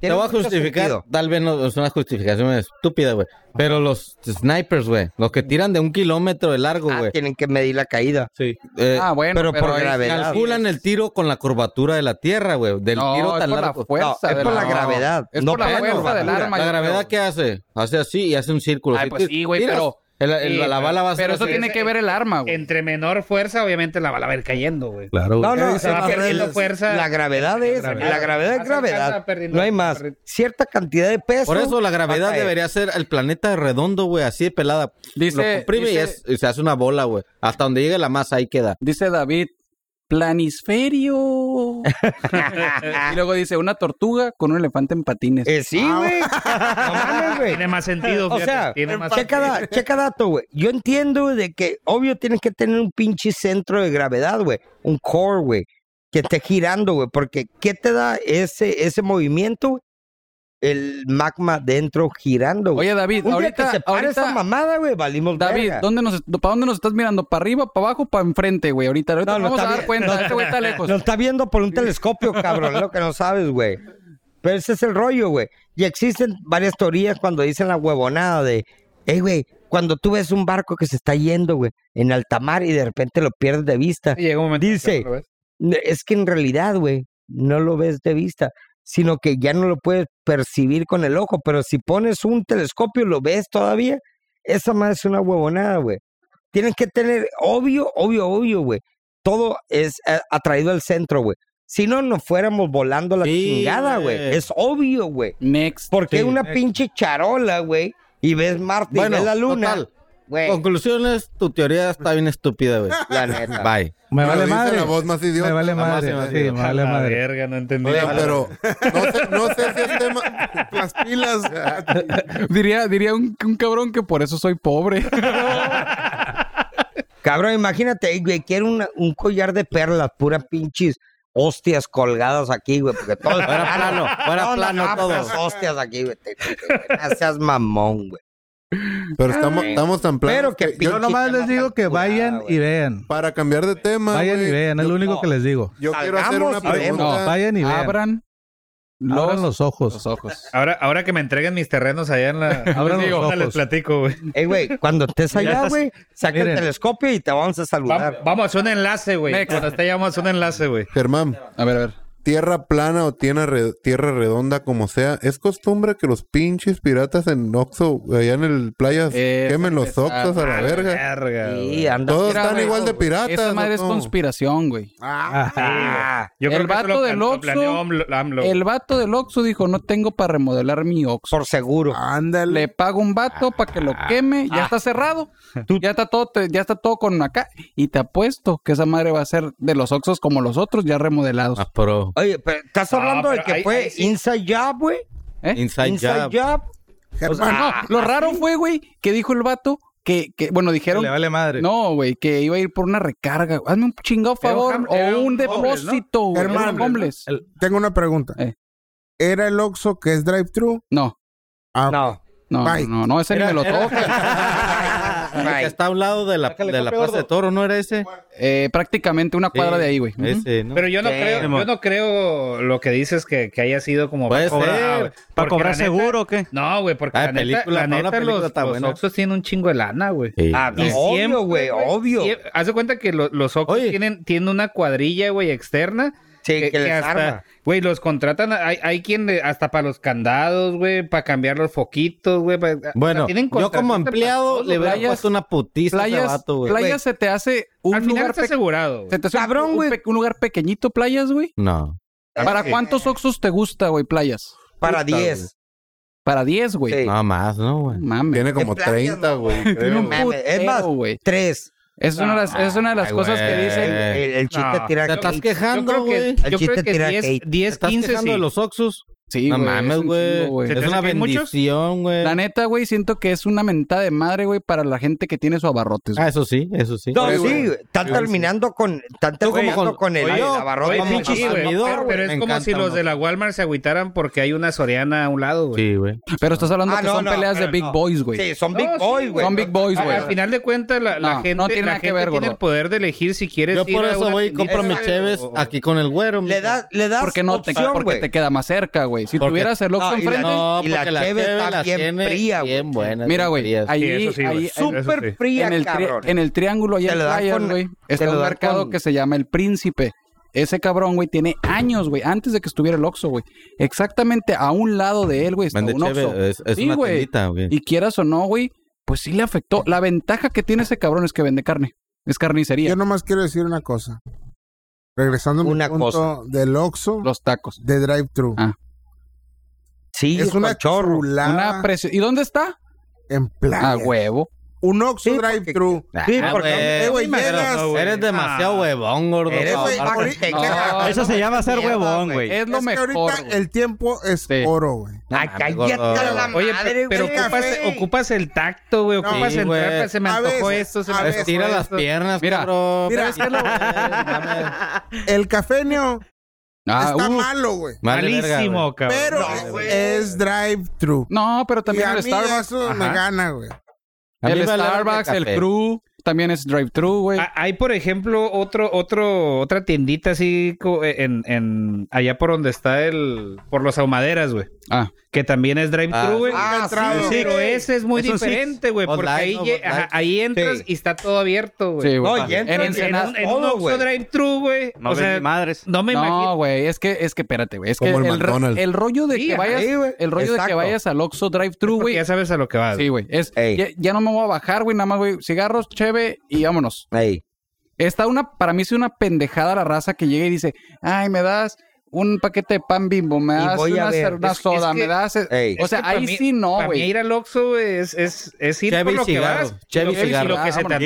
[SPEAKER 2] Te voy a justificar. Tal vez no es una justificación estúpida, güey. Pero los snipers, güey, los que tiran de un kilómetro de largo, güey.
[SPEAKER 7] Ah, tienen que medir la caída.
[SPEAKER 1] Sí.
[SPEAKER 5] Ah, bueno,
[SPEAKER 2] pero,
[SPEAKER 5] pero
[SPEAKER 2] por
[SPEAKER 5] es-
[SPEAKER 2] gravedad. Calculan el tiro con la curvatura de la tierra, güey. Del
[SPEAKER 5] No,
[SPEAKER 2] tiro
[SPEAKER 5] es
[SPEAKER 2] tan
[SPEAKER 5] por la
[SPEAKER 2] largo.
[SPEAKER 5] fuerza
[SPEAKER 2] No,
[SPEAKER 5] de
[SPEAKER 2] es por
[SPEAKER 5] la-
[SPEAKER 2] la gravedad.
[SPEAKER 5] es por la
[SPEAKER 2] pero-
[SPEAKER 5] fuerza del
[SPEAKER 2] curvatura.
[SPEAKER 5] arma,
[SPEAKER 2] ¿La
[SPEAKER 5] yo
[SPEAKER 2] gravedad
[SPEAKER 5] creo.
[SPEAKER 2] qué hace? Hace así y hace un círculo.
[SPEAKER 5] Ay,
[SPEAKER 2] Si
[SPEAKER 5] pues
[SPEAKER 2] ti-
[SPEAKER 5] sí, güey,
[SPEAKER 2] tiras,
[SPEAKER 5] pero-
[SPEAKER 2] el- el-
[SPEAKER 8] Sí,
[SPEAKER 2] la, la
[SPEAKER 8] pero-
[SPEAKER 2] bala va a ser
[SPEAKER 8] pero
[SPEAKER 2] así.
[SPEAKER 5] ver el arma,
[SPEAKER 8] güey. Entre menor fuerza, obviamente la bala va a ir cayendo, güey.
[SPEAKER 1] Claro,
[SPEAKER 7] No, no,
[SPEAKER 8] se va
[SPEAKER 7] la-
[SPEAKER 8] perdiendo
[SPEAKER 7] la-
[SPEAKER 8] fuerza.
[SPEAKER 7] La gravedad es,
[SPEAKER 8] Gravedad.
[SPEAKER 7] la gravedad es
[SPEAKER 8] Vas alcanza
[SPEAKER 7] gravedad.
[SPEAKER 8] perdiendo-
[SPEAKER 7] No hay más. Cierta cantidad de peso.
[SPEAKER 2] Por eso la
[SPEAKER 7] va a
[SPEAKER 2] gravedad
[SPEAKER 7] caer.
[SPEAKER 2] debería ser el planeta redondo, güey, así de pelada.
[SPEAKER 5] Dice-
[SPEAKER 2] lo comprime y,
[SPEAKER 5] dice-
[SPEAKER 2] es- y se hace una bola, güey. Hasta donde llegue la masa, ahí queda.
[SPEAKER 5] Dice David, planisferio. y luego dice, una tortuga con un elefante en patines.
[SPEAKER 2] Eh,
[SPEAKER 5] Ah,
[SPEAKER 7] sí, güey.
[SPEAKER 8] Tiene más sentido,
[SPEAKER 7] O
[SPEAKER 8] fíjate,
[SPEAKER 7] sea,
[SPEAKER 8] tiene más
[SPEAKER 7] checa, da- checa dato, güey. Yo entiendo de que, obvio, tienes que tener un pinche centro de gravedad, güey. Un core, güey. Que esté girando, güey. Porque, ¿qué te da ese, ese movimiento? güey? el magma dentro girando.
[SPEAKER 5] Oye, David,
[SPEAKER 7] Un día
[SPEAKER 5] ahorita-
[SPEAKER 7] que se pare
[SPEAKER 5] ahorita-
[SPEAKER 7] esa mamada, güey, valimos
[SPEAKER 5] David,
[SPEAKER 7] verga.
[SPEAKER 5] ¿dónde nos, ¿para dónde nos estás mirando? ¿Para arriba, para abajo, para enfrente, güey? Ahorita, ahorita
[SPEAKER 7] No,
[SPEAKER 5] nos
[SPEAKER 7] lo
[SPEAKER 5] vamos a
[SPEAKER 7] está
[SPEAKER 5] dar
[SPEAKER 7] vi-
[SPEAKER 5] cuenta.
[SPEAKER 7] lo-
[SPEAKER 5] Este güey está lejos.
[SPEAKER 7] Lo está viendo por un telescopio, cabrón, es lo que no sabes, güey. Pero ese es el rollo, güey. Y existen varias teorías cuando dicen la huevonada de, hey, güey, cuando tú ves un barco que se está yendo, güey, en alta mar y de repente lo pierdes de vista. dice, "No, es que en realidad, güey, no lo ves de vista, sino que ya no lo puedes percibir con el ojo, pero si pones un telescopio lo ves todavía. Esa más es una huevonada, güey. Tienes que tener, obvio, obvio, obvio, güey. Todo es eh, atraído al centro, güey. Si no, nos fuéramos volando a la chingada, güey. Es obvio, güey.
[SPEAKER 5] Next.
[SPEAKER 7] Porque
[SPEAKER 2] Sí,
[SPEAKER 7] una
[SPEAKER 2] next.
[SPEAKER 7] pinche charola, güey. Y ves Marte y ves la luna.
[SPEAKER 2] total.
[SPEAKER 7] Güey.
[SPEAKER 2] Conclusiones, tu teoría está bien estúpida, güey.
[SPEAKER 7] La neta.
[SPEAKER 2] Bye.
[SPEAKER 1] Me vale madre.
[SPEAKER 3] la voz más idiota.
[SPEAKER 1] Me vale
[SPEAKER 2] La
[SPEAKER 1] madre.
[SPEAKER 2] más
[SPEAKER 1] Sí, me
[SPEAKER 2] idiota.
[SPEAKER 1] vale
[SPEAKER 2] La
[SPEAKER 1] madre.
[SPEAKER 8] Verga, no entendí.
[SPEAKER 3] Oye,
[SPEAKER 8] nada.
[SPEAKER 3] pero no sé, no sé si es tema. Las pilas.
[SPEAKER 5] diría diría un, un cabrón que por eso soy pobre.
[SPEAKER 7] Cabrón, imagínate, ey, güey, quiero una- un collar de perlas, puras pinches hostias colgadas aquí, güey, porque todo es
[SPEAKER 2] Fuera plano, fuera
[SPEAKER 7] Todo,
[SPEAKER 2] plano
[SPEAKER 7] ah,
[SPEAKER 2] todo.
[SPEAKER 7] puras hostias aquí, güey. te- te- te- No seas mamón, güey.
[SPEAKER 3] Pero
[SPEAKER 8] Ah,
[SPEAKER 3] estamos, estamos tan planos.
[SPEAKER 7] Pero que
[SPEAKER 3] yo
[SPEAKER 1] Yo nomás les digo que vayan y vean.
[SPEAKER 3] Para cambiar de tema.
[SPEAKER 1] Vayan y
[SPEAKER 3] güey,
[SPEAKER 1] vean, es lo único que les digo.
[SPEAKER 3] Yo quiero hacer una
[SPEAKER 7] Salgamos y vemos.
[SPEAKER 3] pregunta.
[SPEAKER 1] No, vayan y vean.
[SPEAKER 5] Abran los,
[SPEAKER 1] Abran los
[SPEAKER 5] los
[SPEAKER 1] ojos.
[SPEAKER 5] ojos.
[SPEAKER 8] Ahora, ahora que me entreguen mis terrenos allá en la.
[SPEAKER 1] Abran los
[SPEAKER 8] Ahorita les
[SPEAKER 1] ojos.
[SPEAKER 8] platico, güey.
[SPEAKER 7] Ey, güey, cuando estés
[SPEAKER 8] Mira,
[SPEAKER 7] allá,
[SPEAKER 8] estás-
[SPEAKER 7] güey, saca el
[SPEAKER 1] miren.
[SPEAKER 7] telescopio y te vamos a saludar.
[SPEAKER 8] Vam- Vamos a hacer un enlace, güey.
[SPEAKER 5] Next.
[SPEAKER 8] Cuando esté ya vamos a hacer un enlace, güey.
[SPEAKER 3] Germán,
[SPEAKER 5] A ver, a ver.
[SPEAKER 3] tierra plana o tierra, re- tierra redonda, como sea, es costumbre que los pinches piratas en Oxo, allá en el playa,
[SPEAKER 5] Eh,
[SPEAKER 3] quemen los
[SPEAKER 5] ah,
[SPEAKER 3] Oxos a la verga.
[SPEAKER 8] Verga, güey.
[SPEAKER 7] Sí, anda.
[SPEAKER 3] Todos
[SPEAKER 5] Mira,
[SPEAKER 3] están
[SPEAKER 5] güey,
[SPEAKER 3] igual de
[SPEAKER 5] Esa
[SPEAKER 3] piratas.
[SPEAKER 5] madre
[SPEAKER 3] ¿no?
[SPEAKER 5] es
[SPEAKER 3] ¿Cómo?
[SPEAKER 5] conspiración, güey.
[SPEAKER 7] Ah,
[SPEAKER 8] Yo
[SPEAKER 5] El
[SPEAKER 8] creo que eso
[SPEAKER 5] vato
[SPEAKER 8] lo-
[SPEAKER 5] del
[SPEAKER 8] lo
[SPEAKER 5] Oxxo,
[SPEAKER 8] planeó AMLO- AMLO,
[SPEAKER 5] El vato del Oxxo dijo, no tengo para remodelar mi Oxxo.
[SPEAKER 7] por seguro. Ah.
[SPEAKER 5] Le
[SPEAKER 4] Ándale.
[SPEAKER 5] pago un vato para que lo queme. Ya está cerrado. Ya está todo, te- ya está todo con acá. Y te apuesto que esa madre va a ser de los Oxxos como los otros, ya remodelados.
[SPEAKER 2] Ah, pro.
[SPEAKER 7] Oye, pero ¿estás
[SPEAKER 8] Ah,
[SPEAKER 7] hablando del
[SPEAKER 8] pero
[SPEAKER 7] que
[SPEAKER 8] ahí-
[SPEAKER 7] fue
[SPEAKER 8] ahí sí.
[SPEAKER 7] Inside Job, güey?
[SPEAKER 5] ¿Eh?
[SPEAKER 2] Inside,
[SPEAKER 7] Inside
[SPEAKER 2] job.
[SPEAKER 7] Job.
[SPEAKER 5] O sea, no, lo
[SPEAKER 8] Ah,
[SPEAKER 5] raro fue, güey, que dijo el vato que, que bueno, dijeron...
[SPEAKER 1] Le vale madre.
[SPEAKER 5] No, güey, que iba a ir por una recarga. Hazme un chingado favor
[SPEAKER 8] un
[SPEAKER 5] o
[SPEAKER 8] ham-
[SPEAKER 5] un,
[SPEAKER 8] era un homeless,
[SPEAKER 5] depósito, güey.
[SPEAKER 4] Hermano,
[SPEAKER 5] Era un homeless.
[SPEAKER 4] Tengo una pregunta.
[SPEAKER 5] Eh.
[SPEAKER 4] ¿Era el Oxxo que es drive-thru?
[SPEAKER 5] No,
[SPEAKER 4] Ah,
[SPEAKER 7] No.
[SPEAKER 5] no, no,
[SPEAKER 4] Bye.
[SPEAKER 5] no, no, ese ni me lo toca.
[SPEAKER 2] El que está a un lado de la, de la Plaza de Toro, ¿no era ese?
[SPEAKER 5] Eh, prácticamente una cuadra
[SPEAKER 2] Sí,
[SPEAKER 5] de ahí, güey. Ujú.
[SPEAKER 2] Ese, ¿no?
[SPEAKER 8] Pero yo no
[SPEAKER 7] Sí,
[SPEAKER 8] creo, yo no creo lo que dices que, que haya sido como
[SPEAKER 2] Puede
[SPEAKER 8] cobrar-
[SPEAKER 2] ser.
[SPEAKER 8] Ah, güey.
[SPEAKER 6] ¿Para
[SPEAKER 8] Porque
[SPEAKER 6] cobrar
[SPEAKER 8] la neta-
[SPEAKER 6] seguro o qué?
[SPEAKER 8] No, güey, porque
[SPEAKER 2] Ah,
[SPEAKER 8] la neta,
[SPEAKER 2] película,
[SPEAKER 8] la
[SPEAKER 2] para una
[SPEAKER 8] neta
[SPEAKER 2] película
[SPEAKER 8] los,
[SPEAKER 2] está
[SPEAKER 8] los
[SPEAKER 2] buena.
[SPEAKER 8] Oxxos tienen un chingo de lana, güey.
[SPEAKER 2] Sí.
[SPEAKER 7] Ah, no,
[SPEAKER 8] Y siempre,
[SPEAKER 7] obvie, güey, obvio.
[SPEAKER 8] Sie- Haz de cuenta que lo- los Oxxos
[SPEAKER 2] Oye.
[SPEAKER 8] tienen, tienen una cuadrilla, güey, externa.
[SPEAKER 7] Sí, que les
[SPEAKER 8] hasta-
[SPEAKER 7] arma.
[SPEAKER 8] Güey, los contratan, a- hay, hay quien le- hasta para los candados, güey, para cambiar los foquitos, güey. pa-
[SPEAKER 2] Bueno,
[SPEAKER 8] o sea, tienen
[SPEAKER 2] yo como
[SPEAKER 8] contratistas para
[SPEAKER 2] empleado
[SPEAKER 8] todo,
[SPEAKER 2] le hubiera
[SPEAKER 5] playas-
[SPEAKER 2] puesto una putiza a ese
[SPEAKER 5] Playas,
[SPEAKER 2] vato, güey.
[SPEAKER 5] playas se te hace un
[SPEAKER 8] Al final
[SPEAKER 5] lugar
[SPEAKER 8] está
[SPEAKER 5] pe-
[SPEAKER 8] asegurado.
[SPEAKER 5] se te hace un-
[SPEAKER 7] Cabrón,
[SPEAKER 5] un,
[SPEAKER 7] güey.
[SPEAKER 5] pe- un lugar pequeñito, playas, güey.
[SPEAKER 2] No.
[SPEAKER 7] Eh,
[SPEAKER 5] ¿Para cuántos Oxxos te gusta, güey, playas?
[SPEAKER 7] Para
[SPEAKER 2] Puta,
[SPEAKER 7] 10.
[SPEAKER 5] Para 10, güey.
[SPEAKER 7] Sí.
[SPEAKER 2] Nada más, ¿no, güey?
[SPEAKER 5] Mames.
[SPEAKER 3] Tiene como
[SPEAKER 7] ¿Qué playas,
[SPEAKER 3] 30, güey.
[SPEAKER 5] Tiene
[SPEAKER 3] creo.
[SPEAKER 5] un
[SPEAKER 7] mames, es más-
[SPEAKER 5] putero, güey.
[SPEAKER 7] Tres.
[SPEAKER 5] Es una de las, es una de las
[SPEAKER 2] Ay,
[SPEAKER 5] cosas que
[SPEAKER 2] güey.
[SPEAKER 5] dicen.
[SPEAKER 2] Eh.
[SPEAKER 7] El, el chiste
[SPEAKER 8] No,
[SPEAKER 7] tira
[SPEAKER 2] Te estás
[SPEAKER 7] aquí.
[SPEAKER 2] quejando,
[SPEAKER 8] Yo creo
[SPEAKER 2] güey.
[SPEAKER 8] que,
[SPEAKER 7] El
[SPEAKER 8] yo creo
[SPEAKER 7] chiste
[SPEAKER 8] que
[SPEAKER 7] tira
[SPEAKER 8] 10,
[SPEAKER 7] hate.
[SPEAKER 8] 10
[SPEAKER 2] ¿Estás
[SPEAKER 8] 15
[SPEAKER 2] quejando
[SPEAKER 8] sí.
[SPEAKER 2] de los Oxxus?
[SPEAKER 5] Sí,
[SPEAKER 2] no
[SPEAKER 5] güey, es
[SPEAKER 2] mames,
[SPEAKER 5] un chingo,
[SPEAKER 2] güey.
[SPEAKER 5] güey.
[SPEAKER 8] ¿Se te
[SPEAKER 2] Es una
[SPEAKER 8] hace que hay muchos?
[SPEAKER 2] bendición, güey.
[SPEAKER 5] La neta, güey, siento que es una mentada de madre, güey, para la gente que tiene su abarrotes. güey.
[SPEAKER 2] Ah, eso sí, eso sí.
[SPEAKER 7] No,
[SPEAKER 3] Oye,
[SPEAKER 7] sí,
[SPEAKER 3] güey.
[SPEAKER 7] güey, están terminando con, están
[SPEAKER 2] Tú como
[SPEAKER 7] terminando
[SPEAKER 2] con-
[SPEAKER 7] con, el,
[SPEAKER 2] oye,
[SPEAKER 7] el
[SPEAKER 2] yo,
[SPEAKER 7] abarrote
[SPEAKER 2] oye,
[SPEAKER 7] pinche,
[SPEAKER 2] sí,
[SPEAKER 8] Sí, güey,
[SPEAKER 7] güey.
[SPEAKER 2] consumidor,
[SPEAKER 8] pero,
[SPEAKER 2] güey.
[SPEAKER 8] pero es
[SPEAKER 2] Me
[SPEAKER 8] como
[SPEAKER 2] encanta,
[SPEAKER 8] si los
[SPEAKER 2] ¿no?
[SPEAKER 8] de la Walmart se agüitaran porque hay una Soriana a un lado, güey.
[SPEAKER 2] Sí, güey.
[SPEAKER 5] Pero estás hablando
[SPEAKER 7] Ah,
[SPEAKER 5] que
[SPEAKER 7] no,
[SPEAKER 5] son
[SPEAKER 7] no,
[SPEAKER 5] peleas de
[SPEAKER 7] pero
[SPEAKER 5] big
[SPEAKER 7] no.
[SPEAKER 5] boys, güey.
[SPEAKER 7] Sí, son big
[SPEAKER 8] No, sí,
[SPEAKER 7] boys, güey.
[SPEAKER 5] son big boys,
[SPEAKER 8] Ah,
[SPEAKER 5] güey.
[SPEAKER 8] Al final de cuentas, la, la
[SPEAKER 5] No,
[SPEAKER 8] gente,
[SPEAKER 5] no tiene
[SPEAKER 8] la
[SPEAKER 5] nada que
[SPEAKER 8] gente
[SPEAKER 5] ver,
[SPEAKER 8] tiene
[SPEAKER 5] gordo.
[SPEAKER 8] el poder de elegir si quieres
[SPEAKER 2] Yo
[SPEAKER 8] ir
[SPEAKER 2] por
[SPEAKER 8] a
[SPEAKER 2] eso
[SPEAKER 8] una
[SPEAKER 2] voy y compro mis
[SPEAKER 8] tiendita,
[SPEAKER 2] cheves
[SPEAKER 8] o-
[SPEAKER 2] aquí con el güero.
[SPEAKER 7] Le das, le das
[SPEAKER 5] Porque no te,
[SPEAKER 7] opción,
[SPEAKER 5] porque
[SPEAKER 7] güey.
[SPEAKER 5] te queda más cerca, güey. Si
[SPEAKER 2] Porque-
[SPEAKER 5] tuvieras el Oxxo
[SPEAKER 7] No, y la-
[SPEAKER 5] enfrente,
[SPEAKER 2] No,
[SPEAKER 7] y la
[SPEAKER 2] porque la
[SPEAKER 7] cheve
[SPEAKER 2] cheve
[SPEAKER 7] está
[SPEAKER 2] la
[SPEAKER 7] bien
[SPEAKER 2] tiene
[SPEAKER 7] fría, güey.
[SPEAKER 2] bien buena.
[SPEAKER 5] mira, güey,
[SPEAKER 2] frías.
[SPEAKER 5] ahí,
[SPEAKER 8] eso sí, güey.
[SPEAKER 5] ahí-
[SPEAKER 8] Súper
[SPEAKER 5] ahí-
[SPEAKER 7] Súper
[SPEAKER 8] sí.
[SPEAKER 7] fría,
[SPEAKER 5] en, el tri-
[SPEAKER 7] cabrón.
[SPEAKER 5] en el triángulo allá
[SPEAKER 7] Te
[SPEAKER 5] en
[SPEAKER 7] lo dan
[SPEAKER 5] Playas,
[SPEAKER 7] con-
[SPEAKER 5] güey,
[SPEAKER 7] te
[SPEAKER 5] está
[SPEAKER 7] lo
[SPEAKER 5] un
[SPEAKER 7] dan
[SPEAKER 5] mercado
[SPEAKER 7] con-
[SPEAKER 5] que se llama El Príncipe. Ese cabrón, güey, tiene años, güey, antes de que estuviera el Oxxo, güey. Exactamente a un lado de él, güey, está
[SPEAKER 2] Vende
[SPEAKER 5] un
[SPEAKER 2] cheve,
[SPEAKER 5] Oxxo.
[SPEAKER 2] es- es
[SPEAKER 5] Sí,
[SPEAKER 2] una
[SPEAKER 5] güey.
[SPEAKER 2] tiendita, güey.
[SPEAKER 5] Y quieras o no, güey, pues sí le afectó. La ventaja que tiene ese cabrón es que vende carne. Es carnicería.
[SPEAKER 4] Yo nomás quiero decir una cosa. Regresando a mi
[SPEAKER 7] Una
[SPEAKER 4] punto
[SPEAKER 7] cosa.
[SPEAKER 4] del Oxxo
[SPEAKER 5] Los tacos.
[SPEAKER 4] de drive-thru.
[SPEAKER 5] Ah,
[SPEAKER 7] Sí,
[SPEAKER 4] es una
[SPEAKER 7] chorro.
[SPEAKER 4] chorrulada
[SPEAKER 5] Una precio- ¿Y dónde está?
[SPEAKER 4] en plan.
[SPEAKER 5] A huevo.
[SPEAKER 4] Un Oxxo
[SPEAKER 7] Sí, porque-
[SPEAKER 4] drive-thru.
[SPEAKER 7] Sí,
[SPEAKER 2] Ah,
[SPEAKER 7] porque-
[SPEAKER 2] güey.
[SPEAKER 4] eh, güey,
[SPEAKER 2] Pero
[SPEAKER 4] llegas-
[SPEAKER 2] no, güey. Eres demasiado huevón, gordo.
[SPEAKER 7] Ah, Eres,
[SPEAKER 2] No,
[SPEAKER 7] güey,
[SPEAKER 2] aparte-
[SPEAKER 7] ahorita-
[SPEAKER 4] Es
[SPEAKER 5] No,
[SPEAKER 4] que-
[SPEAKER 6] Eso se llama ser huevón, güey.
[SPEAKER 5] Es lo
[SPEAKER 4] es que
[SPEAKER 5] mejor.
[SPEAKER 4] ahorita
[SPEAKER 5] güey.
[SPEAKER 4] el tiempo es
[SPEAKER 5] Sí.
[SPEAKER 4] oro, güey.
[SPEAKER 7] Ay,
[SPEAKER 2] Ah,
[SPEAKER 7] cállate
[SPEAKER 2] gordo,
[SPEAKER 7] a la
[SPEAKER 8] Oye,
[SPEAKER 7] madre,
[SPEAKER 8] pero
[SPEAKER 7] güey.
[SPEAKER 8] ocupas, ocupas el tacto, güey.
[SPEAKER 4] No.
[SPEAKER 8] Ocupas
[SPEAKER 2] Sí,
[SPEAKER 8] entrar,
[SPEAKER 2] güey.
[SPEAKER 8] pues, se me
[SPEAKER 4] A
[SPEAKER 8] antojó
[SPEAKER 4] veces,
[SPEAKER 8] esto, se
[SPEAKER 4] a
[SPEAKER 8] me
[SPEAKER 4] veces.
[SPEAKER 8] antojó
[SPEAKER 2] Estira las
[SPEAKER 8] esto.
[SPEAKER 2] piernas,
[SPEAKER 5] Mira,
[SPEAKER 2] cabrón.
[SPEAKER 4] mira,
[SPEAKER 2] Pero-
[SPEAKER 4] El cafenio
[SPEAKER 5] Ah,
[SPEAKER 4] Está
[SPEAKER 5] uh.
[SPEAKER 4] malo, güey.
[SPEAKER 5] Vale Malísimo, verga, güey. cabrón.
[SPEAKER 4] Pero
[SPEAKER 5] Vale, güey.
[SPEAKER 4] es drive-thru.
[SPEAKER 5] No, pero también
[SPEAKER 4] y a
[SPEAKER 5] el
[SPEAKER 4] mí
[SPEAKER 5] Starbucks.
[SPEAKER 4] eso me
[SPEAKER 5] Ajá.
[SPEAKER 4] gana, güey.
[SPEAKER 8] A mí
[SPEAKER 5] El
[SPEAKER 8] me vale verga
[SPEAKER 5] Starbucks,
[SPEAKER 8] el
[SPEAKER 5] el
[SPEAKER 8] café.
[SPEAKER 5] Crew, también es drive-thru, güey.
[SPEAKER 8] Ah, Hay, por ejemplo, otro, otro, otra tiendita así co- eh, en, en allá por donde está el, por los ahumaderas, güey.
[SPEAKER 5] Ah.
[SPEAKER 8] Que también es drive-thru,
[SPEAKER 6] Ah,
[SPEAKER 8] güey.
[SPEAKER 6] ah, sí, sí.
[SPEAKER 8] Pero ese es muy
[SPEAKER 6] Es un Six.
[SPEAKER 8] diferente, güey. Porque
[SPEAKER 6] Online,
[SPEAKER 8] ahí,
[SPEAKER 6] ¿no?
[SPEAKER 8] lle-
[SPEAKER 6] Online.
[SPEAKER 8] ajá, ahí entras y está todo abierto, güey.
[SPEAKER 5] Sí, güey. No, y
[SPEAKER 8] en,
[SPEAKER 5] entras y
[SPEAKER 8] en un, en
[SPEAKER 5] todo,
[SPEAKER 8] un Oxxo
[SPEAKER 5] güey.
[SPEAKER 8] drive-thru, güey. o sea, No me imagino.
[SPEAKER 5] No, güey, es que, es que, espérate, güey. Es que
[SPEAKER 8] Como
[SPEAKER 5] el,
[SPEAKER 8] el
[SPEAKER 5] ro-
[SPEAKER 8] McDonald's.
[SPEAKER 5] el rollo de
[SPEAKER 8] Sí,
[SPEAKER 5] que vayas,
[SPEAKER 8] ahí, güey.
[SPEAKER 5] el rollo de que
[SPEAKER 8] Exacto.
[SPEAKER 5] vayas al Oxxo drive-thru, güey.
[SPEAKER 8] Ya sabes a lo que vas.
[SPEAKER 5] Sí, güey. Es, ya, ya no me voy a bajar, güey. Nada más, güey. Cigarros, cheve y vámonos. Está una, para mí es una pendejada la raza que llega y dice, ay, me das un paquete de pan bimbo, me das
[SPEAKER 8] voy a
[SPEAKER 5] una,
[SPEAKER 8] ver.
[SPEAKER 5] cer- una
[SPEAKER 8] Es- es
[SPEAKER 5] soda,
[SPEAKER 8] que-
[SPEAKER 5] me das... e-, O
[SPEAKER 8] Es
[SPEAKER 5] sea,
[SPEAKER 8] que pa'
[SPEAKER 5] ahí
[SPEAKER 8] mí-
[SPEAKER 5] sí no,
[SPEAKER 8] pa' mí
[SPEAKER 5] güey.
[SPEAKER 8] ir al Oxxo, güey, es, es, es ir por lo que vas. y lo que-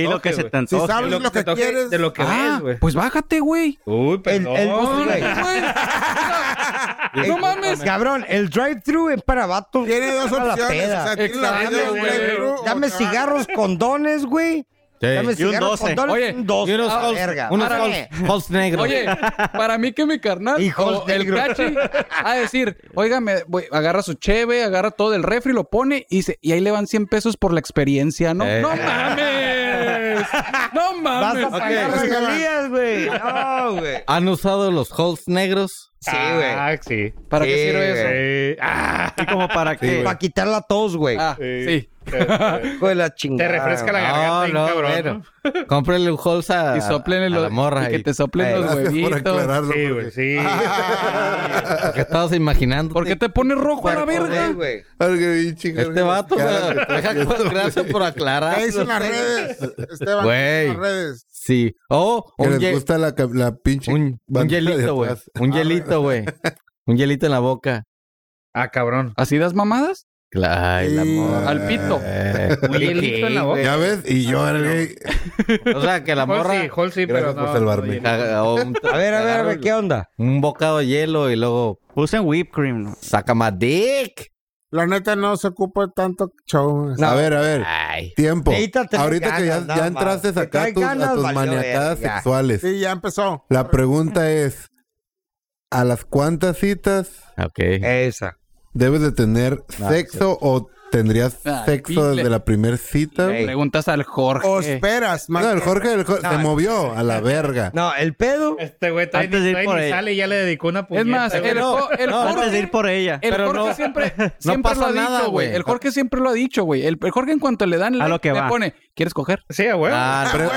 [SPEAKER 8] y lo que se te antoje, güey.
[SPEAKER 5] Si sabes
[SPEAKER 8] Y
[SPEAKER 5] lo
[SPEAKER 8] te
[SPEAKER 5] que
[SPEAKER 8] antoje
[SPEAKER 5] quieres.
[SPEAKER 8] De lo que
[SPEAKER 5] Ah,
[SPEAKER 8] ves, güey.
[SPEAKER 5] Pues bájate, güey.
[SPEAKER 8] Uy, perdón.
[SPEAKER 7] el-
[SPEAKER 8] güey.
[SPEAKER 7] No mames. Cabrón, el drive-thru es para vatos.
[SPEAKER 4] Tiene dos
[SPEAKER 7] para la
[SPEAKER 4] opciones,
[SPEAKER 7] peda.
[SPEAKER 4] o sea, tiene la
[SPEAKER 7] Dame,
[SPEAKER 4] opción de un
[SPEAKER 7] güey,
[SPEAKER 4] drive-thru
[SPEAKER 7] Dame cigarros, condones, güey. Dame
[SPEAKER 5] Y un
[SPEAKER 7] cigarros,
[SPEAKER 5] 12.
[SPEAKER 7] condones,
[SPEAKER 5] Oye,
[SPEAKER 7] un 12.
[SPEAKER 5] y unos
[SPEAKER 7] Ah,
[SPEAKER 5] Halls-
[SPEAKER 7] verga.
[SPEAKER 5] unos
[SPEAKER 7] Ahora
[SPEAKER 5] Halls-
[SPEAKER 7] ve.
[SPEAKER 5] Oye, para mí que mi carnal
[SPEAKER 7] Hijos
[SPEAKER 5] o el
[SPEAKER 7] negros.
[SPEAKER 5] cachi a decir, oiga, me voy- agarra su cheve, agarra todo el refri, lo pone y, se- y ahí le van 100 pesos por la experiencia, ¿no?
[SPEAKER 2] Eh.
[SPEAKER 5] No mames. No mames.
[SPEAKER 7] Vas a pagar
[SPEAKER 5] Ok.
[SPEAKER 7] regalías, güey. No, güey.
[SPEAKER 2] ¿Han usado los halls negros?
[SPEAKER 7] Sí, güey.
[SPEAKER 8] Ah, sí.
[SPEAKER 5] ¿Para
[SPEAKER 7] Sí,
[SPEAKER 5] qué sirve eso?
[SPEAKER 8] Eh, ah,
[SPEAKER 2] ¿Y como para
[SPEAKER 7] Sí, Para quitar la tos, güey.
[SPEAKER 5] Ah, sí.
[SPEAKER 7] Hijo de la chingada.
[SPEAKER 8] refresca la
[SPEAKER 7] güey.
[SPEAKER 8] garganta, bien cabrón,
[SPEAKER 2] bueno. Cómprele un halls a,
[SPEAKER 5] Y soplenle
[SPEAKER 2] a
[SPEAKER 5] los-
[SPEAKER 2] la morra.
[SPEAKER 5] y que te soplen los
[SPEAKER 2] gracias por
[SPEAKER 5] huevitos.
[SPEAKER 2] aclararlo,
[SPEAKER 8] Sí,
[SPEAKER 2] porque-
[SPEAKER 8] güey, sí.
[SPEAKER 2] porque estabas imaginando.
[SPEAKER 5] ¿Por qué te pones rojo a la verga?
[SPEAKER 2] Este vato, o sea, deja- gracias por aclarar.
[SPEAKER 4] Ahí en las redes, Esteban.
[SPEAKER 2] Güey.
[SPEAKER 4] En las redes.
[SPEAKER 2] Sí. O
[SPEAKER 3] Que
[SPEAKER 2] un,
[SPEAKER 3] les
[SPEAKER 2] ye-
[SPEAKER 3] gusta la, ca- la pinche.
[SPEAKER 2] un, un
[SPEAKER 3] banda de
[SPEAKER 2] hielito, güey.
[SPEAKER 3] atrás. Ah,
[SPEAKER 2] Un hielito, güey. Un hielito en la boca.
[SPEAKER 8] Ah, cabrón.
[SPEAKER 5] ¿Así das mamadas?
[SPEAKER 2] Ay, la morra.
[SPEAKER 5] Al pito.
[SPEAKER 2] Eh,
[SPEAKER 8] Un hielito en la boca.
[SPEAKER 3] Ya ves, y yo era el gay.
[SPEAKER 2] O sea, que la
[SPEAKER 8] Hall
[SPEAKER 2] morra.
[SPEAKER 8] sí, Hall sí, pero
[SPEAKER 3] Gracias
[SPEAKER 8] no.
[SPEAKER 3] por salvarme.
[SPEAKER 2] Caga- o un-
[SPEAKER 7] A ver, a ver, a ver,
[SPEAKER 2] cagarlo,
[SPEAKER 7] ¿qué onda?
[SPEAKER 2] Un bocado de hielo y luego
[SPEAKER 6] Usen whipped cream. ¿no?
[SPEAKER 2] saca más dick.
[SPEAKER 4] La neta no se ocupa tanto show. güey.
[SPEAKER 3] Pues, A ver, a ver.
[SPEAKER 2] Ay.
[SPEAKER 3] Tiempo.
[SPEAKER 7] Necesita tener
[SPEAKER 3] Ahorita que ya,
[SPEAKER 7] ganas,
[SPEAKER 3] ya
[SPEAKER 7] nada
[SPEAKER 3] entraste
[SPEAKER 7] más. Que
[SPEAKER 3] acá a
[SPEAKER 7] trae
[SPEAKER 3] tus, a
[SPEAKER 7] ganas,
[SPEAKER 3] tus
[SPEAKER 7] valió
[SPEAKER 3] maniacadas
[SPEAKER 7] verga.
[SPEAKER 3] sexuales.
[SPEAKER 4] Sí, ya empezó.
[SPEAKER 3] La pregunta es: ¿a las cuántas citas
[SPEAKER 2] Ok.
[SPEAKER 7] Esa.
[SPEAKER 3] debes de tener
[SPEAKER 2] No,
[SPEAKER 3] sexo o tendrías
[SPEAKER 5] Ah,
[SPEAKER 3] sexo
[SPEAKER 5] pile.
[SPEAKER 3] desde la primera cita? güey?
[SPEAKER 5] Preguntas al Jorge.
[SPEAKER 4] O esperas, man.
[SPEAKER 3] No, el Jorge, el Jorge se
[SPEAKER 7] No,
[SPEAKER 3] movió a la verga.
[SPEAKER 7] No, el pedo.
[SPEAKER 8] Este güey todavía
[SPEAKER 6] Antes de
[SPEAKER 8] ni-
[SPEAKER 6] ir
[SPEAKER 8] todavía
[SPEAKER 6] por
[SPEAKER 8] ni
[SPEAKER 6] ahí.
[SPEAKER 8] sale y ya le dedicó una
[SPEAKER 5] Es
[SPEAKER 8] puñeta.
[SPEAKER 5] más,
[SPEAKER 8] güey.
[SPEAKER 5] el, Jo- el
[SPEAKER 6] No,
[SPEAKER 5] Jorge,
[SPEAKER 6] antes de ir por ella.
[SPEAKER 5] el
[SPEAKER 2] Pero
[SPEAKER 5] Jorge
[SPEAKER 2] no-
[SPEAKER 5] siempre, siempre
[SPEAKER 2] pasa
[SPEAKER 5] lo ha
[SPEAKER 2] nada,
[SPEAKER 5] dicho, güey.
[SPEAKER 2] güey.
[SPEAKER 5] El Jorge siempre lo ha dicho, güey. El, el Jorge en cuanto le dan like,
[SPEAKER 6] lo que
[SPEAKER 5] le
[SPEAKER 6] va.
[SPEAKER 5] pone, ¿quieres coger?
[SPEAKER 8] Sí, a huevo.
[SPEAKER 2] Ah,
[SPEAKER 3] Pre- ok.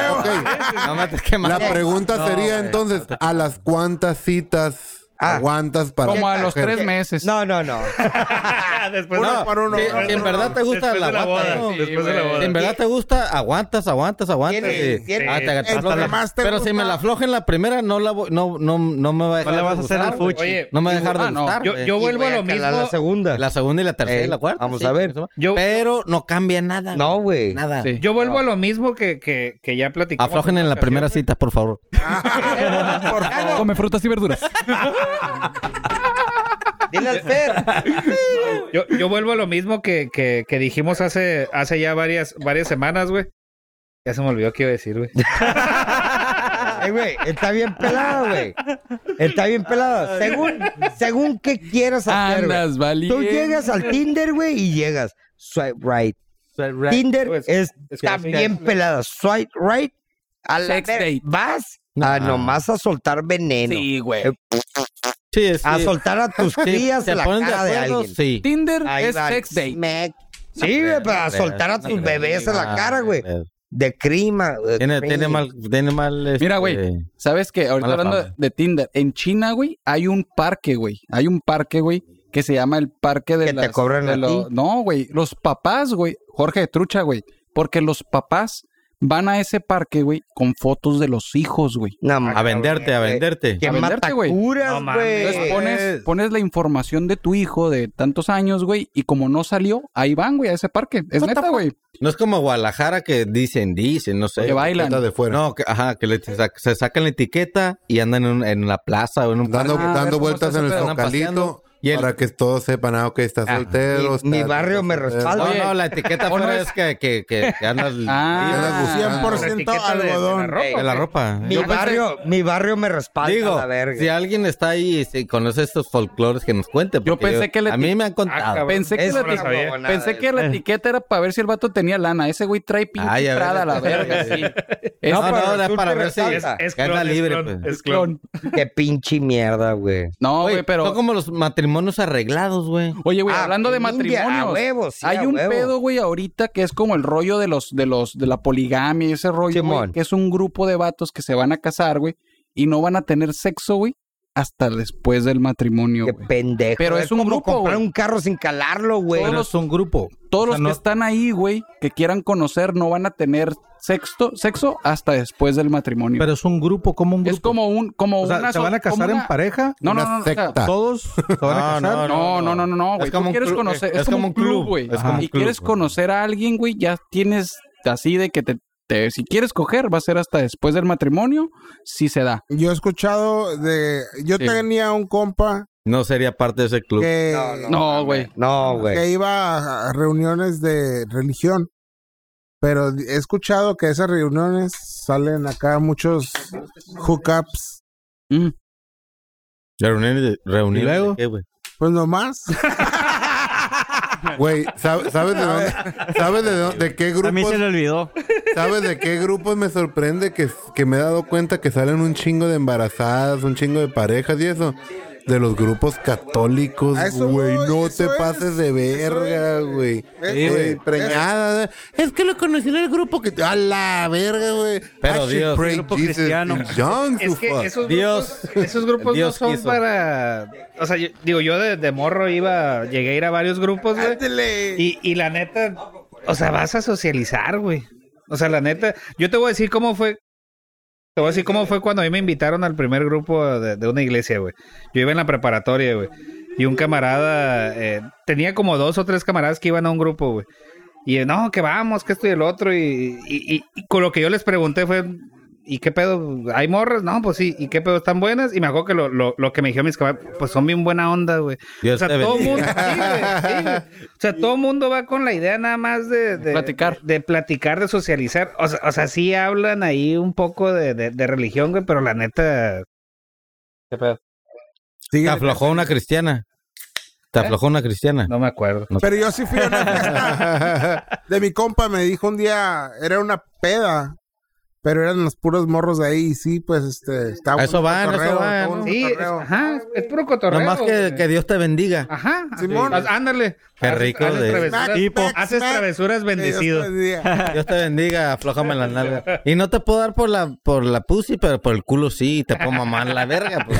[SPEAKER 2] no mames, qué mal.
[SPEAKER 3] La pregunta
[SPEAKER 2] No,
[SPEAKER 3] sería
[SPEAKER 2] güey.
[SPEAKER 3] entonces, ¿a las cuántas citas
[SPEAKER 7] Ah.
[SPEAKER 3] aguantas para
[SPEAKER 5] Como a los
[SPEAKER 3] coger?
[SPEAKER 5] tres meses.
[SPEAKER 7] No, no, no.
[SPEAKER 8] Después
[SPEAKER 2] No,
[SPEAKER 8] de-
[SPEAKER 4] por uno,
[SPEAKER 2] si,
[SPEAKER 4] uno,
[SPEAKER 2] si en
[SPEAKER 4] uno,
[SPEAKER 2] verdad
[SPEAKER 4] uno.
[SPEAKER 2] te gusta,
[SPEAKER 8] Después
[SPEAKER 2] la
[SPEAKER 8] de la
[SPEAKER 2] aguantas.
[SPEAKER 8] boda.
[SPEAKER 2] ¿no?
[SPEAKER 8] Después de la
[SPEAKER 5] güey.
[SPEAKER 8] boda.
[SPEAKER 2] Si en verdad te gusta, aguantas, aguantas, aguantas.
[SPEAKER 7] Tiene-
[SPEAKER 2] y-
[SPEAKER 7] tiene-
[SPEAKER 2] ah, te-
[SPEAKER 4] es lo
[SPEAKER 2] afloja.
[SPEAKER 4] que más te
[SPEAKER 2] Pero
[SPEAKER 4] gusta.
[SPEAKER 2] si me la afloja en la primera, no la voy- no, no, no me va a dejar.
[SPEAKER 6] le
[SPEAKER 2] de
[SPEAKER 6] vas a hacer
[SPEAKER 2] gustar,
[SPEAKER 6] el
[SPEAKER 2] güey.
[SPEAKER 6] fuchi.
[SPEAKER 8] Oye,
[SPEAKER 2] No me va a dejar
[SPEAKER 5] ah,
[SPEAKER 2] de
[SPEAKER 5] no.
[SPEAKER 2] gustar.
[SPEAKER 8] Yo,
[SPEAKER 2] güey.
[SPEAKER 8] yo
[SPEAKER 7] Y
[SPEAKER 8] vuelvo a
[SPEAKER 7] voy
[SPEAKER 8] lo
[SPEAKER 7] calar La
[SPEAKER 8] mismo.
[SPEAKER 7] segunda.
[SPEAKER 2] La segunda y la tercera
[SPEAKER 7] Ey,
[SPEAKER 2] y la cuarta.
[SPEAKER 7] vamos a ver.
[SPEAKER 8] Yo-
[SPEAKER 2] Pero no cambia nada.
[SPEAKER 7] No, güey.
[SPEAKER 2] Nada.
[SPEAKER 5] Sí.
[SPEAKER 8] Yo vuelvo a lo mismo que, que, que ya platicamos.
[SPEAKER 2] Aflojen en la primera cita, por favor.
[SPEAKER 5] Por favor. Come frutas y verduras.
[SPEAKER 7] Dile al Fer.
[SPEAKER 8] Yo, yo vuelvo a lo mismo que, que, que dijimos hace, hace ya varias, varias semanas, güey. Ya se me olvidó qué iba a decir, güey.
[SPEAKER 7] Ey, güey, está bien pelada, güey. Está bien pelada. Según, según qué quieras hacer, güey.
[SPEAKER 5] Andas, valiente.
[SPEAKER 7] Tú llegas al Tinder, güey, y llegas. Swipe right. Tinder
[SPEAKER 8] Pues,
[SPEAKER 7] es,
[SPEAKER 8] es que
[SPEAKER 7] está
[SPEAKER 8] así es,
[SPEAKER 7] bien
[SPEAKER 8] güey.
[SPEAKER 7] pelada. Swipe right. A la
[SPEAKER 5] Sex
[SPEAKER 7] ver-
[SPEAKER 5] date.
[SPEAKER 7] Vas a
[SPEAKER 2] No.
[SPEAKER 7] nomás a soltar veneno.
[SPEAKER 5] Sí, güey.
[SPEAKER 7] Eh,
[SPEAKER 2] Sí, sí.
[SPEAKER 7] A soltar a tus
[SPEAKER 2] Sí,
[SPEAKER 7] crías
[SPEAKER 2] se
[SPEAKER 7] en la
[SPEAKER 2] ponen de
[SPEAKER 7] cara de,
[SPEAKER 2] acuerdo,
[SPEAKER 7] alguien.
[SPEAKER 2] Sí.
[SPEAKER 5] Tinder
[SPEAKER 7] Ahí
[SPEAKER 5] es
[SPEAKER 7] va el
[SPEAKER 5] sex date.
[SPEAKER 7] smack. Sí, güey, para soltar a tus bebés en
[SPEAKER 2] Ah,
[SPEAKER 7] la cara, güey. De eh. crima. de
[SPEAKER 2] Tiene,
[SPEAKER 7] crima.
[SPEAKER 2] tiene mal, tiene mal. este,
[SPEAKER 5] Mira, güey, ¿sabes qué? Ahorita
[SPEAKER 2] Mala
[SPEAKER 5] hablando
[SPEAKER 2] fama.
[SPEAKER 5] de Tinder, en China, güey, hay un parque, güey. Hay un parque, güey, que se llama el parque de
[SPEAKER 7] ¿Que te
[SPEAKER 5] las-
[SPEAKER 7] cobran
[SPEAKER 5] de
[SPEAKER 7] a ti?
[SPEAKER 5] No, güey, los papás, güey. Jorge de Trucha, güey. Porque los papás van a ese parque, güey, con fotos de los hijos, güey.
[SPEAKER 7] No,
[SPEAKER 2] A venderte, a venderte.
[SPEAKER 7] Que
[SPEAKER 5] A
[SPEAKER 7] mata
[SPEAKER 5] venderte, güey.
[SPEAKER 7] curas,
[SPEAKER 8] No mames.
[SPEAKER 5] Entonces
[SPEAKER 7] güey.
[SPEAKER 5] pones, pones la información de tu hijo de tantos años, güey, y como no salió, ahí van, güey, a ese parque. Es neta, güey.
[SPEAKER 2] No es como Guadalajara que dicen, dicen, no sé.
[SPEAKER 5] Que bailan.
[SPEAKER 3] Anda de fuera.
[SPEAKER 2] No, que, ajá, que le- se, sac- se sacan la etiqueta y andan en, un- en la plaza o en un
[SPEAKER 3] dando
[SPEAKER 5] a
[SPEAKER 2] parque.
[SPEAKER 5] ver
[SPEAKER 3] dando
[SPEAKER 5] cómo
[SPEAKER 3] vueltas
[SPEAKER 5] está
[SPEAKER 3] en
[SPEAKER 5] ese
[SPEAKER 3] el
[SPEAKER 5] pedo.
[SPEAKER 2] Andan paseando.
[SPEAKER 3] zocalito. Para que todos sepan, ah, ok, está soltero.
[SPEAKER 7] mi- mi
[SPEAKER 3] está-
[SPEAKER 7] barrio me
[SPEAKER 3] soltero.
[SPEAKER 7] respalda.
[SPEAKER 2] No, no, la etiqueta fuera es que, que, que, que andas.
[SPEAKER 7] Ah,
[SPEAKER 2] andas buscando.
[SPEAKER 7] 100%
[SPEAKER 2] La etiqueta de-
[SPEAKER 7] algodón.
[SPEAKER 2] De la ropa. De la ropa.
[SPEAKER 7] Mi
[SPEAKER 2] Yo pensé-
[SPEAKER 7] barrio, mi barrio me respalda
[SPEAKER 2] Digo,
[SPEAKER 7] la verga.
[SPEAKER 2] si alguien está ahí y si conoce estos folclores que nos cuente. porque
[SPEAKER 5] pensé que Ah, la
[SPEAKER 2] A
[SPEAKER 5] eti-
[SPEAKER 2] mí me han contado.
[SPEAKER 5] Pensé que, la, eh. eti- pensé que la etiqueta era para ver si el vato tenía lana. Ese güey trae pinche
[SPEAKER 2] Ay, a ver,
[SPEAKER 5] entrada a la
[SPEAKER 2] este-
[SPEAKER 5] verga. sí.
[SPEAKER 2] No, no,
[SPEAKER 5] para-
[SPEAKER 2] era para ver si
[SPEAKER 5] resulta.
[SPEAKER 2] es- es que anda clon, es libre, clon, pues. es clon.
[SPEAKER 7] Qué pinche mierda, güey.
[SPEAKER 5] No,
[SPEAKER 2] Güey,
[SPEAKER 5] güey, pero.
[SPEAKER 2] son como los matrimonios arreglados, güey.
[SPEAKER 5] Oye, güey,
[SPEAKER 2] Ah,
[SPEAKER 5] hablando de
[SPEAKER 2] en India,
[SPEAKER 5] matrimonios,
[SPEAKER 2] a huevo, sí,
[SPEAKER 5] hay
[SPEAKER 2] a
[SPEAKER 5] un
[SPEAKER 2] huevo.
[SPEAKER 5] pedo, güey, ahorita que es como el rollo de los, de los, de la poligamia y ese rollo, güey, que es un grupo de vatos que se van a casar, güey, y no van a tener sexo, güey, hasta después del matrimonio, güey.
[SPEAKER 7] pendejo.
[SPEAKER 5] Pero es, un
[SPEAKER 7] como
[SPEAKER 5] grupo,
[SPEAKER 7] comprar
[SPEAKER 5] güey.
[SPEAKER 7] un carro sin calarlo, güey.
[SPEAKER 5] Pero
[SPEAKER 2] es un grupo.
[SPEAKER 5] Todos
[SPEAKER 7] O sea,
[SPEAKER 5] los
[SPEAKER 7] no-
[SPEAKER 5] que están ahí, güey, que quieran conocer, no van a tener sexto, sexo hasta después del matrimonio.
[SPEAKER 1] Pero es un grupo, como un
[SPEAKER 5] grupo. Es como un, como
[SPEAKER 1] O sea,
[SPEAKER 5] una
[SPEAKER 1] ¿se
[SPEAKER 5] so-
[SPEAKER 1] van a
[SPEAKER 5] como
[SPEAKER 1] casar en
[SPEAKER 5] una-
[SPEAKER 1] pareja?
[SPEAKER 5] No, no,
[SPEAKER 1] Una
[SPEAKER 5] no, no, o sea,
[SPEAKER 1] secta. ¿Todos se van a casar?
[SPEAKER 5] No, no, no, no, no, no, güey.
[SPEAKER 1] Es como
[SPEAKER 5] Tú
[SPEAKER 1] un
[SPEAKER 5] quieres
[SPEAKER 1] club,
[SPEAKER 5] conocer,
[SPEAKER 1] es
[SPEAKER 5] es, como
[SPEAKER 1] como
[SPEAKER 5] un club,
[SPEAKER 1] club,
[SPEAKER 5] güey.
[SPEAKER 1] es como
[SPEAKER 5] Ajá.
[SPEAKER 1] un
[SPEAKER 5] Y
[SPEAKER 1] club,
[SPEAKER 5] quieres conocer a alguien, güey, ya tienes así de que te, te- si quieres coger va a ser hasta después del matrimonio, si se da.
[SPEAKER 4] Yo he escuchado de. Yo
[SPEAKER 5] Sí.
[SPEAKER 4] tenía un compa
[SPEAKER 2] No sería parte de ese club.
[SPEAKER 4] Que-
[SPEAKER 5] No, güey.
[SPEAKER 7] No,
[SPEAKER 4] que iba a- a reuniones de religión. Pero he escuchado que esas reuniones salen acá muchos hookups.
[SPEAKER 5] Mm.
[SPEAKER 2] Reuniones de- reuniones de qué, güey?
[SPEAKER 4] Pues nomás.
[SPEAKER 3] Güey, ¿sab- ¿sabes de dónde? ¿Sabes de, dónde- de qué grupos?
[SPEAKER 6] A mí se le olvidó.
[SPEAKER 3] ¿Sabes de qué grupos me sorprende que, que me he dado cuenta que salen un chingo de embarazadas, un chingo de parejas y eso? De los grupos católicos,
[SPEAKER 10] A eso
[SPEAKER 3] güey.
[SPEAKER 10] voy,
[SPEAKER 3] No
[SPEAKER 10] eso
[SPEAKER 3] te
[SPEAKER 10] es,
[SPEAKER 3] pases de verga, güey.
[SPEAKER 4] Eh,
[SPEAKER 10] Sí, güey.
[SPEAKER 3] Güey, Preñada. de- Es que lo conocí en el grupo que... A la verga, güey.
[SPEAKER 2] Pero
[SPEAKER 4] Ah,
[SPEAKER 3] I should
[SPEAKER 2] Dios,
[SPEAKER 3] Ah, pray
[SPEAKER 2] grupo
[SPEAKER 3] Jesus
[SPEAKER 2] cristiano.
[SPEAKER 3] in John,
[SPEAKER 8] Es
[SPEAKER 3] su
[SPEAKER 8] que
[SPEAKER 3] fuck.
[SPEAKER 8] esos grupos,
[SPEAKER 2] Dios-
[SPEAKER 8] esos grupos
[SPEAKER 2] Dios
[SPEAKER 8] no son
[SPEAKER 2] quiso.
[SPEAKER 8] para. O sea, yo- digo, yo de, de morro iba, llegué a ir a varios grupos, güey. Y, y la neta, o sea, vas a socializar, güey. O sea, la neta, yo te voy a decir cómo fue. Te voy a decir cómo fue cuando a mí me invitaron al primer grupo de, de una iglesia, güey. Yo iba en la preparatoria, güey. Y un camarada, eh, tenía como dos o tres camaradas que iban a un grupo, güey. Y no, que vamos, que esto y el otro. Y, y- y- y con lo que yo les pregunté fue, ¿y qué pedo? ¿Hay morras? No, pues sí. ¿Y qué pedo? ¿Están buenas? Y me acuerdo que lo, lo- lo que me dijeron mis camaradas, pues son bien buena onda, güey.
[SPEAKER 2] Dios
[SPEAKER 8] o sea,
[SPEAKER 2] te
[SPEAKER 8] todo
[SPEAKER 2] bendiga.
[SPEAKER 8] mundo, sí, güey, sí, güey. O sea, todo mundo va con la idea nada más de, de-
[SPEAKER 5] Platicar.
[SPEAKER 8] De, platicar, de socializar. O sea, o sea, sí hablan ahí un poco de, de- de religión, güey, pero la neta... ¿Qué pedo?
[SPEAKER 2] Te aflojó una cristiana.
[SPEAKER 5] ¿Eh?
[SPEAKER 2] Te aflojó una cristiana.
[SPEAKER 8] No me acuerdo.
[SPEAKER 4] Pero yo sí fui a una fiesta de mi compa. Me dijo un día, era una peda. Pero eran los puros morros de ahí. Y sí, pues este. Está
[SPEAKER 2] A
[SPEAKER 4] bonito
[SPEAKER 2] eso van, a eso
[SPEAKER 4] cotorreo,
[SPEAKER 2] van,
[SPEAKER 4] está
[SPEAKER 2] ¿no?
[SPEAKER 4] bonito
[SPEAKER 8] Sí, es,
[SPEAKER 4] cotorreo.
[SPEAKER 8] ajá, es puro cotorreo.
[SPEAKER 2] Nomás que,
[SPEAKER 8] güey.
[SPEAKER 2] que Dios te bendiga.
[SPEAKER 8] Ajá,
[SPEAKER 4] Simón.
[SPEAKER 8] Haz- ándale.
[SPEAKER 2] Qué
[SPEAKER 8] Haces-
[SPEAKER 2] rico
[SPEAKER 8] Haces,
[SPEAKER 2] de-
[SPEAKER 8] travesuras,
[SPEAKER 2] Tipo.
[SPEAKER 8] haces travesuras bendecido.
[SPEAKER 2] Dios te bendiga, aflójame la nalga. Y no te puedo dar por la por la pussy, pero por el culo sí, te puedo mamar la verga. pues.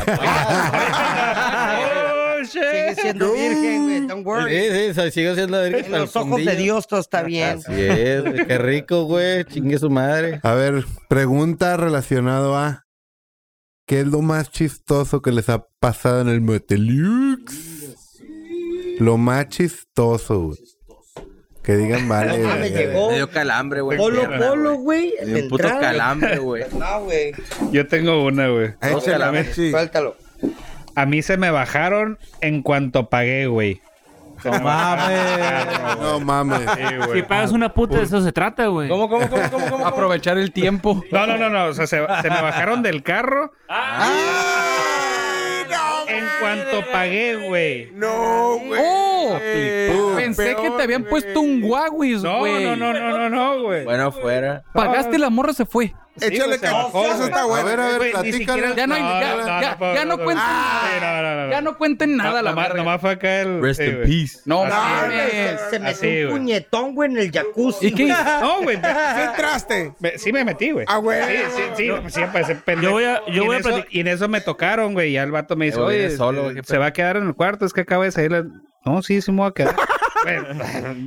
[SPEAKER 11] Oh,
[SPEAKER 7] Sigue siendo virgen, güey. Don't worry.
[SPEAKER 2] Sí, sí, soy- sigo siendo virgen
[SPEAKER 7] En
[SPEAKER 2] hasta el
[SPEAKER 7] los ojos
[SPEAKER 2] fundillo.
[SPEAKER 7] de Dios todo está bien.
[SPEAKER 2] Así es, güey, qué rico, güey. Chingue su madre.
[SPEAKER 3] A ver, pregunta relacionado a ¿qué es lo más chistoso que les ha pasado en el Metelux? Lo más chistoso, güey. Que digan, vale.
[SPEAKER 12] No mames,
[SPEAKER 3] verga,
[SPEAKER 12] llegó.
[SPEAKER 3] güey.
[SPEAKER 12] Me dio calambre, güey.
[SPEAKER 7] Polo,
[SPEAKER 12] Pierna,
[SPEAKER 7] polo, güey.
[SPEAKER 12] Me
[SPEAKER 7] en
[SPEAKER 12] dio
[SPEAKER 7] la
[SPEAKER 12] un puto
[SPEAKER 7] entrada.
[SPEAKER 12] calambre, güey.
[SPEAKER 7] No, güey.
[SPEAKER 8] Yo tengo una, güey.
[SPEAKER 12] Échala,
[SPEAKER 8] A mí-
[SPEAKER 12] güey.
[SPEAKER 7] Suéltalo.
[SPEAKER 8] A mí se me bajaron en cuanto pagué, güey.
[SPEAKER 11] No mames.
[SPEAKER 3] No mames.
[SPEAKER 11] Si pagas una puta, de eso se trata, güey. ¿Cómo,
[SPEAKER 7] cómo, cómo, cómo?
[SPEAKER 5] Aprovechar el tiempo.
[SPEAKER 8] No, no, no, no. O sea, se, se me bajaron del carro. en cuanto pagué, güey.
[SPEAKER 10] No, güey.
[SPEAKER 5] Oh, Pensé que te habían puesto un guagui,
[SPEAKER 8] No,
[SPEAKER 5] güey.
[SPEAKER 8] no, no, no, no, no, güey.
[SPEAKER 12] Bueno, fuera.
[SPEAKER 5] Pagaste y la morra se fue.
[SPEAKER 4] Échale
[SPEAKER 8] Oh,
[SPEAKER 4] cachazo, está bueno.
[SPEAKER 3] A ver, a ver,
[SPEAKER 8] Güey, ni
[SPEAKER 3] platícale.
[SPEAKER 8] siquiera-
[SPEAKER 5] Ya no, hay-
[SPEAKER 8] No,
[SPEAKER 5] ya, ya-
[SPEAKER 8] no, no, no,
[SPEAKER 5] ya
[SPEAKER 8] no,
[SPEAKER 5] no
[SPEAKER 8] no,
[SPEAKER 5] cuenten.
[SPEAKER 8] Sí, no, no, no, no.
[SPEAKER 5] Ya no cuenten nada, la
[SPEAKER 8] Nomás-
[SPEAKER 5] verga.
[SPEAKER 8] Nomás fue acá el. sí, güey.
[SPEAKER 5] No,
[SPEAKER 8] Así,
[SPEAKER 5] mames.
[SPEAKER 7] Se me
[SPEAKER 8] Así,
[SPEAKER 7] dio un
[SPEAKER 8] güey.
[SPEAKER 7] puñetón, güey, en el jacuzzi.
[SPEAKER 5] ¿Y qué?
[SPEAKER 7] güey.
[SPEAKER 8] No, güey.
[SPEAKER 4] ¿Qué entraste?
[SPEAKER 8] Me- sí me metí, güey.
[SPEAKER 4] Ah, güey.
[SPEAKER 8] Sí, sí, sí. sí, aparece pendejo.
[SPEAKER 11] yo voy a- yo
[SPEAKER 8] y, en
[SPEAKER 11] voy a
[SPEAKER 8] eso-
[SPEAKER 11] platicar-
[SPEAKER 8] y en eso me tocaron, güey. Y ya el vato me dice,
[SPEAKER 12] Eh, güey,
[SPEAKER 8] oye,
[SPEAKER 12] vienes solo,
[SPEAKER 8] este,
[SPEAKER 12] güey, qué
[SPEAKER 8] se va a quedar en el cuarto. Es que acaba de salir la... No, sí, sí me voy a quedar. Güey,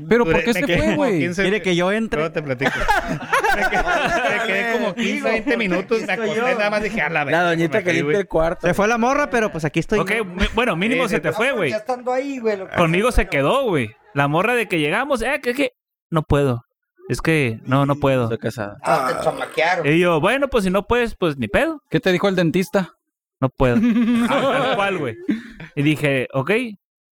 [SPEAKER 5] Pero
[SPEAKER 8] duré-
[SPEAKER 5] ¿por qué
[SPEAKER 8] me
[SPEAKER 5] se
[SPEAKER 8] quedé
[SPEAKER 5] fue,
[SPEAKER 8] como
[SPEAKER 5] güey?
[SPEAKER 8] 15
[SPEAKER 6] Mire que yo entre.
[SPEAKER 8] Luego te platico. me, quedé, me quedé como 15, 20 minutos. Me acosté nada más dije, a la verga,
[SPEAKER 12] La doñita
[SPEAKER 8] me
[SPEAKER 12] que
[SPEAKER 8] fui, güey".
[SPEAKER 12] limpia el cuarto.
[SPEAKER 6] Se fue la morra, pero pues aquí estoy.
[SPEAKER 11] Ok, mi- bueno, mínimo
[SPEAKER 8] Sí,
[SPEAKER 11] se
[SPEAKER 8] sí,
[SPEAKER 11] te
[SPEAKER 8] sí.
[SPEAKER 11] fue, güey.
[SPEAKER 7] Ya estando ahí, güey. lo-
[SPEAKER 11] Conmigo se quedó, güey. La morra de que llegamos, eh, que, que no puedo. Es que no, no puedo.
[SPEAKER 12] Estoy casada.
[SPEAKER 7] Ah, te chamaquearon.
[SPEAKER 11] Y yo, bueno, pues si no puedes, pues ni pedo. Ah,
[SPEAKER 5] ¿Qué te dijo el dentista?
[SPEAKER 11] No puedo. Tal cual, güey. Y dije, ok,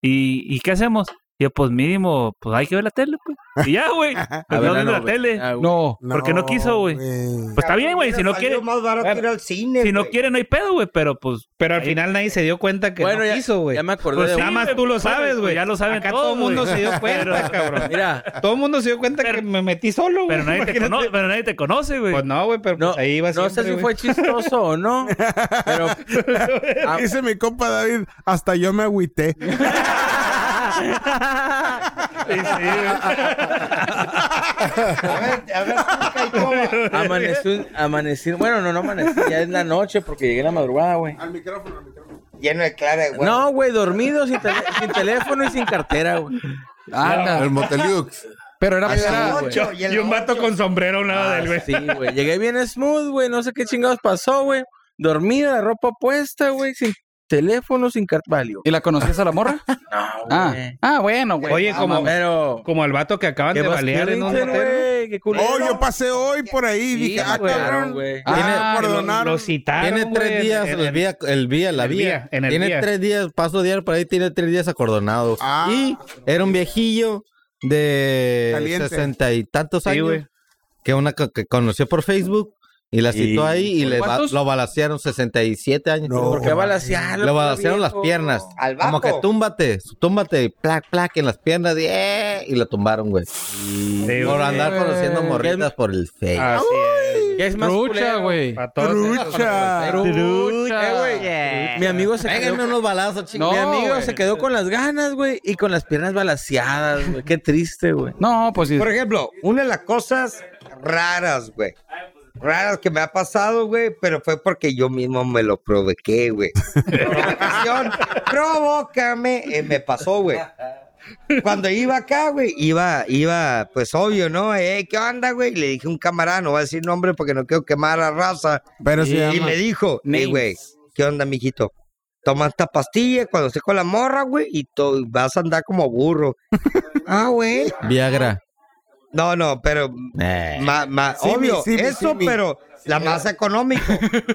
[SPEAKER 11] ¿Y, ¿Y qué hacemos? Y yo, pues mínimo, pues hay que ver la tele, pues. Y ya, güey. Pues
[SPEAKER 5] ver
[SPEAKER 11] no
[SPEAKER 5] la
[SPEAKER 11] viendo la
[SPEAKER 5] novela.
[SPEAKER 11] tele.
[SPEAKER 5] Ah, güey. No.
[SPEAKER 11] Porque no,
[SPEAKER 5] No,
[SPEAKER 11] quiso, güey. Pues está bien, güey. Si no
[SPEAKER 7] Salió
[SPEAKER 11] quiere.
[SPEAKER 7] más barato
[SPEAKER 11] bueno,
[SPEAKER 7] ir al cine,
[SPEAKER 11] Si no
[SPEAKER 7] güey.
[SPEAKER 11] quiere, no hay pedo, güey. Pero pues.
[SPEAKER 8] Pero al final nadie se dio cuenta que
[SPEAKER 11] Bueno,
[SPEAKER 8] no
[SPEAKER 11] ya-
[SPEAKER 8] quiso, güey.
[SPEAKER 11] ya me acordé
[SPEAKER 8] Pues
[SPEAKER 11] de-
[SPEAKER 8] nada
[SPEAKER 11] Sí,
[SPEAKER 8] más
[SPEAKER 11] güey,
[SPEAKER 8] tú lo
[SPEAKER 11] pues,
[SPEAKER 8] sabes,
[SPEAKER 11] pues,
[SPEAKER 8] güey.
[SPEAKER 11] ya lo saben
[SPEAKER 8] Acá
[SPEAKER 11] todos,
[SPEAKER 8] todo el mundo
[SPEAKER 11] güey.
[SPEAKER 8] se dio cuenta,
[SPEAKER 11] Pero-
[SPEAKER 8] cabrón.
[SPEAKER 11] Mira.
[SPEAKER 8] Todo el mundo se dio cuenta que me metí solo, güey.
[SPEAKER 11] Pero nadie te
[SPEAKER 8] Imagínate.
[SPEAKER 11] cono- pero nadie te conoce, güey.
[SPEAKER 8] Pues no, güey, pero pues, ahí va
[SPEAKER 11] no sé si fue
[SPEAKER 2] chistoso o no.
[SPEAKER 7] ah,
[SPEAKER 12] Dice mi compa David, hasta yo me agüité.
[SPEAKER 2] Amanecí, un- amanecí- bueno, no, no amanecí, ya es la noche porque llegué en la madrugada, güey.
[SPEAKER 4] Al micrófono.
[SPEAKER 2] Lleno de clara, güey. No, güey, dormido, sin, tele- sin teléfono y sin cartera, güey. Ah,
[SPEAKER 3] Anda. El Motelux.
[SPEAKER 2] Pero era
[SPEAKER 3] A las ocho,
[SPEAKER 2] y, un vato
[SPEAKER 8] con sombrero a un lado
[SPEAKER 2] del güey. Sí, güey. Llegué bien smooth, güey. No sé qué chingados pasó, güey. Dormida, la ropa puesta, güey. Sin teléfono, sin carvalio.
[SPEAKER 5] ¿Y la conocías a la morra? Ah, ah, bueno, güey.
[SPEAKER 8] Oye,
[SPEAKER 5] Ah,
[SPEAKER 8] como,
[SPEAKER 5] mames.
[SPEAKER 8] como al vato que acaban
[SPEAKER 5] ¿Qué
[SPEAKER 8] de
[SPEAKER 5] más
[SPEAKER 8] balear en un
[SPEAKER 5] quieren,
[SPEAKER 8] hotel.
[SPEAKER 12] Oh, yo pasé hoy por ahí. dije, ah,
[SPEAKER 2] güey,
[SPEAKER 12] cabrón.
[SPEAKER 2] güey.
[SPEAKER 12] Ah,
[SPEAKER 2] Tiene-
[SPEAKER 12] me perdonaron.
[SPEAKER 8] Lo citaron,
[SPEAKER 2] Tiene
[SPEAKER 8] güey,
[SPEAKER 2] tres
[SPEAKER 8] en-
[SPEAKER 2] días
[SPEAKER 8] en
[SPEAKER 2] el, vía, el vía, la
[SPEAKER 8] en el
[SPEAKER 2] vía.
[SPEAKER 8] vía, en el
[SPEAKER 2] tiene
[SPEAKER 8] vía.
[SPEAKER 2] tres días, paso diario por ahí, tiene tres días acordonado.
[SPEAKER 12] Ah.
[SPEAKER 2] Y era un viejillo de
[SPEAKER 12] Caliente.
[SPEAKER 2] sesenta y tantos
[SPEAKER 12] Sí,
[SPEAKER 2] años
[SPEAKER 12] güey.
[SPEAKER 2] que una co- que conoció por Facebook. Y la citó
[SPEAKER 12] Y-
[SPEAKER 2] ahí y le ba-
[SPEAKER 12] ¿Cuántos?
[SPEAKER 2] lo balacearon 67 años.
[SPEAKER 12] No,
[SPEAKER 2] ¿Por qué balacearon?
[SPEAKER 8] pues,
[SPEAKER 2] Lo balacearon las piernas. Como que túmbate, túmbate, plac, plac, en las piernas. Y, eh, y lo tumbaron, güey. por
[SPEAKER 8] güey.
[SPEAKER 2] andar conociendo
[SPEAKER 8] ¿Qué es-
[SPEAKER 2] morritas por el Facebook.
[SPEAKER 12] Ah,
[SPEAKER 8] Así es.
[SPEAKER 2] ¿Qué es más
[SPEAKER 8] Trucha,
[SPEAKER 2] culero?
[SPEAKER 8] güey.
[SPEAKER 2] Pa' todos.
[SPEAKER 8] Trucha.
[SPEAKER 2] Trucha.
[SPEAKER 8] Trucha.
[SPEAKER 2] Eh, güey.
[SPEAKER 8] Yeah.
[SPEAKER 2] Mi amigo se
[SPEAKER 8] Péguenme
[SPEAKER 2] quedó
[SPEAKER 8] unos balazos,
[SPEAKER 2] Mi
[SPEAKER 8] chingada.
[SPEAKER 2] amigo
[SPEAKER 8] güey.
[SPEAKER 2] se quedó con las ganas, güey, y con las piernas balaseadas, güey. Qué triste, güey.
[SPEAKER 5] No, pues sí.
[SPEAKER 7] Por ejemplo, una de las cosas raras, güey. Raras que me ha pasado, güey, pero fue porque yo mismo me lo provoqué, güey. Provocación, provócame, eh, me pasó, güey. Cuando iba acá, güey, iba, iba, pues obvio, ¿no? Eh, ¿Qué onda, güey? Le dije a un camarada, no voy a decir nombre porque no quiero quemar a raza.
[SPEAKER 12] Pero
[SPEAKER 7] y,
[SPEAKER 12] se llama-
[SPEAKER 7] y me dijo, "Ey, güey, ¿qué onda, mijito? Toma esta pastilla cuando estés con la morra, güey, y to- vas a andar como burro. ah, güey.
[SPEAKER 2] Viagra. Eh.
[SPEAKER 7] No, no, pero ma- ma-
[SPEAKER 2] Sí, mi,
[SPEAKER 7] obvio,
[SPEAKER 2] sí, mi,
[SPEAKER 7] eso,
[SPEAKER 2] sí, mi.
[SPEAKER 7] pero la
[SPEAKER 2] Sí,
[SPEAKER 7] más económico,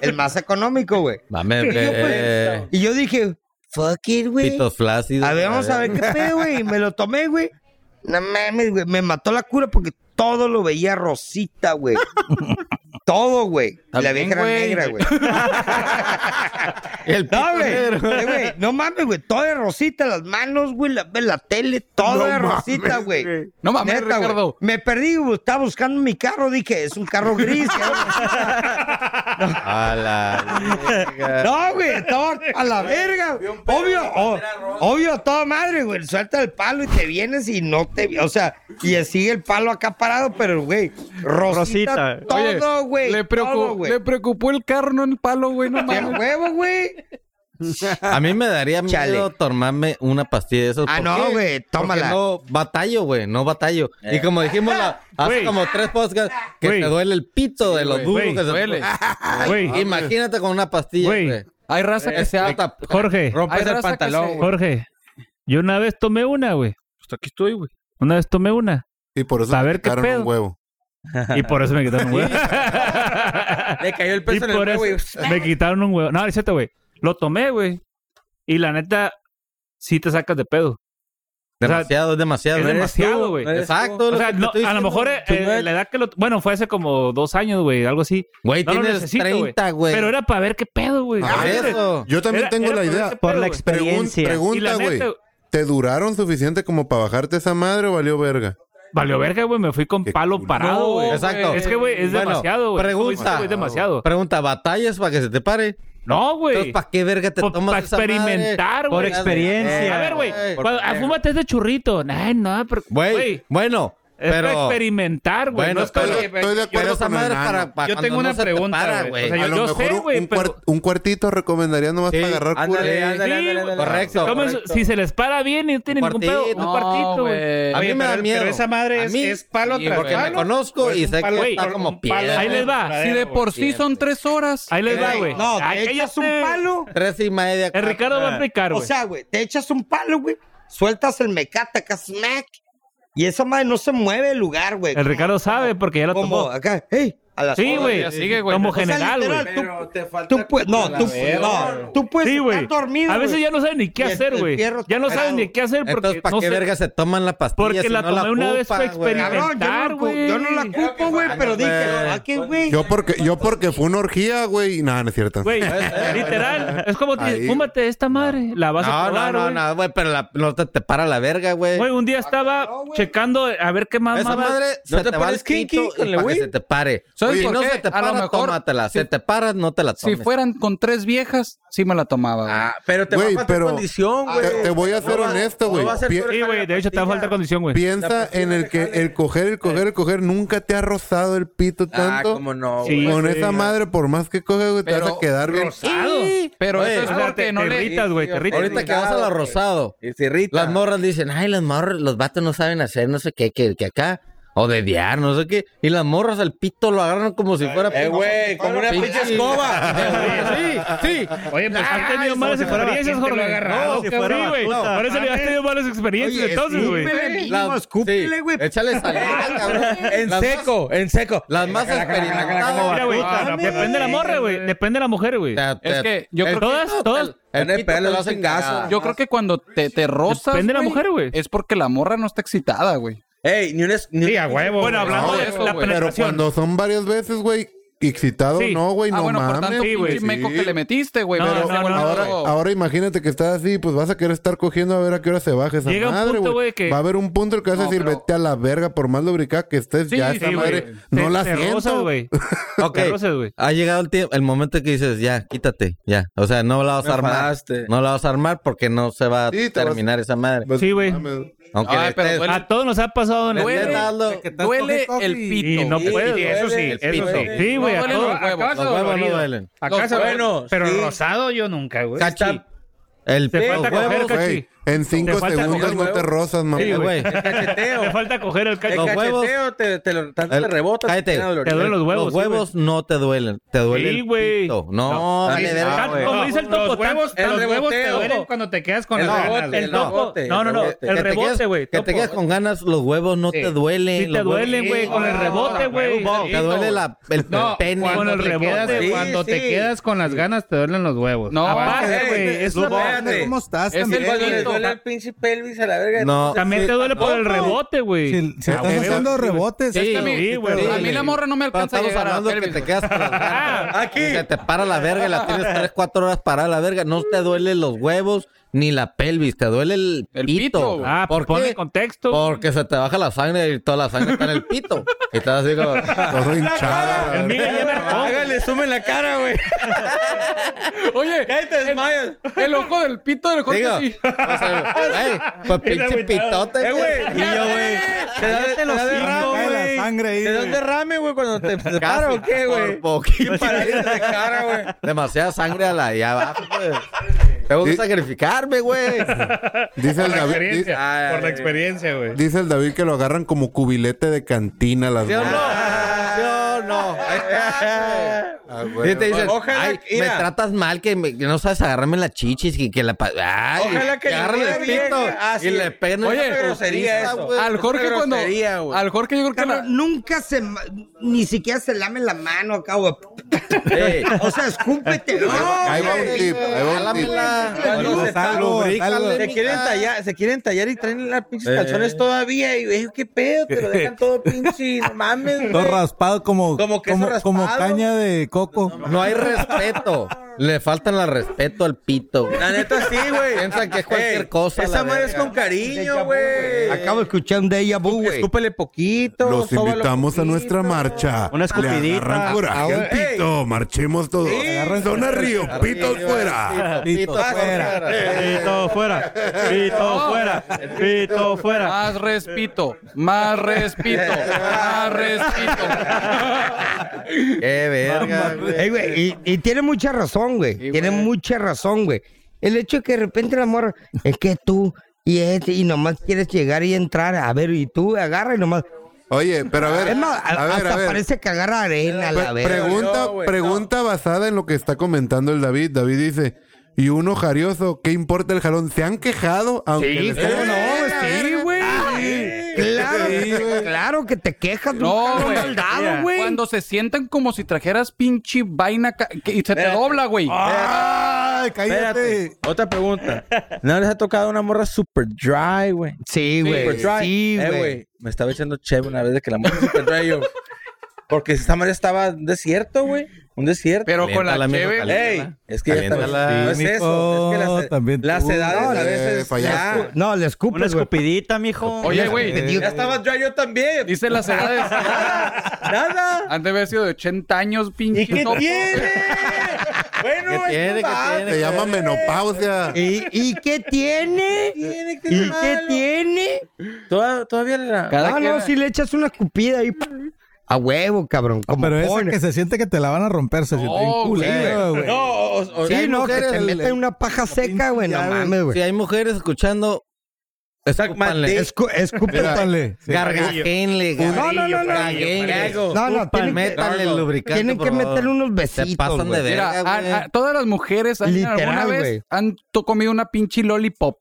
[SPEAKER 7] el más económico, güey.
[SPEAKER 2] Mame,
[SPEAKER 7] Y yo, pues,
[SPEAKER 2] eh,
[SPEAKER 7] y yo dije, fuck it, güey.
[SPEAKER 2] Pitos flácidos.
[SPEAKER 7] A ver, vamos a ver qué pedo, güey. Y Me lo tomé, güey. No mames, güey. Me mató la cura porque todo lo veía rosita, güey. Todo, güey. La vieja era
[SPEAKER 2] güey.
[SPEAKER 7] negra, güey. El no, güey. Eh, güey, No mames, güey. Todo era rosita, las manos, güey, la, la tele, todo
[SPEAKER 5] No
[SPEAKER 7] era
[SPEAKER 5] mames,
[SPEAKER 7] rosita,
[SPEAKER 5] güey.
[SPEAKER 7] güey.
[SPEAKER 5] No mames,
[SPEAKER 7] güey.
[SPEAKER 5] Ricardo.
[SPEAKER 7] Me perdí, güey. Estaba buscando mi carro. Dije, es un carro gris.
[SPEAKER 2] A la.
[SPEAKER 7] No, güey, estaba a la verga. Obvio, oh, o- obvio, a toda madre, güey. Suelta el palo y te vienes y no te. O sea, y sigue el palo acá parado, pero, güey, Rosita.
[SPEAKER 5] Oye,
[SPEAKER 7] Todo, güey.
[SPEAKER 5] Le, preocu-
[SPEAKER 7] todo, güey.
[SPEAKER 5] le preocupó el carro, no el palo, güey. No
[SPEAKER 7] De
[SPEAKER 5] mames.
[SPEAKER 7] huevo, güey.
[SPEAKER 2] A mí me daría miedo
[SPEAKER 7] Chale.
[SPEAKER 2] tomarme una pastilla de esas.
[SPEAKER 7] Ah,
[SPEAKER 2] ¿Por
[SPEAKER 7] no,
[SPEAKER 2] qué?
[SPEAKER 7] güey,
[SPEAKER 2] Porque
[SPEAKER 7] tómala.
[SPEAKER 2] No, batallo, güey, no batallo. Y como dijimos la- hace
[SPEAKER 11] Güey.
[SPEAKER 2] como tres podcasts, que
[SPEAKER 11] Güey.
[SPEAKER 2] te duele el pito de los
[SPEAKER 11] güey.
[SPEAKER 2] duros
[SPEAKER 11] Güey,
[SPEAKER 2] que se
[SPEAKER 11] duele.
[SPEAKER 2] Ay,
[SPEAKER 11] Güey.
[SPEAKER 2] Imagínate con una pastilla,
[SPEAKER 11] Güey.
[SPEAKER 2] güey. Este,
[SPEAKER 5] Hay raza que se
[SPEAKER 2] Hasta-
[SPEAKER 11] Jorge.
[SPEAKER 2] rompes
[SPEAKER 11] Hay
[SPEAKER 2] el
[SPEAKER 11] raza que
[SPEAKER 2] pantalón,
[SPEAKER 11] se-
[SPEAKER 2] güey.
[SPEAKER 11] Jorge. Yo una vez tomé una, güey. Pues aquí estoy, güey. Una vez tomé una.
[SPEAKER 3] Y por eso
[SPEAKER 11] A
[SPEAKER 3] me
[SPEAKER 11] ver qué
[SPEAKER 3] quitaron
[SPEAKER 11] pedo.
[SPEAKER 3] un huevo.
[SPEAKER 11] Y por eso me quitaron un huevo.
[SPEAKER 2] Le cayó el
[SPEAKER 11] Y
[SPEAKER 2] peso en el
[SPEAKER 11] por
[SPEAKER 2] huevo.
[SPEAKER 11] eso me quitaron un huevo. No, es cierto, güey. Lo tomé, güey. Y la neta, sí te sacas de pedo. O sea,
[SPEAKER 2] Demasiado, es demasiado.
[SPEAKER 11] es
[SPEAKER 2] No eres
[SPEAKER 11] demasiado,
[SPEAKER 2] tú,
[SPEAKER 11] güey.
[SPEAKER 2] no eres Exacto.
[SPEAKER 11] O sea, no, a lo mejor eh, eh, la edad que lo... Bueno, fue hace como dos años, güey. Algo así.
[SPEAKER 2] Güey,
[SPEAKER 11] No lo
[SPEAKER 2] tienes
[SPEAKER 11] necesito,
[SPEAKER 2] 30, güey.
[SPEAKER 11] Pero era para ver qué pedo, güey.
[SPEAKER 3] Ah,
[SPEAKER 11] Era-
[SPEAKER 3] eso. Yo también
[SPEAKER 11] era-
[SPEAKER 3] tengo
[SPEAKER 11] era
[SPEAKER 3] la
[SPEAKER 11] ver
[SPEAKER 3] idea.
[SPEAKER 11] qué pedo, güey.
[SPEAKER 3] Pregun- pregunta,
[SPEAKER 11] Y la
[SPEAKER 3] güey.
[SPEAKER 11] neta,
[SPEAKER 3] ¿Te duraron suficiente como para bajarte esa madre o valió verga?
[SPEAKER 11] Valió verga, güey. Me fui con palo parado, güey.
[SPEAKER 2] Exacto.
[SPEAKER 11] Es que, güey, es
[SPEAKER 2] Bueno,
[SPEAKER 11] demasiado, güey. Como dices,
[SPEAKER 2] Pregunta.
[SPEAKER 11] güey, Es demasiado.
[SPEAKER 2] Pregunta, ¿batallas para que se te pare?
[SPEAKER 11] No, güey.
[SPEAKER 2] ¿Para qué verga te tomas
[SPEAKER 11] Para
[SPEAKER 2] esa madre?
[SPEAKER 11] experimentar, güey. A ver, güey.
[SPEAKER 2] Por-
[SPEAKER 11] cuando- ah, Fúmate este churrito. Ay, no, pero.
[SPEAKER 2] Güey, bueno,
[SPEAKER 11] Es
[SPEAKER 2] pero...
[SPEAKER 11] para experimentar, güey.
[SPEAKER 2] Bueno,
[SPEAKER 11] no es para-
[SPEAKER 2] estoy-
[SPEAKER 11] Oye,
[SPEAKER 2] estoy de
[SPEAKER 11] pero
[SPEAKER 2] acuerdo
[SPEAKER 11] esa
[SPEAKER 2] con
[SPEAKER 11] madre
[SPEAKER 2] el
[SPEAKER 11] es
[SPEAKER 2] nano.
[SPEAKER 11] para-
[SPEAKER 2] Yo
[SPEAKER 11] cuando
[SPEAKER 2] tengo
[SPEAKER 11] no
[SPEAKER 2] una
[SPEAKER 11] se te
[SPEAKER 2] pregunta,
[SPEAKER 11] para,
[SPEAKER 2] güey.
[SPEAKER 11] O sea,
[SPEAKER 3] a
[SPEAKER 11] yo,
[SPEAKER 3] lo
[SPEAKER 11] yo
[SPEAKER 3] mejor
[SPEAKER 11] sé,
[SPEAKER 3] un,
[SPEAKER 11] güey,
[SPEAKER 3] un
[SPEAKER 11] pero...
[SPEAKER 3] cuart- un cuartito recomendaría nomás
[SPEAKER 2] Sí,
[SPEAKER 3] para agarrar
[SPEAKER 2] ándale,
[SPEAKER 3] cura.
[SPEAKER 2] ándale,
[SPEAKER 11] Sí,
[SPEAKER 2] ándale, ándale.
[SPEAKER 11] güey.
[SPEAKER 2] Correcto,
[SPEAKER 11] Tomen su-
[SPEAKER 2] correcto.
[SPEAKER 11] Si se les para bien y no tiene ningún pedo,
[SPEAKER 2] Cuartito.
[SPEAKER 11] un cuartito,
[SPEAKER 5] güey.
[SPEAKER 11] güey.
[SPEAKER 2] A mí
[SPEAKER 8] Oye,
[SPEAKER 2] me da
[SPEAKER 8] pero-
[SPEAKER 2] miedo.
[SPEAKER 8] pero esa madre
[SPEAKER 2] A
[SPEAKER 8] es-
[SPEAKER 2] mí,
[SPEAKER 8] es palo
[SPEAKER 2] sí,
[SPEAKER 8] tras
[SPEAKER 2] Porque me
[SPEAKER 8] palo.
[SPEAKER 2] conozco
[SPEAKER 8] O
[SPEAKER 11] Pues,
[SPEAKER 8] es
[SPEAKER 2] y
[SPEAKER 8] un
[SPEAKER 2] sé
[SPEAKER 8] palo-
[SPEAKER 2] que
[SPEAKER 8] güey,
[SPEAKER 2] está
[SPEAKER 8] un
[SPEAKER 2] como
[SPEAKER 8] palo-
[SPEAKER 2] piedra.
[SPEAKER 11] Ahí les va.
[SPEAKER 5] Si de por sí son tres horas.
[SPEAKER 11] Ahí les va,
[SPEAKER 7] Güey,
[SPEAKER 11] güey.
[SPEAKER 7] no,
[SPEAKER 11] Ay,
[SPEAKER 7] te echas un
[SPEAKER 11] cállate.
[SPEAKER 7] palo.
[SPEAKER 2] Tres y media.
[SPEAKER 11] El Ricardo va a aplicar,
[SPEAKER 7] O
[SPEAKER 11] güey.
[SPEAKER 7] sea, güey, te echas un palo, güey. Sueltas el mecate acá, smack. Y esa madre no se mueve el lugar, güey.
[SPEAKER 11] El Ricardo sabe porque ya lo
[SPEAKER 7] Como
[SPEAKER 11] tomó.
[SPEAKER 7] acá, hey, a las
[SPEAKER 11] Sí,
[SPEAKER 7] horas,
[SPEAKER 11] güey. Como general,
[SPEAKER 7] literal,
[SPEAKER 11] güey.
[SPEAKER 7] tú-
[SPEAKER 11] Pero
[SPEAKER 7] Tú, puedes, no, tú, no, tú puedes
[SPEAKER 11] Sí, güey.
[SPEAKER 7] estar dormido.
[SPEAKER 11] A veces
[SPEAKER 7] güey.
[SPEAKER 11] ya no saben ni qué
[SPEAKER 7] Y el-
[SPEAKER 11] hacer,
[SPEAKER 7] el
[SPEAKER 11] güey.
[SPEAKER 7] fierro
[SPEAKER 11] Ya no
[SPEAKER 7] está
[SPEAKER 11] saben ni
[SPEAKER 7] parado.
[SPEAKER 11] qué hacer porque
[SPEAKER 2] Entonces, ¿para
[SPEAKER 11] no
[SPEAKER 2] qué
[SPEAKER 11] sé-
[SPEAKER 2] verga se toman la pastilla?
[SPEAKER 11] Porque
[SPEAKER 2] si
[SPEAKER 11] la
[SPEAKER 2] no
[SPEAKER 11] tomé una vez para
[SPEAKER 2] ocupan, güey?
[SPEAKER 11] experimentar,
[SPEAKER 7] Cabrón, yo no la ocu- yo no la ocupo,
[SPEAKER 2] Ah,
[SPEAKER 7] güey, pero dije, ¿a qué, güey?
[SPEAKER 3] Yo porque, yo porque fue una orgía, güey. y Nada, no es cierto.
[SPEAKER 11] Güey, literal. Es como te
[SPEAKER 3] Ahí.
[SPEAKER 11] dices, fúmate esta madre. La vas a
[SPEAKER 2] No,
[SPEAKER 11] probar,
[SPEAKER 2] no, no,
[SPEAKER 11] güey.
[SPEAKER 2] no, güey, pero la- no te, te para la verga, güey.
[SPEAKER 11] Güey, un día estaba checando a ver qué más
[SPEAKER 2] Esa
[SPEAKER 11] mamá-
[SPEAKER 2] madre se te, va al quito y para que se te pare.
[SPEAKER 5] ¿Sabes
[SPEAKER 2] Oye,
[SPEAKER 5] por
[SPEAKER 2] no
[SPEAKER 5] qué?
[SPEAKER 2] se te
[SPEAKER 5] A lo
[SPEAKER 2] para,
[SPEAKER 5] mejor-
[SPEAKER 2] tómatela.
[SPEAKER 5] sí.
[SPEAKER 2] Se te para, no te la
[SPEAKER 5] Si
[SPEAKER 2] tomes.
[SPEAKER 5] fueran con tres viejas, sí me la tomaba. güey.
[SPEAKER 2] pero
[SPEAKER 5] te va a faltar
[SPEAKER 2] condición,
[SPEAKER 5] güey.
[SPEAKER 3] Te, te voy a ser
[SPEAKER 5] No va-
[SPEAKER 3] honesto,
[SPEAKER 5] no
[SPEAKER 3] güey.
[SPEAKER 5] va a ser
[SPEAKER 3] Pi-
[SPEAKER 11] Sí, güey, de hecho te va a faltar condición, güey.
[SPEAKER 3] Piensa en el que el coger, el coger, el coger. Nunca te ha rozado el pito tanto.
[SPEAKER 7] cómo no,
[SPEAKER 11] Sí, güey.
[SPEAKER 3] Con
[SPEAKER 11] sí,
[SPEAKER 3] esa
[SPEAKER 11] güey.
[SPEAKER 3] madre, por más que coges, güey, te vas a quedar bien.
[SPEAKER 5] Pero
[SPEAKER 2] Oye,
[SPEAKER 5] eso es
[SPEAKER 11] o sea,
[SPEAKER 5] porque
[SPEAKER 11] te-
[SPEAKER 5] no
[SPEAKER 11] te
[SPEAKER 5] le...
[SPEAKER 11] irritas, güey, te irritas.
[SPEAKER 2] Ahorita que vas a la rosado. Las morras dicen, ay, las morras, los vatos no saben hacer no sé qué, que, que acá. O de diar, no sé qué. Y las morras al pito lo agarran como si fuera...
[SPEAKER 7] Eh, güey, como una pinche escoba.
[SPEAKER 8] Ah,
[SPEAKER 7] Ah,
[SPEAKER 2] Sí, sí.
[SPEAKER 11] Oye, pues has
[SPEAKER 2] Ay,
[SPEAKER 11] tenido malas
[SPEAKER 2] si fuera
[SPEAKER 11] experiencias,
[SPEAKER 2] valiente,
[SPEAKER 11] Jorge.
[SPEAKER 2] lo agarraba,
[SPEAKER 11] No,
[SPEAKER 2] si
[SPEAKER 11] sí,
[SPEAKER 2] fuera
[SPEAKER 11] güey.
[SPEAKER 2] batuta.
[SPEAKER 11] Por eso le has tenido malas experiencias, entonces, güey.
[SPEAKER 2] Las- sí. Échale salida, cabrón.
[SPEAKER 7] En
[SPEAKER 2] Las más-
[SPEAKER 7] seco, en seco.
[SPEAKER 2] Las más experimentadas.
[SPEAKER 11] Mira, güey,
[SPEAKER 2] Ah,
[SPEAKER 11] depende de la morra, güey. Depende de la mujer, güey.
[SPEAKER 2] te- te-
[SPEAKER 5] Es que yo creo,
[SPEAKER 11] Todas, todas.
[SPEAKER 2] el pito te lo hacen
[SPEAKER 5] que-
[SPEAKER 2] caso.
[SPEAKER 5] yo creo que cuando te, te rozas,
[SPEAKER 11] Depende de la
[SPEAKER 5] güey,
[SPEAKER 11] mujer, güey.
[SPEAKER 5] es porque la morra no está excitada, güey.
[SPEAKER 7] Ey, ni un es- ni un-
[SPEAKER 11] Sí, a huevo. Bueno,
[SPEAKER 5] güey.
[SPEAKER 11] hablando
[SPEAKER 5] No,
[SPEAKER 11] de
[SPEAKER 5] eso,
[SPEAKER 11] la
[SPEAKER 5] güey.
[SPEAKER 3] Pero
[SPEAKER 11] penetración.
[SPEAKER 3] cuando son varias veces, güey, excitado,
[SPEAKER 11] Sí.
[SPEAKER 3] no, güey,
[SPEAKER 5] ah,
[SPEAKER 3] no
[SPEAKER 5] bueno, por
[SPEAKER 3] mames.
[SPEAKER 5] tanto
[SPEAKER 11] Sí, güey.
[SPEAKER 5] pinche meco
[SPEAKER 3] Sí.
[SPEAKER 5] que le metiste, güey.
[SPEAKER 11] No,
[SPEAKER 5] pero
[SPEAKER 11] no, no,
[SPEAKER 3] ahora,
[SPEAKER 11] no.
[SPEAKER 3] ahora imagínate que estás así, pues vas a querer estar cogiendo a ver a qué hora se baja esa
[SPEAKER 11] Llega un
[SPEAKER 3] madre,
[SPEAKER 11] punto, güey,
[SPEAKER 3] güey.
[SPEAKER 11] que-
[SPEAKER 3] Va a haber un punto en el que vas a
[SPEAKER 5] No,
[SPEAKER 3] decir,
[SPEAKER 5] pero-
[SPEAKER 3] vete a la verga, por más lubricada que estés, ya esa madre
[SPEAKER 11] güey.
[SPEAKER 3] no
[SPEAKER 11] Te-
[SPEAKER 3] la
[SPEAKER 11] te
[SPEAKER 3] siento.
[SPEAKER 11] rozas, güey.
[SPEAKER 2] Ok,
[SPEAKER 11] Te rozas, güey.
[SPEAKER 2] ha llegado el tiempo, el momento que dices, ya, quítate, ya. O sea, no la vas a armar. No la vas a armar porque no se va a
[SPEAKER 3] Sí, te vas-
[SPEAKER 2] terminar esa madre.
[SPEAKER 3] Pues,
[SPEAKER 11] Sí, güey.
[SPEAKER 3] mames.
[SPEAKER 2] Aunque
[SPEAKER 5] Ay,
[SPEAKER 2] le
[SPEAKER 5] pero
[SPEAKER 2] estés-
[SPEAKER 5] duele.
[SPEAKER 11] A todos nos ha pasado en la
[SPEAKER 5] Duele,
[SPEAKER 11] vida.
[SPEAKER 5] duele
[SPEAKER 12] coge,
[SPEAKER 5] el
[SPEAKER 12] coge.
[SPEAKER 5] pito.
[SPEAKER 11] Y no
[SPEAKER 7] Sí,
[SPEAKER 11] puedes,
[SPEAKER 7] sí,
[SPEAKER 11] güey.
[SPEAKER 7] eso sí,
[SPEAKER 11] El
[SPEAKER 2] eso
[SPEAKER 11] pito.
[SPEAKER 2] sí.
[SPEAKER 11] Sí, güey,
[SPEAKER 5] No
[SPEAKER 11] a
[SPEAKER 5] duelen
[SPEAKER 11] todos.
[SPEAKER 5] los huevos.
[SPEAKER 2] Los huevos no duelen.
[SPEAKER 8] Acá
[SPEAKER 7] Los
[SPEAKER 8] se
[SPEAKER 7] buenos,
[SPEAKER 8] Pero
[SPEAKER 7] sí.
[SPEAKER 8] rosado yo nunca, güey.
[SPEAKER 2] Cachi. El
[SPEAKER 11] Te falta
[SPEAKER 2] huevos,
[SPEAKER 11] coger,
[SPEAKER 3] Güey,
[SPEAKER 11] cachi.
[SPEAKER 3] en
[SPEAKER 11] Te
[SPEAKER 3] cinco
[SPEAKER 11] falta
[SPEAKER 3] segundos
[SPEAKER 11] coger
[SPEAKER 3] no te rozas, mamá.
[SPEAKER 11] Sí,
[SPEAKER 2] Eh, güey.
[SPEAKER 11] Te falta coger el cacho.
[SPEAKER 2] Los huevos.
[SPEAKER 7] te, te, lo- tanto
[SPEAKER 2] el-
[SPEAKER 7] te rebota,
[SPEAKER 2] cállate.
[SPEAKER 7] te llena de
[SPEAKER 11] Te duelen los huevos.
[SPEAKER 2] Los
[SPEAKER 11] sí, güey.
[SPEAKER 2] huevos no te duelen. Te duele
[SPEAKER 11] Sí,
[SPEAKER 2] el
[SPEAKER 11] güey.
[SPEAKER 2] pito. No, dale
[SPEAKER 8] ahí
[SPEAKER 2] verga.
[SPEAKER 8] está,
[SPEAKER 11] Tan-
[SPEAKER 8] güey.
[SPEAKER 11] como dice el topo,
[SPEAKER 8] los
[SPEAKER 11] tan-
[SPEAKER 8] huevos,
[SPEAKER 7] el
[SPEAKER 8] los huevos te
[SPEAKER 7] reboteo.
[SPEAKER 8] duelen cuando te quedas con
[SPEAKER 7] El
[SPEAKER 8] las ganas.
[SPEAKER 7] rebote,
[SPEAKER 8] güey.
[SPEAKER 11] El
[SPEAKER 7] el
[SPEAKER 11] topo.
[SPEAKER 7] rebote,
[SPEAKER 11] No, no,
[SPEAKER 7] el
[SPEAKER 11] no.
[SPEAKER 7] rebote.
[SPEAKER 11] El
[SPEAKER 2] Que te
[SPEAKER 11] rebote,
[SPEAKER 2] quedes-
[SPEAKER 11] güey.
[SPEAKER 2] Que te
[SPEAKER 11] topo.
[SPEAKER 2] quedes con ganas, los huevos no te duelen.
[SPEAKER 11] Sí te
[SPEAKER 2] los huevos-
[SPEAKER 11] duelen, güey, con el rebote, güey.
[SPEAKER 8] huevos.
[SPEAKER 2] Te duele la, el
[SPEAKER 8] No,
[SPEAKER 2] pene.
[SPEAKER 8] cuando
[SPEAKER 11] el
[SPEAKER 8] te
[SPEAKER 11] rebote,
[SPEAKER 8] quedas-
[SPEAKER 11] güey.
[SPEAKER 8] cuando
[SPEAKER 7] Sí,
[SPEAKER 8] te
[SPEAKER 7] sí.
[SPEAKER 8] quedas con las ganas te duelen los huevos.
[SPEAKER 5] No,
[SPEAKER 8] Aparte,
[SPEAKER 5] güey,
[SPEAKER 8] güey,
[SPEAKER 12] Güey,
[SPEAKER 8] es
[SPEAKER 12] tú
[SPEAKER 8] una-
[SPEAKER 12] espérate
[SPEAKER 7] espérate.
[SPEAKER 12] ¿Cómo estás?
[SPEAKER 5] Es
[SPEAKER 12] también,
[SPEAKER 5] el
[SPEAKER 12] güey?
[SPEAKER 7] Luego le
[SPEAKER 5] pito.
[SPEAKER 7] duele el pinche pelvis a la verga.
[SPEAKER 2] No.
[SPEAKER 11] También te duele por el
[SPEAKER 7] No, no.
[SPEAKER 11] rebote, güey.
[SPEAKER 12] Si, si estás haciendo rebotes,
[SPEAKER 5] Es que a
[SPEAKER 12] esto-
[SPEAKER 5] mí-
[SPEAKER 11] sí, güey,
[SPEAKER 5] a
[SPEAKER 11] sí,
[SPEAKER 5] mí la
[SPEAKER 2] güey.
[SPEAKER 5] morra no me
[SPEAKER 2] Pero
[SPEAKER 5] alcanza a
[SPEAKER 2] estamos
[SPEAKER 5] llegar a
[SPEAKER 2] hablando que
[SPEAKER 5] pelvis,
[SPEAKER 2] te
[SPEAKER 5] güey.
[SPEAKER 2] quedas con las ganas.
[SPEAKER 8] Aquí.
[SPEAKER 2] Se te para la verga y la tienes 3, 4 horas parada la verga. No te duelen los huevos ni la pelvis, te duele el,
[SPEAKER 5] El
[SPEAKER 2] pito.
[SPEAKER 5] pito, güey.
[SPEAKER 11] Ah,
[SPEAKER 2] ¿Por
[SPEAKER 11] ponle
[SPEAKER 2] qué?
[SPEAKER 11] contexto.
[SPEAKER 2] Porque se te baja la sangre y toda la sangre está en el pito. Y estás así como...
[SPEAKER 3] Todo hinchada.
[SPEAKER 11] El mío ya me arcó.
[SPEAKER 7] Hágale, sume en la cara, güey.
[SPEAKER 5] Oye,
[SPEAKER 7] Ahí te desmayas.
[SPEAKER 5] el ojo del pito del Jorge
[SPEAKER 2] Digo, o
[SPEAKER 5] sí.
[SPEAKER 2] sea, güey, pues pinche pitote.
[SPEAKER 7] Eh, güey.
[SPEAKER 2] Y yo, güey.
[SPEAKER 7] Te da, te da derrame,
[SPEAKER 12] cae la
[SPEAKER 7] güey.
[SPEAKER 12] sangre ahí,
[SPEAKER 7] Te da un
[SPEAKER 12] güey.
[SPEAKER 7] derrame, güey, cuando te te para o qué, güey.
[SPEAKER 2] Por poquito.
[SPEAKER 7] Paradito de cara, güey.
[SPEAKER 2] Demasiada sangre a la allá abajo, güey. Tengo que
[SPEAKER 3] Sí.
[SPEAKER 2] sacrificarme, güey.
[SPEAKER 3] Dice el
[SPEAKER 8] Por la
[SPEAKER 3] David,
[SPEAKER 8] experiencia.
[SPEAKER 3] di-
[SPEAKER 5] Ah,
[SPEAKER 8] Por la experiencia, güey.
[SPEAKER 3] dice el David que lo agarran como cubilete de cantina las
[SPEAKER 2] Yo
[SPEAKER 3] morras.
[SPEAKER 2] no. Yo no.
[SPEAKER 3] Ah,
[SPEAKER 2] Y
[SPEAKER 3] güey.
[SPEAKER 2] te dicen,
[SPEAKER 7] Ojalá
[SPEAKER 2] ay,
[SPEAKER 7] que-
[SPEAKER 2] me
[SPEAKER 7] mira.
[SPEAKER 2] tratas mal, que, me- que no sabes agarrarme la chichis, que, que la... pa- Ay,
[SPEAKER 7] Ojalá que le
[SPEAKER 2] agarra
[SPEAKER 7] duela
[SPEAKER 2] el
[SPEAKER 7] bien,
[SPEAKER 2] pito
[SPEAKER 7] güey. Ah,
[SPEAKER 2] y
[SPEAKER 7] sí.
[SPEAKER 2] le peguen
[SPEAKER 7] Oye,
[SPEAKER 2] en la
[SPEAKER 7] grosería
[SPEAKER 2] putiza,
[SPEAKER 7] eso.
[SPEAKER 2] güey.
[SPEAKER 5] Al Jorge
[SPEAKER 7] Una
[SPEAKER 5] cuando.
[SPEAKER 7] grosería, güey.
[SPEAKER 5] Al Jorge yo creo que.
[SPEAKER 7] Cabrón,
[SPEAKER 5] la-
[SPEAKER 7] nunca se ma- ni siquiera se lame la mano acá, güey.
[SPEAKER 2] Ey.
[SPEAKER 7] O sea, escúpete. No,
[SPEAKER 3] Ahí va un
[SPEAKER 7] güey.
[SPEAKER 3] tip, ahí va un tip.
[SPEAKER 2] Jálamela.
[SPEAKER 7] Cuando se
[SPEAKER 12] Algo, algo.
[SPEAKER 7] Se quieren tallar, se quieren tallar y traen las pinches
[SPEAKER 2] Eh.
[SPEAKER 7] calzones todavía. Y güey, qué pedo, te lo dejan todo pinche, no mames,
[SPEAKER 12] Todo
[SPEAKER 7] güey.
[SPEAKER 12] raspado como, como,
[SPEAKER 7] Como queso
[SPEAKER 12] como,
[SPEAKER 7] raspado.
[SPEAKER 12] caña de coco.
[SPEAKER 2] No hay respeto. Le faltan el respeto al pito. güey.
[SPEAKER 7] La neta sí, güey.
[SPEAKER 2] Piensan que es cualquier
[SPEAKER 7] Ey,
[SPEAKER 2] cosa, la
[SPEAKER 7] Esa madre es
[SPEAKER 2] verga.
[SPEAKER 7] con cariño, güey.
[SPEAKER 2] Acabo de
[SPEAKER 7] escuchar un Deja Vu, güey. Escúpele poquito.
[SPEAKER 3] Los
[SPEAKER 7] sóbalo
[SPEAKER 3] invitamos a
[SPEAKER 7] poquito.
[SPEAKER 3] nuestra marcha.
[SPEAKER 6] Una escupidita.
[SPEAKER 3] Le agarran coraje
[SPEAKER 7] Ah,
[SPEAKER 3] al
[SPEAKER 7] güey.
[SPEAKER 3] pito. Marchemos todos.
[SPEAKER 7] Agarran
[SPEAKER 3] Zona Río, pitos fuera.
[SPEAKER 12] Pito fuera.
[SPEAKER 11] Pito fuera. Pito fuera. Pito fuera.
[SPEAKER 5] Más respito. Más respito. Más respito.
[SPEAKER 2] Qué verga, güey.
[SPEAKER 7] Ey, güey, y, y tiene mucha razón, güey. tiene mucha razón, güey. El hecho de que de repente la morra, es que tú y este, y nomás quieres llegar y entrar, a ver, y tú agarra y nomás.
[SPEAKER 3] Oye, pero a ver.
[SPEAKER 7] Es más, a-
[SPEAKER 3] A ver,
[SPEAKER 7] hasta
[SPEAKER 3] a ver.
[SPEAKER 7] parece que agarra arena, la
[SPEAKER 3] Pre-
[SPEAKER 7] verga.
[SPEAKER 3] pregunta pregunta basada en lo que está comentando el David. David dice, y uno jarioso, ¿qué importa el jalón? ¿Se han quejado? Aunque les caiga-
[SPEAKER 7] güey. Claro,
[SPEAKER 3] Sí,
[SPEAKER 7] Claro que te quejas,
[SPEAKER 5] No,
[SPEAKER 7] nunca lo
[SPEAKER 5] güey.
[SPEAKER 7] han soldado,
[SPEAKER 5] Mira,
[SPEAKER 7] güey.
[SPEAKER 5] Cuando se sientan como si trajeras pinche vaina ca- que- y se te dobla, güey.
[SPEAKER 1] Ah,
[SPEAKER 13] Ay, Espérate. Otra pregunta. ¿No les ha tocado una morra super dry, güey?
[SPEAKER 7] Sí, güey.
[SPEAKER 13] Super dry.
[SPEAKER 7] Sí,
[SPEAKER 13] Eh,
[SPEAKER 7] güey.
[SPEAKER 13] Me estaba echando cheve una vez de que la morra super dry. yo, porque esta madre estaba un desierto, güey. Un desierto.
[SPEAKER 5] Pero con la Caliéntala, mijo, cheve-
[SPEAKER 13] Ey,
[SPEAKER 5] caliéntala.
[SPEAKER 13] es que ya está-
[SPEAKER 5] Caliéntala.
[SPEAKER 13] No es eso. Es que las, eh, las edades a veces. ya-
[SPEAKER 7] No, le escupes,
[SPEAKER 13] Una
[SPEAKER 7] güey.
[SPEAKER 13] escupidita, mijo.
[SPEAKER 5] Oye, güey.
[SPEAKER 13] Ya estaba dry yo también.
[SPEAKER 5] Dice las edades.
[SPEAKER 13] Nada.
[SPEAKER 5] Han de haber sido de 80 años, pinche.
[SPEAKER 13] ¿Y qué
[SPEAKER 5] topo.
[SPEAKER 13] tiene?
[SPEAKER 7] Bueno,
[SPEAKER 5] ¿Qué tiene? ¿Qué tiene?
[SPEAKER 3] Se llama menopausia.
[SPEAKER 7] ¿Y, y qué tiene?
[SPEAKER 13] tiene?
[SPEAKER 7] ¿Y qué tiene?
[SPEAKER 13] Toda- Todavía la.
[SPEAKER 7] Cada no,
[SPEAKER 13] quien-
[SPEAKER 7] no, si le echas una escupida ahí. A huevo, cabrón.
[SPEAKER 13] como
[SPEAKER 1] Ah, pero esa
[SPEAKER 13] pone.
[SPEAKER 1] que se siente que te la van a romper, se siente bien culero, güey.
[SPEAKER 13] No, o- o-
[SPEAKER 7] Sí,
[SPEAKER 13] si hay
[SPEAKER 7] no, que
[SPEAKER 13] mujeres,
[SPEAKER 7] te
[SPEAKER 13] el-
[SPEAKER 7] meten una paja seca, güey. No
[SPEAKER 13] ya, güey,
[SPEAKER 7] mames, güey.
[SPEAKER 2] Si hay mujeres escuchando, escúpanle.
[SPEAKER 7] Escu- escúpele.
[SPEAKER 2] Escúpanle.
[SPEAKER 7] Sí.
[SPEAKER 2] Gargajenle,
[SPEAKER 7] No, no, no, no, no.
[SPEAKER 2] gargajenle.
[SPEAKER 7] No, no, tienen que-
[SPEAKER 2] Métanle el lubricante,
[SPEAKER 7] tienen que
[SPEAKER 2] por favor.
[SPEAKER 7] meterle unos
[SPEAKER 2] Se
[SPEAKER 7] besitos,
[SPEAKER 2] pasan de
[SPEAKER 7] güey.
[SPEAKER 2] verga,
[SPEAKER 5] Mira,
[SPEAKER 2] güey.
[SPEAKER 5] a- a- todas las mujeres han-
[SPEAKER 2] Literal,
[SPEAKER 5] alguna vez
[SPEAKER 2] güey. Ah,
[SPEAKER 5] han to- comido una pinche lollipop.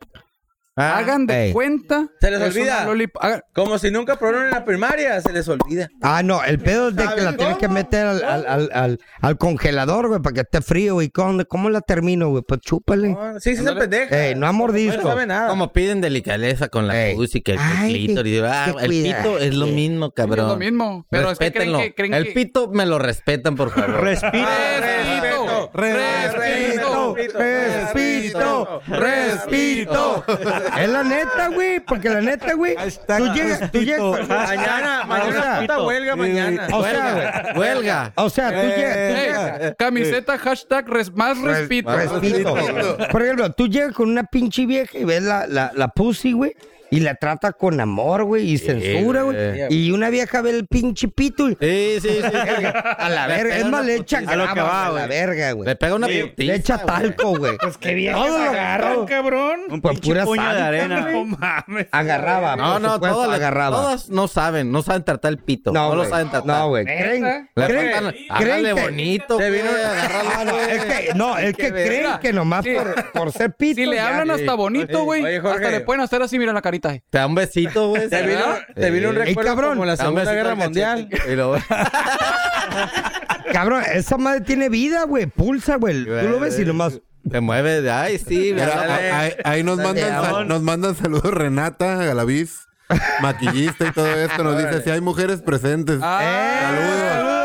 [SPEAKER 5] Hagan de
[SPEAKER 13] ey.
[SPEAKER 5] cuenta.
[SPEAKER 13] Se les
[SPEAKER 5] que es
[SPEAKER 13] olvida.
[SPEAKER 5] una lollipop. Hagan-
[SPEAKER 13] Como si nunca probaron en la primaria, se les olvida.
[SPEAKER 7] Ah, no, el pedo es de que
[SPEAKER 13] ¿Sabes
[SPEAKER 7] la tienes que meter al, al, al, al, al congelador, güey, para que esté frío, güey. ¿Cómo, cómo la termino, güey? Pues chúpale.
[SPEAKER 13] sí, sí, es el pendejo.
[SPEAKER 7] Eh, no ha mordisco.
[SPEAKER 2] Como piden delicadeza con la música, el clítoris. Ah,
[SPEAKER 7] qué
[SPEAKER 2] el
[SPEAKER 7] cuidado.
[SPEAKER 2] pito es lo mismo, cabrón.
[SPEAKER 5] es lo mismo, pero es que creen
[SPEAKER 2] Respétenlo.
[SPEAKER 5] que- creen
[SPEAKER 2] el
[SPEAKER 5] que-
[SPEAKER 2] pito me lo respetan, por favor.
[SPEAKER 5] Respeto,
[SPEAKER 7] Respito, respito, respito. Es la neta, güey, porque la neta, güey. Tú llegas, tú llegas.
[SPEAKER 13] Mañana, mañana, puta huelga mañana.
[SPEAKER 7] O sea, güey,
[SPEAKER 2] huelga.
[SPEAKER 7] O sea, tú llegas. tú
[SPEAKER 5] Ey, camiseta hashtag Eh, res- más respito.
[SPEAKER 7] Respito. Por ejemplo, tú llegas con una pinche vieja y ves la, la, la pussy, güey. Y la trata con amor, güey, y censura, güey.
[SPEAKER 2] güey.
[SPEAKER 7] Y una vieja ve el pinche pito. y-
[SPEAKER 2] Sí, sí, sí.
[SPEAKER 7] A la
[SPEAKER 2] Le
[SPEAKER 7] verga,
[SPEAKER 2] pega
[SPEAKER 7] es
[SPEAKER 2] una
[SPEAKER 7] mal hecha
[SPEAKER 2] putiza. A lo que
[SPEAKER 7] grava,
[SPEAKER 2] va,
[SPEAKER 7] güey, A la
[SPEAKER 2] güey.
[SPEAKER 7] verga, güey.
[SPEAKER 2] Le pega una putiza,
[SPEAKER 7] Le echa talco, güey. Pues
[SPEAKER 8] Que bien que se agarran, cabrón.
[SPEAKER 2] Un
[SPEAKER 7] Por
[SPEAKER 2] pinche
[SPEAKER 7] pura
[SPEAKER 2] puño de
[SPEAKER 7] sádica,
[SPEAKER 2] arena.
[SPEAKER 7] güey.
[SPEAKER 8] No mames.
[SPEAKER 7] Agarraba,
[SPEAKER 2] No,
[SPEAKER 7] por
[SPEAKER 2] no,
[SPEAKER 7] supuesto,
[SPEAKER 2] todas, las-
[SPEAKER 7] agarraba.
[SPEAKER 2] todas no saben, no saben tratar el pito. No, lo
[SPEAKER 7] güey.
[SPEAKER 2] saben tratar.
[SPEAKER 7] No, güey.
[SPEAKER 2] Le
[SPEAKER 7] Creen,
[SPEAKER 2] faltan-
[SPEAKER 7] creen,
[SPEAKER 2] hágale
[SPEAKER 7] creen que-
[SPEAKER 2] bonito.
[SPEAKER 7] Se vino-
[SPEAKER 2] güey, agárralo,
[SPEAKER 7] Ah, no, es que, no, es que
[SPEAKER 5] verga.
[SPEAKER 7] creen que nomás
[SPEAKER 5] Sí.
[SPEAKER 7] por, por ser pito.
[SPEAKER 5] Si le
[SPEAKER 7] ya,
[SPEAKER 5] hablan
[SPEAKER 7] sí.
[SPEAKER 5] hasta bonito, güey.
[SPEAKER 13] Oye, Jorge.
[SPEAKER 5] hasta le pueden hacer así, mira la carita. eh.
[SPEAKER 2] Te da un besito, güey.
[SPEAKER 13] Te vino, te vino un
[SPEAKER 2] Sí.
[SPEAKER 13] recuerdo
[SPEAKER 7] cabrón.
[SPEAKER 13] como la
[SPEAKER 2] Te da un
[SPEAKER 13] Segunda
[SPEAKER 2] besito
[SPEAKER 13] Guerra
[SPEAKER 2] al
[SPEAKER 13] Mundial.
[SPEAKER 2] cachete. Y luego-
[SPEAKER 7] Cabrón, esa madre tiene vida, güey. Pulsa, güey. Tú lo ves y nomás.
[SPEAKER 2] Te mueve de ay, sí,
[SPEAKER 3] Mira,
[SPEAKER 2] dale.
[SPEAKER 3] a- ahí, ahí nos,
[SPEAKER 2] Dale,
[SPEAKER 3] mandan, sal-
[SPEAKER 2] amor.
[SPEAKER 3] nos mandan saludos Renata Galaviz, maquillista y todo esto. Nos dice si hay mujeres presentes.
[SPEAKER 4] Ah,
[SPEAKER 3] saludos.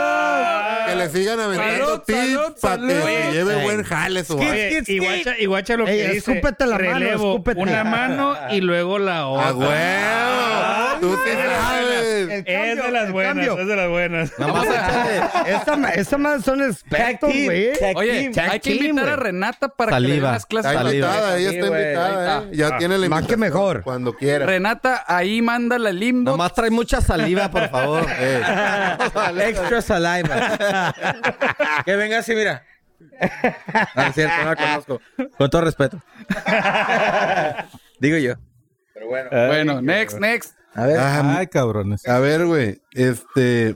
[SPEAKER 3] Que le sigan aventando tips para que se lleve buen jale su vato.
[SPEAKER 8] Oye, y guacha- y guacha lo que
[SPEAKER 7] Ey,
[SPEAKER 8] dice.
[SPEAKER 7] escúpete la mano,
[SPEAKER 8] Relevo,
[SPEAKER 7] escúpete.
[SPEAKER 8] Una mano y luego la otra. Ah,
[SPEAKER 3] ¡A huevo! ¡Tú sí sabes!
[SPEAKER 7] El
[SPEAKER 8] Es
[SPEAKER 7] cambio,
[SPEAKER 8] de las
[SPEAKER 7] el
[SPEAKER 8] buenas,
[SPEAKER 7] cambio.
[SPEAKER 8] es de las buenas.
[SPEAKER 2] Nomás échale
[SPEAKER 7] Esa, ma- esa madre son expertos,
[SPEAKER 13] team,
[SPEAKER 7] güey.
[SPEAKER 13] tag
[SPEAKER 5] Oye,
[SPEAKER 13] team,
[SPEAKER 7] tag
[SPEAKER 5] hay que
[SPEAKER 7] team,
[SPEAKER 5] invitar
[SPEAKER 7] güey.
[SPEAKER 5] a Renata para que le dé
[SPEAKER 2] Saliva.
[SPEAKER 5] unas clases.
[SPEAKER 3] Está invitada, ella está
[SPEAKER 13] Sí, güey,
[SPEAKER 3] invitada,
[SPEAKER 5] ahí
[SPEAKER 3] ¿eh? Ya tiene la
[SPEAKER 7] Más que
[SPEAKER 3] invitación
[SPEAKER 7] mejor.
[SPEAKER 3] Cuando quiera.
[SPEAKER 5] Renata, ahí manda la limbo.
[SPEAKER 2] Nomás trae mucha saliva, por favor.
[SPEAKER 3] Eh,
[SPEAKER 13] Extra saliva. que venga así, mira. No, es cierto, no la conozco. Con todo respeto. Digo yo.
[SPEAKER 5] Bueno, next, next.
[SPEAKER 13] A ver.
[SPEAKER 3] Ah,
[SPEAKER 1] Ay, cabrones.
[SPEAKER 3] A ver, güey, este,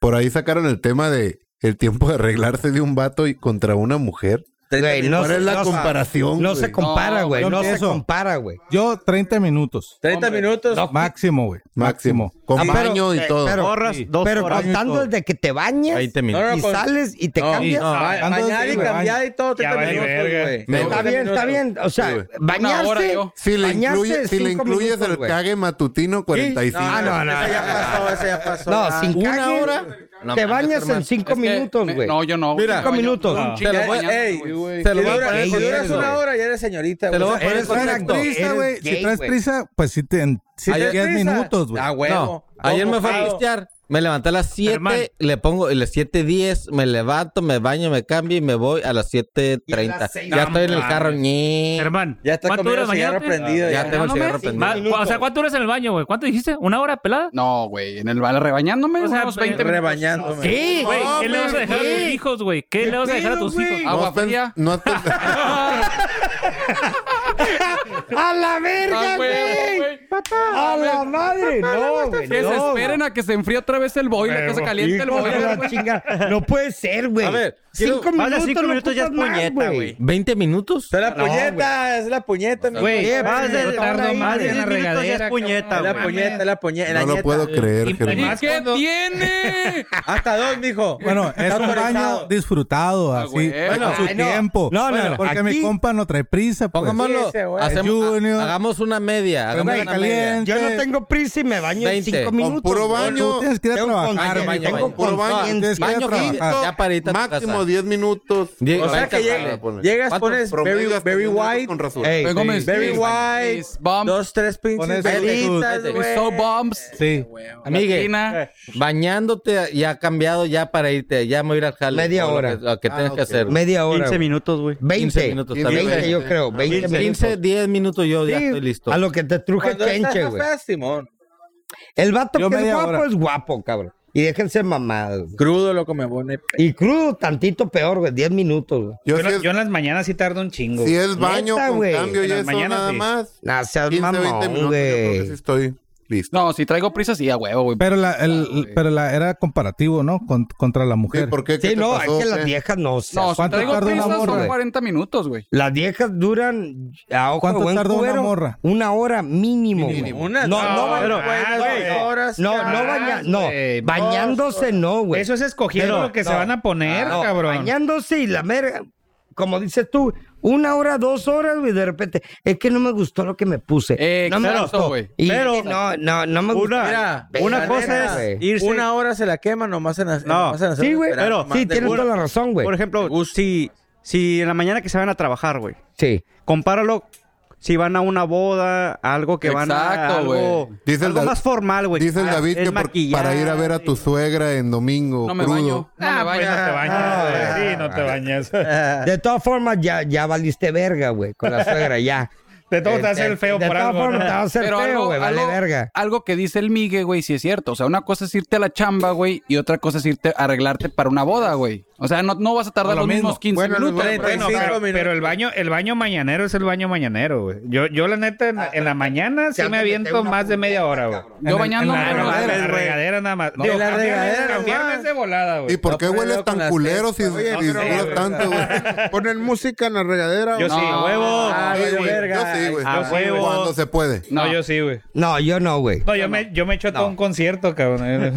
[SPEAKER 3] por ahí sacaron el tema de el tiempo de arreglarse de un vato y contra una mujer.
[SPEAKER 7] Güey, no
[SPEAKER 3] ¿Cuál
[SPEAKER 7] se-
[SPEAKER 3] es la
[SPEAKER 7] no se-
[SPEAKER 3] comparación?
[SPEAKER 7] No se
[SPEAKER 3] güey?
[SPEAKER 7] compara,
[SPEAKER 5] No,
[SPEAKER 7] güey.
[SPEAKER 1] yo
[SPEAKER 7] No se
[SPEAKER 1] empiezo.
[SPEAKER 7] compara, güey.
[SPEAKER 1] Yo 30 minutos.
[SPEAKER 13] 30 minutos.
[SPEAKER 1] Máximo, güey. Máximo.
[SPEAKER 3] máximo, con
[SPEAKER 7] Ah, pero-
[SPEAKER 3] baño y
[SPEAKER 7] eh,
[SPEAKER 3] todo.
[SPEAKER 7] Pero,
[SPEAKER 13] Borras dos
[SPEAKER 7] pero
[SPEAKER 13] horas.
[SPEAKER 7] contando desde que te bañas
[SPEAKER 2] 20
[SPEAKER 7] y
[SPEAKER 2] minutos.
[SPEAKER 13] con-
[SPEAKER 7] sales y te
[SPEAKER 13] No,
[SPEAKER 7] cambias.
[SPEAKER 13] no, ba-
[SPEAKER 1] Ando
[SPEAKER 13] bañar
[SPEAKER 1] así,
[SPEAKER 13] y
[SPEAKER 1] güey,
[SPEAKER 13] cambiar y todo. 30
[SPEAKER 8] vale,
[SPEAKER 13] minutos,
[SPEAKER 8] verga.
[SPEAKER 13] güey.
[SPEAKER 3] Me-
[SPEAKER 7] Está
[SPEAKER 13] 30
[SPEAKER 7] bien, está
[SPEAKER 13] minutos.
[SPEAKER 7] bien. O sea,
[SPEAKER 3] Sí, güey.
[SPEAKER 5] Una hora
[SPEAKER 7] bañarse.
[SPEAKER 5] yo.
[SPEAKER 3] si le,
[SPEAKER 7] bañarse
[SPEAKER 3] incluye, si le
[SPEAKER 7] cinco
[SPEAKER 3] incluyes
[SPEAKER 7] minutos,
[SPEAKER 3] el
[SPEAKER 7] güey.
[SPEAKER 3] cague matutino, 45.
[SPEAKER 13] Ah,
[SPEAKER 7] no, no,
[SPEAKER 13] Ese ya pasó, ese ya pasó.
[SPEAKER 7] No,
[SPEAKER 13] Ah,
[SPEAKER 7] sin
[SPEAKER 2] una
[SPEAKER 7] cague,
[SPEAKER 2] hora. No
[SPEAKER 7] te
[SPEAKER 2] mames,
[SPEAKER 7] bañas en
[SPEAKER 2] hermano.
[SPEAKER 7] cinco
[SPEAKER 5] Es que
[SPEAKER 7] minutos,
[SPEAKER 5] me-
[SPEAKER 7] güey.
[SPEAKER 5] No, yo no.
[SPEAKER 2] Mira.
[SPEAKER 5] Yo
[SPEAKER 7] Cinco
[SPEAKER 5] baño
[SPEAKER 7] minutos.
[SPEAKER 5] un
[SPEAKER 13] Te
[SPEAKER 5] chingo
[SPEAKER 13] lo voy-
[SPEAKER 5] bañándome,
[SPEAKER 13] ey,
[SPEAKER 5] güey.
[SPEAKER 2] Te lo
[SPEAKER 13] Si
[SPEAKER 2] voy a
[SPEAKER 13] dura-
[SPEAKER 2] poner
[SPEAKER 13] si duras
[SPEAKER 7] eres,
[SPEAKER 13] una
[SPEAKER 7] güey.
[SPEAKER 13] hora, ya eres señorita.
[SPEAKER 2] Te lo voy a
[SPEAKER 13] güey.
[SPEAKER 2] poner
[SPEAKER 13] Eres
[SPEAKER 2] en contexto.
[SPEAKER 13] una-
[SPEAKER 1] Prisa,
[SPEAKER 7] Eres
[SPEAKER 1] güey. Si
[SPEAKER 7] gay,
[SPEAKER 1] traes
[SPEAKER 7] güey.
[SPEAKER 1] prisa, pues sí te en sí
[SPEAKER 13] Ayer
[SPEAKER 1] traes 10
[SPEAKER 13] prisa.
[SPEAKER 1] minutos, güey.
[SPEAKER 13] Ah, huevo.
[SPEAKER 2] No, ayer me fue a
[SPEAKER 13] Ocupado.
[SPEAKER 2] pistear. Me levanté a las 7,
[SPEAKER 11] Hermano.
[SPEAKER 2] le pongo a las 7.10, me levanto, me baño, me cambio y me voy a las 7.30. Ya estoy en el carro, ñe.
[SPEAKER 11] Hermano,
[SPEAKER 13] Ya está
[SPEAKER 11] ¿cuánto
[SPEAKER 13] comiendo
[SPEAKER 11] duras
[SPEAKER 13] el cigarro
[SPEAKER 11] bañándote?
[SPEAKER 13] prendido.
[SPEAKER 2] Ya
[SPEAKER 13] ya.
[SPEAKER 2] tengo el
[SPEAKER 11] Ah, No,
[SPEAKER 2] cigarro
[SPEAKER 11] mames.
[SPEAKER 2] prendido.
[SPEAKER 11] Va- O sea, ¿cuánto duras en el baño, güey? ¿Cuánto dijiste? ¿Una hora pelada?
[SPEAKER 5] No, güey. En el baño rebañándome.
[SPEAKER 11] O sea,
[SPEAKER 5] unos
[SPEAKER 11] pero-
[SPEAKER 5] 20 minutos.
[SPEAKER 13] Rebañándome.
[SPEAKER 7] Sí,
[SPEAKER 11] Güey, ¿qué le vas a dejar a
[SPEAKER 7] güey.
[SPEAKER 11] tus hijos, güey? ¿Qué le vas a dejar a tus hijos?
[SPEAKER 3] No
[SPEAKER 5] Agua
[SPEAKER 3] has pen-
[SPEAKER 5] fría.
[SPEAKER 3] No has pensado-
[SPEAKER 7] ¡A la verga,
[SPEAKER 5] Ah, güey,
[SPEAKER 7] güey!
[SPEAKER 5] güey.
[SPEAKER 7] ¡A la madre! No, güey.
[SPEAKER 5] Que se
[SPEAKER 7] no, güey.
[SPEAKER 5] esperen a que se enfríe otra vez el boiler, que se caliente el
[SPEAKER 7] Hijo de
[SPEAKER 5] boiler.
[SPEAKER 7] la
[SPEAKER 5] güey.
[SPEAKER 7] chinga. No puede ser, güey.
[SPEAKER 2] A ver,
[SPEAKER 7] Cinco
[SPEAKER 6] Más de
[SPEAKER 7] minutos
[SPEAKER 6] cinco
[SPEAKER 7] no
[SPEAKER 6] minutos ya es
[SPEAKER 7] ocupas más,
[SPEAKER 6] puñeta,
[SPEAKER 7] güey.
[SPEAKER 6] güey.
[SPEAKER 2] ¿20 minutos?
[SPEAKER 13] Es la
[SPEAKER 6] No,
[SPEAKER 13] puñeta, es la puñeta, mi
[SPEAKER 6] Güey,
[SPEAKER 13] hijo.
[SPEAKER 6] más de-
[SPEAKER 13] Yo tardo
[SPEAKER 6] ahí,
[SPEAKER 13] más
[SPEAKER 6] güey,
[SPEAKER 13] en
[SPEAKER 6] en la regadera,
[SPEAKER 13] la regadera.
[SPEAKER 6] cabrón.
[SPEAKER 13] Es la
[SPEAKER 6] No
[SPEAKER 13] puñeta, es la puñeta.
[SPEAKER 3] No lo puedo creer, Germán.
[SPEAKER 13] ¿Y qué tiene? Hasta dos, mijo.
[SPEAKER 1] Bueno, es
[SPEAKER 13] Está
[SPEAKER 1] un baño
[SPEAKER 13] autorizado.
[SPEAKER 1] disfrutado, así,
[SPEAKER 13] güey.
[SPEAKER 1] con
[SPEAKER 13] Bueno,
[SPEAKER 1] su
[SPEAKER 13] ay, no.
[SPEAKER 1] tiempo.
[SPEAKER 13] No, no,
[SPEAKER 1] Bueno,
[SPEAKER 13] no.
[SPEAKER 1] Porque
[SPEAKER 2] Aquí-
[SPEAKER 1] mi compa no trae prisa, pues.
[SPEAKER 2] Pongámoslo.
[SPEAKER 1] Sí, ese, güey.
[SPEAKER 2] hacemos,
[SPEAKER 1] Junior.
[SPEAKER 2] ha- hagamos una media. Hagamos
[SPEAKER 1] Güey,
[SPEAKER 2] una
[SPEAKER 1] caliente.
[SPEAKER 2] media.
[SPEAKER 7] Yo no tengo prisa y me baño en
[SPEAKER 2] 20.
[SPEAKER 7] cinco
[SPEAKER 2] Con
[SPEAKER 7] minutos.
[SPEAKER 3] puro
[SPEAKER 7] güey.
[SPEAKER 3] baño.
[SPEAKER 1] Tú tienes que ir a
[SPEAKER 7] Tengo
[SPEAKER 1] trabajar,
[SPEAKER 7] conciencia,
[SPEAKER 1] güey.
[SPEAKER 7] tengo
[SPEAKER 2] baño.
[SPEAKER 3] Puro baño.
[SPEAKER 7] conciencia.
[SPEAKER 1] Tienes que ir a
[SPEAKER 2] Baño
[SPEAKER 1] trabajar.
[SPEAKER 2] Ya para irte a tu
[SPEAKER 3] Máximo
[SPEAKER 2] casa.
[SPEAKER 3] 10 minutos.
[SPEAKER 2] Die-
[SPEAKER 13] O sea
[SPEAKER 2] ahorita
[SPEAKER 13] que
[SPEAKER 2] sale.
[SPEAKER 13] llegue- llegas, pones
[SPEAKER 3] Promedio
[SPEAKER 13] very,
[SPEAKER 3] hasta
[SPEAKER 13] very
[SPEAKER 3] 10 minutos
[SPEAKER 13] white.
[SPEAKER 3] con rasura.
[SPEAKER 13] Ey,
[SPEAKER 5] Tengo mis-
[SPEAKER 13] very
[SPEAKER 5] mis-
[SPEAKER 13] white.
[SPEAKER 5] mis bumps.
[SPEAKER 13] Dos, tres pinches
[SPEAKER 1] Pones-
[SPEAKER 13] velitas,
[SPEAKER 2] Mis
[SPEAKER 13] güey.
[SPEAKER 5] So bombs.
[SPEAKER 1] Sí.
[SPEAKER 2] Amigue.
[SPEAKER 7] Eh.
[SPEAKER 5] Latina.
[SPEAKER 2] Bañándote ya cambiado ya para irte. Ya me voy a ir al jale.
[SPEAKER 7] Media
[SPEAKER 2] o lo
[SPEAKER 7] hora.
[SPEAKER 2] que- Lo que
[SPEAKER 3] Ah,
[SPEAKER 2] tengas
[SPEAKER 3] ok.
[SPEAKER 2] que hacer.
[SPEAKER 7] Media hora.
[SPEAKER 6] 15
[SPEAKER 7] güey.
[SPEAKER 6] minutos, güey.
[SPEAKER 7] 20
[SPEAKER 2] minutos, está
[SPEAKER 7] 20,
[SPEAKER 2] bien.
[SPEAKER 7] yo creo. 20
[SPEAKER 2] 15,
[SPEAKER 7] minutos.
[SPEAKER 2] 10 minutos yo ya
[SPEAKER 7] Sí,
[SPEAKER 2] estoy listo.
[SPEAKER 7] A lo que te truje
[SPEAKER 13] Cuando estás
[SPEAKER 7] chenche,
[SPEAKER 13] a
[SPEAKER 7] güey.
[SPEAKER 13] fea, Simón.
[SPEAKER 7] El vato
[SPEAKER 13] Yo
[SPEAKER 7] que es
[SPEAKER 13] media
[SPEAKER 7] guapo
[SPEAKER 13] hora.
[SPEAKER 7] es guapo, cabrón. Y déjense mamadas. güey.
[SPEAKER 13] Crudo, loco, me pone.
[SPEAKER 7] Y crudo, tantito peor, güey. 10 minutos, güey.
[SPEAKER 3] Yo,
[SPEAKER 8] Yo,
[SPEAKER 3] si
[SPEAKER 8] no-
[SPEAKER 3] es,
[SPEAKER 8] yo en las mañanas sí tardo un chingo.
[SPEAKER 3] si es baño
[SPEAKER 7] Neta,
[SPEAKER 3] con
[SPEAKER 7] güey.
[SPEAKER 3] cambio
[SPEAKER 8] En
[SPEAKER 3] y
[SPEAKER 8] las
[SPEAKER 3] eso
[SPEAKER 8] mañanas,
[SPEAKER 3] nada
[SPEAKER 8] sí.
[SPEAKER 3] más.
[SPEAKER 7] Nah, seas
[SPEAKER 3] 15, 20
[SPEAKER 7] mamón,
[SPEAKER 3] minutos. Yo creo que sí
[SPEAKER 7] güey.
[SPEAKER 3] estoy listo.
[SPEAKER 5] No, si traigo prisa, sí, a huevo, güey.
[SPEAKER 1] Pero la, el, pero la era comparativo, ¿no? Con- contra la
[SPEAKER 3] Sí,
[SPEAKER 1] mujer.
[SPEAKER 3] ¿por qué? ¿Qué
[SPEAKER 7] Sí,
[SPEAKER 3] te
[SPEAKER 7] no,
[SPEAKER 3] pasó,
[SPEAKER 7] es que
[SPEAKER 3] qué?
[SPEAKER 7] las viejas no. o sea,
[SPEAKER 5] No, si
[SPEAKER 1] ¿Cuánto
[SPEAKER 5] traigo
[SPEAKER 1] tarda una
[SPEAKER 5] prisa
[SPEAKER 1] morra,
[SPEAKER 5] son
[SPEAKER 1] güey?
[SPEAKER 5] 40 minutos, güey.
[SPEAKER 7] Las viejas duran a ojo
[SPEAKER 1] ¿Cuánto
[SPEAKER 7] de buen
[SPEAKER 1] tarda una
[SPEAKER 7] cubero,
[SPEAKER 1] morra?
[SPEAKER 7] Una hora mínimo.
[SPEAKER 3] Mínimo.
[SPEAKER 7] güey.
[SPEAKER 13] Una,
[SPEAKER 7] no,
[SPEAKER 13] dos,
[SPEAKER 7] no,
[SPEAKER 13] pero-
[SPEAKER 7] baña-
[SPEAKER 13] güey,
[SPEAKER 7] güey,
[SPEAKER 13] dos horas,
[SPEAKER 7] no, no,
[SPEAKER 13] cabrón,
[SPEAKER 7] baña- no,
[SPEAKER 8] güey, dos
[SPEAKER 7] bañándose no, güey.
[SPEAKER 8] Eso es escogiendo
[SPEAKER 7] Pero-
[SPEAKER 8] lo que se
[SPEAKER 7] no.
[SPEAKER 8] van a poner,
[SPEAKER 7] No,
[SPEAKER 8] cabrón.
[SPEAKER 7] Bañándose y la merga. Como dices tú, una hora, dos horas, güey, de repente, es que no me gustó lo que me puse.
[SPEAKER 5] Eh,
[SPEAKER 7] no me
[SPEAKER 5] claro,
[SPEAKER 7] gustó.
[SPEAKER 5] güey.
[SPEAKER 7] Y-
[SPEAKER 5] Pero-
[SPEAKER 7] no, no, no me gustó.
[SPEAKER 13] Mira,
[SPEAKER 7] Ve-
[SPEAKER 13] una
[SPEAKER 7] la
[SPEAKER 13] cosa
[SPEAKER 7] neta,
[SPEAKER 13] es
[SPEAKER 7] güey.
[SPEAKER 13] irse. Una hora se la quema nomás en hacer.
[SPEAKER 6] No.
[SPEAKER 7] Sí, güey, pero sí, tienes toda la razón, güey.
[SPEAKER 6] Por ejemplo, si, si en la mañana que se van a trabajar, güey,
[SPEAKER 7] Sí.
[SPEAKER 6] compáralo si van a una boda, a algo que van a
[SPEAKER 5] Exacto, güey.
[SPEAKER 6] algo,
[SPEAKER 3] Dice el
[SPEAKER 6] algo
[SPEAKER 3] Dav-
[SPEAKER 6] más formal, güey.
[SPEAKER 3] Dice el
[SPEAKER 6] Ah,
[SPEAKER 3] David
[SPEAKER 6] es
[SPEAKER 3] que por-
[SPEAKER 6] maquillaje.
[SPEAKER 3] para ir a ver a tu suegra en domingo
[SPEAKER 5] No me
[SPEAKER 3] crudo.
[SPEAKER 5] baño. No
[SPEAKER 8] Ah,
[SPEAKER 5] me
[SPEAKER 8] pues
[SPEAKER 5] baño.
[SPEAKER 8] no te
[SPEAKER 7] Ah,
[SPEAKER 8] bañas, güey. Sí, no te bañas.
[SPEAKER 7] De todas formas, ya, ya valiste verga, güey, con la suegra, ya.
[SPEAKER 8] De todo te hace
[SPEAKER 7] Eh,
[SPEAKER 8] el feo
[SPEAKER 7] de
[SPEAKER 8] por
[SPEAKER 7] todas
[SPEAKER 8] algo.
[SPEAKER 7] formas, te vas a hacer
[SPEAKER 5] Pero
[SPEAKER 7] feo,
[SPEAKER 5] algo,
[SPEAKER 7] güey, vale
[SPEAKER 5] algo-
[SPEAKER 7] verga.
[SPEAKER 5] algo que dice el Migue, güey, sí es cierto. O sea, una cosa es irte a la chamba, güey, y otra cosa es irte a arreglarte para una boda, güey. O sea, no, no vas a tardar
[SPEAKER 1] Lo
[SPEAKER 5] los
[SPEAKER 1] mismo.
[SPEAKER 5] mismos 15
[SPEAKER 13] Bueno,
[SPEAKER 5] minutos.
[SPEAKER 13] bueno,
[SPEAKER 5] güey.
[SPEAKER 8] Bueno,
[SPEAKER 13] 35
[SPEAKER 8] pero,
[SPEAKER 13] minutos.
[SPEAKER 8] pero el baño, el baño mañanero es el baño mañanero, güey. Yo, yo la neta en, la- en la mañana sí
[SPEAKER 7] antes
[SPEAKER 8] me
[SPEAKER 7] de
[SPEAKER 8] aviento
[SPEAKER 7] tener una
[SPEAKER 8] más de media hora, güey.
[SPEAKER 5] Yo bañando.
[SPEAKER 8] Ah, no,
[SPEAKER 13] regadera,
[SPEAKER 8] en la
[SPEAKER 13] güey.
[SPEAKER 8] regadera nada más. Digo,
[SPEAKER 13] en la
[SPEAKER 8] cambiarme-
[SPEAKER 13] regadera
[SPEAKER 8] cambiarme
[SPEAKER 13] nomás.
[SPEAKER 8] es de volada,
[SPEAKER 3] ¿Y
[SPEAKER 8] güey.
[SPEAKER 3] por
[SPEAKER 13] Pues, No
[SPEAKER 3] qué
[SPEAKER 13] puedo
[SPEAKER 3] hueles
[SPEAKER 13] con
[SPEAKER 3] tan
[SPEAKER 13] las
[SPEAKER 3] culero si,
[SPEAKER 13] cestas. Oye,
[SPEAKER 3] si
[SPEAKER 8] no sé,
[SPEAKER 3] duras
[SPEAKER 8] güey.
[SPEAKER 3] tanto, güey?
[SPEAKER 4] Ponen música en la regadera.
[SPEAKER 8] Yo
[SPEAKER 4] güey.
[SPEAKER 8] sí,
[SPEAKER 5] No.
[SPEAKER 8] huevo.
[SPEAKER 13] Ah,
[SPEAKER 8] Sí,
[SPEAKER 13] valió
[SPEAKER 8] güey.
[SPEAKER 13] verga.
[SPEAKER 3] Yo sí, güey.
[SPEAKER 8] A
[SPEAKER 3] Yo sí,
[SPEAKER 8] huevo.
[SPEAKER 3] Cuando se puede.
[SPEAKER 8] No,
[SPEAKER 5] No.
[SPEAKER 8] yo sí, güey.
[SPEAKER 7] No, yo no, güey.
[SPEAKER 8] No, yo me, yo me echo todo un concierto, cabrón.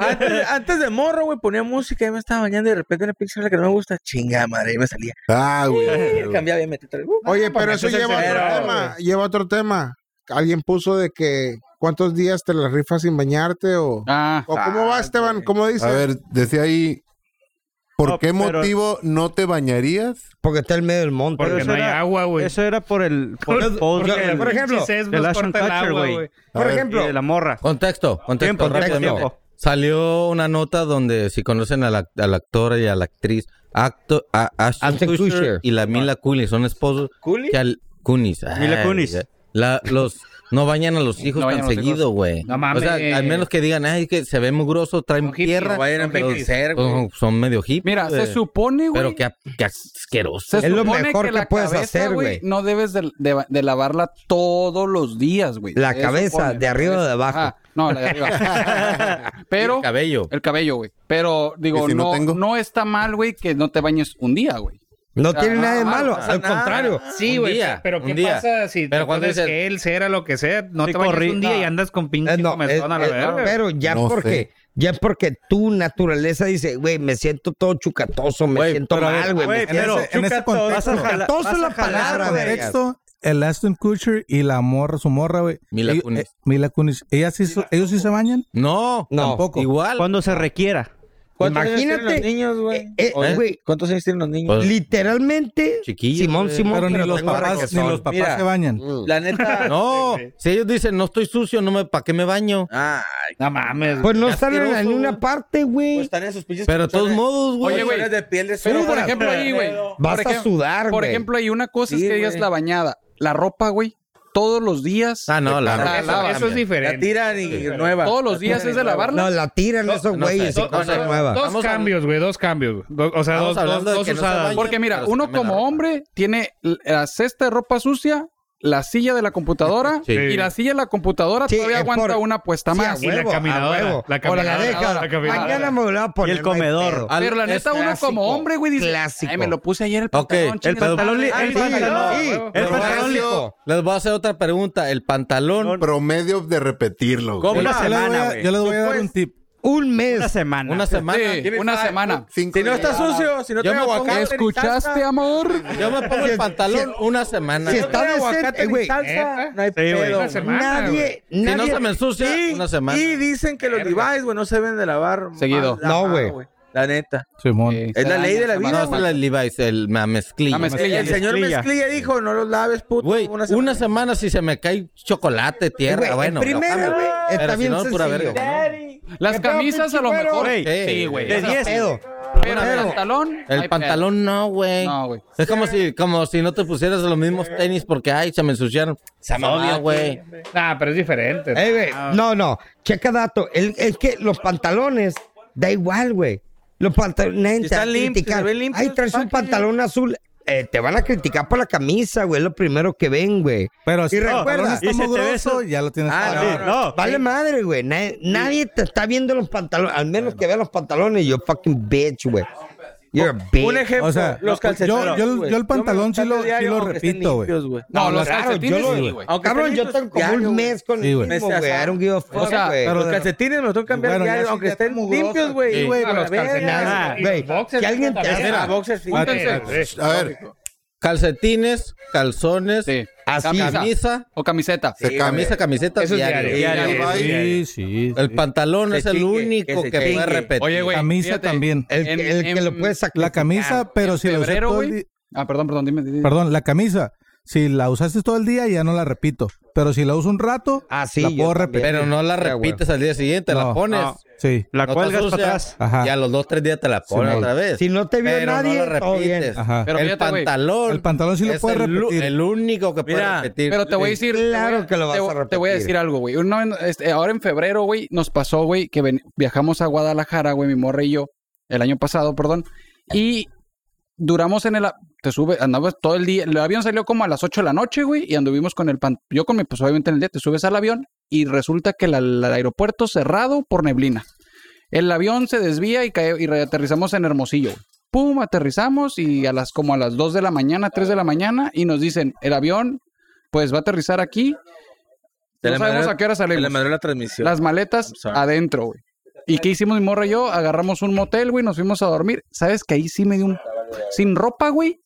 [SPEAKER 13] Antes, antes de morro, güey, ponía música y me estaba bañando y de repente una pinche rola que no me gusta. Chinga, madre, y me salía.
[SPEAKER 3] Ah, güey.
[SPEAKER 13] Cambiaba y me metí otra vez.
[SPEAKER 4] Oye, pero eso
[SPEAKER 8] Ese es el
[SPEAKER 4] lleva otro
[SPEAKER 8] cerebro,
[SPEAKER 4] tema. Lleva otro tema. Alguien puso de que cuántos días te la rifas sin bañarte o,
[SPEAKER 5] Ah,
[SPEAKER 4] o cómo va, Esteban, ¿cómo dice?
[SPEAKER 3] A ver, decía ahí, ¿por
[SPEAKER 6] No,
[SPEAKER 3] qué
[SPEAKER 6] pero-
[SPEAKER 3] motivo no te bañarías?
[SPEAKER 7] Porque está en medio del monte.
[SPEAKER 8] Porque
[SPEAKER 7] güey.
[SPEAKER 8] no hay agua, güey.
[SPEAKER 6] Eso era por el por el post
[SPEAKER 8] Porque
[SPEAKER 6] del-
[SPEAKER 8] el pinche sesgo
[SPEAKER 6] del
[SPEAKER 8] nos
[SPEAKER 6] Ashton
[SPEAKER 8] corta el
[SPEAKER 6] Kutcher,
[SPEAKER 8] agua,
[SPEAKER 6] güey.
[SPEAKER 8] güey.
[SPEAKER 3] Por
[SPEAKER 6] y de la morra.
[SPEAKER 2] Contexto, contexto,
[SPEAKER 6] Tiempo, tiempo,
[SPEAKER 2] rápidamente.
[SPEAKER 6] tiempo.
[SPEAKER 2] Salió una nota donde si conocen a la, a la actora y a la actriz acto, a- Ashton
[SPEAKER 7] Ashton
[SPEAKER 2] Kutcher
[SPEAKER 7] Kutcher.
[SPEAKER 2] y la Mila Kunis son esposos.
[SPEAKER 13] ¿Kunis?
[SPEAKER 2] que al- Kunis.
[SPEAKER 6] Mila
[SPEAKER 2] Ay,
[SPEAKER 6] Kunis.
[SPEAKER 2] ya. La- los no bañan a los hijos
[SPEAKER 5] No bañan
[SPEAKER 2] tan
[SPEAKER 5] a los hijos.
[SPEAKER 2] seguido, güey.
[SPEAKER 8] No mames.
[SPEAKER 2] O sea, al menos que digan, ay, que se ve mugroso, traen
[SPEAKER 8] Son hippies,
[SPEAKER 2] tierra.
[SPEAKER 8] no vayan a
[SPEAKER 2] Son hippies.
[SPEAKER 13] envejecer, güey.
[SPEAKER 2] Son, son medio hippies.
[SPEAKER 5] Mira, se
[SPEAKER 2] güey.
[SPEAKER 5] supone, güey.
[SPEAKER 2] Pero que, que asqueroso.
[SPEAKER 5] Se
[SPEAKER 7] Es lo
[SPEAKER 5] supone
[SPEAKER 7] mejor que
[SPEAKER 5] la
[SPEAKER 7] puedes
[SPEAKER 5] cabeza,
[SPEAKER 7] hacer, güey.
[SPEAKER 5] No debes de, de- de lavarla todos los días, güey.
[SPEAKER 7] La
[SPEAKER 5] Se
[SPEAKER 7] cabeza,
[SPEAKER 5] supone,
[SPEAKER 7] de
[SPEAKER 5] la
[SPEAKER 7] arriba o
[SPEAKER 5] cabeza.
[SPEAKER 7] de abajo.
[SPEAKER 5] Ajá. No, la de arriba. Pero
[SPEAKER 2] El cabello.
[SPEAKER 5] el cabello, güey. Pero digo,
[SPEAKER 3] ¿Y si no
[SPEAKER 5] no,
[SPEAKER 3] tengo?
[SPEAKER 5] no, está mal, güey, que no te bañes un día, güey.
[SPEAKER 7] No tiene nada de
[SPEAKER 5] no,
[SPEAKER 7] malo,
[SPEAKER 5] no pasa
[SPEAKER 7] al
[SPEAKER 5] nada.
[SPEAKER 7] contrario.
[SPEAKER 8] Sí,
[SPEAKER 2] Un
[SPEAKER 8] güey.
[SPEAKER 2] día,
[SPEAKER 8] Pero
[SPEAKER 2] un
[SPEAKER 8] ¿qué
[SPEAKER 2] día.
[SPEAKER 8] pasa si
[SPEAKER 2] Pero
[SPEAKER 8] pero
[SPEAKER 2] cuando
[SPEAKER 8] cuando es
[SPEAKER 2] dices-
[SPEAKER 8] que él sea lo que sea, no
[SPEAKER 6] Sí,
[SPEAKER 8] te bañas
[SPEAKER 6] corrí-
[SPEAKER 8] un día
[SPEAKER 6] no.
[SPEAKER 8] y andas con pinche
[SPEAKER 7] Eh, no, es-
[SPEAKER 8] comezón a la
[SPEAKER 7] es-
[SPEAKER 8] verga.
[SPEAKER 7] pero ya
[SPEAKER 3] No
[SPEAKER 7] porque
[SPEAKER 3] sé.
[SPEAKER 7] ya es porque tu naturaleza dice, güey, me siento todo chucatoso, me
[SPEAKER 2] Güey,
[SPEAKER 7] siento
[SPEAKER 1] pero a ver,
[SPEAKER 7] mal, güey. me
[SPEAKER 1] güey,
[SPEAKER 7] siento-
[SPEAKER 1] pero en
[SPEAKER 6] Vas
[SPEAKER 1] ese
[SPEAKER 6] a
[SPEAKER 1] contexto,
[SPEAKER 6] jalar-
[SPEAKER 7] Chucatoso
[SPEAKER 6] vas a
[SPEAKER 7] la
[SPEAKER 6] jalar,
[SPEAKER 7] palabra,
[SPEAKER 6] güey.
[SPEAKER 7] güey.
[SPEAKER 1] contexto, el Aston Kutcher y la morra, su morra, güey.
[SPEAKER 2] Mila
[SPEAKER 1] Ellos-
[SPEAKER 2] Kunis.
[SPEAKER 1] eh, Mila Kunis. Ellas sí, so- ellos sí se bañan.
[SPEAKER 2] No,
[SPEAKER 7] No.
[SPEAKER 1] Tampoco.
[SPEAKER 2] igual.
[SPEAKER 6] Cuando se requiera.
[SPEAKER 13] ¿Cuántos años tienen
[SPEAKER 7] Imagínate,
[SPEAKER 13] los niños, güey?
[SPEAKER 7] eh, eh,
[SPEAKER 13] Oye,
[SPEAKER 7] güey.
[SPEAKER 13] ¿Cuántos años tienen los niños?
[SPEAKER 2] Pues,
[SPEAKER 7] Literalmente,
[SPEAKER 2] Chiquillos,
[SPEAKER 7] Simón,
[SPEAKER 2] güey.
[SPEAKER 7] Simón,
[SPEAKER 1] Pero ni
[SPEAKER 7] pero
[SPEAKER 1] los
[SPEAKER 7] tengo
[SPEAKER 1] papás, ni
[SPEAKER 7] requesón.
[SPEAKER 1] los papás
[SPEAKER 13] Mira.
[SPEAKER 1] se bañan.
[SPEAKER 13] La neta.
[SPEAKER 2] uh. No, si ellos dicen, no estoy sucio, no me, ¿para qué me baño?
[SPEAKER 13] Ah,
[SPEAKER 8] No mames.
[SPEAKER 7] Pues no están en la-
[SPEAKER 2] asqueroso,
[SPEAKER 7] ni una
[SPEAKER 2] güey.
[SPEAKER 7] parte,
[SPEAKER 13] pues
[SPEAKER 7] güey.
[SPEAKER 13] están en sus pinches.
[SPEAKER 2] Pero de todos
[SPEAKER 13] colchones.
[SPEAKER 2] modos, güey.
[SPEAKER 13] Oye, güey. de piel de
[SPEAKER 5] Pero, por
[SPEAKER 7] Sudas,
[SPEAKER 5] ejemplo, ahí, güey.
[SPEAKER 7] Vas
[SPEAKER 5] por
[SPEAKER 7] a
[SPEAKER 5] ejem-
[SPEAKER 7] sudar,
[SPEAKER 5] Por
[SPEAKER 7] güey.
[SPEAKER 5] ejemplo, hay una cosa
[SPEAKER 13] Sí,
[SPEAKER 5] es que digas
[SPEAKER 13] güey.
[SPEAKER 5] la bañada. La ropa, güey, todos los días.
[SPEAKER 2] Ah, no, la,
[SPEAKER 5] La
[SPEAKER 2] ropa.
[SPEAKER 8] eso, eso es
[SPEAKER 13] La
[SPEAKER 8] diferente.
[SPEAKER 13] tiran y nueva.
[SPEAKER 5] Todos los días
[SPEAKER 13] tiran
[SPEAKER 5] es
[SPEAKER 13] y
[SPEAKER 5] de
[SPEAKER 13] nueva.
[SPEAKER 5] lavarla.
[SPEAKER 7] No, la tiran esos
[SPEAKER 2] no
[SPEAKER 7] güeyes
[SPEAKER 2] sé,
[SPEAKER 7] y
[SPEAKER 2] no
[SPEAKER 7] cosas
[SPEAKER 2] sé.
[SPEAKER 7] nuevas.
[SPEAKER 8] Dos
[SPEAKER 2] Vamos a-
[SPEAKER 8] cambios, güey, dos cambios. güey. Do- o sea,
[SPEAKER 2] Estamos
[SPEAKER 8] dos, dos,
[SPEAKER 2] hablando de
[SPEAKER 8] dos
[SPEAKER 2] que no se
[SPEAKER 8] usadas.
[SPEAKER 2] baña.
[SPEAKER 5] Porque mira,
[SPEAKER 2] Pero se
[SPEAKER 5] uno
[SPEAKER 2] cambia la
[SPEAKER 5] como
[SPEAKER 2] ropa.
[SPEAKER 5] hombre tiene l- la cesta de ropa sucia la silla de la computadora
[SPEAKER 11] Sí.
[SPEAKER 5] y la silla de la computadora
[SPEAKER 7] Sí,
[SPEAKER 5] todavía
[SPEAKER 7] es
[SPEAKER 5] aguanta
[SPEAKER 7] por-
[SPEAKER 5] una puesta
[SPEAKER 7] Sí, a
[SPEAKER 5] más.
[SPEAKER 7] huevo, a huevo. O la dejas. Mañana me voy a poner.
[SPEAKER 5] Y el comedor.
[SPEAKER 7] no hay pedo.
[SPEAKER 5] Al- Pero la neta, uno como hombre, güey, dice,
[SPEAKER 7] Clásico.
[SPEAKER 5] "Ay, me lo puse ayer el
[SPEAKER 2] pantalón,
[SPEAKER 7] El
[SPEAKER 2] chingas,
[SPEAKER 7] pantalón.
[SPEAKER 2] madre".
[SPEAKER 7] li-
[SPEAKER 5] Ah,
[SPEAKER 2] Ay,
[SPEAKER 7] El
[SPEAKER 2] sí,
[SPEAKER 7] pantalón.
[SPEAKER 2] sí.
[SPEAKER 7] sí.
[SPEAKER 2] Les voy a hacer- Les voy a hacer otra pregunta. El pantalón.
[SPEAKER 3] Promedio de repetirlo.
[SPEAKER 2] ¿Cómo? Una semana, güey.
[SPEAKER 1] Yo les voy a dar
[SPEAKER 2] Pues,
[SPEAKER 1] un tip.
[SPEAKER 7] Un mes.
[SPEAKER 2] Una semana. Una semana.
[SPEAKER 5] Sí, una semana.
[SPEAKER 3] Si
[SPEAKER 5] no
[SPEAKER 2] está sucio,
[SPEAKER 5] si no Yo me pongo aguacate, ¿Escuchaste, ni amor?
[SPEAKER 2] Yo me pongo el pantalón una semana. ¿Eh?
[SPEAKER 7] Si está decente, güey.
[SPEAKER 13] No hay
[SPEAKER 2] güey.
[SPEAKER 13] pedo.
[SPEAKER 2] Una semana,
[SPEAKER 13] nadie,
[SPEAKER 2] güey. Si
[SPEAKER 13] nadie-
[SPEAKER 2] no se me ensucia,
[SPEAKER 13] y,
[SPEAKER 2] una semana.
[SPEAKER 13] Y dicen que los
[SPEAKER 2] Verga.
[SPEAKER 13] Levi's, güey, no se deben de lavar.
[SPEAKER 2] Seguido.
[SPEAKER 13] mal
[SPEAKER 2] No,
[SPEAKER 13] lavado,
[SPEAKER 2] güey.
[SPEAKER 13] La neta.
[SPEAKER 1] Simón.
[SPEAKER 13] Es la ley de la vida,
[SPEAKER 2] No,
[SPEAKER 13] güey.
[SPEAKER 2] es la Levi's, el, la mezclilla.
[SPEAKER 13] La mezclilla. El señor Mezclilla dijo, no los laves, puto.
[SPEAKER 2] Güey, una semana. si se me cae chocolate, tierra,
[SPEAKER 13] Güey, el
[SPEAKER 2] bueno.
[SPEAKER 13] primero,
[SPEAKER 2] no,
[SPEAKER 13] güey,
[SPEAKER 2] pero
[SPEAKER 13] está
[SPEAKER 2] si
[SPEAKER 13] bien
[SPEAKER 2] no, pura
[SPEAKER 13] sencillo.
[SPEAKER 2] verga, ¿no?
[SPEAKER 5] Las
[SPEAKER 2] ¿Qué pedo,
[SPEAKER 5] camisas a lo
[SPEAKER 2] pinche
[SPEAKER 5] mejor.
[SPEAKER 2] güey?
[SPEAKER 5] Sí, güey.
[SPEAKER 2] De
[SPEAKER 5] esas
[SPEAKER 2] 10.
[SPEAKER 5] pedo. Pero el
[SPEAKER 2] Pero-
[SPEAKER 5] pantalón.
[SPEAKER 2] El
[SPEAKER 5] ay,
[SPEAKER 2] pantalón no, güey.
[SPEAKER 5] No, güey.
[SPEAKER 2] Es como si, como si no te pusieras los mismos tenis porque, ay, se me ensuciaron. Se me
[SPEAKER 7] mamada,
[SPEAKER 2] güey.
[SPEAKER 8] Nah, Ah, pero es diferente. Ah.
[SPEAKER 7] Eh, güey, no, no. Checa dato. El- es que los pantalones, da igual, güey. Los pantalones.
[SPEAKER 13] Si están limpios, se ven limpios,
[SPEAKER 7] Ahí traes un pantalón azul. Eh, te van a criticar por la camisa, güey. Es lo primero que ven, güey.
[SPEAKER 1] Pero
[SPEAKER 7] y recuerda,
[SPEAKER 1] ya lo tienes.
[SPEAKER 7] Ah,
[SPEAKER 1] pagado.
[SPEAKER 7] no, no. Vale madre, güey. Nadie, nadie te está viendo los pantalones. Al menos que vea los pantalones, yo fucking bitch, güey. You're a bitch.
[SPEAKER 13] Un ejemplo,
[SPEAKER 1] O sea,
[SPEAKER 13] los calcetines.
[SPEAKER 1] yo- yo- yo el pantalón sí lo- sí lo repito, güey.
[SPEAKER 5] No, los
[SPEAKER 13] claro,
[SPEAKER 5] calcetines
[SPEAKER 13] yo lo-
[SPEAKER 5] sí, güey.
[SPEAKER 13] Aunque
[SPEAKER 7] Cabrón,
[SPEAKER 13] estén
[SPEAKER 7] yo
[SPEAKER 13] limpios,
[SPEAKER 7] tengo como
[SPEAKER 13] diario,
[SPEAKER 7] un mes con
[SPEAKER 1] Sí,
[SPEAKER 7] el
[SPEAKER 1] güey.
[SPEAKER 7] mismo, güey. I don't give a fuck,
[SPEAKER 13] O sea,
[SPEAKER 7] güey.
[SPEAKER 13] pero los
[SPEAKER 1] Pero-
[SPEAKER 13] calcetines me los tengo que cambiar
[SPEAKER 1] Bueno, ya
[SPEAKER 13] diario,
[SPEAKER 1] sí,
[SPEAKER 13] aunque
[SPEAKER 1] ya
[SPEAKER 13] estén
[SPEAKER 1] como
[SPEAKER 13] limpios,
[SPEAKER 1] grosas,
[SPEAKER 13] güey.
[SPEAKER 2] sí.
[SPEAKER 13] güey,
[SPEAKER 8] Ah,
[SPEAKER 13] la
[SPEAKER 8] los
[SPEAKER 13] verga.
[SPEAKER 8] calcetines,
[SPEAKER 13] Ah,
[SPEAKER 8] y
[SPEAKER 7] güey,
[SPEAKER 8] los boxers,
[SPEAKER 7] que alguien
[SPEAKER 8] güey,
[SPEAKER 7] te
[SPEAKER 8] también.
[SPEAKER 7] haga-
[SPEAKER 8] Ah, boxers, sí.
[SPEAKER 2] Pónganse-
[SPEAKER 3] A ver,
[SPEAKER 2] Calcetines, calzones,
[SPEAKER 5] Sí.
[SPEAKER 7] Así.
[SPEAKER 2] camisa,
[SPEAKER 5] O camiseta.
[SPEAKER 3] se cambia.
[SPEAKER 2] camisa, camiseta,
[SPEAKER 8] Eso es
[SPEAKER 2] diario.
[SPEAKER 8] diario.
[SPEAKER 2] Diario.
[SPEAKER 1] Sí,
[SPEAKER 8] Diario.
[SPEAKER 1] sí.
[SPEAKER 2] El pantalón
[SPEAKER 13] Se
[SPEAKER 2] es el
[SPEAKER 13] chingue, que
[SPEAKER 2] único
[SPEAKER 13] se
[SPEAKER 2] que, puede
[SPEAKER 13] chingue.
[SPEAKER 2] repetir.
[SPEAKER 5] Oye, güey.
[SPEAKER 1] Camisa
[SPEAKER 5] fíjate,
[SPEAKER 1] también.
[SPEAKER 7] El,
[SPEAKER 5] En-
[SPEAKER 7] el que
[SPEAKER 5] en-
[SPEAKER 7] lo puede sacar.
[SPEAKER 1] La camisa, pero si la usé
[SPEAKER 5] Febrero,
[SPEAKER 1] todo el
[SPEAKER 5] güey.
[SPEAKER 1] di-
[SPEAKER 5] Ah, perdón, perdón, dime. dime.
[SPEAKER 1] Perdón, la camisa. Si la usaste todo el día, ya no la repito. Pero si la uso un rato,
[SPEAKER 7] Ah, sí,
[SPEAKER 1] la
[SPEAKER 7] yo
[SPEAKER 1] puedo
[SPEAKER 7] también.
[SPEAKER 1] repetir.
[SPEAKER 2] Pero no la
[SPEAKER 7] Ya, güey.
[SPEAKER 2] repites al día siguiente, la
[SPEAKER 1] No.
[SPEAKER 2] pones.
[SPEAKER 1] No. Sí.
[SPEAKER 6] La
[SPEAKER 2] No te
[SPEAKER 6] cuelgas para
[SPEAKER 2] ensucias,
[SPEAKER 6] atrás.
[SPEAKER 1] Ajá.
[SPEAKER 2] Y a los dos, tres días te la pones
[SPEAKER 1] Simón.
[SPEAKER 2] otra vez.
[SPEAKER 7] Si no te vio
[SPEAKER 2] Pero
[SPEAKER 7] nadie,
[SPEAKER 2] no la
[SPEAKER 7] todo bien.
[SPEAKER 2] repites.
[SPEAKER 1] Ajá.
[SPEAKER 5] Pero
[SPEAKER 2] el
[SPEAKER 5] fíjate, güey.
[SPEAKER 2] pantalón.
[SPEAKER 1] El pantalón sí lo
[SPEAKER 2] es
[SPEAKER 1] puedes
[SPEAKER 2] el, lu-
[SPEAKER 1] repetir.
[SPEAKER 2] el único que puede
[SPEAKER 13] Mira,
[SPEAKER 2] repetir.
[SPEAKER 5] Pero te voy a decir. te
[SPEAKER 7] Claro
[SPEAKER 5] voy a-
[SPEAKER 7] que lo vas
[SPEAKER 5] te,
[SPEAKER 7] a repetir.
[SPEAKER 5] Te voy a decir algo, güey. Una vez, este, ahora en febrero, güey, nos pasó, güey, que ven- viajamos a Guadalajara, güey, mi morra y yo, el año pasado, perdón. Y duramos en el. a- Te sube, andabas todo el día. El avión salió como a las 8 de la noche, güey, y anduvimos con el pan. Yo con mi, pues obviamente en el día, te subes al avión y resulta que la- la- el aeropuerto cerrado por neblina. El avión se desvía y cae y aterrizamos en Hermosillo. güey. Pum, aterrizamos y a las como a las 2 de la mañana, 3 de la mañana y nos dicen, "El avión pues va a aterrizar aquí."
[SPEAKER 13] Te
[SPEAKER 5] No
[SPEAKER 13] la
[SPEAKER 5] sabemos
[SPEAKER 13] mandaron-
[SPEAKER 5] a qué hora
[SPEAKER 13] Se le
[SPEAKER 5] salimos.
[SPEAKER 13] mandó la transmisión.
[SPEAKER 5] Las maletas
[SPEAKER 13] sorry.
[SPEAKER 5] adentro, güey. ¿Y qué hicimos mi morra y yo? Agarramos un motel, güey, nos fuimos a dormir. ¿Sabes que ahí sí me dio un sin ropa, güey?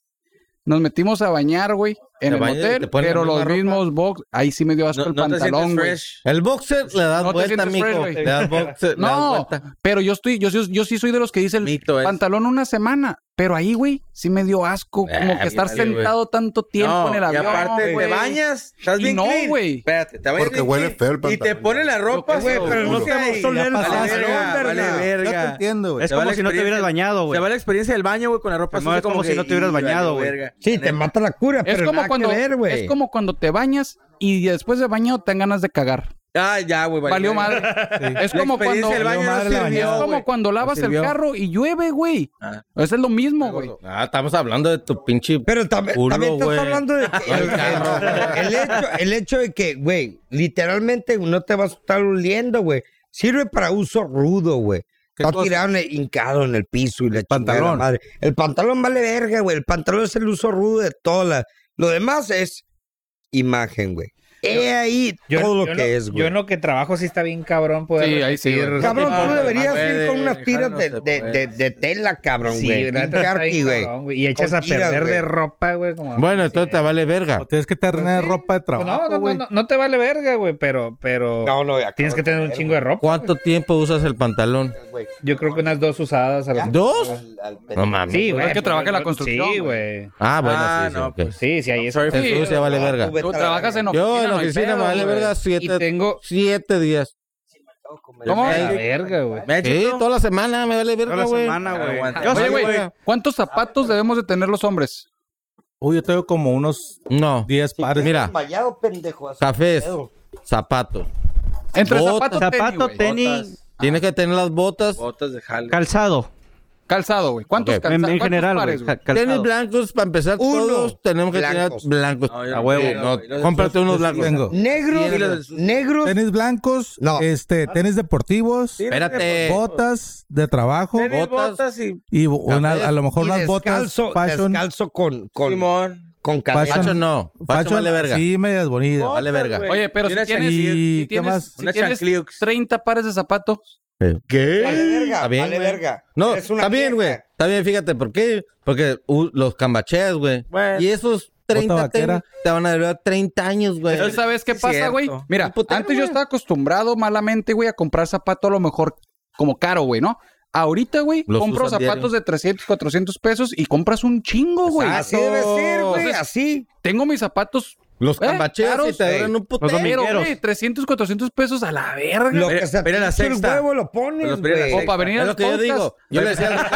[SPEAKER 5] Nos metimos a bañar, güey, en
[SPEAKER 2] Te
[SPEAKER 5] el
[SPEAKER 2] bañas y te
[SPEAKER 5] motel,
[SPEAKER 2] pones la
[SPEAKER 5] pero los
[SPEAKER 2] misma ropa.
[SPEAKER 5] mismos box, ahí sí me dio asco
[SPEAKER 13] No,
[SPEAKER 5] el
[SPEAKER 13] no te
[SPEAKER 5] pantalón,
[SPEAKER 13] sientes
[SPEAKER 5] güey.
[SPEAKER 13] fresh.
[SPEAKER 2] El boxer le das
[SPEAKER 5] No te
[SPEAKER 2] vuelta,
[SPEAKER 5] sientes
[SPEAKER 2] mijo.
[SPEAKER 5] fresh, güey.
[SPEAKER 2] le das boxer, le das
[SPEAKER 5] No,
[SPEAKER 2] vuelta.
[SPEAKER 5] pero yo estoy, yo, sí- yo sí soy de los que dicen
[SPEAKER 13] Mito ¿eh? es.
[SPEAKER 5] pantalón una semana, pero ahí, güey, sí me dio asco, como
[SPEAKER 2] Ah,
[SPEAKER 5] que estar
[SPEAKER 2] vale, güey.
[SPEAKER 5] sentado tanto tiempo
[SPEAKER 13] No,
[SPEAKER 5] en el avión.
[SPEAKER 13] Y aparte,
[SPEAKER 5] güey.
[SPEAKER 13] te bañas, estás
[SPEAKER 5] Y
[SPEAKER 13] bien
[SPEAKER 5] no,
[SPEAKER 13] clean.
[SPEAKER 5] güey.
[SPEAKER 13] Espérate, te bañas
[SPEAKER 3] Porque
[SPEAKER 13] bien
[SPEAKER 3] huele
[SPEAKER 13] clean.
[SPEAKER 3] feo el
[SPEAKER 13] Y te
[SPEAKER 3] pantalón.
[SPEAKER 13] pone la ropa,
[SPEAKER 5] Yo
[SPEAKER 13] güey,
[SPEAKER 5] creo,
[SPEAKER 13] pero no
[SPEAKER 5] culo.
[SPEAKER 13] te va a
[SPEAKER 1] Ya
[SPEAKER 13] oler
[SPEAKER 1] pasaste,
[SPEAKER 13] Vale verga,
[SPEAKER 1] ¿no?
[SPEAKER 13] vale
[SPEAKER 1] Yo te
[SPEAKER 13] verga.
[SPEAKER 1] entiendo, güey.
[SPEAKER 13] Se
[SPEAKER 6] Es como
[SPEAKER 13] va la
[SPEAKER 6] si no te hubieras
[SPEAKER 13] experiencia-
[SPEAKER 6] bañado,
[SPEAKER 13] Se
[SPEAKER 6] güey.
[SPEAKER 13] va la experiencia del baño, güey, con la ropa
[SPEAKER 6] Simón,
[SPEAKER 13] sucia.
[SPEAKER 6] es como si no te hubieras
[SPEAKER 13] y,
[SPEAKER 6] bañado,
[SPEAKER 13] vale,
[SPEAKER 6] güey.
[SPEAKER 13] verga.
[SPEAKER 7] Sí, te mata la cura,
[SPEAKER 5] Es
[SPEAKER 7] pero
[SPEAKER 5] como
[SPEAKER 7] nada
[SPEAKER 5] cuando
[SPEAKER 7] que ver, güey.
[SPEAKER 5] es como cuando te bañas y después de bañado te dan ganas de cagar.
[SPEAKER 13] Ah, ya, güey. vale,
[SPEAKER 5] Valió
[SPEAKER 13] verga.
[SPEAKER 5] madre. Es
[SPEAKER 13] La
[SPEAKER 5] como
[SPEAKER 13] experiencia
[SPEAKER 5] cuando
[SPEAKER 13] del baño
[SPEAKER 1] Valió
[SPEAKER 13] no
[SPEAKER 1] madre la
[SPEAKER 13] sirvió,
[SPEAKER 5] es
[SPEAKER 1] bañada.
[SPEAKER 13] güey.
[SPEAKER 5] como cuando lavas el
[SPEAKER 13] sirvió.
[SPEAKER 5] carro y llueve, güey.
[SPEAKER 13] Ah.
[SPEAKER 5] Eso es lo mismo, güey.
[SPEAKER 2] Ah, estamos hablando de tu pinche.
[SPEAKER 7] Pero tam-
[SPEAKER 2] Culo,
[SPEAKER 7] también estás
[SPEAKER 2] güey.
[SPEAKER 7] hablando de que el, el- el hecho, el hecho de que, güey, literalmente no te vas a estar oliendo, güey. Sirve para uso rudo, güey. Está tirado en el- hincado en el piso y la chingada
[SPEAKER 1] pantalón.
[SPEAKER 7] madre. El pantalón vale verga, güey. El pantalón es el uso rudo de toda la... Lo demás es imagen, güey. He ahí
[SPEAKER 8] Yo,
[SPEAKER 7] todo lo que
[SPEAKER 8] yo en lo-
[SPEAKER 7] es,
[SPEAKER 8] Yo
[SPEAKER 7] güey.
[SPEAKER 8] en lo que trabajo sí está bien cabrón poder
[SPEAKER 5] Sí, ahí sí,
[SPEAKER 8] repetir. Ah,
[SPEAKER 5] güey.
[SPEAKER 7] Cabrón,
[SPEAKER 13] No,
[SPEAKER 7] tú
[SPEAKER 13] no,
[SPEAKER 7] deberías
[SPEAKER 13] no
[SPEAKER 7] ir con
[SPEAKER 13] puede,
[SPEAKER 7] unas tiras
[SPEAKER 13] no
[SPEAKER 7] de,
[SPEAKER 13] se
[SPEAKER 7] de,
[SPEAKER 13] puede.
[SPEAKER 7] de- de tela, cabrón,
[SPEAKER 8] Sí,
[SPEAKER 7] güey.
[SPEAKER 8] la
[SPEAKER 7] Un
[SPEAKER 8] neta está
[SPEAKER 7] carqui,
[SPEAKER 8] bien
[SPEAKER 7] güey.
[SPEAKER 8] cabrón, güey. Y echas
[SPEAKER 7] Con
[SPEAKER 8] a
[SPEAKER 7] tiras,
[SPEAKER 8] perder de
[SPEAKER 7] güey.
[SPEAKER 8] ropa, güey. como-
[SPEAKER 2] Bueno, entonces te vale verga.
[SPEAKER 1] O tienes que tener ropa de
[SPEAKER 8] Pues
[SPEAKER 1] trabajo.
[SPEAKER 8] no, no, no, no, no te vale verga, güey, pero, pero
[SPEAKER 7] No, no, eh, acabo
[SPEAKER 8] tienes que
[SPEAKER 7] de
[SPEAKER 8] tener un
[SPEAKER 7] ver,
[SPEAKER 8] chingo de ropa.
[SPEAKER 2] ¿Cuánto tiempo usas el pantalón?
[SPEAKER 8] Yo creo que unas dos usadas a la
[SPEAKER 2] ¿Dos?
[SPEAKER 7] Al- al-
[SPEAKER 2] No mames.
[SPEAKER 8] Sí, güey.
[SPEAKER 5] Es que trabaja en la
[SPEAKER 8] Sí,
[SPEAKER 5] construcción,
[SPEAKER 8] güey.
[SPEAKER 2] Ah, bueno,
[SPEAKER 13] Ah,
[SPEAKER 2] sí, sí,
[SPEAKER 13] no,
[SPEAKER 2] ok.
[SPEAKER 13] pues.
[SPEAKER 8] Sí, sí, ahí es.
[SPEAKER 2] Se
[SPEAKER 5] Sí.
[SPEAKER 2] ensucia, vale
[SPEAKER 7] No,
[SPEAKER 2] verga.
[SPEAKER 7] tú vete
[SPEAKER 5] Tú
[SPEAKER 7] a la
[SPEAKER 5] trabajas en oficina,
[SPEAKER 2] Yo en la
[SPEAKER 5] no hay
[SPEAKER 2] oficina
[SPEAKER 5] pedo,
[SPEAKER 2] me vale
[SPEAKER 5] güey.
[SPEAKER 2] verga
[SPEAKER 8] Y
[SPEAKER 2] siete,
[SPEAKER 8] tengo.
[SPEAKER 2] siete días.
[SPEAKER 5] ¿Cómo?
[SPEAKER 8] A la verga, güey.
[SPEAKER 13] Me ha hecho
[SPEAKER 2] Sí,
[SPEAKER 13] todo-
[SPEAKER 2] toda la semana me vale
[SPEAKER 6] Toda
[SPEAKER 2] verga,
[SPEAKER 6] la
[SPEAKER 2] güey.
[SPEAKER 6] semana, güey.
[SPEAKER 13] Aguanta.
[SPEAKER 6] Yo
[SPEAKER 5] Oye,
[SPEAKER 6] sí,
[SPEAKER 5] güey, ¿cuántos zapatos debemos de tener los hombres?
[SPEAKER 1] Uy, yo tengo como unos
[SPEAKER 2] No.
[SPEAKER 1] 10 pares.
[SPEAKER 2] Mira,
[SPEAKER 7] Desmayado, pendejo. así.
[SPEAKER 2] cafés, zapatos.
[SPEAKER 5] Entre
[SPEAKER 2] Botas.
[SPEAKER 5] zapatos,
[SPEAKER 6] Zapato,
[SPEAKER 5] tenis, güey.
[SPEAKER 6] tenis,
[SPEAKER 2] Tienes que tener las botas.
[SPEAKER 13] Botas de jale.
[SPEAKER 6] calzado.
[SPEAKER 5] Calzado, güey. ¿Cuántos
[SPEAKER 2] Ok.
[SPEAKER 5] calza- cuántos pares,
[SPEAKER 2] Tenis blancos, para empezar, todos tenemos que tener blancos.
[SPEAKER 5] yo
[SPEAKER 2] a
[SPEAKER 5] no
[SPEAKER 2] huevo.
[SPEAKER 5] quiero,
[SPEAKER 2] no,
[SPEAKER 5] güey. Los-
[SPEAKER 2] cómprate
[SPEAKER 5] los-
[SPEAKER 2] unos
[SPEAKER 5] los-
[SPEAKER 1] Tengo.
[SPEAKER 2] blancos.
[SPEAKER 7] negros.
[SPEAKER 1] Tenis blancos, este, tenis deportivos,
[SPEAKER 2] Espérate.
[SPEAKER 1] botas de trabajo,
[SPEAKER 13] Tenis, botas y-
[SPEAKER 1] y una- a lo mejor
[SPEAKER 7] Y
[SPEAKER 1] unas botas
[SPEAKER 7] descalzo,
[SPEAKER 1] fashion,
[SPEAKER 7] descalzo con, con, con cadena.
[SPEAKER 1] fashion, fashion, Sí, medias bonitas.
[SPEAKER 2] Vale verga.
[SPEAKER 5] Oye, pero si tienes,
[SPEAKER 1] ¿Y
[SPEAKER 5] si
[SPEAKER 1] qué
[SPEAKER 5] tienes,
[SPEAKER 1] más?
[SPEAKER 5] si tienes 30 pares de zapatos,
[SPEAKER 2] ¿Qué?
[SPEAKER 5] Vale verga,
[SPEAKER 2] Está bien,
[SPEAKER 5] vale
[SPEAKER 2] güey.
[SPEAKER 5] verga.
[SPEAKER 2] No,
[SPEAKER 5] Eres una
[SPEAKER 2] está bien, güey. Está bien, fíjate, ¿por qué? Porque uh, los cambacheas, güey. Y esos 30
[SPEAKER 5] vaquera.
[SPEAKER 2] tenis te van a durar 30 años, güey.
[SPEAKER 5] Pero Pues, ¿sabes qué pasa,
[SPEAKER 2] Cierto.
[SPEAKER 5] güey? Mira, antes yo estaba acostumbrado malamente, güey, a comprar zapato a lo mejor como caro, güey, ¿no? Ahorita, güey,
[SPEAKER 2] Los
[SPEAKER 5] compro
[SPEAKER 2] usan
[SPEAKER 5] zapatos de
[SPEAKER 2] diario.
[SPEAKER 5] 300, 400 pesos y compras un chingo, güey.
[SPEAKER 2] Así debe ser, güey,
[SPEAKER 5] así. Tengo mis zapatos.
[SPEAKER 2] Los cambacheas y te
[SPEAKER 5] dan
[SPEAKER 2] duran un putero.
[SPEAKER 5] Los ¿Eh? pero,
[SPEAKER 2] domingueros.
[SPEAKER 5] güey, 300, 400 pesos a la verga.
[SPEAKER 7] Lo que se
[SPEAKER 5] Mira
[SPEAKER 7] te hinche el huevo lo pones,
[SPEAKER 5] Los pelos en la
[SPEAKER 7] güey.
[SPEAKER 5] sexta. O para venir a
[SPEAKER 7] Es
[SPEAKER 5] los
[SPEAKER 7] lo que yo
[SPEAKER 5] podcasts.
[SPEAKER 7] digo. Yo le decía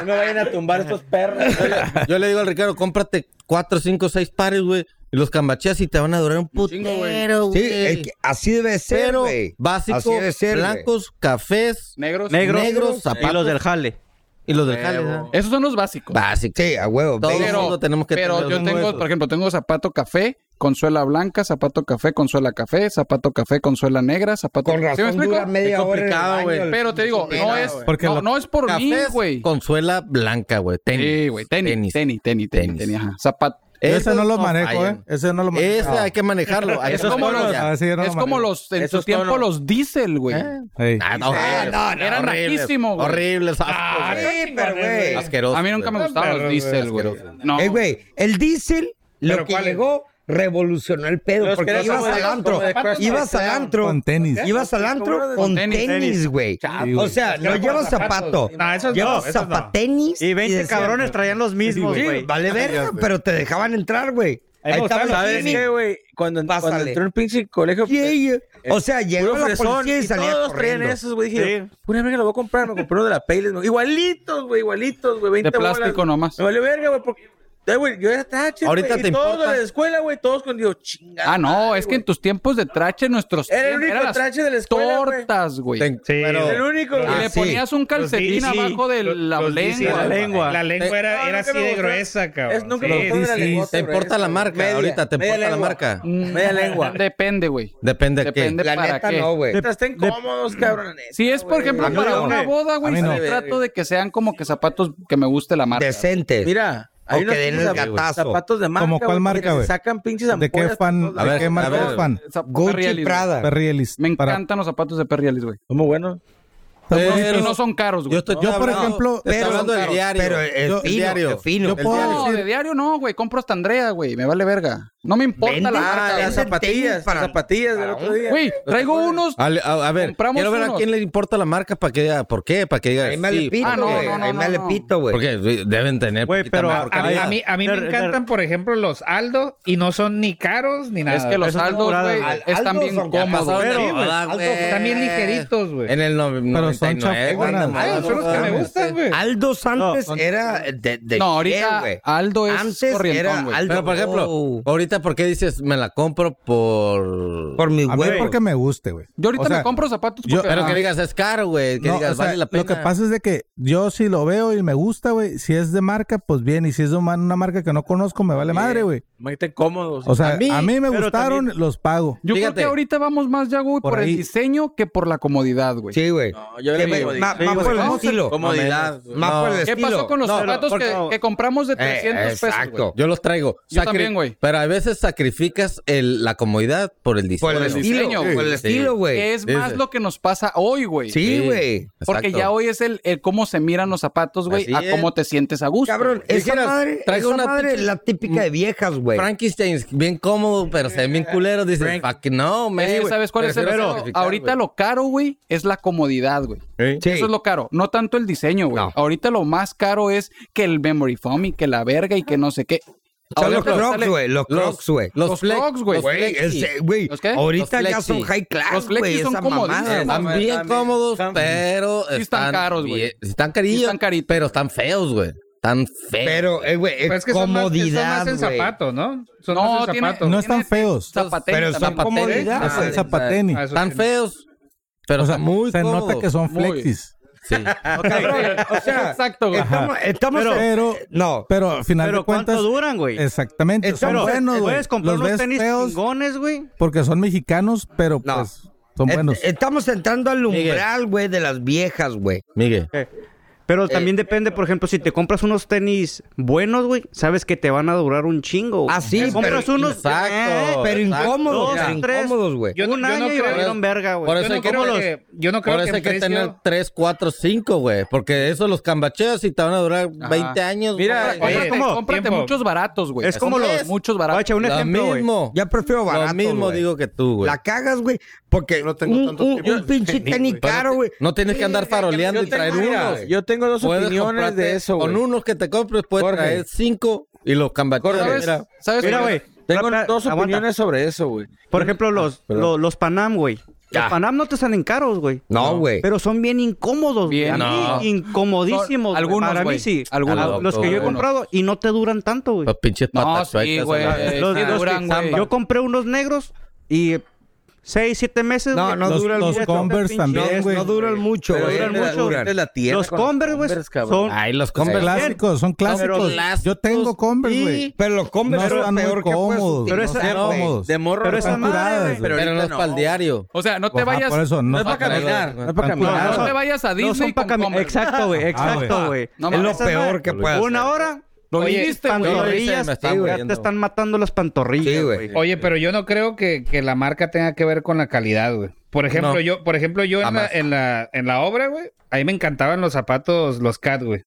[SPEAKER 2] No me vayan a tumbar estos perros. Yo le, yo le digo al Ricardo, cómprate 4, 5, 6 pares, güey. Y los cambacheas y te van a durar un putero, güey.
[SPEAKER 7] Sí, es que así debe ser,
[SPEAKER 2] Pero
[SPEAKER 7] güey.
[SPEAKER 2] básico,
[SPEAKER 7] Así debe ser,
[SPEAKER 2] blancos, cafés,
[SPEAKER 5] Negros.
[SPEAKER 2] negros,
[SPEAKER 5] Negros.
[SPEAKER 2] zapatos.
[SPEAKER 5] Y los del
[SPEAKER 2] jale. Y los del
[SPEAKER 5] Huevo.
[SPEAKER 2] jale, ¿no?
[SPEAKER 5] Esos son los básicos.
[SPEAKER 2] Básicos.
[SPEAKER 7] Sí, a huevo.
[SPEAKER 2] Todo el
[SPEAKER 5] pero,
[SPEAKER 2] mundo tenemos que
[SPEAKER 5] pero
[SPEAKER 2] tener
[SPEAKER 5] yo
[SPEAKER 2] unos
[SPEAKER 5] tengo,
[SPEAKER 2] huevos.
[SPEAKER 5] por ejemplo, tengo zapato café, consuela blanca, zapato café, consuela café, zapato café, consuela negra, zapato
[SPEAKER 7] Con
[SPEAKER 5] ¿Sí me
[SPEAKER 7] razón
[SPEAKER 5] explico?
[SPEAKER 7] dura media hora
[SPEAKER 5] Es
[SPEAKER 7] en el
[SPEAKER 5] complicado,
[SPEAKER 7] baño,
[SPEAKER 5] güey.
[SPEAKER 7] el
[SPEAKER 5] Pero te digo, no
[SPEAKER 7] chingado,
[SPEAKER 5] es,
[SPEAKER 7] güey.
[SPEAKER 2] Porque
[SPEAKER 5] no,
[SPEAKER 2] los
[SPEAKER 5] no es por mí,
[SPEAKER 2] cafés,
[SPEAKER 5] güey.
[SPEAKER 2] Consuela blanca, güey. Tenis.
[SPEAKER 5] Sí, güey, tenis, tenis, tenis, tenis, tenis, ajá. Zapato.
[SPEAKER 1] Yo ese no lo manejo, ¿eh? Ese no lo manejo.
[SPEAKER 2] Ese hay que manejarlo. Hay
[SPEAKER 5] Es
[SPEAKER 2] que
[SPEAKER 5] como los,
[SPEAKER 2] manejarlo.
[SPEAKER 1] Ah, sí, yo no
[SPEAKER 5] es
[SPEAKER 1] lo
[SPEAKER 5] como
[SPEAKER 1] manejo. Eh.
[SPEAKER 5] los, en su
[SPEAKER 2] Esos
[SPEAKER 5] tiempo
[SPEAKER 2] tonos.
[SPEAKER 5] los diésel, güey.
[SPEAKER 1] Ey.
[SPEAKER 2] Ah, no, horribles.
[SPEAKER 5] no, no,
[SPEAKER 2] Eran
[SPEAKER 5] horribles,
[SPEAKER 2] raquísimos, güey. Horribles.
[SPEAKER 5] Ah,
[SPEAKER 2] ascos, güey.
[SPEAKER 5] sí, pero, güey.
[SPEAKER 2] Asquerosos,
[SPEAKER 5] A mí nunca me
[SPEAKER 2] güey.
[SPEAKER 5] gustaban los
[SPEAKER 2] Perros,
[SPEAKER 5] diésel, güey.
[SPEAKER 2] asquerosos.
[SPEAKER 5] No.
[SPEAKER 7] Eh, güey, el diésel, lo
[SPEAKER 5] ¿Pero
[SPEAKER 7] que
[SPEAKER 5] cuál es?
[SPEAKER 7] llegó, revolucionó el pedo.
[SPEAKER 5] Los
[SPEAKER 7] porque
[SPEAKER 5] que eran
[SPEAKER 7] ibas
[SPEAKER 5] como
[SPEAKER 7] al
[SPEAKER 5] de-
[SPEAKER 7] antro,
[SPEAKER 5] como de Crash
[SPEAKER 7] ibas al
[SPEAKER 5] Test.
[SPEAKER 7] antro.
[SPEAKER 1] Con tenis.
[SPEAKER 7] Ibas al
[SPEAKER 1] Como
[SPEAKER 7] antro
[SPEAKER 1] de-
[SPEAKER 7] con
[SPEAKER 1] con tenis,
[SPEAKER 7] tenis,
[SPEAKER 1] tenis.
[SPEAKER 7] güey.
[SPEAKER 1] Sí,
[SPEAKER 7] O
[SPEAKER 1] güey.
[SPEAKER 7] sea, no
[SPEAKER 1] Creo
[SPEAKER 7] llevas
[SPEAKER 1] que con
[SPEAKER 7] zapato.
[SPEAKER 1] zapatos. No, esos no,
[SPEAKER 7] llevas
[SPEAKER 1] esos no.
[SPEAKER 7] zapatenis.
[SPEAKER 13] Y 20
[SPEAKER 7] decían-
[SPEAKER 13] cabrones traían los mismos,
[SPEAKER 7] Sí,
[SPEAKER 13] güey.
[SPEAKER 7] Vale verga, pero te dejaban entrar, güey.
[SPEAKER 13] Ahí
[SPEAKER 7] Ahí
[SPEAKER 13] está,
[SPEAKER 7] estaba
[SPEAKER 13] ¿Sabes
[SPEAKER 7] Jimmy.
[SPEAKER 13] qué, güey? Cuando, cuando
[SPEAKER 7] Pásale.
[SPEAKER 13] entró el pinche colegio. eh,
[SPEAKER 7] O sea, llegó
[SPEAKER 13] puro
[SPEAKER 7] la
[SPEAKER 13] fresón,
[SPEAKER 7] policía y salía
[SPEAKER 13] todos
[SPEAKER 7] corriendo.
[SPEAKER 13] traían esos, güey. Dije, una verga lo voy a comprar, me compré uno de la Payless. ¿no? Igualitos, güey, igualitos, güey. 20
[SPEAKER 5] De plástico
[SPEAKER 13] bolas.
[SPEAKER 5] nomás.
[SPEAKER 13] Me valió verga, güey, porque... eh, güey, yo era tache,
[SPEAKER 5] Ahorita
[SPEAKER 13] güey,
[SPEAKER 5] te
[SPEAKER 13] y todos
[SPEAKER 5] importa.
[SPEAKER 13] de la escuela, güey, todos con Dios, chinga.
[SPEAKER 5] Ah, no, es que en tus tiempos de trache, nuestros
[SPEAKER 13] Era el
[SPEAKER 5] tiempos-
[SPEAKER 13] único
[SPEAKER 5] eran las
[SPEAKER 13] trache de la escuela, güey.
[SPEAKER 5] tortas, güey.
[SPEAKER 2] Ten- pero-
[SPEAKER 13] el único,
[SPEAKER 5] Y
[SPEAKER 13] güey.
[SPEAKER 5] le ponías un calcetín abajo de la lengua.
[SPEAKER 8] La lengua era, era así de gruesa, cabrón.
[SPEAKER 13] Es nunca
[SPEAKER 8] Sí.
[SPEAKER 13] me gustó de la lengua.
[SPEAKER 2] ¿Te importa la marca?
[SPEAKER 13] Media,
[SPEAKER 2] Ahorita, ¿te
[SPEAKER 13] media
[SPEAKER 2] importa la
[SPEAKER 13] lengua.
[SPEAKER 2] marca?
[SPEAKER 13] Media lengua.
[SPEAKER 5] Depende, güey.
[SPEAKER 2] Depende de qué.
[SPEAKER 5] Depende
[SPEAKER 13] La
[SPEAKER 5] para
[SPEAKER 13] neta
[SPEAKER 5] qué.
[SPEAKER 13] no, güey.
[SPEAKER 5] De-
[SPEAKER 13] Están cómodos, cabrón.
[SPEAKER 5] Si es, por ejemplo,
[SPEAKER 13] A mí
[SPEAKER 5] para
[SPEAKER 13] no,
[SPEAKER 5] una
[SPEAKER 13] güey.
[SPEAKER 5] boda,
[SPEAKER 13] A
[SPEAKER 5] güey,
[SPEAKER 13] mí no.
[SPEAKER 5] sí trato de que sean como que zapatos que me guste la marca.
[SPEAKER 7] Decentes.
[SPEAKER 13] Mira, hay unos pinches zap- zapatos de marca.
[SPEAKER 5] ¿Cómo cuál
[SPEAKER 13] güey,
[SPEAKER 5] marca,
[SPEAKER 13] que te
[SPEAKER 5] güey?
[SPEAKER 13] Sacan pinches
[SPEAKER 5] ¿De qué
[SPEAKER 13] ampollas.
[SPEAKER 5] fan-
[SPEAKER 13] por todos
[SPEAKER 5] de
[SPEAKER 13] lados.
[SPEAKER 5] qué A ver, marca a ver. es fan? Gucci, Prada.
[SPEAKER 1] Perry
[SPEAKER 5] Me encantan los zapatos de Perry Ellis, güey.
[SPEAKER 13] Muy buenos.
[SPEAKER 5] y no son caros, güey.
[SPEAKER 2] Yo, estoy,
[SPEAKER 1] Yo, por
[SPEAKER 2] hablando-
[SPEAKER 1] ejemplo,
[SPEAKER 2] yo estoy hablando del diario.
[SPEAKER 1] Yo-
[SPEAKER 2] El diario.
[SPEAKER 1] Yo
[SPEAKER 5] El
[SPEAKER 1] puedo
[SPEAKER 5] diario. No,
[SPEAKER 1] decir-
[SPEAKER 5] de diario no, güey. Compro hasta Andrea, güey. Me vale verga. No me importa la marca.
[SPEAKER 13] Ah,
[SPEAKER 5] güey.
[SPEAKER 13] las zapatillas, las zapatillas del otro día.
[SPEAKER 5] Güey, traigo unos.
[SPEAKER 2] A, a- a ver,
[SPEAKER 5] Compramos
[SPEAKER 2] quiero ver a
[SPEAKER 5] unos.
[SPEAKER 2] quién le importa la marca para que diga, ¿por qué? Para que diga,
[SPEAKER 7] Ahí me le pito,
[SPEAKER 2] ah, no,
[SPEAKER 7] güey.
[SPEAKER 2] no, no,
[SPEAKER 7] Ahí me
[SPEAKER 2] no,
[SPEAKER 7] le
[SPEAKER 2] no.
[SPEAKER 7] pito, güey.
[SPEAKER 2] Porque güey, deben tener poquita
[SPEAKER 8] Pero a,
[SPEAKER 2] marca.
[SPEAKER 8] a mí-
[SPEAKER 2] Ahí.
[SPEAKER 8] a mí, a mí me
[SPEAKER 2] Pero-
[SPEAKER 8] encantan, por ejemplo, los Aldo y no son ni caros ni nada.
[SPEAKER 5] Es que los
[SPEAKER 8] Esos
[SPEAKER 5] Aldos,
[SPEAKER 8] morados,
[SPEAKER 5] güey,
[SPEAKER 8] Al-
[SPEAKER 5] están
[SPEAKER 8] Aldos
[SPEAKER 5] bien
[SPEAKER 8] son
[SPEAKER 5] cómodos,
[SPEAKER 8] caros,
[SPEAKER 5] güey.
[SPEAKER 8] sí, güey.
[SPEAKER 2] Ah,
[SPEAKER 8] Aldos
[SPEAKER 2] güey.
[SPEAKER 8] Están bien Pues ligeritos, güey.
[SPEAKER 2] En el no- 99. andan
[SPEAKER 8] Ay,
[SPEAKER 2] mal,
[SPEAKER 8] son los que me
[SPEAKER 2] güey.
[SPEAKER 8] gustan, güey.
[SPEAKER 7] Aldo
[SPEAKER 2] No,
[SPEAKER 7] antes
[SPEAKER 2] son-
[SPEAKER 7] era de, de
[SPEAKER 5] No,
[SPEAKER 7] qué,
[SPEAKER 5] ahorita
[SPEAKER 7] güey?
[SPEAKER 5] Aldo es
[SPEAKER 7] Antes
[SPEAKER 5] corrientón,
[SPEAKER 7] era
[SPEAKER 5] güey.
[SPEAKER 7] Aldo.
[SPEAKER 2] Pero, por ejemplo,
[SPEAKER 7] Oh.
[SPEAKER 2] ahorita, ¿por qué dices, me la compro por... Por
[SPEAKER 7] mi
[SPEAKER 1] A mí porque me guste, güey.
[SPEAKER 5] Yo ahorita
[SPEAKER 1] O sea,
[SPEAKER 5] me compro zapatos
[SPEAKER 1] yo-
[SPEAKER 5] porque-
[SPEAKER 2] Pero que
[SPEAKER 5] Ah.
[SPEAKER 2] digas, es caro, güey. Que
[SPEAKER 1] no,
[SPEAKER 2] digas,
[SPEAKER 1] o sea,
[SPEAKER 2] vale la pena.
[SPEAKER 1] Lo que pasa es de que yo si lo veo y me gusta, güey, si es de marca, pues bien, y si es de una una marca que no conozco, me vale madre, güey.
[SPEAKER 13] Me estén cómodos.
[SPEAKER 1] O sea, a mí, me
[SPEAKER 13] pero
[SPEAKER 1] gustaron,
[SPEAKER 13] también-
[SPEAKER 1] los pago.
[SPEAKER 5] Yo creo que ahorita vamos más ya, güey, por,
[SPEAKER 1] Por ahí.
[SPEAKER 5] el diseño que por la comodidad, güey.
[SPEAKER 7] Sí, güey.
[SPEAKER 13] yo
[SPEAKER 5] Que
[SPEAKER 13] le
[SPEAKER 5] me-
[SPEAKER 13] digo,
[SPEAKER 5] ma-
[SPEAKER 13] sí,
[SPEAKER 5] ma-
[SPEAKER 13] güey.
[SPEAKER 5] por el
[SPEAKER 13] No,
[SPEAKER 5] estilo.
[SPEAKER 13] Comodidad.
[SPEAKER 5] No, ¿Qué pasó con los
[SPEAKER 2] No, no,
[SPEAKER 5] zapatos
[SPEAKER 2] por
[SPEAKER 5] que,
[SPEAKER 2] favor.
[SPEAKER 5] que compramos de 300 pesos? güey?
[SPEAKER 2] Eh, Yo los traigo.
[SPEAKER 5] Yo
[SPEAKER 2] Sacri-
[SPEAKER 5] también, güey.
[SPEAKER 2] Pero a veces sacrificas el- la comodidad por el diseño.
[SPEAKER 7] Por el estilo, por el estilo, güey.
[SPEAKER 5] Que es más lo que nos pasa hoy, güey.
[SPEAKER 7] Sí, güey.
[SPEAKER 5] Porque
[SPEAKER 2] exacto.
[SPEAKER 5] ya hoy es el, el cómo se miran los zapatos, güey,
[SPEAKER 2] Así
[SPEAKER 5] a
[SPEAKER 2] es.
[SPEAKER 5] cómo te sientes a gusto.
[SPEAKER 7] Cabrón,
[SPEAKER 5] güey.
[SPEAKER 7] esa madre,
[SPEAKER 2] traigo
[SPEAKER 7] esa
[SPEAKER 2] una
[SPEAKER 7] madre
[SPEAKER 2] pinche-
[SPEAKER 7] es la típica de viejas, güey.
[SPEAKER 2] Frankenstein, bien cómodo, pero se ven bien culeros. Dices, fuck, no,
[SPEAKER 5] Es
[SPEAKER 2] me.
[SPEAKER 5] que, ¿Sabes cuál es el
[SPEAKER 2] Prefiero
[SPEAKER 5] pedo?
[SPEAKER 2] sacrificar,
[SPEAKER 5] Ahorita lo caro, güey, es la comodidad, güey.
[SPEAKER 2] güey.
[SPEAKER 5] Eso es lo caro, no tanto el diseño, güey. Ahorita lo más caro es que el memory foam y que la verga y que no sé qué.
[SPEAKER 7] Son
[SPEAKER 5] Ahora
[SPEAKER 7] los
[SPEAKER 5] te
[SPEAKER 7] crocs,
[SPEAKER 5] sale-
[SPEAKER 7] güey. Los crocs, güey.
[SPEAKER 5] Los, crocs, güey.
[SPEAKER 7] Güey, ese- güey,
[SPEAKER 5] ¿Los qué?
[SPEAKER 7] Ahorita
[SPEAKER 5] Los
[SPEAKER 7] ya son
[SPEAKER 5] flexi.
[SPEAKER 7] high class,
[SPEAKER 5] Los flexi
[SPEAKER 7] güey.
[SPEAKER 5] son
[SPEAKER 7] Esa
[SPEAKER 5] comodísimos,
[SPEAKER 7] mamada.
[SPEAKER 2] Están bien cómodos, pero.
[SPEAKER 5] Sí están caros, güey.
[SPEAKER 2] bien- Están carillos. Pero están feos, güey. Están feos.
[SPEAKER 7] Pero, eh, güey,
[SPEAKER 2] Pues
[SPEAKER 8] Pero
[SPEAKER 7] es comodidad,
[SPEAKER 8] Son más, en
[SPEAKER 7] güey.
[SPEAKER 8] zapato, ¿no? Son
[SPEAKER 5] No,
[SPEAKER 8] más en Ah,
[SPEAKER 5] tiene-
[SPEAKER 8] zapato.
[SPEAKER 1] No están feos.
[SPEAKER 5] Zapateni
[SPEAKER 7] Pero
[SPEAKER 5] también.
[SPEAKER 7] zapatenis,
[SPEAKER 1] Comodidad,
[SPEAKER 7] güey.
[SPEAKER 1] zapateni.
[SPEAKER 2] Están feos. Pero
[SPEAKER 1] O sea,
[SPEAKER 2] están muy
[SPEAKER 1] se nota
[SPEAKER 2] cómodos.
[SPEAKER 1] que son
[SPEAKER 2] Muy.
[SPEAKER 1] flexis.
[SPEAKER 2] Sí.
[SPEAKER 7] o sea,
[SPEAKER 2] Exacto,
[SPEAKER 13] eh,
[SPEAKER 2] güey.
[SPEAKER 7] Estamos, estamos
[SPEAKER 1] pero,
[SPEAKER 7] en-
[SPEAKER 1] no. Pero al final
[SPEAKER 7] Pero
[SPEAKER 1] de cuentas.
[SPEAKER 7] ¿cuánto duran,
[SPEAKER 1] güey?
[SPEAKER 13] Eh,
[SPEAKER 1] Exactamente. son
[SPEAKER 7] Pero,
[SPEAKER 1] buenos, güey.
[SPEAKER 7] ¿puedes comprar
[SPEAKER 1] Los
[SPEAKER 7] unos
[SPEAKER 1] ves
[SPEAKER 7] tenis
[SPEAKER 1] feos
[SPEAKER 6] chingones, güey?
[SPEAKER 1] Porque son mexicanos, pero pues son
[SPEAKER 13] Eh,
[SPEAKER 7] Et-
[SPEAKER 1] buenos.
[SPEAKER 7] Estamos entrando al umbral, güey, de las viejas, güey. Eh,
[SPEAKER 2] Miguel.
[SPEAKER 6] Eh, Pero también depende, por ejemplo, si te compras unos tenis buenos, güey, sabes que te van a durar un chingo. güey.
[SPEAKER 7] Ah, sí,
[SPEAKER 6] Te compras
[SPEAKER 7] pero-
[SPEAKER 6] unos. eh,
[SPEAKER 7] exacto, pero
[SPEAKER 6] exacto.
[SPEAKER 7] incómodos,
[SPEAKER 6] Dos,
[SPEAKER 7] pero
[SPEAKER 6] tres,
[SPEAKER 7] incómodos, güey.
[SPEAKER 6] Yo no,
[SPEAKER 7] Un
[SPEAKER 6] yo
[SPEAKER 7] año
[SPEAKER 6] no
[SPEAKER 7] y
[SPEAKER 6] creo-
[SPEAKER 7] valieron verga, güey.
[SPEAKER 2] Por
[SPEAKER 7] Yo
[SPEAKER 2] eso
[SPEAKER 7] no
[SPEAKER 2] hay que,
[SPEAKER 7] creo
[SPEAKER 2] los-
[SPEAKER 7] que- yo no creo
[SPEAKER 2] por
[SPEAKER 7] que
[SPEAKER 2] eso
[SPEAKER 7] en
[SPEAKER 2] hay que
[SPEAKER 7] precio-
[SPEAKER 2] tener 3, 4, 5, güey. Porque eso los cambacheas y te van a durar 20 años.
[SPEAKER 5] Mira,
[SPEAKER 2] güey.
[SPEAKER 5] cómprate, cómprate muchos baratos, güey.
[SPEAKER 2] Es como
[SPEAKER 5] Cómprate
[SPEAKER 2] los-
[SPEAKER 5] muchos baratos.
[SPEAKER 2] Oye, un Lo ejemplo, güey. mismo.
[SPEAKER 7] Ya prefiero
[SPEAKER 2] Lo
[SPEAKER 7] barato.
[SPEAKER 2] mismo digo que tú, güey.
[SPEAKER 7] La cagas, güey. Porque un, un- un pinche tenis caro, güey.
[SPEAKER 2] No tienes que andar faroleando
[SPEAKER 7] Yo
[SPEAKER 2] y traer
[SPEAKER 7] tengo- mira,
[SPEAKER 2] uno. güey.
[SPEAKER 13] yo tengo dos
[SPEAKER 2] Puedes
[SPEAKER 13] opiniones
[SPEAKER 2] comprarte-
[SPEAKER 13] de eso,
[SPEAKER 2] Con
[SPEAKER 13] güey.
[SPEAKER 2] unos que te compres puedes
[SPEAKER 13] Jorge.
[SPEAKER 2] traer cinco y los cambacheas.
[SPEAKER 13] ¿Sabes?
[SPEAKER 2] mira.
[SPEAKER 13] ¿Sabes?
[SPEAKER 6] Mira,
[SPEAKER 13] güey.
[SPEAKER 6] güey.
[SPEAKER 13] Tengo
[SPEAKER 6] Aguanta,
[SPEAKER 13] dos
[SPEAKER 6] aguanta.
[SPEAKER 13] opiniones sobre eso, güey.
[SPEAKER 6] Por ejemplo, los,
[SPEAKER 13] perdón.
[SPEAKER 6] lo- los Panam, güey. Los Panam no te salen caros, güey.
[SPEAKER 7] No, güey.
[SPEAKER 6] Pero son bien incómodos, güey.
[SPEAKER 7] Bien,
[SPEAKER 6] A mí,
[SPEAKER 7] no.
[SPEAKER 6] incomodísimos.
[SPEAKER 7] Son-
[SPEAKER 6] güey.
[SPEAKER 7] algunos,
[SPEAKER 6] Para
[SPEAKER 7] güey.
[SPEAKER 6] mí sí.
[SPEAKER 7] Algunos.
[SPEAKER 6] A- Los que yo he
[SPEAKER 7] Algunos.
[SPEAKER 6] comprado y no te duran tanto, güey.
[SPEAKER 2] Los pinches patas chuecas, a la verga.
[SPEAKER 6] Los- los que- Yo compré unos negros y seis, siete meses.
[SPEAKER 2] No,
[SPEAKER 6] güey.
[SPEAKER 2] no Los- duran los mucho. Converse
[SPEAKER 6] Pinches-
[SPEAKER 2] también, güey.
[SPEAKER 6] No duran mucho,
[SPEAKER 2] Pero
[SPEAKER 6] güey.
[SPEAKER 2] duran
[SPEAKER 6] Duran
[SPEAKER 2] mucho.
[SPEAKER 6] mucho.
[SPEAKER 2] Vete a la tienda
[SPEAKER 6] Los
[SPEAKER 2] con los
[SPEAKER 6] Converse, güey.
[SPEAKER 2] Converse, cabrón. Ay, los Converse.
[SPEAKER 6] Son
[SPEAKER 1] clásicos, son clásicos. Yo tengo Converse, güey.
[SPEAKER 7] Pero los
[SPEAKER 1] no
[SPEAKER 7] Converse
[SPEAKER 1] están
[SPEAKER 7] son peor que
[SPEAKER 1] muy
[SPEAKER 7] puedes
[SPEAKER 1] cómodos.
[SPEAKER 7] utilizar.
[SPEAKER 1] no están cómodos.
[SPEAKER 13] de morro
[SPEAKER 1] pero
[SPEAKER 13] no
[SPEAKER 1] están
[SPEAKER 13] están madre,
[SPEAKER 1] curadas,
[SPEAKER 13] güey.
[SPEAKER 1] güey.
[SPEAKER 13] Pero
[SPEAKER 2] Pero no es para el diario.
[SPEAKER 5] O sea, no te
[SPEAKER 1] Ajá,
[SPEAKER 5] vayas.
[SPEAKER 1] por eso, no
[SPEAKER 5] es para
[SPEAKER 1] están
[SPEAKER 5] caminar.
[SPEAKER 1] curadas.
[SPEAKER 5] No es para caminar. No te vayas a
[SPEAKER 6] No
[SPEAKER 5] Disney.
[SPEAKER 6] son para
[SPEAKER 5] con
[SPEAKER 6] caminar.
[SPEAKER 5] Converse.
[SPEAKER 6] Exacto, güey. Exacto, güey.
[SPEAKER 5] Ah, No mames.
[SPEAKER 6] Esas madres- Una hora.
[SPEAKER 5] Lo
[SPEAKER 6] Oye,
[SPEAKER 5] viviste, güey.
[SPEAKER 6] pantorrillas,
[SPEAKER 5] Me
[SPEAKER 8] están
[SPEAKER 6] sí, güey, ya
[SPEAKER 8] muriendo.
[SPEAKER 6] te están matando las pantorrillas, güey.
[SPEAKER 8] Oye, pero yo no creo que, que la marca tenga que ver con la calidad, güey. Por ejemplo,
[SPEAKER 6] No.
[SPEAKER 8] yo, por ejemplo, yo en la,
[SPEAKER 6] Jamás.
[SPEAKER 8] en la, en la obra, güey, a mí me encantaban los zapatos, los cat, güey.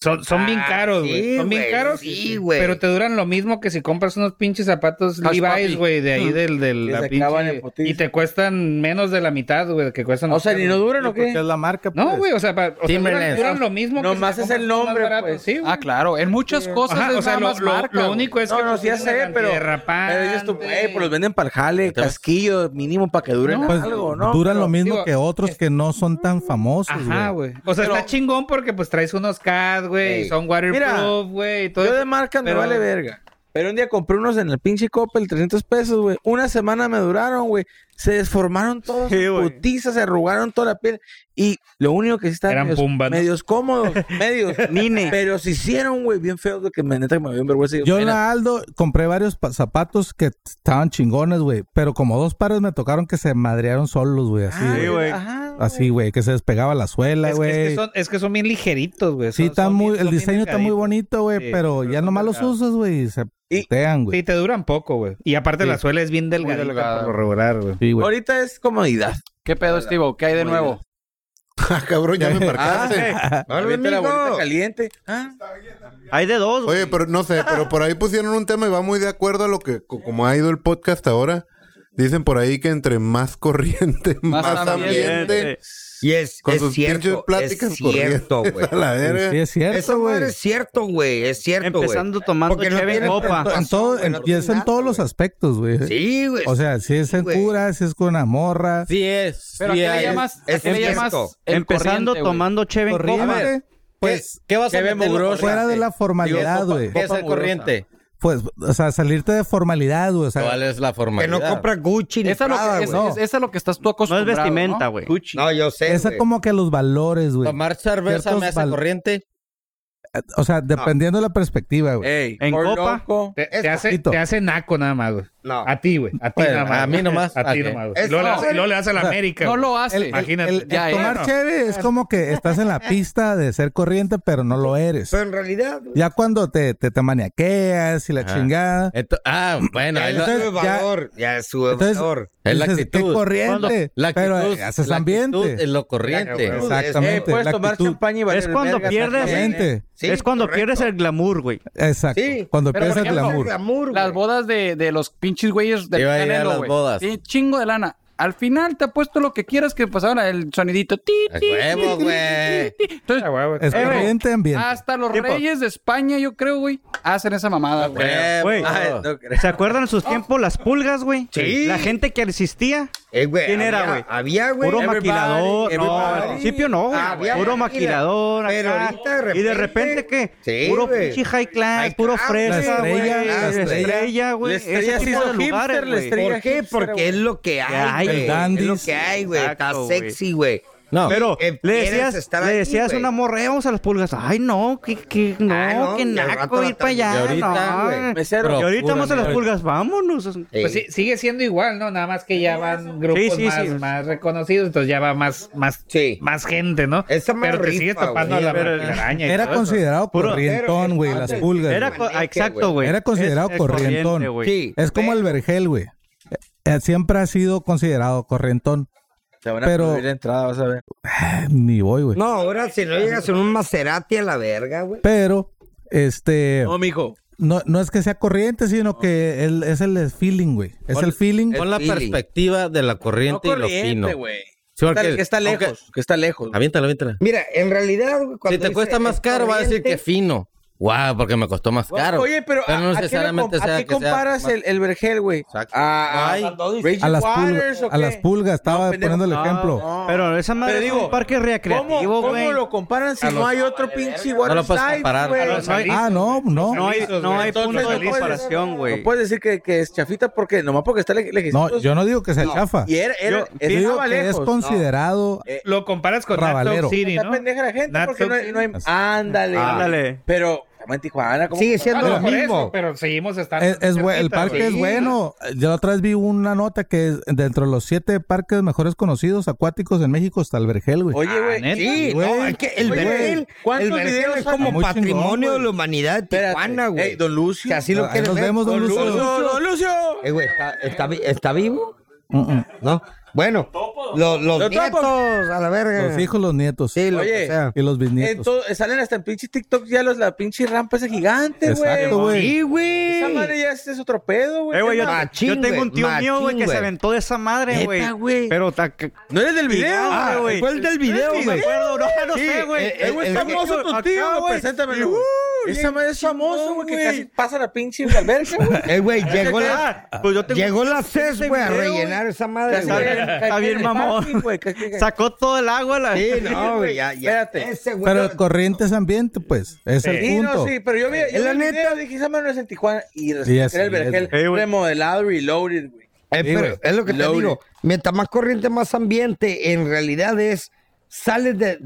[SPEAKER 8] Son, son bien
[SPEAKER 13] Ah,
[SPEAKER 8] caros,
[SPEAKER 13] sí,
[SPEAKER 8] güey. son bien
[SPEAKER 13] güey,
[SPEAKER 8] caros.
[SPEAKER 13] sí, güey.
[SPEAKER 8] Pero te duran lo mismo que si compras unos pinches zapatos
[SPEAKER 13] Hush
[SPEAKER 8] Levi's,
[SPEAKER 13] Puppy.
[SPEAKER 8] güey, de ahí
[SPEAKER 13] Mm.
[SPEAKER 8] del, del
[SPEAKER 13] Que
[SPEAKER 8] la
[SPEAKER 13] se
[SPEAKER 8] pinche-
[SPEAKER 13] acaban en putiza.
[SPEAKER 8] Y te cuestan menos de la mitad, güey, que cuestan.
[SPEAKER 13] O sea, ¿ni no duran o qué? Porque es
[SPEAKER 1] la marca,
[SPEAKER 8] No,
[SPEAKER 6] pues.
[SPEAKER 8] güey, o sea, pa- o sea, duran, duran lo mismo. que si
[SPEAKER 13] Nomás
[SPEAKER 8] te
[SPEAKER 13] es
[SPEAKER 8] compras
[SPEAKER 13] el
[SPEAKER 8] uno más
[SPEAKER 13] nombre,
[SPEAKER 8] barato,
[SPEAKER 13] pues.
[SPEAKER 8] Sí, güey.
[SPEAKER 5] Ah, claro. En muchas cosas
[SPEAKER 8] Ajá,
[SPEAKER 5] es
[SPEAKER 8] o sea,
[SPEAKER 5] nada
[SPEAKER 8] lo-
[SPEAKER 5] más
[SPEAKER 8] lo-
[SPEAKER 5] marca,
[SPEAKER 8] lo
[SPEAKER 5] güey.
[SPEAKER 8] único es
[SPEAKER 13] No,
[SPEAKER 8] que
[SPEAKER 13] no, sí ya sé,
[SPEAKER 8] pusieron
[SPEAKER 13] pero.
[SPEAKER 8] antiderrapante.
[SPEAKER 13] Pero dices tú, güey, pues los venden para el jale, casquillo mínimo para que duren
[SPEAKER 1] Pues,
[SPEAKER 13] algo, ¿no?
[SPEAKER 1] duran lo
[SPEAKER 13] Pero,
[SPEAKER 1] mismo
[SPEAKER 13] digo,
[SPEAKER 1] que otros que no son tan famosos,
[SPEAKER 8] Ajá,
[SPEAKER 1] pues, güey.
[SPEAKER 8] güey. O sea, está chingón porque pues traes unos CAD, güey, y
[SPEAKER 13] Ey.
[SPEAKER 8] son
[SPEAKER 13] Mira,
[SPEAKER 8] waterproof, güey, y todo.
[SPEAKER 13] Yo de marca me
[SPEAKER 8] pero-
[SPEAKER 13] vale verga. Pero un día compré unos en el pinche Coppel, 300 pesos, güey. Una semana me duraron, güey. Se desformaron todos, se putizas, se arrugaron toda la piel. Y lo único que sí estaban
[SPEAKER 8] Eran
[SPEAKER 13] medios,
[SPEAKER 8] pumba, ¿no?
[SPEAKER 13] medios cómodos, medios.
[SPEAKER 6] Nine.
[SPEAKER 13] Pero se hicieron, güey, bien feos, güey, que me neta que me dio vergüenza. y
[SPEAKER 1] Yo en
[SPEAKER 13] pena.
[SPEAKER 1] la Aldo compré varios pa- zapatos que estaban chingones, güey. Pero como dos pares me tocaron que se madrearon solos, güey. Así, güey. Así, güey, que se despegaba la suela,
[SPEAKER 8] Es que,
[SPEAKER 1] güey.
[SPEAKER 8] es que son, es que son bien ligeritos, güey.
[SPEAKER 1] Sí,
[SPEAKER 8] son-
[SPEAKER 1] está
[SPEAKER 8] son
[SPEAKER 1] muy,
[SPEAKER 8] bien-
[SPEAKER 1] el
[SPEAKER 8] son bien
[SPEAKER 1] diseño está muy
[SPEAKER 8] delgaditos.
[SPEAKER 1] bonito, güey,
[SPEAKER 8] Sí,
[SPEAKER 1] pero ya nomás los
[SPEAKER 8] delgados.
[SPEAKER 1] usas, güey, y se putean, güey.
[SPEAKER 8] Sí, te duran poco, güey. Y aparte
[SPEAKER 1] Sí.
[SPEAKER 8] la suela es bien delgadita
[SPEAKER 1] delgada,
[SPEAKER 8] por lo regular, güey.
[SPEAKER 1] Sí, güey.
[SPEAKER 13] Ahorita es comodidad.
[SPEAKER 5] ¿Qué pedo, Steve? ¿Qué hay de nuevo?
[SPEAKER 3] Ah, cabrón, ya me marcaste.
[SPEAKER 5] Ah,
[SPEAKER 13] Ahora vete a la bolita caliente. Ah.
[SPEAKER 6] Hay de dos.
[SPEAKER 3] Oye, pero no sé, pero por ahí pusieron un tema y va muy de acuerdo a lo que, co- como ha ido el podcast ahora. Dicen por ahí que entre más corriente, más, ambiente.
[SPEAKER 7] Y es,
[SPEAKER 3] Con
[SPEAKER 7] es
[SPEAKER 3] sus pinches
[SPEAKER 7] cierto,
[SPEAKER 3] pláticas
[SPEAKER 7] es cierto,
[SPEAKER 3] corrientes
[SPEAKER 7] güey.
[SPEAKER 3] a la verga. Sí, es cierto,
[SPEAKER 7] Esa madre
[SPEAKER 3] güey.
[SPEAKER 7] es cierto, güey. Es cierto, güey.
[SPEAKER 6] Empezando tomando cheve en
[SPEAKER 7] tiene
[SPEAKER 6] copa.
[SPEAKER 7] tanta-
[SPEAKER 1] En todo, en- y es en todos los aspectos, güey.
[SPEAKER 7] Sí, güey.
[SPEAKER 1] O sea, si es en cura, si es con una morra.
[SPEAKER 2] Sí es.
[SPEAKER 5] Pero
[SPEAKER 2] sí
[SPEAKER 5] ¿a qué le
[SPEAKER 2] hay.
[SPEAKER 5] llamas?
[SPEAKER 2] Es
[SPEAKER 5] ¿a qué le
[SPEAKER 2] cierto.
[SPEAKER 5] llamas el
[SPEAKER 6] Empezando
[SPEAKER 5] corriente, güey?
[SPEAKER 6] tomando cheve en
[SPEAKER 1] Corriente.
[SPEAKER 6] copa.
[SPEAKER 1] A ver,
[SPEAKER 2] Pues, ¿qué vas a meter en la corriente?
[SPEAKER 1] Fuera de la formalidad,
[SPEAKER 2] Digo,
[SPEAKER 1] güey.
[SPEAKER 2] ¿Qué es el corriente?
[SPEAKER 1] Pues, o sea, salirte de formalidad, güey. O sea,
[SPEAKER 2] ¿Cuál es la formalidad?
[SPEAKER 7] Gucci
[SPEAKER 5] Esa es lo que- es-
[SPEAKER 1] No.
[SPEAKER 5] es- esa es lo que estás tú acostumbrado. ¿no?
[SPEAKER 7] No, yo sé.
[SPEAKER 1] esa
[SPEAKER 7] güey.
[SPEAKER 1] como que los valores, güey.
[SPEAKER 2] ¿Tomar cerveza
[SPEAKER 1] Ciertos
[SPEAKER 2] me hace
[SPEAKER 1] val-
[SPEAKER 2] corriente?
[SPEAKER 1] O sea, dependiendo de la perspectiva, güey.
[SPEAKER 8] En
[SPEAKER 1] por
[SPEAKER 8] copa.
[SPEAKER 13] loco.
[SPEAKER 8] Te, te hace, te hace naco nada más, güey.
[SPEAKER 7] No.
[SPEAKER 8] A ti, güey. A ti
[SPEAKER 2] Bueno,
[SPEAKER 8] nada más.
[SPEAKER 2] a mí
[SPEAKER 8] güey.
[SPEAKER 2] nomás.
[SPEAKER 8] A ti
[SPEAKER 2] Ok.
[SPEAKER 8] nomás, güey.
[SPEAKER 2] Es-
[SPEAKER 8] Y luego le
[SPEAKER 2] no,
[SPEAKER 8] hace- y luego le hace a la
[SPEAKER 1] o sea,
[SPEAKER 8] América.
[SPEAKER 5] no
[SPEAKER 8] güey.
[SPEAKER 5] lo hace.
[SPEAKER 8] El- el-
[SPEAKER 1] El,
[SPEAKER 8] Imagínate.
[SPEAKER 1] el tomar cheve es como que estás en la pista de ser corriente, pero no lo eres.
[SPEAKER 7] Pero en realidad, güey,
[SPEAKER 1] Ya cuando te, te, te maniaqueas y la
[SPEAKER 2] Ajá.
[SPEAKER 1] chingada.
[SPEAKER 2] Ento- ah, bueno. ahí
[SPEAKER 7] ya
[SPEAKER 2] lo-
[SPEAKER 7] sube valor. Ya, sube
[SPEAKER 1] entonces,
[SPEAKER 7] valor.
[SPEAKER 2] Es la
[SPEAKER 1] Dices,
[SPEAKER 2] actitud.
[SPEAKER 1] qué corriente,
[SPEAKER 2] Cuando- la
[SPEAKER 1] pero,
[SPEAKER 2] actitud,
[SPEAKER 1] eh, haces
[SPEAKER 2] la
[SPEAKER 1] ambiente.
[SPEAKER 2] actitud es lo corriente.
[SPEAKER 1] La actitud, Exactamente,
[SPEAKER 2] Eh, puedes
[SPEAKER 1] la
[SPEAKER 2] tomar
[SPEAKER 1] actitud.
[SPEAKER 13] champaña y valer
[SPEAKER 6] Es cuando
[SPEAKER 13] verga,
[SPEAKER 6] pierdes.
[SPEAKER 1] exactamente.
[SPEAKER 7] Sí,
[SPEAKER 6] Es cuando
[SPEAKER 7] correcto.
[SPEAKER 6] pierdes el glamour, güey.
[SPEAKER 1] Exacto. cuando
[SPEAKER 5] Pero,
[SPEAKER 1] empieza
[SPEAKER 5] por
[SPEAKER 1] el
[SPEAKER 5] ejemplo,
[SPEAKER 1] glamour.
[SPEAKER 5] Las bodas de, de los pinches güeyes del
[SPEAKER 2] Iba a ir a
[SPEAKER 5] Canelo,
[SPEAKER 2] las
[SPEAKER 5] güey.
[SPEAKER 2] bodas.
[SPEAKER 5] Sí, chingo de lana. Al final te apuesto lo que quieras que pasaron el sonidito. Ti,
[SPEAKER 2] A
[SPEAKER 5] ti,
[SPEAKER 2] huevo,
[SPEAKER 5] ti, ti,
[SPEAKER 2] güey.
[SPEAKER 5] ti, ti. Entonces,
[SPEAKER 1] Es
[SPEAKER 5] eh, güey,
[SPEAKER 1] corriente ambiente.
[SPEAKER 5] hasta los
[SPEAKER 6] Tiempo.
[SPEAKER 5] reyes de España, yo creo, güey, hacen esa mamada, güey.
[SPEAKER 2] Creo.
[SPEAKER 6] Güey,
[SPEAKER 2] Ay, no creo.
[SPEAKER 6] ¿se acuerdan en sus tiempos las pulgas, güey?
[SPEAKER 7] Sí.
[SPEAKER 6] La gente que resistía.
[SPEAKER 7] Eh, güey,
[SPEAKER 6] ¿Quién era,
[SPEAKER 7] había-
[SPEAKER 6] güey?
[SPEAKER 7] Había, güey.
[SPEAKER 6] Puro
[SPEAKER 7] Everybody,
[SPEAKER 6] maquilador. No, al
[SPEAKER 7] everybody.
[SPEAKER 6] principio no, güey.
[SPEAKER 7] Había
[SPEAKER 6] Puro
[SPEAKER 7] maquila-
[SPEAKER 6] maquilador.
[SPEAKER 7] Pero
[SPEAKER 6] acá.
[SPEAKER 7] ahorita de
[SPEAKER 6] Y de
[SPEAKER 7] repente-
[SPEAKER 6] repente, ¿qué?
[SPEAKER 7] Sí,
[SPEAKER 6] puro
[SPEAKER 7] güey.
[SPEAKER 6] pinche high class,
[SPEAKER 7] High
[SPEAKER 6] puro
[SPEAKER 7] class,
[SPEAKER 6] fresa,
[SPEAKER 7] la
[SPEAKER 6] güey.
[SPEAKER 7] estrella, la
[SPEAKER 6] La
[SPEAKER 7] estrella.
[SPEAKER 6] estrella, güey.
[SPEAKER 13] La estrella
[SPEAKER 6] Ese
[SPEAKER 13] se
[SPEAKER 6] tipo
[SPEAKER 13] hizo
[SPEAKER 6] de lugares,
[SPEAKER 13] hipster, la
[SPEAKER 6] güey.
[SPEAKER 13] estrella.
[SPEAKER 7] ¿Por qué?
[SPEAKER 13] hipster,
[SPEAKER 7] Porque
[SPEAKER 13] güey.
[SPEAKER 7] es lo que
[SPEAKER 6] hay,
[SPEAKER 7] hay,
[SPEAKER 6] güey.
[SPEAKER 7] güey.
[SPEAKER 6] El
[SPEAKER 7] Es lo
[SPEAKER 1] dandis.
[SPEAKER 7] que hay, güey. Está
[SPEAKER 6] Exacto, güey.
[SPEAKER 7] sexy, güey.
[SPEAKER 2] No.
[SPEAKER 6] Pero le
[SPEAKER 2] Eh, quieres
[SPEAKER 6] decías,
[SPEAKER 2] estar
[SPEAKER 6] le
[SPEAKER 2] ahí,
[SPEAKER 6] decías
[SPEAKER 2] güey.
[SPEAKER 6] una morrea, vamos a las pulgas. Ay, no, que, que no,
[SPEAKER 7] Ah,
[SPEAKER 2] no,
[SPEAKER 6] que
[SPEAKER 2] y al
[SPEAKER 6] naco
[SPEAKER 2] rato la
[SPEAKER 6] ir para allá.
[SPEAKER 2] Y ahorita,
[SPEAKER 6] no.
[SPEAKER 2] güey, mesero.
[SPEAKER 6] y ahorita vamos a las
[SPEAKER 2] Procúrame.
[SPEAKER 6] pulgas, vámonos.
[SPEAKER 8] Pues sí, sigue siendo igual, ¿no? Nada más que ya van grupos
[SPEAKER 6] Sí, sí,
[SPEAKER 8] más,
[SPEAKER 6] sí.
[SPEAKER 8] más reconocidos, entonces ya va más, más, más gente, ¿no? Pero te sigues tapando a la araña. y
[SPEAKER 1] Era
[SPEAKER 8] todo eso.
[SPEAKER 1] considerado
[SPEAKER 8] Puro-
[SPEAKER 1] corrientón, güey, las pulgas.
[SPEAKER 8] Era
[SPEAKER 1] güey.
[SPEAKER 8] co- ah, exacto, güey.
[SPEAKER 1] Era considerado
[SPEAKER 8] Es- es
[SPEAKER 1] corrientón.
[SPEAKER 8] corriente, güey. Sí.
[SPEAKER 1] Es como el vergel, güey. Eh, Siempre ha sido considerado corrientón.
[SPEAKER 13] Te van a
[SPEAKER 1] Pero
[SPEAKER 13] prohibir la entrada, vas a ver. Pues.
[SPEAKER 1] ni voy, güey.
[SPEAKER 7] No, ahora si no llegas en un Maserati a la verga, güey.
[SPEAKER 1] Pero, este.
[SPEAKER 13] No, mijo.
[SPEAKER 1] No, no es que sea corriente, sino que el- es el feeling, güey. Es
[SPEAKER 2] Pon-
[SPEAKER 1] el feeling.
[SPEAKER 2] Pon la perspectiva de la corriente
[SPEAKER 7] No
[SPEAKER 2] y lo
[SPEAKER 7] corriente,
[SPEAKER 2] fino.
[SPEAKER 7] güey.
[SPEAKER 2] Sí, porque-
[SPEAKER 7] Está- que está
[SPEAKER 2] aunque-
[SPEAKER 7] lejos, que está lejos.
[SPEAKER 2] Aviéntala, aviéntala.
[SPEAKER 7] Mira, en realidad, güey, cuando
[SPEAKER 2] Si te
[SPEAKER 7] dice
[SPEAKER 2] cuesta más
[SPEAKER 7] es
[SPEAKER 2] caro, va a decir que
[SPEAKER 7] corriente,
[SPEAKER 2] fino. Guau, porque me costó más caro.
[SPEAKER 13] Oye, pero,
[SPEAKER 2] no
[SPEAKER 13] ¿a- a qué le
[SPEAKER 2] necesariamente
[SPEAKER 13] comp- a
[SPEAKER 2] sea
[SPEAKER 13] qué
[SPEAKER 2] que sea
[SPEAKER 13] comparas
[SPEAKER 2] más-
[SPEAKER 13] el, el vergel, güey? A, a-
[SPEAKER 2] Ay.
[SPEAKER 13] cuando dices
[SPEAKER 1] A las,
[SPEAKER 13] Waters,
[SPEAKER 1] pulgas,
[SPEAKER 13] ¿o
[SPEAKER 1] a
[SPEAKER 13] qué?
[SPEAKER 1] las pulgas, estaba
[SPEAKER 13] pendejo.
[SPEAKER 1] poniendo el
[SPEAKER 13] No,
[SPEAKER 1] ejemplo.
[SPEAKER 13] no.
[SPEAKER 6] Pero esa madre
[SPEAKER 13] Pero
[SPEAKER 6] es un
[SPEAKER 13] digo,
[SPEAKER 6] parque
[SPEAKER 13] ¿Cómo,
[SPEAKER 6] recreativo,
[SPEAKER 13] cómo
[SPEAKER 6] güey.
[SPEAKER 13] lo comparan si
[SPEAKER 6] A
[SPEAKER 13] no
[SPEAKER 6] los-
[SPEAKER 13] hay otro pinche
[SPEAKER 6] No
[SPEAKER 13] water
[SPEAKER 6] lo puedes comparar. A los Jalisco,
[SPEAKER 1] Ah, no, no.
[SPEAKER 6] No hay, no hay
[SPEAKER 13] Entonces,
[SPEAKER 6] punto de
[SPEAKER 13] no puedes-
[SPEAKER 6] comparación, güey.
[SPEAKER 13] No puedes decir que, que es chafita porque nomás porque está leg- legislativo.
[SPEAKER 1] No, yo no digo que sea chafa.
[SPEAKER 13] Y era, era,
[SPEAKER 1] Yo digo
[SPEAKER 13] estaba
[SPEAKER 1] que es
[SPEAKER 13] lejos.
[SPEAKER 1] considerado
[SPEAKER 8] Lo comparas con
[SPEAKER 1] Rabalero.
[SPEAKER 8] Rabalero. City,
[SPEAKER 13] Está
[SPEAKER 8] ¿no?
[SPEAKER 13] pendeja la gente
[SPEAKER 8] Not
[SPEAKER 13] porque
[SPEAKER 8] so-
[SPEAKER 13] no hay, no hay- Ándale.
[SPEAKER 8] Ah.
[SPEAKER 13] Ándale. Pero, estamos en Tijuana, ¿cómo?
[SPEAKER 8] Sigue siendo
[SPEAKER 13] Ah,
[SPEAKER 8] lo
[SPEAKER 13] por eso,
[SPEAKER 8] mismo.
[SPEAKER 13] pero seguimos estando...
[SPEAKER 1] Es, es bue- el
[SPEAKER 13] cerquita,
[SPEAKER 1] parque
[SPEAKER 13] güey.
[SPEAKER 1] es bueno. Yo la otra vez vi una nota que es- dentro de los siete parques mejores conocidos acuáticos en México está el Vergel, güey.
[SPEAKER 13] Oye, Ah, güey.
[SPEAKER 7] Sí, no, es que el
[SPEAKER 13] Oye,
[SPEAKER 7] vergel, el
[SPEAKER 13] ¿cuántos
[SPEAKER 7] vergel
[SPEAKER 13] videos
[SPEAKER 7] es
[SPEAKER 13] hay?
[SPEAKER 7] como
[SPEAKER 1] Muy chingón,
[SPEAKER 7] patrimonio de
[SPEAKER 1] güey.
[SPEAKER 7] la humanidad de Tijuana, güey.
[SPEAKER 13] don Lucio.
[SPEAKER 7] Que así lo
[SPEAKER 1] Ahí
[SPEAKER 7] quieres
[SPEAKER 1] nos
[SPEAKER 7] ver.
[SPEAKER 1] vemos, don Lucio.
[SPEAKER 13] ¡Don Lucio!
[SPEAKER 7] Eh, güey, está, está, vi- está vivo.
[SPEAKER 1] Mm-mm.
[SPEAKER 7] ¿No? Bueno, los, los
[SPEAKER 13] Los
[SPEAKER 7] nietos,
[SPEAKER 13] topos.
[SPEAKER 7] a la verga.
[SPEAKER 1] Los hijos, los nietos.
[SPEAKER 7] Sí, lo
[SPEAKER 13] Oye,
[SPEAKER 7] que sea.
[SPEAKER 1] Y los bisnietos.
[SPEAKER 13] Entonces, salen hasta en pinche TikTok ya los, la pinche rampa esa gigante, güey.
[SPEAKER 1] Exacto, güey.
[SPEAKER 7] Sí, güey.
[SPEAKER 13] Esa madre ya es, es otro pedo, güey.
[SPEAKER 6] Eh, güey, yo,
[SPEAKER 13] ¿Qué más?
[SPEAKER 7] Machín,
[SPEAKER 6] yo tengo
[SPEAKER 7] güey,
[SPEAKER 6] un tío mío, güey,
[SPEAKER 7] machín,
[SPEAKER 6] que se
[SPEAKER 7] güey.
[SPEAKER 6] aventó de esa madre,
[SPEAKER 7] Neta, güey.
[SPEAKER 6] güey. Pero ta- que-
[SPEAKER 13] No eres del video,
[SPEAKER 6] Ah,
[SPEAKER 13] güey.
[SPEAKER 6] güey.
[SPEAKER 7] Fue el del video,
[SPEAKER 6] Sí,
[SPEAKER 7] güey.
[SPEAKER 6] me acuerdo, no, no
[SPEAKER 13] Sí,
[SPEAKER 6] sé, güey.
[SPEAKER 13] eh, eh,
[SPEAKER 6] El güey
[SPEAKER 13] es
[SPEAKER 6] está
[SPEAKER 13] famoso
[SPEAKER 6] acá,
[SPEAKER 13] tu tío,
[SPEAKER 6] güey.
[SPEAKER 13] güey. Preséntamelo.
[SPEAKER 6] Y,
[SPEAKER 13] güey.
[SPEAKER 6] uh,
[SPEAKER 13] Esa madre es famoso, güey, que casi pasa la pinche alberca, güey.
[SPEAKER 7] Eh, güey,
[SPEAKER 13] Ah,
[SPEAKER 7] llegó
[SPEAKER 13] que-
[SPEAKER 7] la,
[SPEAKER 6] Pues yo tengo-
[SPEAKER 7] llegó la CES,
[SPEAKER 6] ese
[SPEAKER 7] güey, a
[SPEAKER 6] video,
[SPEAKER 7] rellenar esa madre,
[SPEAKER 13] Está
[SPEAKER 7] güey.
[SPEAKER 13] bien,
[SPEAKER 6] Está bien, mamón.
[SPEAKER 13] güey. que- que- que-
[SPEAKER 6] Sacó todo el agua la
[SPEAKER 7] Sí, no, güey, ya, ya.
[SPEAKER 13] Espérate.
[SPEAKER 7] Ese, güey.
[SPEAKER 1] Pero el corriente es ambiente, pues. Es el
[SPEAKER 13] Sí,
[SPEAKER 1] punto.
[SPEAKER 13] no, sí, pero yo vi, yo
[SPEAKER 7] Es la
[SPEAKER 13] vi el
[SPEAKER 7] neta.
[SPEAKER 13] video, dije, esa madre no es en Tijuana. Y
[SPEAKER 1] Sí,
[SPEAKER 13] resulta
[SPEAKER 1] así
[SPEAKER 13] que era el
[SPEAKER 1] es,
[SPEAKER 13] vergel
[SPEAKER 6] güey. Eh, güey.
[SPEAKER 13] remodelado, reloaded, güey.
[SPEAKER 7] Eh,
[SPEAKER 1] Sí,
[SPEAKER 7] pero
[SPEAKER 1] güey.
[SPEAKER 7] es lo que te
[SPEAKER 13] Loaded.
[SPEAKER 7] digo. Mientras más corriente, más ambiente, en realidad es, sales de,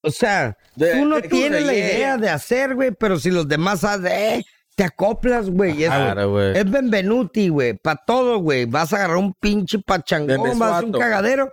[SPEAKER 7] o sea,
[SPEAKER 13] De-
[SPEAKER 7] tú no
[SPEAKER 13] de-
[SPEAKER 7] tienes
[SPEAKER 13] de-
[SPEAKER 7] la
[SPEAKER 13] de-
[SPEAKER 7] idea de hacer, güey, pero si los demás hacen, eh, te acoplas, güey. y eso-
[SPEAKER 2] Claro, güey.
[SPEAKER 7] Es Benvenuti, güey, para todo, güey. Vas a agarrar un pinche pachangón,
[SPEAKER 13] Bebesuato.
[SPEAKER 7] vas a un cagadero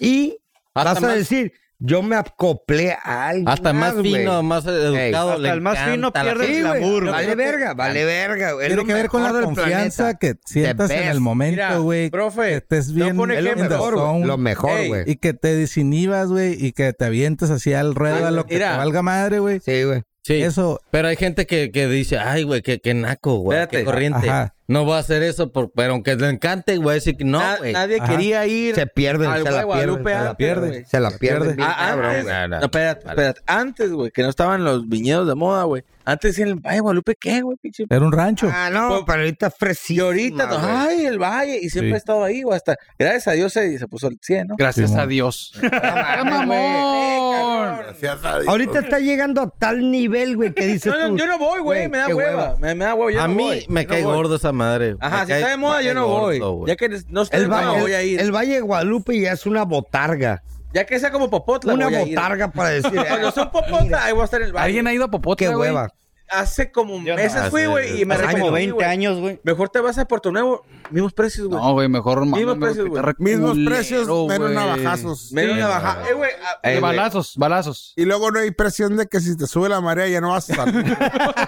[SPEAKER 7] y
[SPEAKER 2] Hasta
[SPEAKER 7] vas a
[SPEAKER 2] más-
[SPEAKER 7] decir, yo me acoplé a alguien.
[SPEAKER 2] Hasta el más fino, más educado.
[SPEAKER 6] Hasta
[SPEAKER 2] le
[SPEAKER 6] el más fino
[SPEAKER 2] encanta la
[SPEAKER 6] pierde
[SPEAKER 2] gente.
[SPEAKER 6] el glamour, güey.
[SPEAKER 7] Vale verga, vale verga, güey. es
[SPEAKER 1] Tiene
[SPEAKER 7] lo
[SPEAKER 1] que ver con la
[SPEAKER 7] mejor del
[SPEAKER 1] confianza
[SPEAKER 7] planeta.
[SPEAKER 1] que sientas
[SPEAKER 7] The
[SPEAKER 1] en el
[SPEAKER 7] best.
[SPEAKER 13] Mira,
[SPEAKER 1] momento, güey.
[SPEAKER 13] profe,
[SPEAKER 1] Que estés
[SPEAKER 13] yo
[SPEAKER 1] bien
[SPEAKER 13] pone
[SPEAKER 1] in the
[SPEAKER 13] ejemplo.
[SPEAKER 7] Mejor, güey,
[SPEAKER 1] zone
[SPEAKER 7] Lo mejor,
[SPEAKER 13] Ey,
[SPEAKER 7] güey.
[SPEAKER 1] Y que te desinhibas, güey. Y que te avientes así al ruedo a lo que
[SPEAKER 13] Mira.
[SPEAKER 1] te valga madre, güey.
[SPEAKER 7] Sí, güey.
[SPEAKER 2] Sí.
[SPEAKER 1] Eso,
[SPEAKER 2] Pero hay gente que, que dice, ay, güey, qué, qué naco, güey, qué
[SPEAKER 13] Espérate.
[SPEAKER 2] corriente.
[SPEAKER 1] Ajá.
[SPEAKER 2] No voy a hacer eso, por, pero aunque le encante, güey, decir que no,
[SPEAKER 13] Na-
[SPEAKER 2] güey.
[SPEAKER 13] nadie
[SPEAKER 1] Ajá.
[SPEAKER 13] quería ir
[SPEAKER 7] Se pierden,
[SPEAKER 13] al
[SPEAKER 7] se la
[SPEAKER 13] Guadalupe
[SPEAKER 7] pierden. Se la
[SPEAKER 13] antes, güey.
[SPEAKER 7] pierden. Se la pierden. bien
[SPEAKER 13] Ah,
[SPEAKER 7] cabrón,
[SPEAKER 13] antes,
[SPEAKER 7] güey.
[SPEAKER 2] güey.
[SPEAKER 13] no, espérate, espérate. Antes, güey, que no estaban los viñedos de moda, güey. Antes decían el Valle de Guadalupe, ¿qué, güey, pinche? Pues,
[SPEAKER 1] era un rancho.
[SPEAKER 7] Ah, no, pero ahorita
[SPEAKER 13] Y
[SPEAKER 7] fresísima,
[SPEAKER 13] ahorita,
[SPEAKER 7] güey.
[SPEAKER 13] ay, el Valle, y siempre
[SPEAKER 1] Sí.
[SPEAKER 13] ha estado ahí, güey, hasta, gracias a Dios se, se puso al 100, ¿no?
[SPEAKER 5] Gracias
[SPEAKER 1] Sí,
[SPEAKER 5] a
[SPEAKER 1] mon.
[SPEAKER 5] Dios.
[SPEAKER 13] ¡Ah, mamón!
[SPEAKER 3] Gracias a Dios.
[SPEAKER 7] Ahorita está llegando a tal nivel, güey, que dices
[SPEAKER 13] No, no,
[SPEAKER 7] tú,
[SPEAKER 13] yo no voy, güey, me da
[SPEAKER 7] qué
[SPEAKER 13] hueva, me, me da hueva, Pues yo
[SPEAKER 2] a
[SPEAKER 13] no
[SPEAKER 2] mí
[SPEAKER 13] voy,
[SPEAKER 2] me
[SPEAKER 13] yo no
[SPEAKER 2] cae
[SPEAKER 13] voy.
[SPEAKER 2] gordo esa madre.
[SPEAKER 13] Ajá,
[SPEAKER 2] Me
[SPEAKER 13] si
[SPEAKER 2] cae-
[SPEAKER 13] está de moda,
[SPEAKER 2] me
[SPEAKER 13] yo
[SPEAKER 2] cae
[SPEAKER 13] no voy.
[SPEAKER 2] gordo, güey.
[SPEAKER 13] ya que no estoy de
[SPEAKER 7] El,
[SPEAKER 13] moda,
[SPEAKER 7] Valle-
[SPEAKER 13] voy a ir.
[SPEAKER 7] el Valle de Guadalupe ya es una botarga.
[SPEAKER 13] ya que sea como Popotla,
[SPEAKER 7] una
[SPEAKER 13] voy a ir.
[SPEAKER 7] botarga para decir.
[SPEAKER 13] Cuando son Popotla, ahí voy a estar en el Valle.
[SPEAKER 5] ¿Alguien ha ido a
[SPEAKER 7] Qué
[SPEAKER 5] Popotla, güey?
[SPEAKER 7] hueva.
[SPEAKER 13] Hace como
[SPEAKER 6] Yo no.
[SPEAKER 13] meses fui, güey, y me
[SPEAKER 6] Hace
[SPEAKER 13] arrepentí,
[SPEAKER 6] como 20
[SPEAKER 13] güey.
[SPEAKER 6] años, güey.
[SPEAKER 13] Mejor te vas a Puerto Nuevo, mismos precios, güey.
[SPEAKER 5] No, güey, mejor
[SPEAKER 13] Mismos
[SPEAKER 5] mándame
[SPEAKER 13] precios, güey.
[SPEAKER 5] guitarra
[SPEAKER 4] Mismos
[SPEAKER 5] culero,
[SPEAKER 4] precios, menos
[SPEAKER 5] güey.
[SPEAKER 4] navajazos.
[SPEAKER 13] Me dieron una bajada. Eh, güey. a-
[SPEAKER 5] Eh,
[SPEAKER 13] eh, güey.
[SPEAKER 5] balazos, balazos.
[SPEAKER 4] Y luego no hay presión de que si te sube la marea ya no vas a salir.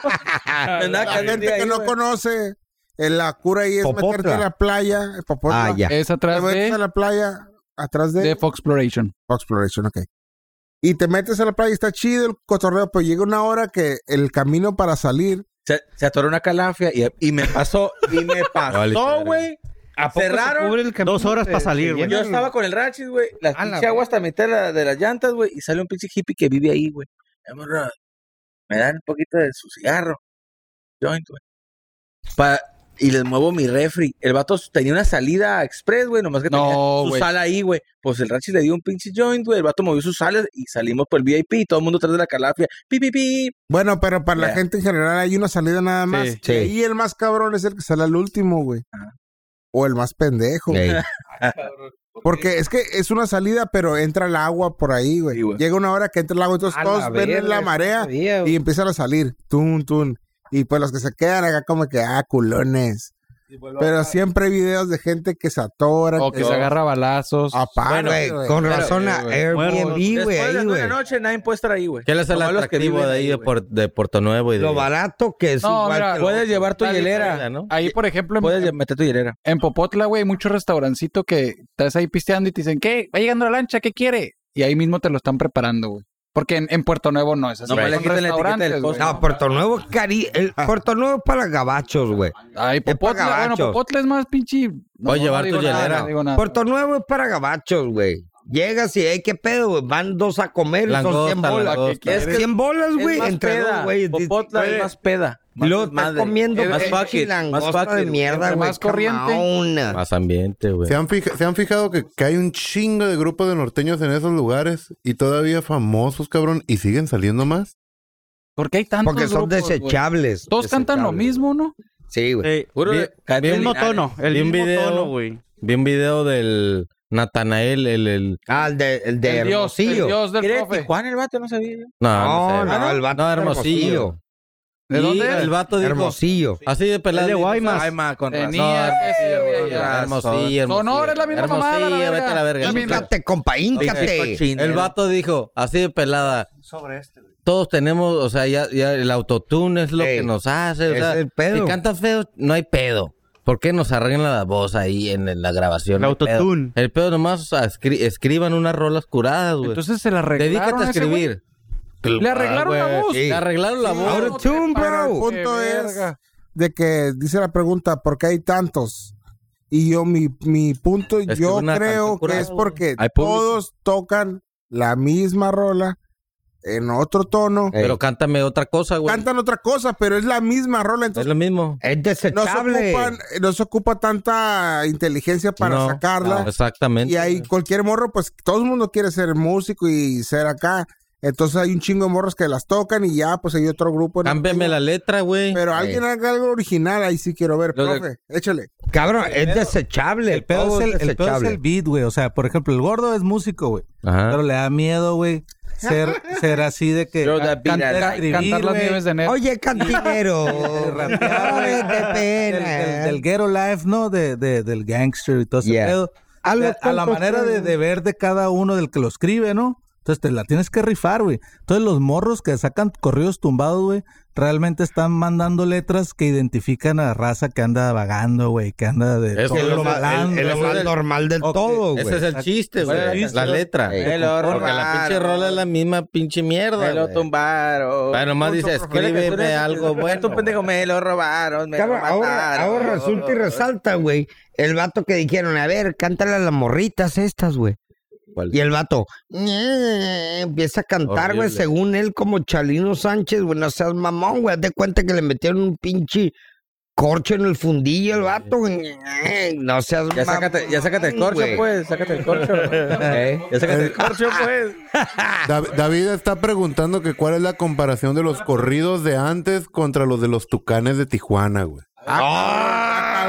[SPEAKER 13] No es
[SPEAKER 4] la
[SPEAKER 13] nada caliente
[SPEAKER 4] gente que
[SPEAKER 13] ahí,
[SPEAKER 4] no
[SPEAKER 13] güey.
[SPEAKER 4] conoce, eh, la cura ahí es
[SPEAKER 7] Popotla.
[SPEAKER 4] meterte a la playa. eh, Popotla.
[SPEAKER 7] Ah, ya.
[SPEAKER 5] Es
[SPEAKER 4] Te
[SPEAKER 5] atrás
[SPEAKER 4] metes a
[SPEAKER 5] de,
[SPEAKER 4] la playa, eh, atrás de,
[SPEAKER 5] de Foxploration.
[SPEAKER 4] Exploration, ok. Y te metes a la playa y está chido el cotorreo, pero llega una hora que el camino para salir
[SPEAKER 13] Se, se atoró una calafia y, y me pasó, y me
[SPEAKER 2] Vale,
[SPEAKER 13] pasó,
[SPEAKER 2] verga.
[SPEAKER 13] güey.
[SPEAKER 8] ¿A poco se
[SPEAKER 13] Cerraron
[SPEAKER 8] cubre el camino
[SPEAKER 6] dos horas
[SPEAKER 8] de-
[SPEAKER 6] para salir,
[SPEAKER 8] de
[SPEAKER 6] güey.
[SPEAKER 13] Yo
[SPEAKER 8] lleno?
[SPEAKER 13] estaba con el Rachis, güey. La
[SPEAKER 8] A la
[SPEAKER 13] pinche agua
[SPEAKER 8] verga.
[SPEAKER 13] hasta mitad de, la- de las llantas, güey. Y sale un pinche hippie que vive ahí, güey. Eh, morra, Me dan un poquito de su cigarro. Joint, güey. Pa- y les muevo mi refri. El vato tenía una salida express, güey. Nomás que tenía
[SPEAKER 5] No,
[SPEAKER 13] su
[SPEAKER 5] güey.
[SPEAKER 13] sala ahí, güey. Pues el Rachis le dio un pinche joint, güey. El vato movió sus salas y salimos por el VIP. Y todo el mundo atrás de la calafia. Pi, pi, pi.
[SPEAKER 4] Bueno, pero para la
[SPEAKER 13] Ya.
[SPEAKER 4] gente en general hay una salida nada más.
[SPEAKER 5] Sí, Ah.
[SPEAKER 4] y ahí el más cabrón es el que sale al último, güey. O el más pendejo.
[SPEAKER 7] Ey.
[SPEAKER 4] Porque es que es una salida, pero entra el agua por ahí, güey. Llega una hora que entra el agua, entonces
[SPEAKER 7] A la
[SPEAKER 4] todos ven en
[SPEAKER 7] verga,
[SPEAKER 4] la
[SPEAKER 7] sí
[SPEAKER 4] marea
[SPEAKER 7] sabía, güey.
[SPEAKER 4] y empiezan a salir. Tun, tun. Y pues los que se quedan acá como que, ah, culones.
[SPEAKER 5] pues,
[SPEAKER 4] Pero siempre hay videos de gente que se atora.
[SPEAKER 5] O que se agarra balazos.
[SPEAKER 4] Apá,
[SPEAKER 5] Bueno,
[SPEAKER 4] güey.
[SPEAKER 5] güey,
[SPEAKER 4] Con
[SPEAKER 5] pero-
[SPEAKER 4] razón a
[SPEAKER 5] Sí, güey.
[SPEAKER 7] Airbnb, güey.
[SPEAKER 13] Después de
[SPEAKER 7] ahí,
[SPEAKER 13] las nueve de
[SPEAKER 7] güey.
[SPEAKER 13] la noche nadie puede estar ahí, güey.
[SPEAKER 2] ¿Qué les el
[SPEAKER 13] Nomás los que
[SPEAKER 2] atractivo
[SPEAKER 13] viven
[SPEAKER 2] de ahí de, Puer- de Puerto Nuevo? Y de...
[SPEAKER 13] Lo barato
[SPEAKER 7] que
[SPEAKER 13] es igual que lo- Puedes llevar tu
[SPEAKER 5] la
[SPEAKER 13] hielera,
[SPEAKER 5] diferencia,
[SPEAKER 13] ¿no?
[SPEAKER 5] Ahí, por ejemplo, en,
[SPEAKER 13] Puedes meter tu hielera.
[SPEAKER 5] En Popotla, güey, hay mucho restaurancito que estás ahí pisteando y te dicen, ¿qué? Va llegando la lancha, ¿qué quiere? Y ahí mismo te lo están preparando, güey. Porque en, en Puerto Nuevo no
[SPEAKER 13] pues,
[SPEAKER 5] es así.
[SPEAKER 7] No,
[SPEAKER 5] güey. Son restaurantes, güey.
[SPEAKER 7] No, Puerto Nuevo, es cari... el Puerto Nuevo es para gabachos, güey.
[SPEAKER 5] Ay, Popotla, bueno, Popotla es más pinche. no,
[SPEAKER 7] Oye,
[SPEAKER 5] no digo nada, no digo nada.
[SPEAKER 7] Puerto Nuevo es para gabachos, güey. Llegas y, hey, qué pedo, güey. Van dos a comer y
[SPEAKER 13] Langosta,
[SPEAKER 7] son 100 bolas.
[SPEAKER 13] langosta.
[SPEAKER 7] Es que 100 bolas,
[SPEAKER 13] es
[SPEAKER 7] güey,
[SPEAKER 13] más
[SPEAKER 7] entre
[SPEAKER 13] peda.
[SPEAKER 7] dos, güey.
[SPEAKER 13] Popotla es más peda.
[SPEAKER 7] Y luego estás
[SPEAKER 13] desmadre.
[SPEAKER 7] comiendo
[SPEAKER 13] Es- es
[SPEAKER 7] pinche
[SPEAKER 13] fuck it, más
[SPEAKER 7] langosta
[SPEAKER 13] fuck
[SPEAKER 7] de
[SPEAKER 13] it.
[SPEAKER 7] mierda,
[SPEAKER 13] Entre
[SPEAKER 7] güey.
[SPEAKER 13] más corriente.
[SPEAKER 7] Camarón.
[SPEAKER 2] Más ambiente, güey.
[SPEAKER 3] ¿Se han, fija- se han fijado que, que hay un chingo de grupos de norteños en esos lugares y todavía famosos, cabrón, y siguen saliendo más?
[SPEAKER 5] ¿Por qué hay tantos
[SPEAKER 7] Porque son
[SPEAKER 5] grupos, güey?
[SPEAKER 7] desechables.
[SPEAKER 5] Todos cantan lo
[SPEAKER 7] Desechables.
[SPEAKER 5] mismo, ¿no?
[SPEAKER 7] Sí, güey.
[SPEAKER 2] Puro
[SPEAKER 7] Vi-
[SPEAKER 2] de-
[SPEAKER 7] Catrina
[SPEAKER 2] vi un-
[SPEAKER 7] Linares.
[SPEAKER 2] vi un video- Vi un video del Natanael, el... el...
[SPEAKER 7] Ah, el de, el de Hermosillo. Ah,
[SPEAKER 13] Era de Tijuana el vato, no sabía yo.
[SPEAKER 2] No, no,
[SPEAKER 7] No,
[SPEAKER 2] sé.
[SPEAKER 7] no, el vato
[SPEAKER 2] No,
[SPEAKER 7] de
[SPEAKER 2] Hermosillo.
[SPEAKER 7] Hermosillo. ¿De
[SPEAKER 2] Y
[SPEAKER 7] dónde?
[SPEAKER 2] El vato dijo...
[SPEAKER 7] Hermosillo.
[SPEAKER 2] Así de pelado.
[SPEAKER 7] El de
[SPEAKER 2] dijo,
[SPEAKER 7] Guaymas.
[SPEAKER 2] Guaymas, Ah, con razón.
[SPEAKER 5] Tenía que ser de
[SPEAKER 2] con
[SPEAKER 5] allá.
[SPEAKER 2] razón. Hermosillo, hermosillo.
[SPEAKER 5] Sonora es la misma
[SPEAKER 2] Hermosillo,
[SPEAKER 5] mamada, la
[SPEAKER 2] vete a la verga.
[SPEAKER 7] Híncate, compa, híncate.
[SPEAKER 2] El vato dijo, así de pelada,
[SPEAKER 7] Sobre este, güey.
[SPEAKER 2] todos tenemos, o sea, ya, ya el autotune es lo
[SPEAKER 7] Ey,
[SPEAKER 2] que nos hace. O
[SPEAKER 7] es
[SPEAKER 2] sea,
[SPEAKER 7] el pedo.
[SPEAKER 2] Si cantas feo, no hay pedo. ¿Por qué nos arreglan la voz ahí en, en la grabación?
[SPEAKER 6] El
[SPEAKER 2] No hay pedo.
[SPEAKER 6] autotune.
[SPEAKER 2] El pedo nomás o sea, escri- escriban unas rolas curadas, güey.
[SPEAKER 5] Entonces se la arreglaron
[SPEAKER 2] Dedícate a
[SPEAKER 5] a ese güey.
[SPEAKER 2] escribir. Ah,
[SPEAKER 5] Le arreglaron la
[SPEAKER 2] güey.
[SPEAKER 5] voz.
[SPEAKER 2] Sí. Le arreglaron la voz.
[SPEAKER 4] Autotune, bro. El punto
[SPEAKER 5] Qué
[SPEAKER 4] es
[SPEAKER 5] verga.
[SPEAKER 4] de que dice la pregunta, ¿por qué hay tantos? Y yo, mi, mi punto,
[SPEAKER 2] que
[SPEAKER 4] yo
[SPEAKER 2] una
[SPEAKER 4] creo
[SPEAKER 2] canción curada,
[SPEAKER 4] que es porque
[SPEAKER 2] güey. Hay público.
[SPEAKER 4] todos tocan la misma rola en otro tono.
[SPEAKER 2] Pero cántame otra cosa, güey.
[SPEAKER 4] Cantan otra cosa, pero es la misma rola.
[SPEAKER 2] Es
[SPEAKER 4] Entonces,
[SPEAKER 2] lo mismo.
[SPEAKER 7] Es
[SPEAKER 4] no se,
[SPEAKER 7] desechable.
[SPEAKER 4] ocupan- no se ocupa tanta inteligencia para
[SPEAKER 2] No,
[SPEAKER 4] sacarla.
[SPEAKER 2] no, exactamente.
[SPEAKER 4] Y ahí cualquier morro, pues todo el mundo quiere ser músico y ser acá. Entonces hay un chingo de morros que las tocan y ya, pues hay otro grupo. en el
[SPEAKER 2] Cámbiame
[SPEAKER 4] chingo.
[SPEAKER 2] la letra, güey.
[SPEAKER 4] Pero alguien haga algo original, ahí sí quiero ver,
[SPEAKER 2] Lo de-
[SPEAKER 4] profe. Échale.
[SPEAKER 7] Cabrón, es desechable.
[SPEAKER 4] el
[SPEAKER 7] todo
[SPEAKER 4] pedo
[SPEAKER 1] es el, el pedo es
[SPEAKER 7] desechable.
[SPEAKER 1] el beat, güey. O sea, por ejemplo, el gordo es músico, güey.
[SPEAKER 2] Ajá.
[SPEAKER 1] Pero le da miedo, güey, ser, ser así de que
[SPEAKER 13] Yo da
[SPEAKER 1] canta,
[SPEAKER 13] vida,
[SPEAKER 1] escribir,
[SPEAKER 5] Cantar las
[SPEAKER 1] güey,
[SPEAKER 5] nieves de enero.
[SPEAKER 7] Oye, cantinero.
[SPEAKER 1] del, del- del ghetto life, ¿no? De, de- del gangster y todo ese
[SPEAKER 7] Yeah.
[SPEAKER 1] pedo.
[SPEAKER 7] A
[SPEAKER 1] O sea,
[SPEAKER 7] los
[SPEAKER 1] a la
[SPEAKER 7] tontos,
[SPEAKER 1] manera de,
[SPEAKER 7] güey.
[SPEAKER 1] de ver de cada uno del que lo escribe, ¿no? Entonces te la tienes que rifar, güey. Entonces los morros que sacan corridos tumbados, güey, realmente están mandando letras que identifican a la raza que anda vagando, güey, que anda de...
[SPEAKER 2] Eso
[SPEAKER 1] todo
[SPEAKER 2] es lo más-
[SPEAKER 1] volando.
[SPEAKER 7] Es lo más normal del todo, güey.
[SPEAKER 2] Ese es el chiste, güey. La letra.
[SPEAKER 7] Ey.
[SPEAKER 13] El oro,
[SPEAKER 2] Porque la pinche
[SPEAKER 13] raro.
[SPEAKER 2] rola es la misma pinche mierda.
[SPEAKER 13] Me lo
[SPEAKER 2] güey.
[SPEAKER 13] tumbaron.
[SPEAKER 2] Bueno, nomás dice, escríbeme algo
[SPEAKER 13] Tu
[SPEAKER 2] bueno.
[SPEAKER 13] pendejo me lo robaron, me lo
[SPEAKER 7] Cabrón, ahora,
[SPEAKER 13] mataron.
[SPEAKER 7] ahora resulta y resalta, güey. El vato que dijeron, a ver, cántale a las morritas estas, güey.
[SPEAKER 2] ¿Cuál?
[SPEAKER 7] Y el vato "Ñe", empieza a cantar, güey,
[SPEAKER 2] Horrible.
[SPEAKER 7] según él, como Chalino Sánchez, güey, no seas mamón, güey. Haz de cuenta que le metieron un pinche corcho en el fundillo al vato, güey. "Ñe", No seas
[SPEAKER 13] Ya sácate, ya sácate el corcho,
[SPEAKER 7] güey.
[SPEAKER 13] pues. Sácate el corcho. ¿Eh? Ya sácate el corcho, pues.
[SPEAKER 3] Da- David está preguntando que cuál es la comparación de los corridos de antes contra los de los tucanes de Tijuana, güey.
[SPEAKER 7] Ah,
[SPEAKER 2] Ah,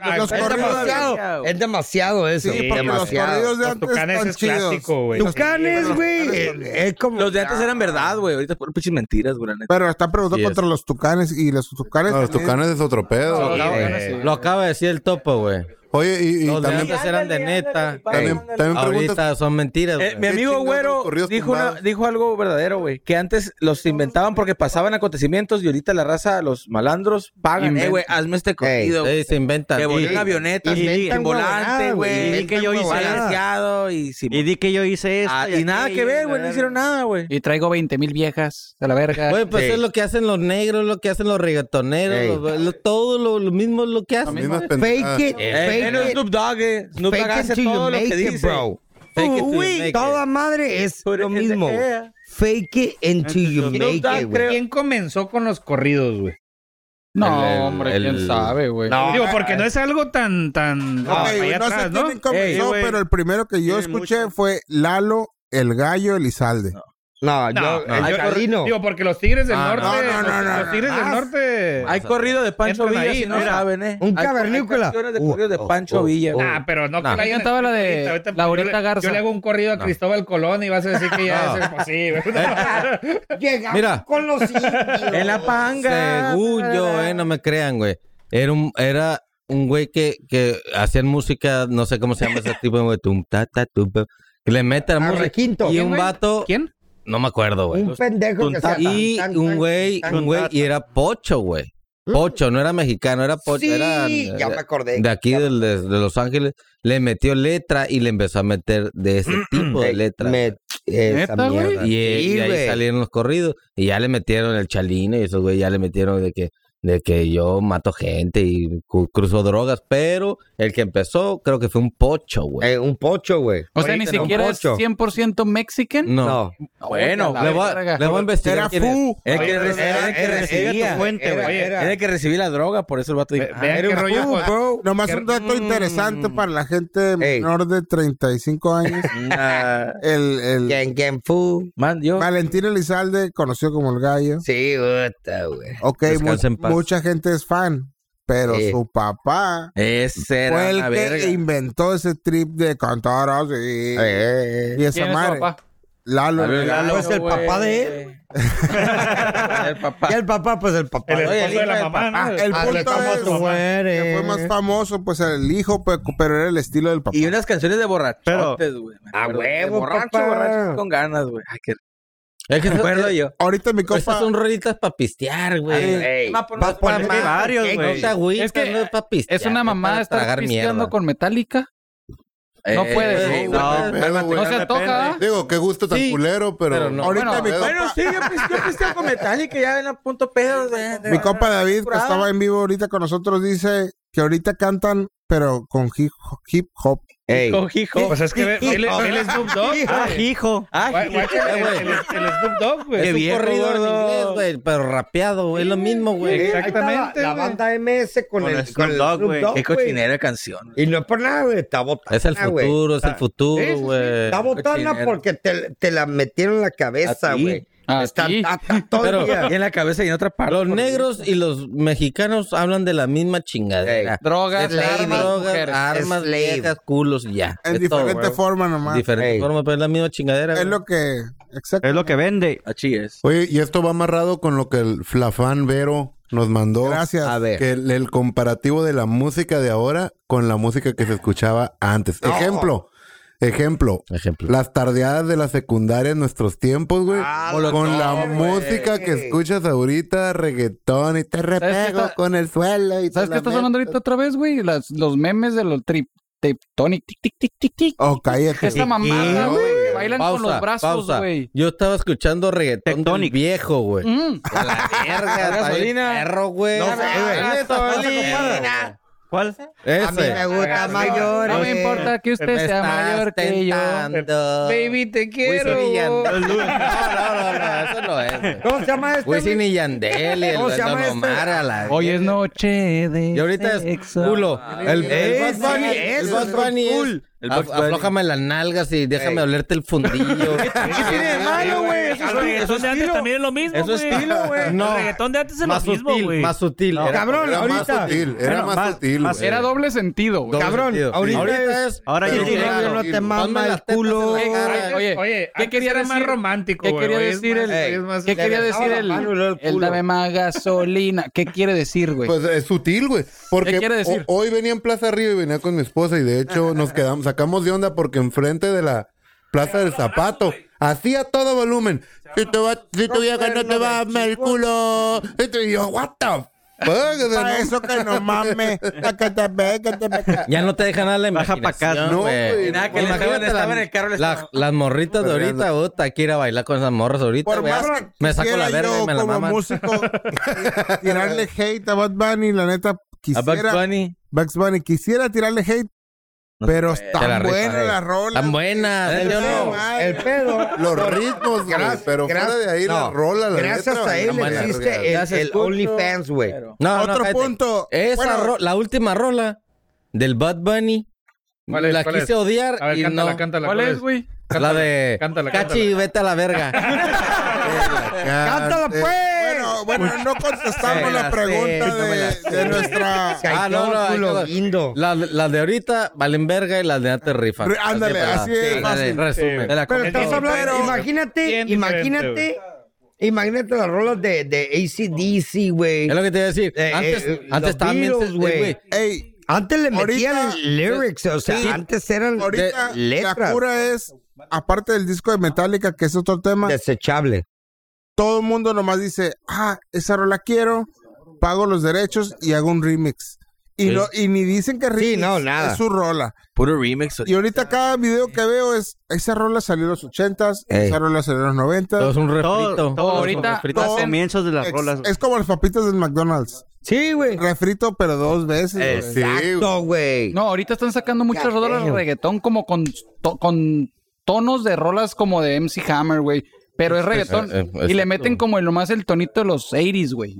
[SPEAKER 13] Bueno,
[SPEAKER 7] Los
[SPEAKER 13] es
[SPEAKER 7] corridos-
[SPEAKER 13] demasiado.
[SPEAKER 7] pues, Es demasiado eso.
[SPEAKER 4] Sí, porque los
[SPEAKER 7] demasiado.
[SPEAKER 4] corridos de antes son chidos.
[SPEAKER 8] güey.
[SPEAKER 7] Tucanes, güey. Es como.
[SPEAKER 13] Los de antes eran verdad, güey. Ahorita por pinches mentiras, güey. la neta.
[SPEAKER 4] Pero está preguntando
[SPEAKER 2] Sí es.
[SPEAKER 4] contra los tucanes y los tucanes.
[SPEAKER 3] No, los
[SPEAKER 4] también-
[SPEAKER 3] tucanes es otro pedo. güey.
[SPEAKER 2] Lo acaba de decir el topo, güey.
[SPEAKER 3] Oye, y, y
[SPEAKER 2] Los de
[SPEAKER 3] también,
[SPEAKER 2] antes eran de neta.
[SPEAKER 3] también, también preguntas.
[SPEAKER 2] Ahorita son mentiras,
[SPEAKER 13] Eh, mi
[SPEAKER 2] güey.
[SPEAKER 13] amigo
[SPEAKER 3] chingados
[SPEAKER 13] Güero
[SPEAKER 3] corridos
[SPEAKER 13] dijo, una-
[SPEAKER 3] tumbados?
[SPEAKER 13] dijo algo verdadero, güey. Que antes los inventaban porque pasaban acontecimientos y ahorita la raza, los malandros, pagan. Eh, güey, hazme este corrido. güey.
[SPEAKER 2] Sí, se inventan.
[SPEAKER 13] Que voló en
[SPEAKER 2] Sí.
[SPEAKER 13] avioneta,
[SPEAKER 6] y-
[SPEAKER 13] sí,
[SPEAKER 6] y-
[SPEAKER 13] en volante,
[SPEAKER 7] huevonada, güey,
[SPEAKER 13] güey.
[SPEAKER 6] y que yo hice
[SPEAKER 13] balanceado y sin-
[SPEAKER 6] Y di que yo hice esto.
[SPEAKER 13] Ah, y nada que ver, güey. No hicieron nada, güey.
[SPEAKER 5] Y traigo 20 mil viejas a la verga.
[SPEAKER 2] Güey, pues
[SPEAKER 7] Sí.
[SPEAKER 2] es lo que hacen los negros, lo que hacen los
[SPEAKER 7] Ey.
[SPEAKER 2] reggaetoneros, los- lo- todo lo, lo mismo es lo que hacen.
[SPEAKER 3] mismas pendejadas.
[SPEAKER 7] Fake it.
[SPEAKER 13] Eh,
[SPEAKER 7] Fake
[SPEAKER 13] menos
[SPEAKER 7] it.
[SPEAKER 13] Snoop Dogg, eh. Snoop Dogg
[SPEAKER 7] Fake it
[SPEAKER 13] hace
[SPEAKER 7] till you
[SPEAKER 13] todo lo
[SPEAKER 7] make
[SPEAKER 13] que
[SPEAKER 7] it,
[SPEAKER 13] dice.
[SPEAKER 7] bro.
[SPEAKER 2] Fake it till you
[SPEAKER 7] Uy,
[SPEAKER 2] make it.
[SPEAKER 7] toda madre es
[SPEAKER 13] Put
[SPEAKER 7] lo
[SPEAKER 13] it in the
[SPEAKER 7] mismo.
[SPEAKER 13] air.
[SPEAKER 7] Fake it until you
[SPEAKER 13] Snoop
[SPEAKER 7] make
[SPEAKER 13] Dogg
[SPEAKER 7] it, güey.
[SPEAKER 13] creo-
[SPEAKER 8] ¿Quién comenzó con los corridos, güey?
[SPEAKER 5] No,
[SPEAKER 2] El- el-
[SPEAKER 5] hombre,
[SPEAKER 2] el-
[SPEAKER 5] quién sabe, güey.
[SPEAKER 8] Digo, porque no es algo tan, tan...
[SPEAKER 4] Ok,
[SPEAKER 8] allá
[SPEAKER 4] güey, no sé
[SPEAKER 8] atrás,
[SPEAKER 4] quién comenzó,
[SPEAKER 8] Ey, güey.
[SPEAKER 4] pero el primero que yo
[SPEAKER 6] Tienen
[SPEAKER 4] escuché
[SPEAKER 6] mucho.
[SPEAKER 4] fue Lalo, el gallo Elizalde.
[SPEAKER 7] No,
[SPEAKER 8] No,
[SPEAKER 7] yo,
[SPEAKER 8] no.
[SPEAKER 7] el
[SPEAKER 8] Yo-
[SPEAKER 7] Chalino.
[SPEAKER 8] digo, porque los Tigres del
[SPEAKER 7] Ah,
[SPEAKER 8] Norte.
[SPEAKER 7] no, no,
[SPEAKER 8] los-
[SPEAKER 7] no, no,
[SPEAKER 8] los Tigres
[SPEAKER 7] no.
[SPEAKER 8] del
[SPEAKER 7] Ah,
[SPEAKER 8] Norte.
[SPEAKER 7] hay corrido de Pancho
[SPEAKER 8] entran
[SPEAKER 7] Villa,
[SPEAKER 8] ahí,
[SPEAKER 7] si no saben, ¿eh?
[SPEAKER 8] Hay-
[SPEAKER 7] Un
[SPEAKER 8] hay
[SPEAKER 7] cavernícola.
[SPEAKER 8] canciones de
[SPEAKER 7] Uh,
[SPEAKER 8] corrido de
[SPEAKER 7] oh,
[SPEAKER 8] Pancho
[SPEAKER 7] oh,
[SPEAKER 8] Villa.
[SPEAKER 7] oh.
[SPEAKER 8] Ah, pero no
[SPEAKER 7] Nah.
[SPEAKER 8] que la hayan
[SPEAKER 7] Yo cantaba la de
[SPEAKER 8] entrevista, ahorita,
[SPEAKER 7] la
[SPEAKER 8] yo
[SPEAKER 7] Aurita
[SPEAKER 8] le-
[SPEAKER 7] Garza.
[SPEAKER 8] Yo le hago un corrido a
[SPEAKER 7] No.
[SPEAKER 8] Cristóbal Colón y vas a decir que ya
[SPEAKER 2] No.
[SPEAKER 8] es imposible.
[SPEAKER 2] Mira.
[SPEAKER 7] con los
[SPEAKER 2] En la panga. Según yo, eh, no me crean, güey. Era un, era un güey que, que hacían música, no sé cómo se llama ese tipo, güey. Tum, ta, ta, tum, pa. que le mete la música. Y un vato.
[SPEAKER 8] ¿Quién?
[SPEAKER 2] No me acuerdo, güey.
[SPEAKER 7] Un pendejo que
[SPEAKER 2] Tunta-
[SPEAKER 7] se
[SPEAKER 2] Y
[SPEAKER 7] tan, tan,
[SPEAKER 2] un
[SPEAKER 7] tan,
[SPEAKER 2] güey,
[SPEAKER 7] tan,
[SPEAKER 2] un güey,
[SPEAKER 7] tan,
[SPEAKER 2] y era pocho, güey. Pocho, no era mexicano, era pocho.
[SPEAKER 7] Sí,
[SPEAKER 2] era,
[SPEAKER 7] ya me acordé.
[SPEAKER 2] De aquí, del- de, de Los Ángeles. Le metió letra y le empezó a meter de ese tipo de letra.
[SPEAKER 7] esa ¿Neta, güey? mierda.
[SPEAKER 2] Y, eh, y
[SPEAKER 7] Sí,
[SPEAKER 2] ahí
[SPEAKER 7] güey.
[SPEAKER 2] salieron los corridos. Y ya le metieron el chalino y esos güey ya le metieron de que, de que yo mato gente y cu- cruzo drogas. Pero el que empezó creo que fue un pocho, güey.
[SPEAKER 7] Eh, un pocho, güey.
[SPEAKER 5] O sea, ni siquiera es 100% mexican.
[SPEAKER 2] No.
[SPEAKER 5] No,
[SPEAKER 2] Bueno,
[SPEAKER 5] la
[SPEAKER 2] le voy, a-
[SPEAKER 5] verga.
[SPEAKER 2] le voy a investigar.
[SPEAKER 5] Era
[SPEAKER 2] quién es.
[SPEAKER 5] fu.
[SPEAKER 2] El que
[SPEAKER 5] Era-
[SPEAKER 2] reci-
[SPEAKER 5] era-
[SPEAKER 2] el que
[SPEAKER 5] era-
[SPEAKER 2] recibía-
[SPEAKER 5] era-
[SPEAKER 13] Era,
[SPEAKER 5] era-
[SPEAKER 13] el que recibí la droga, por eso el vato dijo.
[SPEAKER 8] vean
[SPEAKER 13] Ah, era
[SPEAKER 8] qué
[SPEAKER 13] un
[SPEAKER 8] rollo
[SPEAKER 13] fu,
[SPEAKER 8] con-
[SPEAKER 13] bro.
[SPEAKER 4] Nomás
[SPEAKER 13] Qué-
[SPEAKER 4] un dato
[SPEAKER 13] Mm.
[SPEAKER 4] interesante para la gente menor de 35 años.
[SPEAKER 13] Nah.
[SPEAKER 4] el el
[SPEAKER 13] Man, yo-
[SPEAKER 4] Valentín Elizalde, conocido como el gallo.
[SPEAKER 7] Sí, puta, güey.
[SPEAKER 4] Ok,
[SPEAKER 13] Descansa
[SPEAKER 4] mu-
[SPEAKER 13] en paz.
[SPEAKER 4] mucha gente es fan, pero
[SPEAKER 13] Sí.
[SPEAKER 4] su papá
[SPEAKER 13] Ese era
[SPEAKER 4] fue el
[SPEAKER 13] una
[SPEAKER 4] que
[SPEAKER 13] verga.
[SPEAKER 4] inventó ese trip de cantar así.
[SPEAKER 7] Eh.
[SPEAKER 4] Y
[SPEAKER 13] ¿Quién
[SPEAKER 4] esa
[SPEAKER 13] es su
[SPEAKER 4] madre.
[SPEAKER 13] papá?
[SPEAKER 4] Lalo.
[SPEAKER 13] Lalo, Lalo,
[SPEAKER 7] Pues el
[SPEAKER 13] güey.
[SPEAKER 7] papá de él. el papá. el papá, pues el papá.
[SPEAKER 4] El
[SPEAKER 7] Oye,
[SPEAKER 4] esposo de la
[SPEAKER 7] hijo
[SPEAKER 4] mamá,
[SPEAKER 7] papá.
[SPEAKER 4] ¿no? El
[SPEAKER 7] Ah,
[SPEAKER 4] punto
[SPEAKER 7] le estamos
[SPEAKER 4] es
[SPEAKER 7] a tu madre.
[SPEAKER 4] que fue más famoso, pues el hijo, pe- pero era el estilo del papá. Y
[SPEAKER 13] unas canciones de borrachotes, güey.
[SPEAKER 7] A
[SPEAKER 13] De
[SPEAKER 7] huevo,
[SPEAKER 13] borracho,
[SPEAKER 7] papá.
[SPEAKER 13] borracho, con ganas, güey. Ay, qué-
[SPEAKER 2] Es que
[SPEAKER 13] Me acuerdo yo.
[SPEAKER 4] Ahorita mi
[SPEAKER 2] compa. Estas son rolitas para pistear, güey.
[SPEAKER 13] Ey,
[SPEAKER 2] Pa'
[SPEAKER 13] pa' poner varios, güey.
[SPEAKER 2] No te agüitas,
[SPEAKER 5] Es que
[SPEAKER 2] no es para pistear.
[SPEAKER 5] Es una mamada estar pisteando con Metallica. No
[SPEAKER 2] Eh,
[SPEAKER 5] puedes.
[SPEAKER 2] sí, no,
[SPEAKER 5] No,
[SPEAKER 2] pero, güey,
[SPEAKER 5] no se
[SPEAKER 2] depende.
[SPEAKER 5] antoja.
[SPEAKER 3] Digo, qué gusto tan
[SPEAKER 13] Sí,
[SPEAKER 3] culero, pero,
[SPEAKER 13] pero no.
[SPEAKER 4] Ahorita mi compa-
[SPEAKER 13] Bueno, sí, yo pis- yo pisteo con Metallica, ya ven a punto pedo. de- de-
[SPEAKER 4] Mi compa David, que
[SPEAKER 13] curado.
[SPEAKER 4] estaba en vivo ahorita con nosotros, dice que ahorita cantan, pero con hip, hip hop.
[SPEAKER 8] Con hijo. Pues es que ve- ve- ve el Snoop Dogg.
[SPEAKER 6] Ah,
[SPEAKER 8] güey.
[SPEAKER 6] hijo.
[SPEAKER 8] Guá-
[SPEAKER 6] Ah,
[SPEAKER 8] guáchale el, el, el Snoop Dogg, güey.
[SPEAKER 2] Es un corrido en inglés, güey, pero rapeado, güey, es lo mismo, güey.
[SPEAKER 7] Exactamente. La, banda MS con,
[SPEAKER 2] Con
[SPEAKER 7] el,
[SPEAKER 2] el
[SPEAKER 7] con
[SPEAKER 2] Snoop
[SPEAKER 7] el
[SPEAKER 2] Dogg,
[SPEAKER 7] Snoop
[SPEAKER 2] güey.
[SPEAKER 7] Dogg,
[SPEAKER 2] Qué
[SPEAKER 7] güey.
[SPEAKER 2] cochinero
[SPEAKER 13] de canción.
[SPEAKER 7] Y no es por nada, güey. Está botana.
[SPEAKER 2] Es el
[SPEAKER 7] güey.
[SPEAKER 2] futuro, es el futuro,
[SPEAKER 7] Sí, sí, sí.
[SPEAKER 2] güey.
[SPEAKER 7] Está botana
[SPEAKER 2] Cochinero.
[SPEAKER 7] porque te, te la metieron en la cabeza,
[SPEAKER 2] A ti.
[SPEAKER 7] güey.
[SPEAKER 2] A
[SPEAKER 7] Está
[SPEAKER 2] ti.
[SPEAKER 7] tata todo el
[SPEAKER 2] Pero-
[SPEAKER 7] día.
[SPEAKER 13] Y en la cabeza y en otra parte.
[SPEAKER 2] Los
[SPEAKER 13] por
[SPEAKER 2] negros
[SPEAKER 13] Dios.
[SPEAKER 2] y los mexicanos hablan de la misma chingadera.
[SPEAKER 7] Ey,
[SPEAKER 2] drogas,
[SPEAKER 7] slave,
[SPEAKER 2] armas, drogas,
[SPEAKER 7] mujeres,
[SPEAKER 2] armas
[SPEAKER 7] slave.
[SPEAKER 2] viejas, culos, y ya.
[SPEAKER 4] En
[SPEAKER 2] Es todo,
[SPEAKER 4] diferente
[SPEAKER 2] güey.
[SPEAKER 4] forma nomás.
[SPEAKER 2] Diferente
[SPEAKER 4] Ey.
[SPEAKER 2] forma, pero es la misma chingadera.
[SPEAKER 4] Es
[SPEAKER 2] güey.
[SPEAKER 4] lo que. Exacto.
[SPEAKER 6] Es lo que vende.
[SPEAKER 13] Así es.
[SPEAKER 3] Oye, y esto va amarrado con lo que el Flafán Vero nos mandó.
[SPEAKER 4] Gracias. A ver.
[SPEAKER 3] Que el, el comparativo de la música de ahora con la música que se escuchaba antes. Ejemplo. Ejemplo, las tardeadas de la secundaria en nuestros tiempos, güey. con la música que escuchas ahorita, reggaetón y te
[SPEAKER 5] qué
[SPEAKER 3] repego
[SPEAKER 5] está-
[SPEAKER 3] con el suelo. Y
[SPEAKER 5] ¿Sabes qué está sonando ahorita otra vez, güey? Las- Los memes de los trip. Tectonic, tic, tic, tic, tic, tic.
[SPEAKER 4] Oh, cállate.
[SPEAKER 5] Esta mamada,
[SPEAKER 2] No,
[SPEAKER 5] güey.
[SPEAKER 2] güey.
[SPEAKER 5] que Bailan
[SPEAKER 2] Pausa,
[SPEAKER 5] con los brazos,
[SPEAKER 2] pausa.
[SPEAKER 5] güey.
[SPEAKER 2] Yo estaba escuchando reggaetón del viejo, güey.
[SPEAKER 5] Mm.
[SPEAKER 2] A Pues, la verga, gasolina. Perro, güey.
[SPEAKER 7] No sé, güey.
[SPEAKER 2] Ah,
[SPEAKER 7] Eso,
[SPEAKER 2] está
[SPEAKER 7] eh.
[SPEAKER 2] bien.
[SPEAKER 6] ¿Cuál?
[SPEAKER 2] Ese.
[SPEAKER 7] A mí me gusta mayor.
[SPEAKER 5] No me importa que usted
[SPEAKER 2] Me
[SPEAKER 5] sea
[SPEAKER 2] estás
[SPEAKER 5] mayor que yo. eh,
[SPEAKER 2] tentando.
[SPEAKER 5] Baby, te quiero.
[SPEAKER 2] Wisin y Yandel. No, no, no, no, eso no es. güey.
[SPEAKER 7] ¿Cómo se llama este?
[SPEAKER 2] Wisin
[SPEAKER 7] güey?
[SPEAKER 2] y Yandel y el
[SPEAKER 7] ¿Cómo se llama
[SPEAKER 2] Don
[SPEAKER 7] este?
[SPEAKER 2] Omar a la
[SPEAKER 5] Hoy es noche de
[SPEAKER 2] Y ahorita es
[SPEAKER 5] sexo.
[SPEAKER 2] culo. El, el
[SPEAKER 7] Ese,
[SPEAKER 2] Bad Bunny, el
[SPEAKER 7] ese
[SPEAKER 2] Bad
[SPEAKER 7] es
[SPEAKER 2] Bunny es,
[SPEAKER 7] cool. El Bad
[SPEAKER 2] af-
[SPEAKER 7] Bunny.
[SPEAKER 2] aflójame las nalgas y déjame olerte el fundillo.
[SPEAKER 7] ¿Qué tiene de malo, güey? Eso es
[SPEAKER 11] El
[SPEAKER 7] tu-
[SPEAKER 11] reggaetón de antes también es lo mismo,
[SPEAKER 2] Eso es
[SPEAKER 11] güey.
[SPEAKER 2] estilo, güey.
[SPEAKER 11] El
[SPEAKER 2] No.
[SPEAKER 11] reggaetón de antes Este es lo
[SPEAKER 2] más
[SPEAKER 11] mismo,
[SPEAKER 2] sutil,
[SPEAKER 11] güey.
[SPEAKER 2] más sutil.
[SPEAKER 11] No.
[SPEAKER 7] Cabrón,
[SPEAKER 3] Era más
[SPEAKER 7] ahorita.
[SPEAKER 3] sutil, era
[SPEAKER 6] Bueno,
[SPEAKER 3] más,
[SPEAKER 6] más-
[SPEAKER 3] sutil.
[SPEAKER 6] más-
[SPEAKER 3] güey.
[SPEAKER 5] Era doble sentido, güey.
[SPEAKER 2] Doble
[SPEAKER 7] Cabrón,
[SPEAKER 2] sentido.
[SPEAKER 7] ahorita
[SPEAKER 2] Ahorita
[SPEAKER 7] es-
[SPEAKER 2] es.
[SPEAKER 6] Ahora
[SPEAKER 2] Pero
[SPEAKER 6] ya tiene-
[SPEAKER 2] claro,
[SPEAKER 7] no te
[SPEAKER 2] ponme
[SPEAKER 7] mama el
[SPEAKER 2] las tetas
[SPEAKER 7] culo.
[SPEAKER 2] en la cara.
[SPEAKER 5] Oye,
[SPEAKER 8] Oye,
[SPEAKER 5] ¿qué
[SPEAKER 8] ¿qué quería
[SPEAKER 5] quería
[SPEAKER 8] era más
[SPEAKER 5] decir-
[SPEAKER 8] romántico,
[SPEAKER 5] ¿Qué
[SPEAKER 8] güey?
[SPEAKER 5] quería
[SPEAKER 8] Hoy es
[SPEAKER 5] decir
[SPEAKER 8] más-
[SPEAKER 5] el,
[SPEAKER 8] es más-
[SPEAKER 5] ¿qué quería
[SPEAKER 7] besaba
[SPEAKER 5] decir
[SPEAKER 7] la
[SPEAKER 5] el,
[SPEAKER 7] mano y luego el
[SPEAKER 5] el
[SPEAKER 7] culo.
[SPEAKER 5] dame más gasolina? ¿Qué quiere decir, güey?
[SPEAKER 3] Pues es sutil, güey. Porque
[SPEAKER 5] ¿Qué quiere decir?
[SPEAKER 3] ho- hoy venía en Plaza Río y venía con mi esposa y de hecho nos quedamos, sacamos de onda porque enfrente de la Plaza del Zapato hacía todo volumen. Si tu, va- si tu vieja no te va a amar el culo. Y tú- y yo, what the fuck. O sea,
[SPEAKER 4] Para
[SPEAKER 3] no-
[SPEAKER 4] eso que no mames. a que te ve, que te ve.
[SPEAKER 2] Ya no te deja nada la
[SPEAKER 6] Baja
[SPEAKER 2] imaginación,
[SPEAKER 6] pa' acá.
[SPEAKER 3] No, güey.
[SPEAKER 2] güey.
[SPEAKER 13] Nada, que le
[SPEAKER 2] Imagínate
[SPEAKER 13] estaban- estaba
[SPEAKER 2] las-
[SPEAKER 13] en el carro, le
[SPEAKER 2] las-
[SPEAKER 13] estaba-
[SPEAKER 2] Las morritas de ahorita, puta, hay que ir a bailar con esas morras ahorita,
[SPEAKER 4] Por
[SPEAKER 2] güey. Ah,
[SPEAKER 4] más que
[SPEAKER 2] Me saco la
[SPEAKER 4] quisiera
[SPEAKER 2] verga
[SPEAKER 4] yo
[SPEAKER 2] y me la
[SPEAKER 4] como
[SPEAKER 2] maman.
[SPEAKER 4] músico tirarle hate a Bad Bunny, la neta
[SPEAKER 2] A
[SPEAKER 4] quisiera.
[SPEAKER 2] Bugs Bunny.
[SPEAKER 4] Bugs Bunny, quisiera tirarle hate, pero
[SPEAKER 2] Te
[SPEAKER 4] están
[SPEAKER 2] la
[SPEAKER 4] buenas
[SPEAKER 2] rifas,
[SPEAKER 4] las
[SPEAKER 2] eh.
[SPEAKER 4] rolas.
[SPEAKER 2] Tan buenas,
[SPEAKER 4] Esa
[SPEAKER 2] ¿sí o no?
[SPEAKER 4] madre.
[SPEAKER 7] El pedo.
[SPEAKER 3] Los ritmos, güey.
[SPEAKER 7] Gracias,
[SPEAKER 3] Pero fuera de ahí la
[SPEAKER 2] no.
[SPEAKER 3] rola, la
[SPEAKER 7] Gracias
[SPEAKER 3] letra,
[SPEAKER 7] a él
[SPEAKER 3] güey, la verga.
[SPEAKER 7] existe el,
[SPEAKER 2] Gracias,
[SPEAKER 7] el
[SPEAKER 2] escucho,
[SPEAKER 7] OnlyFans, güey.
[SPEAKER 2] No, no,
[SPEAKER 4] Otro
[SPEAKER 2] cállate.
[SPEAKER 4] punto.
[SPEAKER 2] Esa
[SPEAKER 4] Bueno.
[SPEAKER 2] ro- la última rola del Bad Bunny.
[SPEAKER 8] ¿Cuál es?
[SPEAKER 2] la
[SPEAKER 8] ¿Cuál
[SPEAKER 2] quise
[SPEAKER 8] es?
[SPEAKER 2] odiar
[SPEAKER 8] A ver,
[SPEAKER 2] y
[SPEAKER 8] cántala,
[SPEAKER 2] no.
[SPEAKER 8] cántala.
[SPEAKER 5] ¿Cuál es, güey?
[SPEAKER 2] la de
[SPEAKER 8] cántala,
[SPEAKER 2] Cachi,
[SPEAKER 8] cántala.
[SPEAKER 2] vete a la verga.
[SPEAKER 4] ¡Cántala, pues! Bueno, bueno, no contestamos la pregunta de, de nuestra...
[SPEAKER 2] Ah, no, no, hay
[SPEAKER 4] Culo.
[SPEAKER 2] que- Las las de ahorita valen verga y las de antes rifan.
[SPEAKER 4] Re- ándale, así es
[SPEAKER 2] pelada.
[SPEAKER 4] fácil.
[SPEAKER 2] Ándale, Resumen.
[SPEAKER 4] Sí.
[SPEAKER 2] Te la
[SPEAKER 7] Pero
[SPEAKER 2] compro.
[SPEAKER 7] estás hablando, imagínate,
[SPEAKER 2] Bien diferente,
[SPEAKER 7] imagínate, imagínate las rolas de, de ACDC, güey. Eh,
[SPEAKER 2] Es lo que te iba a decir.
[SPEAKER 4] Eh,
[SPEAKER 2] Antes- antes
[SPEAKER 7] los
[SPEAKER 2] también se-
[SPEAKER 7] Beatles,
[SPEAKER 2] eh,
[SPEAKER 7] güey.
[SPEAKER 2] güey.
[SPEAKER 4] Ey,
[SPEAKER 7] Antes le metían
[SPEAKER 4] ahorita-
[SPEAKER 7] lyrics, o sea,
[SPEAKER 4] Sí.
[SPEAKER 7] antes eran
[SPEAKER 4] Ahorita
[SPEAKER 7] de- letras.
[SPEAKER 4] la cura es, aparte del disco de Metallica, que es otro tema.
[SPEAKER 7] Desechable.
[SPEAKER 4] Todo el mundo nomás dice, ah, esa rola quiero, pago los derechos y hago un remix. Y,
[SPEAKER 13] Sí.
[SPEAKER 4] no, y ni dicen que remix
[SPEAKER 13] no, nada.
[SPEAKER 4] es su rola.
[SPEAKER 13] Puro remix.
[SPEAKER 4] Y ahorita cada video que veo es, esa rola salió en los ochentas,
[SPEAKER 13] Ey.
[SPEAKER 4] esa rola salió en los noventas.
[SPEAKER 2] Todo es un
[SPEAKER 6] Todo, todo ahorita los comienzos de las
[SPEAKER 4] Ex-
[SPEAKER 6] rolas.
[SPEAKER 4] Es como las papitas del McDonald's.
[SPEAKER 7] Sí, güey.
[SPEAKER 4] Refrito, pero dos veces. güey.
[SPEAKER 7] güey.
[SPEAKER 5] No, ahorita están sacando muchas
[SPEAKER 4] Goddamn.
[SPEAKER 5] rolas de reggaetón como con, to- con tonos de rolas como de MC Hammer, güey. Pero es reggaetón.
[SPEAKER 2] Eh, eh,
[SPEAKER 5] y le
[SPEAKER 2] exacto.
[SPEAKER 5] meten como el nomás el tonito de los 80s, güey.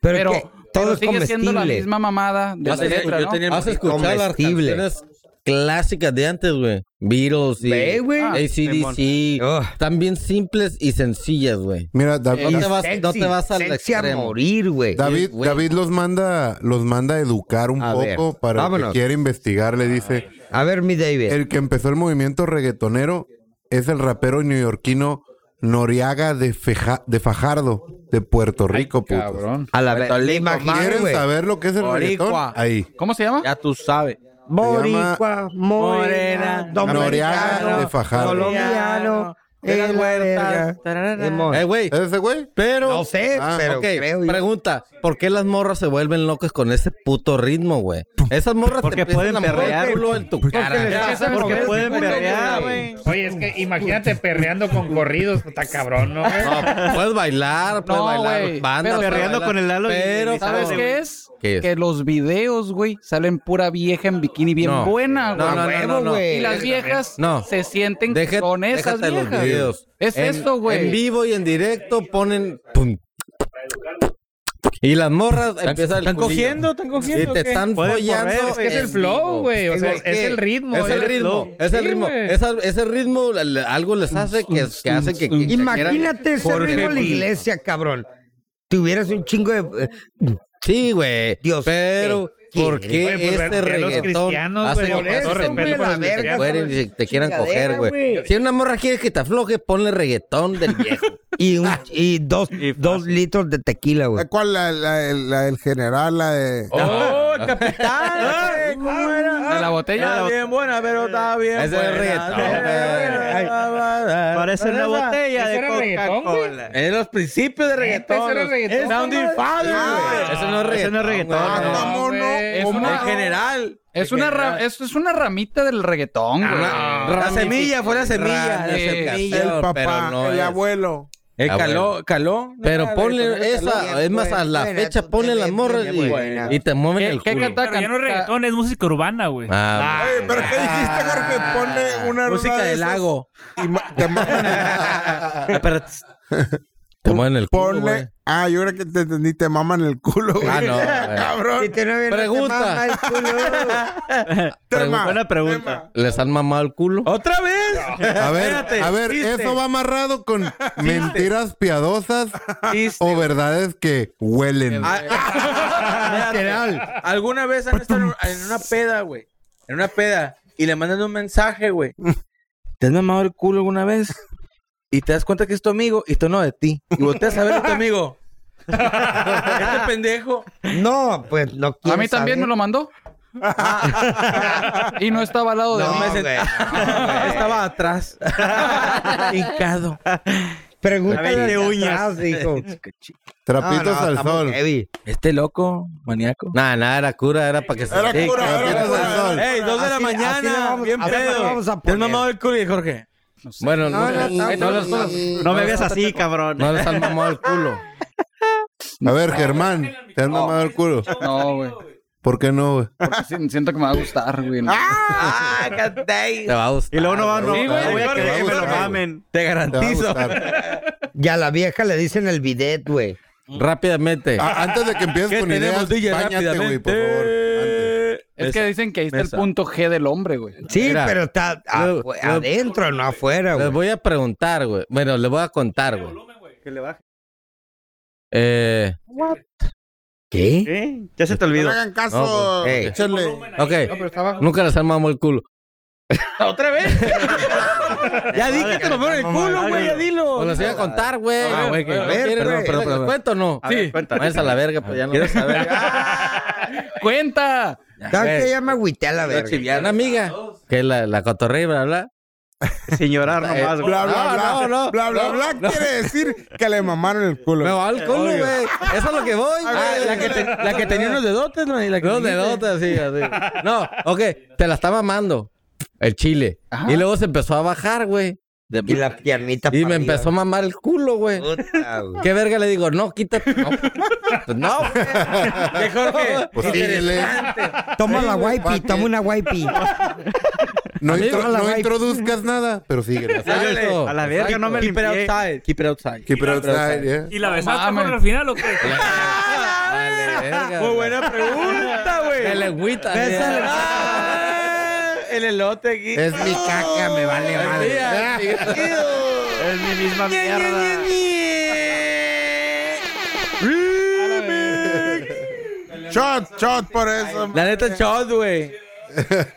[SPEAKER 5] Pero,
[SPEAKER 2] que todo
[SPEAKER 5] pero
[SPEAKER 2] es
[SPEAKER 5] sigue siendo la
[SPEAKER 2] comestible.
[SPEAKER 5] misma mamada de la
[SPEAKER 2] Has,
[SPEAKER 5] letra,
[SPEAKER 2] yo
[SPEAKER 5] ¿no?
[SPEAKER 2] tenía- has escuchado las canciones clásicas de antes, güey. Beatles y
[SPEAKER 5] Ve, güey.
[SPEAKER 2] ACDC. Están bien Oh. simples y sencillas, güey.
[SPEAKER 3] Mira, David,
[SPEAKER 2] no, te vas, no te vas al extremo.
[SPEAKER 7] güey.
[SPEAKER 3] David, David los manda, los manda a educar un
[SPEAKER 7] A ver,
[SPEAKER 3] poco para el
[SPEAKER 7] vámonos.
[SPEAKER 3] que quiere investigar. Le dice.
[SPEAKER 7] A ver, mi David.
[SPEAKER 3] El que empezó el movimiento reggaetonero es el rapero neoyorquino Noriaga de, Feja- de Fajardo, de Puerto Rico, putos.
[SPEAKER 7] A la vez.
[SPEAKER 3] Puerto
[SPEAKER 7] Me
[SPEAKER 3] Rico,
[SPEAKER 7] imagino,
[SPEAKER 3] ¿Quieren
[SPEAKER 7] güey.
[SPEAKER 3] saber lo que es el
[SPEAKER 7] Boricua.
[SPEAKER 3] reggaetón? Ahí.
[SPEAKER 5] ¿Cómo se llama?
[SPEAKER 2] Ya tú sabes.
[SPEAKER 7] Boricua,
[SPEAKER 2] Morena,
[SPEAKER 7] morena, dominicano,
[SPEAKER 3] Noriaga de Fajardo.
[SPEAKER 7] colombiano,
[SPEAKER 2] De las
[SPEAKER 7] en la verga. Simón.
[SPEAKER 2] Eh, güey.
[SPEAKER 3] ¿Ese güey? Ah,
[SPEAKER 2] Pero.
[SPEAKER 7] No sé, pero
[SPEAKER 2] ok,
[SPEAKER 7] creo yo.
[SPEAKER 2] Pregunta: ¿por qué las morras se vuelven locas con ese puto ritmo, güey? Esas morras
[SPEAKER 6] Porque
[SPEAKER 2] empiezan
[SPEAKER 6] pueden
[SPEAKER 2] a mover
[SPEAKER 6] perrear.
[SPEAKER 2] el culo en tu
[SPEAKER 6] Porque
[SPEAKER 2] cara.
[SPEAKER 6] les hacen
[SPEAKER 2] Esas
[SPEAKER 6] mover
[SPEAKER 2] morras-
[SPEAKER 6] pueden
[SPEAKER 2] Porque-
[SPEAKER 6] perrear,
[SPEAKER 2] güey.
[SPEAKER 8] Oye, es que imagínate perreando con corridos, puta cabrón, ¿no? güey?
[SPEAKER 2] No, puedes bailar, puedes
[SPEAKER 5] No,
[SPEAKER 2] bailar.
[SPEAKER 5] güey,
[SPEAKER 2] banda,
[SPEAKER 5] pero-
[SPEAKER 2] puedes
[SPEAKER 5] Perreando
[SPEAKER 2] bailar,
[SPEAKER 5] con el Lalo y-
[SPEAKER 2] Pero,
[SPEAKER 5] y ¿sabes
[SPEAKER 2] pero-
[SPEAKER 5] qué es?
[SPEAKER 2] ¿Qué es?
[SPEAKER 5] Que los videos, güey, salen pura vieja en bikini bien
[SPEAKER 2] No.
[SPEAKER 5] buena,
[SPEAKER 2] No,
[SPEAKER 5] güey.
[SPEAKER 2] no, no,
[SPEAKER 5] Huevo,
[SPEAKER 2] no, no.
[SPEAKER 5] güey. Y las viejas
[SPEAKER 2] No.
[SPEAKER 5] se sienten
[SPEAKER 2] Deje-
[SPEAKER 5] con esas
[SPEAKER 2] déjate los
[SPEAKER 5] viejas.
[SPEAKER 2] videos.
[SPEAKER 5] Es
[SPEAKER 2] En-
[SPEAKER 5] eso, güey.
[SPEAKER 2] En vivo y en directo ponen. pum, y las morras empiezan. el
[SPEAKER 13] están
[SPEAKER 2] culillo.
[SPEAKER 13] cogiendo, están cogiendo,
[SPEAKER 2] Y te
[SPEAKER 13] ¿qué?
[SPEAKER 2] están
[SPEAKER 13] Pueden
[SPEAKER 2] follando.
[SPEAKER 13] correr, es que es el
[SPEAKER 2] en
[SPEAKER 13] flow,
[SPEAKER 2] vivo.
[SPEAKER 13] güey, o
[SPEAKER 2] Sí,
[SPEAKER 13] sea,
[SPEAKER 2] güey,
[SPEAKER 13] es
[SPEAKER 2] ¿qué?
[SPEAKER 13] el ritmo,
[SPEAKER 2] Es
[SPEAKER 13] es
[SPEAKER 2] el
[SPEAKER 13] el
[SPEAKER 2] ritmo.
[SPEAKER 13] flow.
[SPEAKER 2] Es el
[SPEAKER 13] Sí,
[SPEAKER 2] ritmo.
[SPEAKER 13] güey.
[SPEAKER 2] Esa- Ese ritmo le- le- algo les hace que, que hace que. que- que
[SPEAKER 7] Imagínate
[SPEAKER 2] quieran-
[SPEAKER 7] ese
[SPEAKER 2] Porque-
[SPEAKER 7] ritmo en la iglesia, cabrón. Tuvieras un chingo de... eh,
[SPEAKER 2] Sí, güey.
[SPEAKER 7] Dios.
[SPEAKER 2] Pero, ¿por qué
[SPEAKER 7] Oye, pues, ve-
[SPEAKER 2] este
[SPEAKER 7] ve a los
[SPEAKER 2] reggaetón
[SPEAKER 7] cristianos,
[SPEAKER 2] hace
[SPEAKER 7] güey,
[SPEAKER 2] que
[SPEAKER 7] por eso,
[SPEAKER 2] te
[SPEAKER 7] güey,
[SPEAKER 2] fueran
[SPEAKER 7] la
[SPEAKER 2] y
[SPEAKER 7] verga,
[SPEAKER 2] te fueran y te quieran
[SPEAKER 7] chingadera,
[SPEAKER 2] coger, güey?
[SPEAKER 7] güey.
[SPEAKER 2] Si una morra quiere que te afloje, ponle reggaetón del viejo.
[SPEAKER 7] Y, un- y dos, dos litros de tequila, güey.
[SPEAKER 4] ¿Cuál? La, la, la del general, la de...
[SPEAKER 13] ¡Oh, capitán! ¿Cómo era?
[SPEAKER 5] De la botella.
[SPEAKER 13] Está bien buena, pero está bien
[SPEAKER 2] Ese es
[SPEAKER 13] buena.
[SPEAKER 2] reggaetón,
[SPEAKER 6] Parece una botella
[SPEAKER 13] Ese
[SPEAKER 6] de
[SPEAKER 13] era reggaetón, güey.
[SPEAKER 6] Coca-Cola.
[SPEAKER 13] En los principios de reggaetón. Ah.
[SPEAKER 8] Ese era
[SPEAKER 13] los-
[SPEAKER 8] reggaetón,
[SPEAKER 13] Sounding
[SPEAKER 8] güey.
[SPEAKER 13] Father, güey.
[SPEAKER 2] Eso no es
[SPEAKER 6] Ese no es
[SPEAKER 2] reggaetón.
[SPEAKER 6] reggaetón.
[SPEAKER 2] güey.
[SPEAKER 4] ¿Cómo no?
[SPEAKER 5] Es
[SPEAKER 4] ¿Cómo
[SPEAKER 5] una-
[SPEAKER 4] no?
[SPEAKER 13] En general.
[SPEAKER 5] Es una, ra- es, es una ramita del reggaetón, güey.
[SPEAKER 13] Ah, La semilla, fue la semilla. La
[SPEAKER 5] Ramificación.
[SPEAKER 13] semilla.
[SPEAKER 4] El
[SPEAKER 2] Pero
[SPEAKER 4] papá,
[SPEAKER 2] no
[SPEAKER 4] el
[SPEAKER 2] es.
[SPEAKER 4] abuelo.
[SPEAKER 13] El
[SPEAKER 2] Ah,
[SPEAKER 13] caló,
[SPEAKER 2] bueno.
[SPEAKER 13] caló.
[SPEAKER 2] Pero
[SPEAKER 13] Reggaetón,
[SPEAKER 2] ponle
[SPEAKER 13] caló.
[SPEAKER 2] esa, es más, a la
[SPEAKER 7] buena,
[SPEAKER 2] fecha
[SPEAKER 7] tú
[SPEAKER 2] ponle
[SPEAKER 7] te
[SPEAKER 2] las
[SPEAKER 7] ves
[SPEAKER 2] morras
[SPEAKER 7] pues, bien buena.
[SPEAKER 2] y, y te mueven el
[SPEAKER 5] ¿Qué
[SPEAKER 2] culo.
[SPEAKER 5] canta
[SPEAKER 11] Pero ya no es
[SPEAKER 5] canta?
[SPEAKER 11] reggaetón, es música urbana, güey.
[SPEAKER 2] Ah,
[SPEAKER 4] Oye, pero ¿qué dijiste, Jorge? Pone una
[SPEAKER 13] Música
[SPEAKER 4] rola de
[SPEAKER 13] del
[SPEAKER 4] esas
[SPEAKER 13] lago.
[SPEAKER 4] y ma- te ma-
[SPEAKER 2] pero- te mueven el culo, güey.
[SPEAKER 4] Ponle. Ah, yo creo que te entendí, te maman el culo, güey.
[SPEAKER 2] Ah, no, güey.
[SPEAKER 4] Cabrón.
[SPEAKER 7] Si te no vienes,
[SPEAKER 2] Pregunta.
[SPEAKER 7] te mama el culo.
[SPEAKER 4] Tema.
[SPEAKER 6] Buena pregunta.
[SPEAKER 2] ¿Les han mamado el culo?
[SPEAKER 13] ¿Otra vez?
[SPEAKER 3] A ver,
[SPEAKER 13] Espérate,
[SPEAKER 3] a ver,
[SPEAKER 13] chiste.
[SPEAKER 3] eso va amarrado con mentiras piadosas o verdades que huelen.
[SPEAKER 13] Literal. ¿Alguna vez han estado en una peda, güey? En una peda. Y le mandan un mensaje, güey. ¿Te has mamado el culo alguna vez? Y te das cuenta que es tu amigo y tú no de ti. Y volteas a ver a tu amigo. este pendejo.
[SPEAKER 7] No, pues no quiero
[SPEAKER 5] Ah, A mí también me
[SPEAKER 7] saber.
[SPEAKER 5] lo mandó. y no estaba al lado de
[SPEAKER 7] No,
[SPEAKER 5] mí.
[SPEAKER 7] güey,
[SPEAKER 13] sent-
[SPEAKER 7] no, güey.
[SPEAKER 13] Estaba atrás. Hincado.
[SPEAKER 7] Pregúntale
[SPEAKER 6] A ver, te
[SPEAKER 7] al de
[SPEAKER 6] uñas.
[SPEAKER 7] atrás, dijo.
[SPEAKER 3] Trapitos
[SPEAKER 7] No, no,
[SPEAKER 3] al
[SPEAKER 7] estamos
[SPEAKER 3] sol.
[SPEAKER 7] heavy.
[SPEAKER 13] Este loco, maníaco.
[SPEAKER 2] Nada, nada, era cura, era para que se...
[SPEAKER 4] Era
[SPEAKER 2] Sí,
[SPEAKER 4] cura,
[SPEAKER 2] claro,
[SPEAKER 4] era
[SPEAKER 2] era
[SPEAKER 4] cura.
[SPEAKER 2] para-
[SPEAKER 13] Ey, dos de la
[SPEAKER 7] Así- así le
[SPEAKER 13] mañana.
[SPEAKER 7] vamos-
[SPEAKER 13] bien
[SPEAKER 7] así le
[SPEAKER 13] pedo.
[SPEAKER 7] vamos a
[SPEAKER 13] Te has
[SPEAKER 7] poner.
[SPEAKER 13] mamado el culo, Jorge.
[SPEAKER 2] Bueno, no,
[SPEAKER 7] No, no,
[SPEAKER 2] no,
[SPEAKER 7] estamos-
[SPEAKER 2] les-
[SPEAKER 6] No me veas así, cabrón.
[SPEAKER 2] no les han mamado el culo.
[SPEAKER 3] A ver, Germán, te han mamado el culo.
[SPEAKER 5] No, güey.
[SPEAKER 3] ¿Por qué no, güey?
[SPEAKER 5] Porque si- siento que me va a gustar, güey.
[SPEAKER 13] Ah,
[SPEAKER 2] Te va a gustar.
[SPEAKER 6] Y luego no va, no,
[SPEAKER 3] Sí,
[SPEAKER 6] no
[SPEAKER 3] güey,
[SPEAKER 6] voy a
[SPEAKER 3] claro,
[SPEAKER 6] querer que
[SPEAKER 3] claro,
[SPEAKER 6] me lo
[SPEAKER 3] güey.
[SPEAKER 6] mamen.
[SPEAKER 13] Te
[SPEAKER 3] Te va a
[SPEAKER 13] garantizo.
[SPEAKER 3] gustar.
[SPEAKER 7] Y a la vieja le dicen el bidet, güey.
[SPEAKER 2] Rápidamente.
[SPEAKER 3] A- Ah, antes de que empieces
[SPEAKER 13] ¿Qué
[SPEAKER 3] con ideas,
[SPEAKER 13] tenemos, DJ?
[SPEAKER 3] bañate, güey, por favor.
[SPEAKER 13] Rápidamente.
[SPEAKER 3] antes.
[SPEAKER 5] Es que dicen que ahí está
[SPEAKER 2] Mesa.
[SPEAKER 5] el punto G del hombre, güey.
[SPEAKER 2] Sí, Mira, pero
[SPEAKER 7] está
[SPEAKER 2] le- le-
[SPEAKER 7] adentro, no afuera,
[SPEAKER 2] Les voy a preguntar, güey. Bueno, les voy a contar, güey.
[SPEAKER 6] Que le baje.
[SPEAKER 2] Eh, ¿Qué?
[SPEAKER 6] Ya se te olvidó.
[SPEAKER 2] No hagan caso, échenle. Ok, nunca les han mamado el culo.
[SPEAKER 13] ¿Otra vez?
[SPEAKER 2] ya di que te lo fueron el culo,
[SPEAKER 13] güey, ya dilo.
[SPEAKER 2] Pues los iba a contar, güey. Ah, güey, que perdón, perdón, perdón. ¿Cuento o no?
[SPEAKER 13] A ver, cuenta.
[SPEAKER 2] Váyanse a la verga, pues ya no lo saben.
[SPEAKER 5] ¡Cuenta!
[SPEAKER 2] güey.
[SPEAKER 7] Dante ya me agüité a la
[SPEAKER 2] Quiero
[SPEAKER 7] verga.
[SPEAKER 2] chiviar. Una amiga. Que es la, la cotorrilla, bla, bla.
[SPEAKER 6] Sin
[SPEAKER 13] Eh,
[SPEAKER 6] llorar
[SPEAKER 2] nomás, güey.
[SPEAKER 4] Bla, bla,
[SPEAKER 2] Eh, No,
[SPEAKER 4] bla.
[SPEAKER 2] no, no.
[SPEAKER 4] bla, bla,
[SPEAKER 2] No,
[SPEAKER 4] bla.
[SPEAKER 2] no.
[SPEAKER 4] Quiere decir que le mamaron el culo.
[SPEAKER 2] Me va al culo,
[SPEAKER 4] Obvio.
[SPEAKER 2] güey. Eso es lo que voy.
[SPEAKER 4] Ah,
[SPEAKER 2] la, que te- la que tenía unos dedotes, ¿no? Y la que
[SPEAKER 12] Unos
[SPEAKER 2] unos dedotes, sí, así. No, ok. Te la está mamando el chile. Y luego se empezó a bajar, güey.
[SPEAKER 7] Y la piernita
[SPEAKER 2] Y me
[SPEAKER 7] para arriba.
[SPEAKER 2] empezó a mamar el culo, güey. ¿Qué verga le digo? No, quítate. No. Pues No. Mejor que.
[SPEAKER 3] Pues sí,
[SPEAKER 7] Toma la guaypi, toma una guaypi.
[SPEAKER 3] No,
[SPEAKER 2] Amigo,
[SPEAKER 3] intro-
[SPEAKER 2] a la
[SPEAKER 3] no
[SPEAKER 2] guay.
[SPEAKER 3] introduzcas nada, pero sigue.
[SPEAKER 2] Dale, a la verga, no me
[SPEAKER 3] Keep it
[SPEAKER 2] limpié.
[SPEAKER 3] outside.
[SPEAKER 2] Keep it outside.
[SPEAKER 3] Keep it outside, yeah.
[SPEAKER 11] ¿Y la besaste
[SPEAKER 2] mames.
[SPEAKER 11] Jorge, al final o qué?
[SPEAKER 2] Muy
[SPEAKER 13] buena pregunta, güey.
[SPEAKER 2] El agüita.
[SPEAKER 13] Bésale.
[SPEAKER 2] mira.
[SPEAKER 13] El elote aquí.
[SPEAKER 2] Es mi
[SPEAKER 7] caca, me vale
[SPEAKER 2] madre.
[SPEAKER 13] Ah.
[SPEAKER 11] Es mi misma mierda.
[SPEAKER 4] Shot, shot por eso.
[SPEAKER 13] La neta, shot, güey.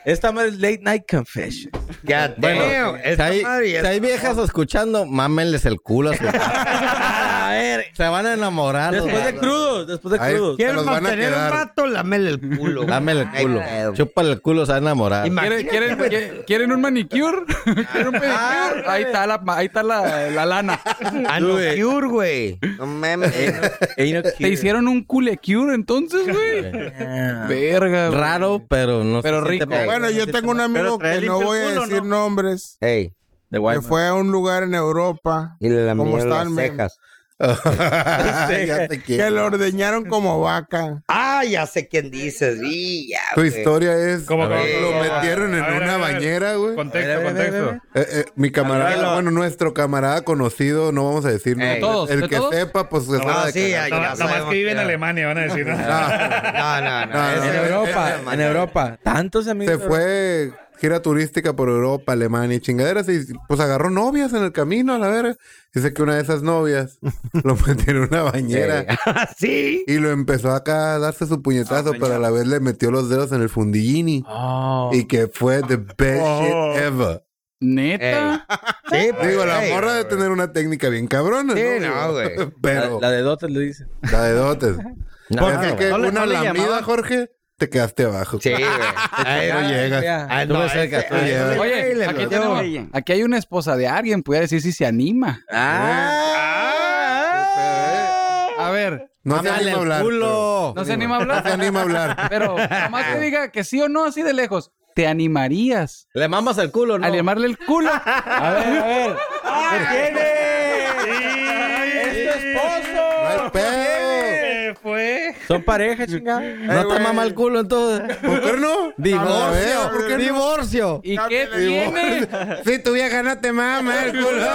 [SPEAKER 13] Esta madre es Late Night Confession.
[SPEAKER 7] Ya,
[SPEAKER 2] Bueno, si hay, si hay viejas escuchando, mámenles el culo a su A ver, se van a enamorar.
[SPEAKER 13] Después de crudos, después
[SPEAKER 7] Pues
[SPEAKER 13] de crudos.
[SPEAKER 7] Quiero mantener un vato, lamele el culo.
[SPEAKER 2] Dame el
[SPEAKER 7] Ay,
[SPEAKER 2] culo.
[SPEAKER 7] pedo.
[SPEAKER 2] Chúpale el culo, se va a enamorar.
[SPEAKER 5] ¿Quieren, quieren, quie- quieren un manicure? ¿Quieren un pedicure? Ahí está la, ahí está la, la lana.
[SPEAKER 3] Ah,
[SPEAKER 7] Anocure, güey. No mames.
[SPEAKER 5] ¿Te hicieron un culecure entonces, güey?
[SPEAKER 2] Ah.
[SPEAKER 7] Ah.
[SPEAKER 5] Verga. güey.
[SPEAKER 2] Raro, pero no
[SPEAKER 5] Pero
[SPEAKER 2] se siente
[SPEAKER 5] rico.
[SPEAKER 2] mal.
[SPEAKER 4] Bueno, yo tengo un amigo que no voy a decir nombres.
[SPEAKER 7] Ey,
[SPEAKER 4] Que fue a un lugar en Europa.
[SPEAKER 7] y le
[SPEAKER 4] ¿Cómo
[SPEAKER 7] lamieron
[SPEAKER 4] están,
[SPEAKER 7] las
[SPEAKER 4] men?
[SPEAKER 7] cejas.
[SPEAKER 3] ya te
[SPEAKER 4] Que lo
[SPEAKER 3] quiero.
[SPEAKER 4] ordeñaron como vaca.
[SPEAKER 7] Ah, ya sé quién dices. Sí, ya,
[SPEAKER 3] Tu
[SPEAKER 7] güey.
[SPEAKER 3] historia es.
[SPEAKER 11] ¿Cómo,
[SPEAKER 3] A
[SPEAKER 11] cómo,
[SPEAKER 3] ver,
[SPEAKER 11] cómo,
[SPEAKER 3] lo
[SPEAKER 11] cómo?
[SPEAKER 3] metieron en
[SPEAKER 11] A ver,
[SPEAKER 3] una
[SPEAKER 11] a ver, a ver.
[SPEAKER 3] bañera, güey.
[SPEAKER 11] Contexto, contexto.
[SPEAKER 3] Eh, eh, mi camarada, bueno, nuestro camarada conocido, no vamos a decir nombres.
[SPEAKER 5] todos,
[SPEAKER 3] El
[SPEAKER 5] de
[SPEAKER 3] que
[SPEAKER 5] todos?
[SPEAKER 3] sepa,
[SPEAKER 11] Ah,
[SPEAKER 3] pues se
[SPEAKER 7] No,
[SPEAKER 3] sabe
[SPEAKER 7] sí,
[SPEAKER 3] que-
[SPEAKER 7] ya, ya
[SPEAKER 11] Nomás nomás
[SPEAKER 7] sabemos
[SPEAKER 11] que vive en
[SPEAKER 7] quién.
[SPEAKER 11] Alemania, van a decir. ¿no?
[SPEAKER 7] No, no, no.
[SPEAKER 3] No,
[SPEAKER 7] ese-
[SPEAKER 3] no,
[SPEAKER 13] En Europa,
[SPEAKER 7] ese-
[SPEAKER 13] en Europa. Tantos amigos.
[SPEAKER 3] Se fue gira turística por Europa, Alemania y chingaderas. Y pues agarró novias en el camino, a la verga. Dice que una de esas novias lo metieron en una bañera.
[SPEAKER 7] Sí.
[SPEAKER 3] Y lo empezó acá a darse su puñetazo, pero a la vez le metió los dedos en el fundillini. Y que fue the best shit ever.
[SPEAKER 5] Neta.
[SPEAKER 7] Sí,
[SPEAKER 3] Digo, la
[SPEAKER 7] ey,
[SPEAKER 3] morra de tener una técnica bien cabrona,
[SPEAKER 7] Sí,
[SPEAKER 3] ¿no?
[SPEAKER 7] no, güey.
[SPEAKER 3] Pero
[SPEAKER 13] La de Dotas le dice.
[SPEAKER 3] la de dotes.
[SPEAKER 2] No,
[SPEAKER 3] Porque
[SPEAKER 2] no,
[SPEAKER 3] que
[SPEAKER 6] no le-
[SPEAKER 3] una
[SPEAKER 6] no le
[SPEAKER 3] lamida,
[SPEAKER 6] llamaban.
[SPEAKER 3] Jorge, te quedaste abajo.
[SPEAKER 7] Sí, güey.
[SPEAKER 3] Ahí no llegas.
[SPEAKER 7] Ah,
[SPEAKER 2] Tú
[SPEAKER 7] no,
[SPEAKER 2] me acercas,
[SPEAKER 7] ese-
[SPEAKER 2] tú me llevas.
[SPEAKER 7] Ey,
[SPEAKER 5] Oye,
[SPEAKER 7] le
[SPEAKER 5] aquí
[SPEAKER 7] metió.
[SPEAKER 5] tenemos. Aquí hay una esposa de alguien, pudiera decir si se anima.
[SPEAKER 3] Ah.
[SPEAKER 5] A ver,
[SPEAKER 3] No se anima a
[SPEAKER 2] Mámale el
[SPEAKER 3] hablar.
[SPEAKER 2] culo.
[SPEAKER 5] ¿no se anima a
[SPEAKER 3] pero- No se
[SPEAKER 5] hablar?
[SPEAKER 3] anima a hablar.
[SPEAKER 5] Pero nomás
[SPEAKER 2] Ah.
[SPEAKER 5] que diga que sí o no, así de lejos. ¿Te animarías
[SPEAKER 2] Le mamas el culo, ¿no?
[SPEAKER 5] a llamarle el culo?
[SPEAKER 2] A ver, a ver.
[SPEAKER 11] Ah,
[SPEAKER 3] No hay pedo.
[SPEAKER 11] Se fue.
[SPEAKER 2] Son pareja, chingada.
[SPEAKER 13] Eh,
[SPEAKER 2] No te
[SPEAKER 4] güey.
[SPEAKER 2] mama el culo entonces.
[SPEAKER 3] ¿Por qué no? A ver, ¿por qué no?
[SPEAKER 2] Divorcio.
[SPEAKER 5] ¿Y qué
[SPEAKER 4] Cámbiale,
[SPEAKER 5] tiene?
[SPEAKER 3] Si tu vieja no te mama el culo.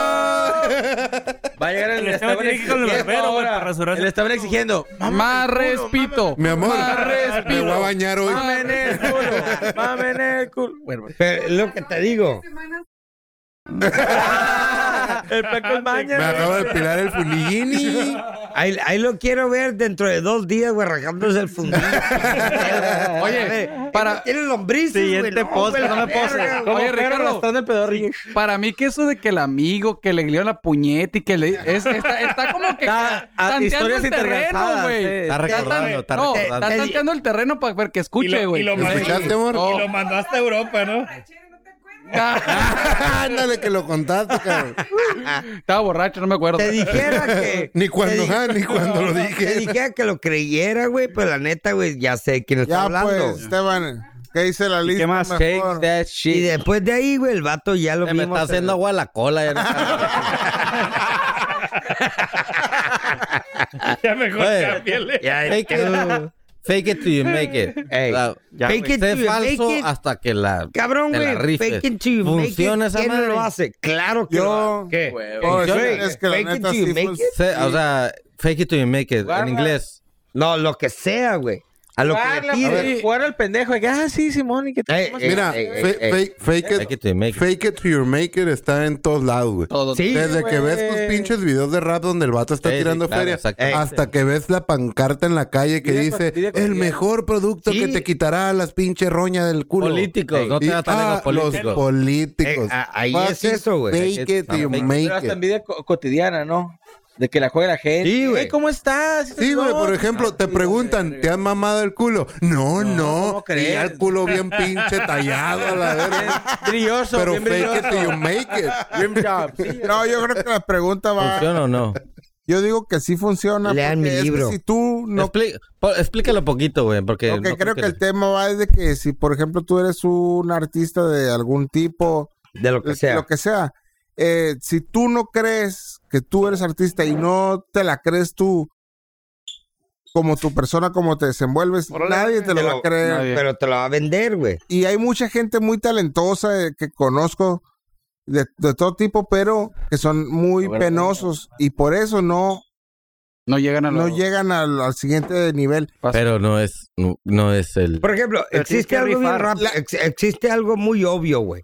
[SPEAKER 13] Va a llegar el,
[SPEAKER 11] El Esteban tiene que ir con el barbero, güey, para rasurarse.
[SPEAKER 13] Le estaban exigiendo.
[SPEAKER 5] Más respito.
[SPEAKER 3] Mi amor,
[SPEAKER 5] Más
[SPEAKER 3] me voy a
[SPEAKER 5] respito.
[SPEAKER 3] bañar hoy.
[SPEAKER 13] Mamen el culo. Mamen el culo. Bueno, bueno.
[SPEAKER 7] Pero es lo que te digo.
[SPEAKER 13] el placo es
[SPEAKER 3] Me
[SPEAKER 13] maña.
[SPEAKER 3] acabo de pilar el funillini.
[SPEAKER 7] Ahí, ahí lo quiero ver dentro de dos días, güey, arrancándose el fundillo.
[SPEAKER 5] Oye, para,
[SPEAKER 7] Tiene lombrices, güey.
[SPEAKER 6] Siguiente
[SPEAKER 7] no,
[SPEAKER 6] post,
[SPEAKER 7] güey,
[SPEAKER 6] no
[SPEAKER 7] la
[SPEAKER 6] me poses.
[SPEAKER 7] verga, güey.
[SPEAKER 6] Como
[SPEAKER 5] Oye,
[SPEAKER 6] perro
[SPEAKER 5] Ricardo.
[SPEAKER 6] arrastrando el pedorrillo.
[SPEAKER 5] para mí que eso de que el amigo que le dio la puñeta y que le... es- está, está como que...
[SPEAKER 2] Está- a-
[SPEAKER 5] tanteando
[SPEAKER 2] historias
[SPEAKER 5] el terreno,
[SPEAKER 2] intergastadas,
[SPEAKER 5] güey.
[SPEAKER 2] sí. Está
[SPEAKER 5] Ya
[SPEAKER 2] recordando, está
[SPEAKER 5] no,
[SPEAKER 2] recordando.
[SPEAKER 5] Está tanteando el terreno para ver que escuche, güey.
[SPEAKER 11] Y lo mandó-
[SPEAKER 3] ¿Escuchaste, amor?
[SPEAKER 11] y lo mandó hasta Europa, ¿no? Ah.
[SPEAKER 3] Ándale, que lo contaste, cabrón.
[SPEAKER 5] Estaba borracho, no me acuerdo.
[SPEAKER 7] Te dijera que.
[SPEAKER 3] Ni cuando,
[SPEAKER 7] te di-
[SPEAKER 3] ah, ni cuando lo
[SPEAKER 7] Te
[SPEAKER 3] dije.
[SPEAKER 7] dijera que lo creyera, güey, pero la neta, güey, ya sé quién está
[SPEAKER 4] Ya
[SPEAKER 7] hablando.
[SPEAKER 4] pues, Esteban. ¿Qué dice la lista?
[SPEAKER 6] más?
[SPEAKER 2] Take
[SPEAKER 4] mejor?
[SPEAKER 2] that
[SPEAKER 7] Y
[SPEAKER 2] shit.
[SPEAKER 7] después de ahí, güey, el vato ya lo
[SPEAKER 2] Se me
[SPEAKER 7] mismo
[SPEAKER 2] está
[SPEAKER 7] se-
[SPEAKER 2] haciendo agua la cola. ya no-
[SPEAKER 11] Ya mejor
[SPEAKER 2] Oye.
[SPEAKER 11] cámbiale.
[SPEAKER 7] Ya,
[SPEAKER 2] Fake it. Fake it till you make it.
[SPEAKER 7] Ey,
[SPEAKER 2] La-
[SPEAKER 7] fake it
[SPEAKER 2] Sé
[SPEAKER 7] till you
[SPEAKER 2] falso
[SPEAKER 7] make it.
[SPEAKER 2] hasta que la.
[SPEAKER 7] Cabrón,
[SPEAKER 2] te la
[SPEAKER 7] güey.
[SPEAKER 2] rifes.
[SPEAKER 7] Fake it till you make it.
[SPEAKER 2] Funciona esa
[SPEAKER 7] ¿Quién
[SPEAKER 2] madre.
[SPEAKER 7] lo hace? Claro que lo hace.
[SPEAKER 4] Yo.
[SPEAKER 11] ¿Qué?
[SPEAKER 4] puedo
[SPEAKER 2] Yo-
[SPEAKER 4] decirles que la
[SPEAKER 7] Fake it
[SPEAKER 4] neta
[SPEAKER 7] till you
[SPEAKER 4] sí
[SPEAKER 7] make
[SPEAKER 4] fun-
[SPEAKER 7] it.
[SPEAKER 2] sé- O sea, fake it till you make it. En inglés.
[SPEAKER 7] No, lo que sea, güey. A lo
[SPEAKER 13] Jugar
[SPEAKER 7] que
[SPEAKER 13] la-
[SPEAKER 7] le tire.
[SPEAKER 13] a ver, jugar al pendejo. de que, Ah, sí, Simón. Y que te tomas-
[SPEAKER 3] Eh, Mira,
[SPEAKER 13] eh,
[SPEAKER 3] fe- fake, fake it, fake it to your make it está en todos lados, güey.
[SPEAKER 7] Todo. Sí,
[SPEAKER 3] Desde que
[SPEAKER 7] güey.
[SPEAKER 3] ves tus pinches videos de rap donde el vato está
[SPEAKER 2] Sí, sí,
[SPEAKER 3] tirando
[SPEAKER 2] claro,
[SPEAKER 3] feria,
[SPEAKER 2] exactamente.
[SPEAKER 3] hasta que ves la pancarta en la calle que
[SPEAKER 2] Dile
[SPEAKER 3] dice
[SPEAKER 2] con- dile con-
[SPEAKER 3] el mejor producto que te quitará las pinches roñas del culo.
[SPEAKER 2] Políticos, no te
[SPEAKER 3] Y-
[SPEAKER 2] atan de los
[SPEAKER 3] ah,
[SPEAKER 2] políticos.
[SPEAKER 3] políticos.
[SPEAKER 7] Eh, a- ahí
[SPEAKER 3] Fuck
[SPEAKER 7] es
[SPEAKER 3] it,
[SPEAKER 7] eso, güey.
[SPEAKER 3] Fake it to your make
[SPEAKER 13] Pero
[SPEAKER 3] it.
[SPEAKER 13] hasta en vida co- cotidiana, ¿no? De que la juegue la gente. Sí, güey. ¿Cómo estás?
[SPEAKER 3] Sí, güey, por ejemplo, te preguntan, ¿te han mamado el culo? No, no. Y ya el culo bien pinche tallado a la verga.
[SPEAKER 13] Brilloso,
[SPEAKER 3] Pero
[SPEAKER 13] bien
[SPEAKER 3] fake it
[SPEAKER 13] brilloso.
[SPEAKER 3] till you make it.
[SPEAKER 4] No, yo creo que la pregunta va.
[SPEAKER 2] ¿Funciona o no?
[SPEAKER 4] Yo digo que sí funciona.
[SPEAKER 2] Lean
[SPEAKER 4] porque
[SPEAKER 2] mi
[SPEAKER 4] es que
[SPEAKER 2] libro.
[SPEAKER 4] si tú no.
[SPEAKER 2] Expli- po- explícalo poquito, güey, porque
[SPEAKER 4] Ok,
[SPEAKER 2] no
[SPEAKER 4] creo que
[SPEAKER 2] que-
[SPEAKER 4] el tema va desde que si, por ejemplo, tú eres un artista de algún tipo.
[SPEAKER 7] De lo que sea.
[SPEAKER 4] Lo que sea. eh, si tú no crees que tú eres artista y no te la crees tú como tu persona, como te desenvuelves, nadie te lo va a creer.
[SPEAKER 7] Pero te lo va a vender, güey.
[SPEAKER 4] Y hay mucha gente muy talentosa eh, que conozco de, de todo tipo, pero que son muy penosos y por eso no
[SPEAKER 5] no llegan
[SPEAKER 4] no llegan al, al siguiente nivel.
[SPEAKER 2] Pero no es, no, no es el.
[SPEAKER 7] Por ejemplo,
[SPEAKER 4] Pero tienes
[SPEAKER 7] existe
[SPEAKER 4] que
[SPEAKER 7] algo, bien
[SPEAKER 4] rifar.
[SPEAKER 7] rap- ex- existe algo muy obvio, güey.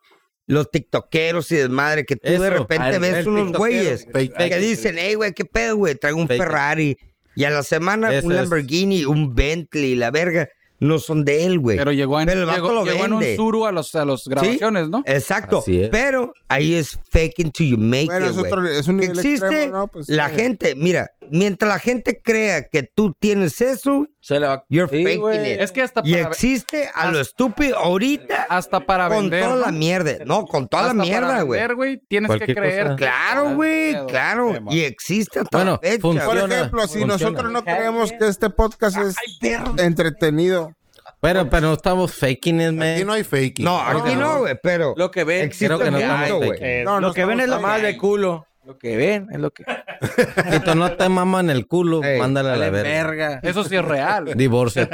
[SPEAKER 7] Los tiktokeros y desmadre, que tú
[SPEAKER 2] Eso,
[SPEAKER 7] de repente
[SPEAKER 2] el-
[SPEAKER 7] ves
[SPEAKER 2] el
[SPEAKER 7] unos
[SPEAKER 2] tiktokero.
[SPEAKER 7] güeyes
[SPEAKER 2] Fake
[SPEAKER 7] que
[SPEAKER 2] it.
[SPEAKER 7] dicen, hey, güey, qué pedo, güey, traigo un
[SPEAKER 2] Fake it.
[SPEAKER 7] Ferrari. Y a la semana
[SPEAKER 2] Eso
[SPEAKER 7] un
[SPEAKER 2] es.
[SPEAKER 7] Lamborghini, un Bentley, la verga. No son de él, güey.
[SPEAKER 5] Pero llegó en,
[SPEAKER 7] Pero el vato
[SPEAKER 5] llegó,
[SPEAKER 7] lo
[SPEAKER 5] llegó en un
[SPEAKER 7] vende.
[SPEAKER 5] suru a los, a los grabaciones, ¿no?
[SPEAKER 7] Exacto.
[SPEAKER 5] Así es.
[SPEAKER 7] Pero ahí es faking to you make
[SPEAKER 4] Bueno,
[SPEAKER 7] it,
[SPEAKER 4] es
[SPEAKER 7] güey.
[SPEAKER 4] otro- es un nivel
[SPEAKER 7] Existe
[SPEAKER 4] extremo, ¿no? Pues,
[SPEAKER 7] la
[SPEAKER 4] sí.
[SPEAKER 7] gente, mira, mientras la gente crea que tú tienes eso, you're faking
[SPEAKER 5] güey.
[SPEAKER 7] it.
[SPEAKER 5] Es que hasta
[SPEAKER 7] y
[SPEAKER 5] para-
[SPEAKER 7] existe a lo estúpido ahorita
[SPEAKER 5] Hasta para
[SPEAKER 7] con
[SPEAKER 5] vender.
[SPEAKER 7] toda
[SPEAKER 5] ¿no?
[SPEAKER 7] la mierda, no, con toda
[SPEAKER 5] Hasta
[SPEAKER 7] la
[SPEAKER 5] para
[SPEAKER 7] mierda,
[SPEAKER 5] vender, güey. Tienes que
[SPEAKER 7] Cualquier
[SPEAKER 5] creer.
[SPEAKER 7] cosa. Claro, güey, claro. Y existe hasta
[SPEAKER 2] Bueno,
[SPEAKER 7] la fecha.
[SPEAKER 4] Por ejemplo, si nosotros no creemos que este podcast es entretenido,
[SPEAKER 2] Pero, pero no estamos faking it, man. Aquí
[SPEAKER 3] no hay faking.
[SPEAKER 7] No, aquí no, güey, pero
[SPEAKER 13] Lo que ven.
[SPEAKER 7] existe
[SPEAKER 2] Creo que no
[SPEAKER 7] el
[SPEAKER 2] estamos
[SPEAKER 7] mundo, güey.
[SPEAKER 2] faking. Eh,
[SPEAKER 13] lo que ven es la mal
[SPEAKER 7] madre
[SPEAKER 13] de culo. Lo que ven es lo que.
[SPEAKER 2] Si tú no te maman el culo, mándala a la
[SPEAKER 13] Dale
[SPEAKER 2] verga.
[SPEAKER 13] verga.
[SPEAKER 5] Eso sí es real.
[SPEAKER 2] Divorcio.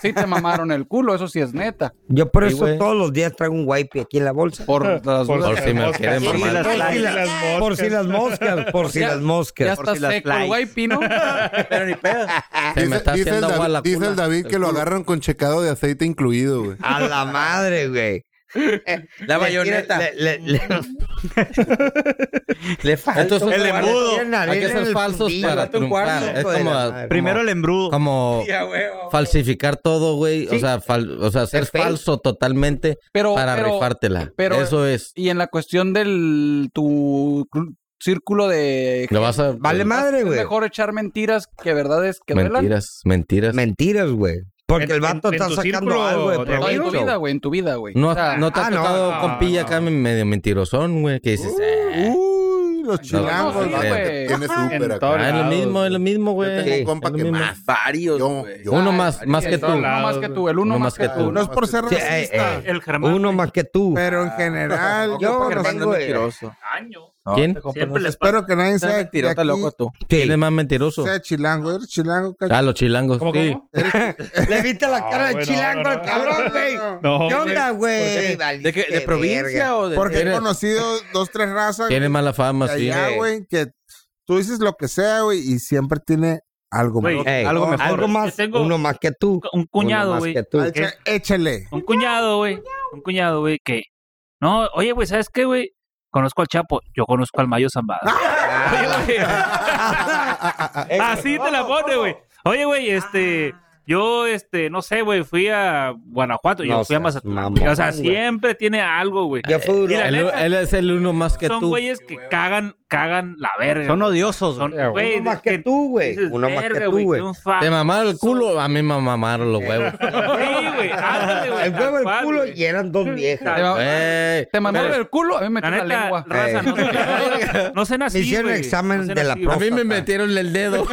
[SPEAKER 5] Sí te mamaron el culo, eso sí es neta.
[SPEAKER 7] Yo por
[SPEAKER 5] Sí,
[SPEAKER 7] eso
[SPEAKER 5] güey.
[SPEAKER 7] todos los días traigo un wipe aquí en la bolsa.
[SPEAKER 5] Por las
[SPEAKER 2] Por dudas. si me Por quieren si mamar. las-
[SPEAKER 7] Por si
[SPEAKER 2] las
[SPEAKER 7] las- Por si las moscas, por si
[SPEAKER 5] Ya-
[SPEAKER 7] las moscas.
[SPEAKER 5] Ya
[SPEAKER 7] Por
[SPEAKER 5] está
[SPEAKER 7] si las
[SPEAKER 5] seco
[SPEAKER 7] flies.
[SPEAKER 5] el güey, Pino.
[SPEAKER 13] Pero ni pedo.
[SPEAKER 2] Se me
[SPEAKER 3] Dice,
[SPEAKER 2] está
[SPEAKER 3] dice el
[SPEAKER 2] haciendo agua
[SPEAKER 3] David,
[SPEAKER 2] la
[SPEAKER 3] dice
[SPEAKER 2] cuna.
[SPEAKER 3] el David que lo agarran con checado de aceite incluido, güey.
[SPEAKER 7] A la madre, güey.
[SPEAKER 13] La bayoneta.
[SPEAKER 7] Le, le- le-
[SPEAKER 2] Entonces,
[SPEAKER 7] el embudo.
[SPEAKER 2] Hay que ser falsos
[SPEAKER 7] fundillo,
[SPEAKER 2] para
[SPEAKER 7] falta un cuarto,
[SPEAKER 2] triunfar. Es
[SPEAKER 7] hijo de
[SPEAKER 2] como,
[SPEAKER 7] la madre.
[SPEAKER 2] como- Como
[SPEAKER 7] Sí, a huevo.
[SPEAKER 2] falsificar todo, güey. O,
[SPEAKER 5] Sí.
[SPEAKER 2] sea, fal- o sea, ser
[SPEAKER 5] Es fake.
[SPEAKER 2] falso totalmente
[SPEAKER 5] Pero-
[SPEAKER 2] para
[SPEAKER 5] pero-
[SPEAKER 2] rifártela.
[SPEAKER 5] pero-
[SPEAKER 2] Eso es.
[SPEAKER 5] Y en la cuestión del tu cl- círculo de
[SPEAKER 2] Lo vas a- Vale madre,
[SPEAKER 5] Es
[SPEAKER 2] güey.
[SPEAKER 5] Mejor echar mentiras que verdades que duelan.
[SPEAKER 2] Mentiras, mentiras.
[SPEAKER 7] Mentiras, güey. Porque el vato
[SPEAKER 5] en
[SPEAKER 7] está
[SPEAKER 5] tu
[SPEAKER 7] sacando
[SPEAKER 5] círculo
[SPEAKER 7] algo de
[SPEAKER 5] de
[SPEAKER 7] provecho.
[SPEAKER 5] En tu vida, güey, en tu vida, güey.
[SPEAKER 2] No,
[SPEAKER 5] O sea,
[SPEAKER 2] no te ha
[SPEAKER 5] ah,
[SPEAKER 2] tocado
[SPEAKER 5] no,
[SPEAKER 2] compilla acá medio mentirosón, güey, que dices,
[SPEAKER 4] uy, los
[SPEAKER 2] chilangos,
[SPEAKER 5] no, sí,
[SPEAKER 2] güey.
[SPEAKER 5] güey.
[SPEAKER 3] Tiene súper
[SPEAKER 2] Ah,
[SPEAKER 3] acá.
[SPEAKER 2] es lo mismo, es lo mismo, güey.
[SPEAKER 3] Yo tengo un compa
[SPEAKER 2] Es lo
[SPEAKER 3] que
[SPEAKER 2] mismo.
[SPEAKER 3] más.
[SPEAKER 13] Varios.
[SPEAKER 2] uno más, más que tú.
[SPEAKER 5] Uno más que tú, el uno, más que tú.
[SPEAKER 4] no es por ser
[SPEAKER 2] Sí,
[SPEAKER 4] racista.
[SPEAKER 2] eh, eh, Uno más que tú.
[SPEAKER 4] Pero en general, yo no tengo.
[SPEAKER 2] ¿Quién?
[SPEAKER 4] Siempre les espero que nadie sea
[SPEAKER 2] Mentirota,
[SPEAKER 4] de aquí,
[SPEAKER 2] loco tú. ¿Quién es más mentiroso?
[SPEAKER 4] sea chilango. Eres chilango, cacho.
[SPEAKER 2] Ah, los chilangos. sí. Ah,
[SPEAKER 7] Le viste la cara de
[SPEAKER 4] güey, no,
[SPEAKER 7] chilango
[SPEAKER 4] no,
[SPEAKER 7] al
[SPEAKER 4] no.
[SPEAKER 7] cabrón, güey.
[SPEAKER 2] No.
[SPEAKER 7] ¿Qué onda,
[SPEAKER 2] ¿Por
[SPEAKER 7] güey?
[SPEAKER 2] qué?
[SPEAKER 7] Valiste
[SPEAKER 2] ¿De qué- de provincia
[SPEAKER 7] verga.
[SPEAKER 2] o de-
[SPEAKER 4] Porque he
[SPEAKER 2] Tiene-
[SPEAKER 4] conocido dos, tres razas.
[SPEAKER 2] Tiene
[SPEAKER 4] güey,
[SPEAKER 2] mala fama,
[SPEAKER 4] de
[SPEAKER 2] sí.
[SPEAKER 4] allá, güey, que tú dices lo que sea, güey, y siempre tiene algo
[SPEAKER 11] Güey,
[SPEAKER 4] más.
[SPEAKER 11] Ey, algo mejor.
[SPEAKER 7] Algo más,
[SPEAKER 11] Yo tengo
[SPEAKER 7] uno más que tú.
[SPEAKER 11] Un cuñado, güey.
[SPEAKER 4] Ah, Echa-
[SPEAKER 11] que-
[SPEAKER 4] Échale.
[SPEAKER 11] Un cuñado, güey. Un cuñado, güey, que. No, oye, güey, ¿sabes qué, güey? Conozco al Chapo, yo conozco al Mayo Zambada. Oye, güey. Así Ah. te la pone, güey. Oye, güey, este. Yo, este, no sé, güey, fui a Guanajuato, yo
[SPEAKER 2] No
[SPEAKER 11] fui a
[SPEAKER 2] seas
[SPEAKER 11] Mazatlán.
[SPEAKER 2] mamón,
[SPEAKER 11] o sea,
[SPEAKER 2] güey.
[SPEAKER 11] siempre tiene algo, güey.
[SPEAKER 2] Ya fue
[SPEAKER 11] Y la
[SPEAKER 2] Él,
[SPEAKER 11] neta,
[SPEAKER 2] él es el uno más que
[SPEAKER 11] son
[SPEAKER 2] tú.
[SPEAKER 11] güeyes que cagan, cagan la verga.
[SPEAKER 2] Son
[SPEAKER 11] güey.
[SPEAKER 2] odiosos,
[SPEAKER 11] Son-
[SPEAKER 2] güey.
[SPEAKER 11] güey,
[SPEAKER 2] Uno más
[SPEAKER 11] que tú,
[SPEAKER 7] güey.
[SPEAKER 2] Uno más que tú, güey.
[SPEAKER 11] qué un fa-
[SPEAKER 2] Te mamaron el culo, a mí me mamaron los huevos.
[SPEAKER 11] Sí, güey, ándale, güey.
[SPEAKER 7] El huevo, el culo y eran dos viejas.
[SPEAKER 2] Eh, Ey,
[SPEAKER 5] Te mandaron el culo, a mí me
[SPEAKER 11] La
[SPEAKER 5] metió la,
[SPEAKER 11] neta,
[SPEAKER 5] lengua.
[SPEAKER 11] raza, no se- no sean así,
[SPEAKER 7] Me hicieron
[SPEAKER 11] güey.
[SPEAKER 7] examen
[SPEAKER 11] No sean
[SPEAKER 7] de la
[SPEAKER 11] así, güey.
[SPEAKER 2] A mí me metieron el dedo.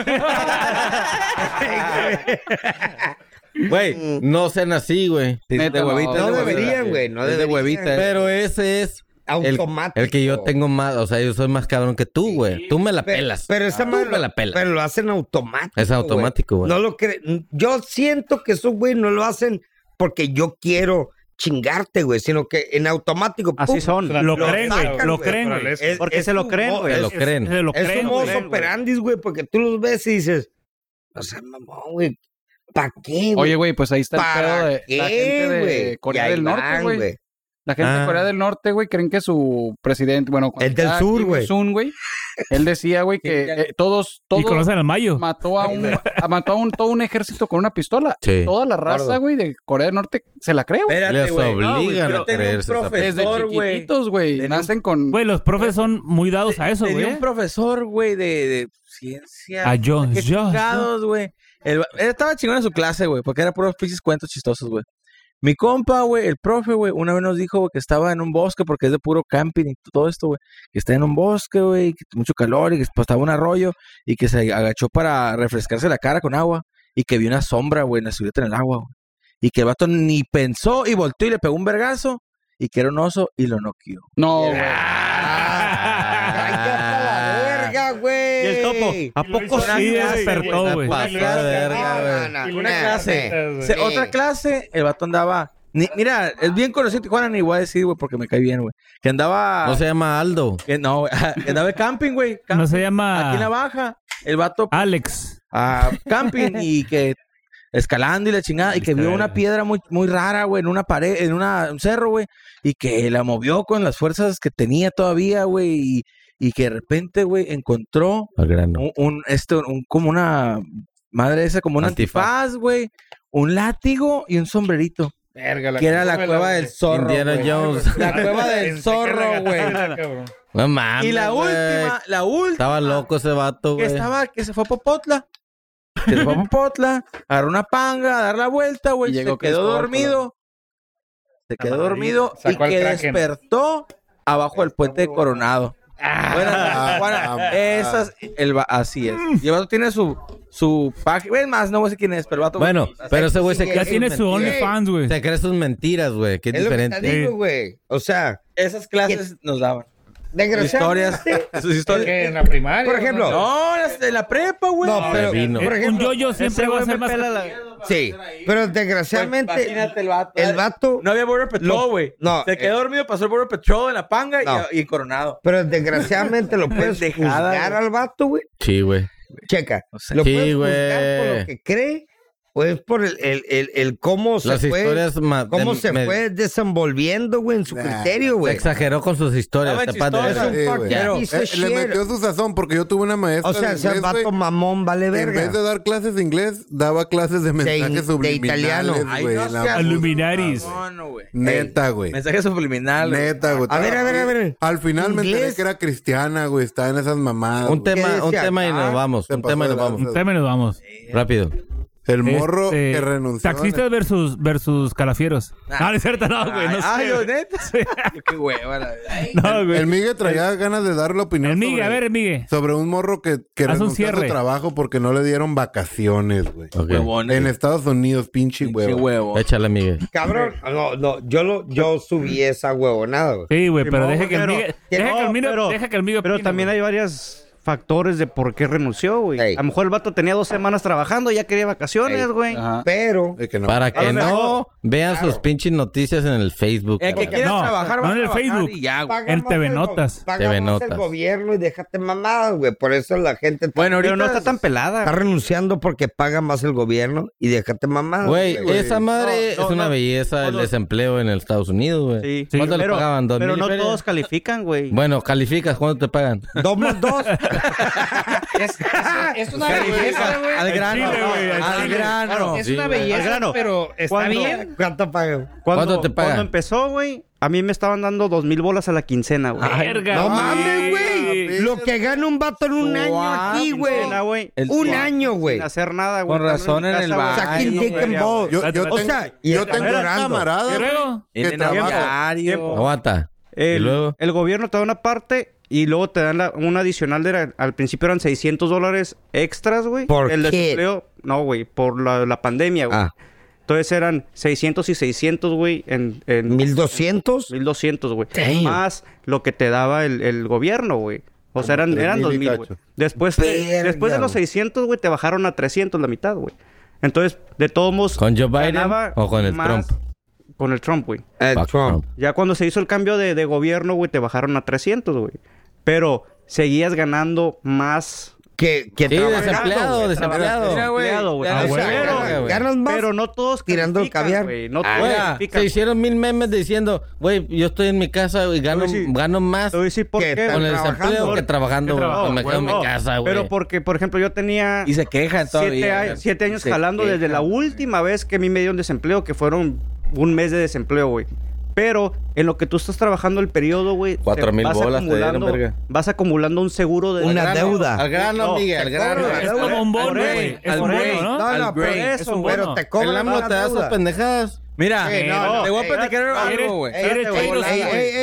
[SPEAKER 2] Güey, no sean así, güey.
[SPEAKER 7] Neta,
[SPEAKER 2] de
[SPEAKER 7] no.
[SPEAKER 2] huevita.
[SPEAKER 7] No
[SPEAKER 2] es de
[SPEAKER 7] deberían,
[SPEAKER 2] huevita.
[SPEAKER 7] güey, no
[SPEAKER 2] Es de
[SPEAKER 7] deberían.
[SPEAKER 2] huevita. Pero ese es el,
[SPEAKER 7] Automático.
[SPEAKER 2] el que yo tengo más, o sea, yo soy más cabrón que tú, güey. Tú me la pelas.
[SPEAKER 7] Pero esa
[SPEAKER 2] Tú
[SPEAKER 7] madre
[SPEAKER 2] me
[SPEAKER 7] lo-
[SPEAKER 2] la pelas.
[SPEAKER 7] Pero lo hacen automático.
[SPEAKER 2] Es automático, güey.
[SPEAKER 7] No lo cre- Yo siento que esos güey no lo hacen porque yo quiero chingarte, güey, sino que en automático.
[SPEAKER 6] Así
[SPEAKER 7] pum,
[SPEAKER 6] son. Lo creen, güey,
[SPEAKER 7] sacan,
[SPEAKER 6] lo creen, güey.
[SPEAKER 7] Es-
[SPEAKER 6] Porque
[SPEAKER 7] es
[SPEAKER 6] se lo
[SPEAKER 7] su
[SPEAKER 6] creen,
[SPEAKER 7] mo-
[SPEAKER 6] güey.
[SPEAKER 7] es-
[SPEAKER 6] Lo creen. Se lo
[SPEAKER 7] Es
[SPEAKER 6] creen,
[SPEAKER 7] un modus
[SPEAKER 6] güey.
[SPEAKER 7] operandis, güey, porque tú los ves y dices, o sea, mamón, güey. ¿Para qué, güey?
[SPEAKER 5] Oye, güey, pues ahí está el
[SPEAKER 7] ¿Para
[SPEAKER 5] pedo de la
[SPEAKER 7] qué,
[SPEAKER 5] gente de
[SPEAKER 7] güey?
[SPEAKER 5] Corea
[SPEAKER 7] Y ahí
[SPEAKER 5] del Norte,
[SPEAKER 7] van,
[SPEAKER 5] güey.
[SPEAKER 7] güey.
[SPEAKER 5] La gente
[SPEAKER 7] Ah.
[SPEAKER 5] de Corea del Norte, güey, creen que su presidente, bueno, cuando
[SPEAKER 7] El del
[SPEAKER 5] estaba
[SPEAKER 7] sur,
[SPEAKER 5] Kim
[SPEAKER 7] güey.
[SPEAKER 5] Il-sung, güey, él decía, güey, que eh, todos, todos
[SPEAKER 11] Y conocen al Mayo.
[SPEAKER 5] mató a un, a- mató a un todo un ejército con una pistola.
[SPEAKER 11] Sí.
[SPEAKER 5] Toda la raza,
[SPEAKER 11] Gordo.
[SPEAKER 5] güey, de Corea del Norte se la cree, güey.
[SPEAKER 11] Espérate, Les güey. No, güey, obligan pero a tenía un creerse esa profesor,
[SPEAKER 5] Desde
[SPEAKER 11] güey.
[SPEAKER 5] chiquititos, güey, nacen con
[SPEAKER 11] Güey, los profes son muy dados a eso,
[SPEAKER 13] Tenía
[SPEAKER 11] güey.
[SPEAKER 13] un profesor, güey, de, de ciencia.
[SPEAKER 11] A Ah, Jones,
[SPEAKER 13] Qué
[SPEAKER 11] Jones,
[SPEAKER 13] chingados, güey. El va- él estaba chingón en su clase, güey, porque era puros pinches cuentos chistosos, güey. Mi compa, güey, el profe, güey, una vez nos dijo güey, que estaba en un bosque porque es de puro camping y todo esto, güey. Que está en un bosque, güey, que mucho calor y que pues, estaba un arroyo y que se agachó para refrescarse la cara con agua y que vio una sombra, güey, en la silueta en el agua, güey. Y que el vato ni pensó y volteó y le pegó un vergazo y que era un oso y "Ah, lo noqueó.
[SPEAKER 5] No, güey.
[SPEAKER 7] Verga, güey.
[SPEAKER 13] Y el topo, ¿a
[SPEAKER 7] Y lo
[SPEAKER 13] poco
[SPEAKER 7] hizo
[SPEAKER 13] sí
[SPEAKER 7] nadie,
[SPEAKER 13] despertó,
[SPEAKER 7] güey?
[SPEAKER 13] güey?
[SPEAKER 7] Una
[SPEAKER 13] Pasó de
[SPEAKER 7] clase,
[SPEAKER 13] verga,
[SPEAKER 7] no,
[SPEAKER 13] güey.
[SPEAKER 7] no, no,
[SPEAKER 13] Y una
[SPEAKER 7] no,
[SPEAKER 13] clase.
[SPEAKER 7] güey.
[SPEAKER 13] Se-
[SPEAKER 7] Sí.
[SPEAKER 13] otra clase, el vato andaba. ni- mira, es bien conocido Tijuana, ni voy a decir, güey, porque me cae bien, güey. Que andaba.
[SPEAKER 2] No se llama Aldo.
[SPEAKER 13] Que no, güey, que andaba de camping, güey.
[SPEAKER 11] No se llama-
[SPEAKER 2] Ah.
[SPEAKER 13] Aquí en la baja, el vato.
[SPEAKER 11] Alex.
[SPEAKER 13] A camping y que. Escalando y la chingada, y que vio una piedra muy, muy rara, güey, en una pared, en una, un cerro, güey, y que la movió con las fuerzas que tenía todavía, güey, y, y que de repente, güey, encontró
[SPEAKER 2] Al grano.
[SPEAKER 13] un, un- esto, un- como una madre esa, como un
[SPEAKER 2] Antifaz.
[SPEAKER 13] antifaz, güey, un látigo y un sombrerito.
[SPEAKER 8] Verga, la
[SPEAKER 13] que era la
[SPEAKER 8] cúpula,
[SPEAKER 13] cueva
[SPEAKER 8] güey.
[SPEAKER 13] del zorro.
[SPEAKER 2] Indiana
[SPEAKER 13] güey.
[SPEAKER 2] Jones.
[SPEAKER 13] La cueva del zorro, güey.
[SPEAKER 2] No mames.
[SPEAKER 13] Y la
[SPEAKER 2] güey.
[SPEAKER 13] última, la última,
[SPEAKER 2] Estaba loco ese vato,
[SPEAKER 13] que
[SPEAKER 2] güey.
[SPEAKER 13] estaba, que se fue a Popotla. Que se fue a Popotla, agarró una panga a dar la vuelta, güey.
[SPEAKER 5] Y
[SPEAKER 13] Se
[SPEAKER 5] llegó
[SPEAKER 13] quedó
[SPEAKER 5] Cristóbal
[SPEAKER 13] dormido. Se quedó
[SPEAKER 5] Amarillo.
[SPEAKER 13] dormido y
[SPEAKER 5] Sacó el
[SPEAKER 13] que
[SPEAKER 5] Kraken.
[SPEAKER 13] despertó abajo del puente de Coronado. Buenas tardes, Juana. Esas, Ah, Mm. el va- así es. Y el vato tiene su, su página. Es más, no sé quién es, pero el vato.
[SPEAKER 2] Bueno, pero ese güey se cree. sus mentiras.
[SPEAKER 7] OnlyFans,
[SPEAKER 11] güey.
[SPEAKER 2] Se cree sus mentiras, güey. Qué
[SPEAKER 7] Es lo que
[SPEAKER 2] diferente.
[SPEAKER 7] te digo, güey. O sea,
[SPEAKER 13] esas clases nos daban.
[SPEAKER 7] Desgraciadamente,
[SPEAKER 13] Historias. Sus historias.
[SPEAKER 8] Que en la primaria.
[SPEAKER 7] Por ejemplo.
[SPEAKER 13] No, las de la prepa, güey.
[SPEAKER 7] No, pero,
[SPEAKER 13] Vino.
[SPEAKER 7] por
[SPEAKER 13] Un
[SPEAKER 7] ejemplo,
[SPEAKER 13] yo-yo siempre
[SPEAKER 7] ese
[SPEAKER 13] va a
[SPEAKER 7] güey
[SPEAKER 13] ser
[SPEAKER 7] me
[SPEAKER 13] más-
[SPEAKER 7] pela Sí, pero desgracialmente
[SPEAKER 13] Pues, imagínate el vato.
[SPEAKER 7] el vato-
[SPEAKER 13] No había Border
[SPEAKER 7] Lo-
[SPEAKER 13] Patrol, güey.
[SPEAKER 7] no,
[SPEAKER 13] Se quedó
[SPEAKER 7] eh.
[SPEAKER 13] dormido, pasó el Border Patrol en la panga y-
[SPEAKER 7] No.
[SPEAKER 13] y, en Coronado.
[SPEAKER 7] pero desgraciadamente lo puedes
[SPEAKER 13] Pendejada,
[SPEAKER 7] juzgar
[SPEAKER 13] güey.
[SPEAKER 7] al vato, güey.
[SPEAKER 2] Sí, güey.
[SPEAKER 7] Checa,
[SPEAKER 2] sea,
[SPEAKER 7] lo
[SPEAKER 2] sí,
[SPEAKER 7] puedes juzgar por
[SPEAKER 2] güey.
[SPEAKER 7] lo que cree o es por el, el, el, el cómo se
[SPEAKER 2] Las
[SPEAKER 7] fue,
[SPEAKER 2] historias ma- de-
[SPEAKER 7] cómo se
[SPEAKER 2] me-
[SPEAKER 7] fue desenvolviendo, güey, en su criterio,
[SPEAKER 2] Se
[SPEAKER 7] güey.
[SPEAKER 2] exageró con sus historias. te
[SPEAKER 7] Estaba
[SPEAKER 2] padre.
[SPEAKER 7] chistosa. Es un
[SPEAKER 2] Sí, güey.
[SPEAKER 7] fucking piece of
[SPEAKER 3] Eh, le
[SPEAKER 7] shit.
[SPEAKER 3] metió su sazón porque yo tuve una maestra.
[SPEAKER 7] O sea,
[SPEAKER 3] de
[SPEAKER 7] ese
[SPEAKER 3] inglés,
[SPEAKER 7] vato
[SPEAKER 3] güey,
[SPEAKER 7] mamón vale
[SPEAKER 3] que En
[SPEAKER 7] verga.
[SPEAKER 3] vez de dar clases de inglés, daba clases de mensajes
[SPEAKER 7] de italiano.
[SPEAKER 3] subliminales,
[SPEAKER 7] Ay,
[SPEAKER 3] güey.
[SPEAKER 7] no
[SPEAKER 3] la
[SPEAKER 7] seas-
[SPEAKER 3] puta
[SPEAKER 11] Luminaris.
[SPEAKER 3] Neta, güey.
[SPEAKER 13] Mensaje subliminal.
[SPEAKER 3] Neta, güey.
[SPEAKER 7] A ver, a ver, a ver.
[SPEAKER 3] Al final me enteré
[SPEAKER 7] ¿Inglés?
[SPEAKER 3] que era cristiana, güey. Estaba en esas mamadas.
[SPEAKER 2] Un
[SPEAKER 3] güey.
[SPEAKER 2] tema, un tema y nos vamos.
[SPEAKER 3] Se
[SPEAKER 2] Un
[SPEAKER 3] pasó
[SPEAKER 2] tema y
[SPEAKER 3] de
[SPEAKER 2] nos vamos.
[SPEAKER 3] lanza.
[SPEAKER 11] También nos vamos.
[SPEAKER 2] Rápido.
[SPEAKER 3] El morro
[SPEAKER 11] Este,
[SPEAKER 3] que renunció.
[SPEAKER 11] Taxistas versus, versus calafieros.
[SPEAKER 3] Ah.
[SPEAKER 11] No, no es cierto, no, güey. No
[SPEAKER 13] Ay,
[SPEAKER 11] sé,
[SPEAKER 13] yo,
[SPEAKER 11] güey.
[SPEAKER 13] neta. Yo Qué hueva, la
[SPEAKER 11] No, güey.
[SPEAKER 3] El Migue traía ganas de dar la opinión.
[SPEAKER 11] El Migue,
[SPEAKER 3] sobre-
[SPEAKER 11] a ver, Migue.
[SPEAKER 3] Sobre un morro que, que
[SPEAKER 11] Haz un
[SPEAKER 3] renunció a su
[SPEAKER 11] cierre.
[SPEAKER 3] trabajo porque no le dieron vacaciones, güey.
[SPEAKER 13] Huevones.
[SPEAKER 3] En Estados Unidos, pinche huevo.
[SPEAKER 2] Échale, Miguel.
[SPEAKER 7] Cabrón, no, no, yo lo, yo subí esa huevonada, güey.
[SPEAKER 11] Sí, güey, pero deja que el
[SPEAKER 6] pero-
[SPEAKER 11] Migue-
[SPEAKER 6] que
[SPEAKER 11] deja
[SPEAKER 6] no,
[SPEAKER 11] que el Migue-
[SPEAKER 6] pero-
[SPEAKER 11] deja que el Migue
[SPEAKER 6] Pero
[SPEAKER 11] opine,
[SPEAKER 6] también
[SPEAKER 11] güey.
[SPEAKER 6] hay varios factores de por qué renunció, güey. A lo mejor el vato tenía dos semanas trabajando, ya quería vacaciones, güey.
[SPEAKER 7] Pero
[SPEAKER 3] Es que no.
[SPEAKER 2] Para
[SPEAKER 6] A
[SPEAKER 2] que
[SPEAKER 6] lo
[SPEAKER 2] no
[SPEAKER 6] mejor.
[SPEAKER 2] vean sus pinches noticias en el Facebook.
[SPEAKER 13] El que
[SPEAKER 2] cabrón.
[SPEAKER 13] quiera
[SPEAKER 11] No,
[SPEAKER 13] trabajar,
[SPEAKER 11] no
[SPEAKER 13] va a
[SPEAKER 11] en el
[SPEAKER 13] trabajar
[SPEAKER 11] Facebook,
[SPEAKER 13] y ya, güey.
[SPEAKER 7] Paga
[SPEAKER 2] En
[SPEAKER 7] más
[SPEAKER 2] TV
[SPEAKER 7] el go-
[SPEAKER 2] Notas.
[SPEAKER 7] paga
[SPEAKER 2] TV
[SPEAKER 7] más
[SPEAKER 2] Notas.
[SPEAKER 7] el gobierno y déjate mamadas, güey. Por eso la gente está-
[SPEAKER 13] Bueno, ahorita
[SPEAKER 7] Pero no está tan pelada. Está renunciando porque paga más el gobierno y déjate mamadas.
[SPEAKER 2] Güey, esa madre
[SPEAKER 6] No, no,
[SPEAKER 2] es una
[SPEAKER 6] no.
[SPEAKER 2] belleza el
[SPEAKER 6] No, no.
[SPEAKER 2] desempleo en el Estados Unidos, güey.
[SPEAKER 6] Sí.
[SPEAKER 2] ¿Cuánto le
[SPEAKER 6] pero,
[SPEAKER 2] pagaban? ¿Dos
[SPEAKER 6] pero
[SPEAKER 2] mil
[SPEAKER 6] no
[SPEAKER 2] feria?
[SPEAKER 6] todos califican, güey.
[SPEAKER 2] Bueno, calificas, ¿cuánto te pagan?
[SPEAKER 7] Dos más dos.
[SPEAKER 8] Es, es- es una belleza, güey.
[SPEAKER 13] Al grano.
[SPEAKER 11] Chile, güey, al
[SPEAKER 13] Al
[SPEAKER 11] Chile.
[SPEAKER 13] grano.
[SPEAKER 8] Es
[SPEAKER 2] Sí,
[SPEAKER 8] una
[SPEAKER 2] güey.
[SPEAKER 8] belleza,
[SPEAKER 6] Al grano.
[SPEAKER 8] pero está
[SPEAKER 6] ¿Cuándo?
[SPEAKER 8] bien.
[SPEAKER 7] ¿Cuánto paga?
[SPEAKER 6] Cuando,
[SPEAKER 2] ¿Cuándo te pagan?
[SPEAKER 6] Cuando empezó, güey, a mí me estaban dando dos mil bolas a la quincena, güey.
[SPEAKER 11] Verga,
[SPEAKER 7] No mames, güey.
[SPEAKER 3] güey.
[SPEAKER 7] Lo que gana un vato en un año aquí,
[SPEAKER 6] Quincena,
[SPEAKER 7] güey.
[SPEAKER 6] güey.
[SPEAKER 13] El-
[SPEAKER 7] Un año, güey.
[SPEAKER 6] Sin hacer nada, güey.
[SPEAKER 13] Con razón en el
[SPEAKER 7] O sea,
[SPEAKER 13] bar.
[SPEAKER 7] King dick and balls.
[SPEAKER 3] Yo, yo
[SPEAKER 7] O
[SPEAKER 3] tengo,
[SPEAKER 7] sea, y
[SPEAKER 3] yo
[SPEAKER 7] está
[SPEAKER 3] tengo un
[SPEAKER 7] llorando.
[SPEAKER 3] camarada
[SPEAKER 11] Y luego,
[SPEAKER 3] que trabaja.
[SPEAKER 2] Aguanta. y
[SPEAKER 6] El,
[SPEAKER 2] luego,
[SPEAKER 6] el gobierno te da una parte y luego te dan la- un adicional. De la- al principio eran 600 dólares extras, güey.
[SPEAKER 7] ¿Por
[SPEAKER 6] el
[SPEAKER 7] qué?
[SPEAKER 6] desempleo- No, güey, por la, la pandemia, güey.
[SPEAKER 7] Ah.
[SPEAKER 6] Entonces eran 600 y 600, güey, en, en
[SPEAKER 7] 1200.
[SPEAKER 6] 1200, güey.
[SPEAKER 7] Damn.
[SPEAKER 6] Más lo que te daba el, el gobierno, güey. O sea, eran, eran
[SPEAKER 3] 3,000 y
[SPEAKER 6] 2000,
[SPEAKER 3] cacho.
[SPEAKER 6] güey. Después, te-
[SPEAKER 7] Verga,
[SPEAKER 6] después de los
[SPEAKER 7] güey.
[SPEAKER 6] 600, güey, te bajaron a 300 la mitad, güey. Entonces, de todos modos...
[SPEAKER 2] ¿Con Joe Biden
[SPEAKER 6] ganaba
[SPEAKER 2] o con el
[SPEAKER 6] más-
[SPEAKER 2] Trump?
[SPEAKER 6] Con el Trump, güey.
[SPEAKER 7] Eh,
[SPEAKER 2] Fuck
[SPEAKER 7] Trump.
[SPEAKER 6] Ya cuando se hizo el cambio de, de gobierno, güey, te bajaron a 300, güey. Pero seguías ganando más
[SPEAKER 7] que, que
[SPEAKER 2] Sí,
[SPEAKER 7] trabajando,
[SPEAKER 2] desempleado,
[SPEAKER 7] güey,
[SPEAKER 2] desempleado.
[SPEAKER 7] trabajando.
[SPEAKER 2] Mira, güey, Desempleado, güey.
[SPEAKER 7] O sea,
[SPEAKER 2] Ah,
[SPEAKER 7] ganas-
[SPEAKER 2] güey.
[SPEAKER 7] ganas más
[SPEAKER 2] Pero
[SPEAKER 7] no todos tirando el caviar.
[SPEAKER 6] no
[SPEAKER 2] Ah, güey, se hicieron mil memes diciendo, güey, yo estoy en mi casa y gano, gano más
[SPEAKER 6] qué?
[SPEAKER 2] que con el desempleo que trabajando. güey.
[SPEAKER 6] No,
[SPEAKER 2] me quedo en mi
[SPEAKER 6] huevo.
[SPEAKER 2] casa, güey.
[SPEAKER 6] Pero pues, porque, por ejemplo, yo tenía.
[SPEAKER 2] Y se quejan
[SPEAKER 6] Siete,
[SPEAKER 2] todavía,
[SPEAKER 6] a-
[SPEAKER 2] güey.
[SPEAKER 6] siete años
[SPEAKER 2] Se
[SPEAKER 6] jalando desde la
[SPEAKER 2] quejan,
[SPEAKER 6] última vez que a mí me dieron desempleo, que fueron un mes de desempleo, güey. Pero en lo que tú estás trabajando el periodo, güey. te
[SPEAKER 2] Cuatro mil
[SPEAKER 6] vas
[SPEAKER 2] bolas te dieron,
[SPEAKER 6] acumulando-
[SPEAKER 2] verga.
[SPEAKER 6] Vas acumulando un seguro de.
[SPEAKER 2] Una Al grano, deuda. al grano,
[SPEAKER 6] No,
[SPEAKER 2] Miguel,
[SPEAKER 6] te
[SPEAKER 2] al grano.
[SPEAKER 6] cobran,
[SPEAKER 2] Es
[SPEAKER 6] güey.
[SPEAKER 2] como un bono,
[SPEAKER 6] Al
[SPEAKER 2] güey.
[SPEAKER 6] grey,
[SPEAKER 2] Es
[SPEAKER 6] al
[SPEAKER 2] bono,
[SPEAKER 6] grey.
[SPEAKER 2] ¿no?
[SPEAKER 6] Al
[SPEAKER 2] No, no,
[SPEAKER 6] grey,
[SPEAKER 2] pero
[SPEAKER 6] es
[SPEAKER 2] eso,
[SPEAKER 6] un
[SPEAKER 2] bueno,
[SPEAKER 6] bono.
[SPEAKER 2] te cobran El AMLO para te la da deuda. sus pendejadas.
[SPEAKER 6] Mira,
[SPEAKER 2] Eh, no,
[SPEAKER 6] te voy a
[SPEAKER 2] eh,
[SPEAKER 6] platicar
[SPEAKER 2] eh,
[SPEAKER 6] algo, güey.
[SPEAKER 2] eh, eh, eh, eh,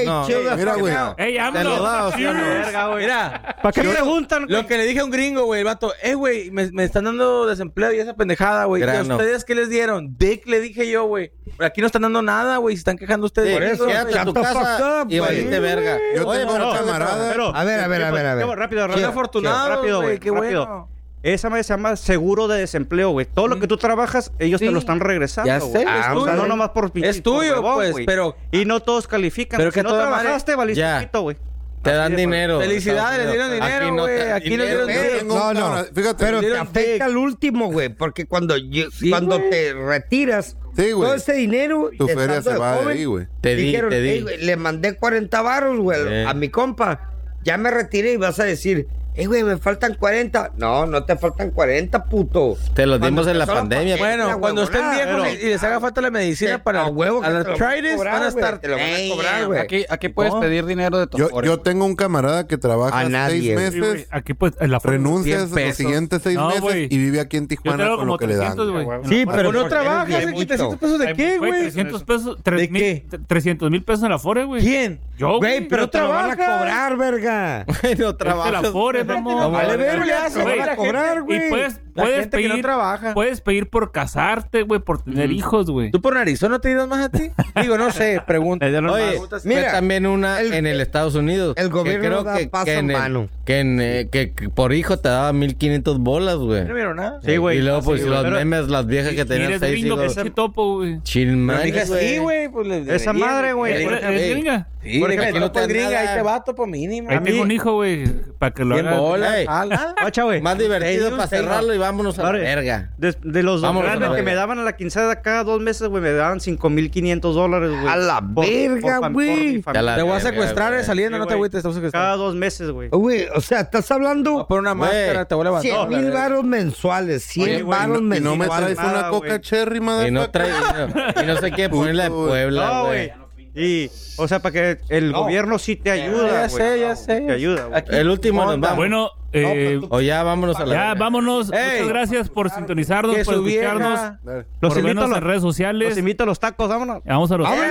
[SPEAKER 2] eh, eh, chill the
[SPEAKER 6] Mira,
[SPEAKER 2] fuck
[SPEAKER 6] güey.
[SPEAKER 2] out.
[SPEAKER 6] Ey,
[SPEAKER 2] Te
[SPEAKER 6] AMLO.
[SPEAKER 2] lo da, o sea, no.
[SPEAKER 6] Verga, güey.
[SPEAKER 13] Mira,
[SPEAKER 6] ¿Para qué
[SPEAKER 13] yo-
[SPEAKER 6] preguntan,
[SPEAKER 13] Lo que le dije a un gringo, güey, el vato, eh, güey, me, me están dando desempleo y esa pendejada, güey. ¿Y a
[SPEAKER 2] Grano.
[SPEAKER 13] ustedes qué les dieron? Dick le dije yo, güey. Aquí no están dando nada, güey, se están quejando ustedes.
[SPEAKER 2] Sí, quédate en tu casa y valiste verga.
[SPEAKER 13] Ah, Yo
[SPEAKER 2] Oye,
[SPEAKER 13] tengo
[SPEAKER 2] pero-
[SPEAKER 13] una camarada-
[SPEAKER 6] Pero-
[SPEAKER 13] A ver, a ver, a ver, a ver.
[SPEAKER 6] Yo, Rápido,
[SPEAKER 13] Qué
[SPEAKER 6] rápido.
[SPEAKER 13] afortunados,
[SPEAKER 6] Rápido,
[SPEAKER 13] güey,
[SPEAKER 6] güey.
[SPEAKER 13] qué
[SPEAKER 6] rápido.
[SPEAKER 13] bueno.
[SPEAKER 6] Esa madre se llama seguro de desempleo, güey. Todo lo que tú trabajas, ellos te
[SPEAKER 13] Sí.
[SPEAKER 6] lo están regresando.
[SPEAKER 13] Ya sé,
[SPEAKER 6] güey.
[SPEAKER 13] es
[SPEAKER 6] Ah, o sea,
[SPEAKER 13] tuyo.
[SPEAKER 6] no nomás por pinche-
[SPEAKER 13] Es tuyo,
[SPEAKER 6] por huevón,
[SPEAKER 13] pues,
[SPEAKER 6] güey.
[SPEAKER 13] pero-
[SPEAKER 6] Y no todos califican.
[SPEAKER 13] Pero
[SPEAKER 6] Si
[SPEAKER 13] que
[SPEAKER 6] no
[SPEAKER 13] toda madre-
[SPEAKER 6] trabajaste, valiste
[SPEAKER 2] Ya.
[SPEAKER 6] poquito, güey.
[SPEAKER 2] Te dan dinero.
[SPEAKER 13] Felicidades, le dieron
[SPEAKER 2] Estados
[SPEAKER 13] dinero,
[SPEAKER 2] Unidos.
[SPEAKER 13] güey. Aquí no dieron dinero.
[SPEAKER 7] No, no,
[SPEAKER 3] fíjate.
[SPEAKER 7] pero te
[SPEAKER 13] Dieron
[SPEAKER 7] afecta al último, güey, porque cuando, yo- cuando te retiras, todo ese dinero,
[SPEAKER 3] Tu feria
[SPEAKER 7] estando
[SPEAKER 3] se
[SPEAKER 7] de
[SPEAKER 3] va de
[SPEAKER 7] joven,
[SPEAKER 3] ahí, güey.
[SPEAKER 2] Te di,
[SPEAKER 7] dijeron,
[SPEAKER 2] te di.
[SPEAKER 7] "Ey, güey, le mandé 40 varos, güey, a mi compa, ya me retiré y vas a decir, eh, güey, me faltan 40. No, no te faltan 40, puto.
[SPEAKER 2] Te los
[SPEAKER 7] Cuando
[SPEAKER 2] dimos en la
[SPEAKER 7] empezó la
[SPEAKER 2] pandemia.
[SPEAKER 7] pandemia,
[SPEAKER 13] Bueno,
[SPEAKER 7] Una
[SPEAKER 13] cuando estén
[SPEAKER 7] huevonada,
[SPEAKER 13] viejos
[SPEAKER 7] pero-
[SPEAKER 13] y y les haga falta la medicina para
[SPEAKER 7] Ah, a huevo que
[SPEAKER 13] a
[SPEAKER 7] te
[SPEAKER 13] las
[SPEAKER 7] lo van a
[SPEAKER 13] arthritis,
[SPEAKER 7] cobrar,
[SPEAKER 13] van a
[SPEAKER 7] güey,
[SPEAKER 13] estar.
[SPEAKER 7] te lo van a cobrar, güey.
[SPEAKER 5] Aquí, aquí puedes pedir dinero de tu
[SPEAKER 3] Yo, yo tengo un camarada que trabaja seis
[SPEAKER 11] Sí, güey,
[SPEAKER 3] meses,
[SPEAKER 11] aquí pues en la forma-
[SPEAKER 3] renuncia
[SPEAKER 11] 100
[SPEAKER 3] los
[SPEAKER 11] pesos.
[SPEAKER 3] siguientes seis
[SPEAKER 11] No,
[SPEAKER 3] meses
[SPEAKER 11] güey.
[SPEAKER 3] y vive aquí en
[SPEAKER 11] Yo
[SPEAKER 3] Tijuana
[SPEAKER 11] traigo
[SPEAKER 3] con lo
[SPEAKER 11] como
[SPEAKER 3] que le dan.
[SPEAKER 11] 300, güey.
[SPEAKER 3] Sí,
[SPEAKER 11] En la
[SPEAKER 3] pero
[SPEAKER 11] Afore.
[SPEAKER 3] no trabajas,
[SPEAKER 11] Hay
[SPEAKER 3] ¿eh?
[SPEAKER 11] mucho.
[SPEAKER 3] 300 pesos de
[SPEAKER 11] Hay-
[SPEAKER 3] qué, güey?
[SPEAKER 11] 300 pesos, 3 mil, 300 mil pesos en la Afore, güey.
[SPEAKER 7] ¿Quién?
[SPEAKER 11] Yo,
[SPEAKER 7] Güey, pero te lo van a cobrar, verga.
[SPEAKER 2] no
[SPEAKER 11] trabajas. la Afore, mamón.
[SPEAKER 7] No vale
[SPEAKER 11] Güey,
[SPEAKER 7] verga, se
[SPEAKER 11] güey,
[SPEAKER 7] van a
[SPEAKER 11] la
[SPEAKER 7] cobrar,
[SPEAKER 11] gente-
[SPEAKER 7] güey.
[SPEAKER 11] Y puedes,
[SPEAKER 7] La
[SPEAKER 11] puedes
[SPEAKER 7] gente que
[SPEAKER 11] pedir,
[SPEAKER 7] no
[SPEAKER 11] trabaja. puedes pedir por casarte, güey, por tener hijos, güey.
[SPEAKER 13] ¿Tú por narizón te dieron más a ti?
[SPEAKER 7] Digo, no sé, pregunta.
[SPEAKER 2] Oye, mira, también una en el Estados Unidos. El
[SPEAKER 7] gobierno da paso
[SPEAKER 2] en
[SPEAKER 7] en
[SPEAKER 2] el-
[SPEAKER 7] mano.
[SPEAKER 2] que, en, eh, que- que por hijo te daba 1500 bolas, güey.
[SPEAKER 13] No vieron nada.
[SPEAKER 6] Sí, güey.
[SPEAKER 2] Y luego, pues,
[SPEAKER 6] Sí, güey,
[SPEAKER 2] los
[SPEAKER 6] pero-
[SPEAKER 2] memes, las viejas que
[SPEAKER 11] Y
[SPEAKER 2] tenían
[SPEAKER 11] eres
[SPEAKER 2] seis
[SPEAKER 11] gringo,
[SPEAKER 2] hijos.
[SPEAKER 11] pinche topo, güey.
[SPEAKER 2] Chin, madre,
[SPEAKER 13] Pero dije, sí, güey, pues les
[SPEAKER 6] Esa
[SPEAKER 13] deberían,
[SPEAKER 6] madre, güey.
[SPEAKER 13] les
[SPEAKER 6] Por
[SPEAKER 13] deberían.
[SPEAKER 6] ejemplo,
[SPEAKER 13] Ey,
[SPEAKER 11] gringa.
[SPEAKER 2] Por
[SPEAKER 13] Sí, por
[SPEAKER 2] ejemplo,
[SPEAKER 13] ejemplo,
[SPEAKER 2] no te dan
[SPEAKER 13] gringa,
[SPEAKER 2] nada.
[SPEAKER 13] ahí te vato, pues mínimo.
[SPEAKER 11] Ahí tengo un hijo, güey, para que lo
[SPEAKER 13] Cien
[SPEAKER 11] haga.
[SPEAKER 13] bolas.
[SPEAKER 2] Ey,
[SPEAKER 13] Ala.
[SPEAKER 6] Guacha, güey.
[SPEAKER 2] Más divertido
[SPEAKER 6] Te di
[SPEAKER 2] para
[SPEAKER 6] un seis,
[SPEAKER 2] cerrarlo y vámonos a la
[SPEAKER 6] Madre.
[SPEAKER 2] verga.
[SPEAKER 6] De, de los dos
[SPEAKER 2] Vámonos a la
[SPEAKER 6] grandes que
[SPEAKER 2] verga.
[SPEAKER 6] me daban a la quincena cada dos meses, güey, me daban 5.500 dólares, güey.
[SPEAKER 7] A la
[SPEAKER 6] Por-
[SPEAKER 7] verga,
[SPEAKER 6] por
[SPEAKER 7] güey.
[SPEAKER 6] fam- por mi
[SPEAKER 7] Te
[SPEAKER 6] familia.
[SPEAKER 13] Te voy a secuestrar
[SPEAKER 2] güey.
[SPEAKER 13] saliendo,
[SPEAKER 6] Sí,
[SPEAKER 13] no te
[SPEAKER 6] güey.
[SPEAKER 13] agüites, te voy a secuestrar.
[SPEAKER 6] Cada dos meses, güey.
[SPEAKER 7] Güey, o sea, estás hablando
[SPEAKER 13] Por una
[SPEAKER 2] Güey.
[SPEAKER 13] máscara, te voy a levantar.
[SPEAKER 7] 100 mil varos mensuales, 100 varos
[SPEAKER 3] Y no me
[SPEAKER 7] mensuales.
[SPEAKER 3] traes una
[SPEAKER 6] nada,
[SPEAKER 3] coca
[SPEAKER 6] güey.
[SPEAKER 3] cherry, madre.
[SPEAKER 2] Y no trae. y no- Y no sé qué ponerle de Puebla,
[SPEAKER 6] No,
[SPEAKER 2] güey.
[SPEAKER 6] güey. Y, o sea, para que el gobierno sí te ayuda,
[SPEAKER 13] Ya
[SPEAKER 6] güey.
[SPEAKER 13] sé, ya sé.
[SPEAKER 6] Te ayuda, güey.
[SPEAKER 2] El último nos vamos.
[SPEAKER 11] Bueno, eh,
[SPEAKER 2] O ya vámonos a la
[SPEAKER 11] ya
[SPEAKER 2] verga.
[SPEAKER 11] vámonos.
[SPEAKER 13] Ey.
[SPEAKER 11] Muchas gracias por sintonizarnos,
[SPEAKER 13] Que
[SPEAKER 11] por
[SPEAKER 13] su
[SPEAKER 11] escucharnos.
[SPEAKER 13] vieja.
[SPEAKER 6] Los
[SPEAKER 11] por
[SPEAKER 6] invito a
[SPEAKER 11] vernos
[SPEAKER 6] los-
[SPEAKER 11] en redes
[SPEAKER 6] Los
[SPEAKER 11] sociales.
[SPEAKER 6] invito a los tacos, vámonos.
[SPEAKER 11] Vamos a los...
[SPEAKER 13] ¡Vámonos!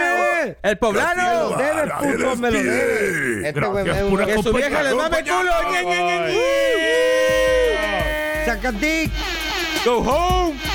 [SPEAKER 13] ¡El poblano!
[SPEAKER 7] Los debes, puto, me lo debes. Este güey me
[SPEAKER 11] pura
[SPEAKER 13] ¡Que su
[SPEAKER 11] compañía.
[SPEAKER 13] vieja les mame culo! ¡Ñe, ñe, ñe, ñe!
[SPEAKER 7] Saca dick.
[SPEAKER 13] ¡Go home!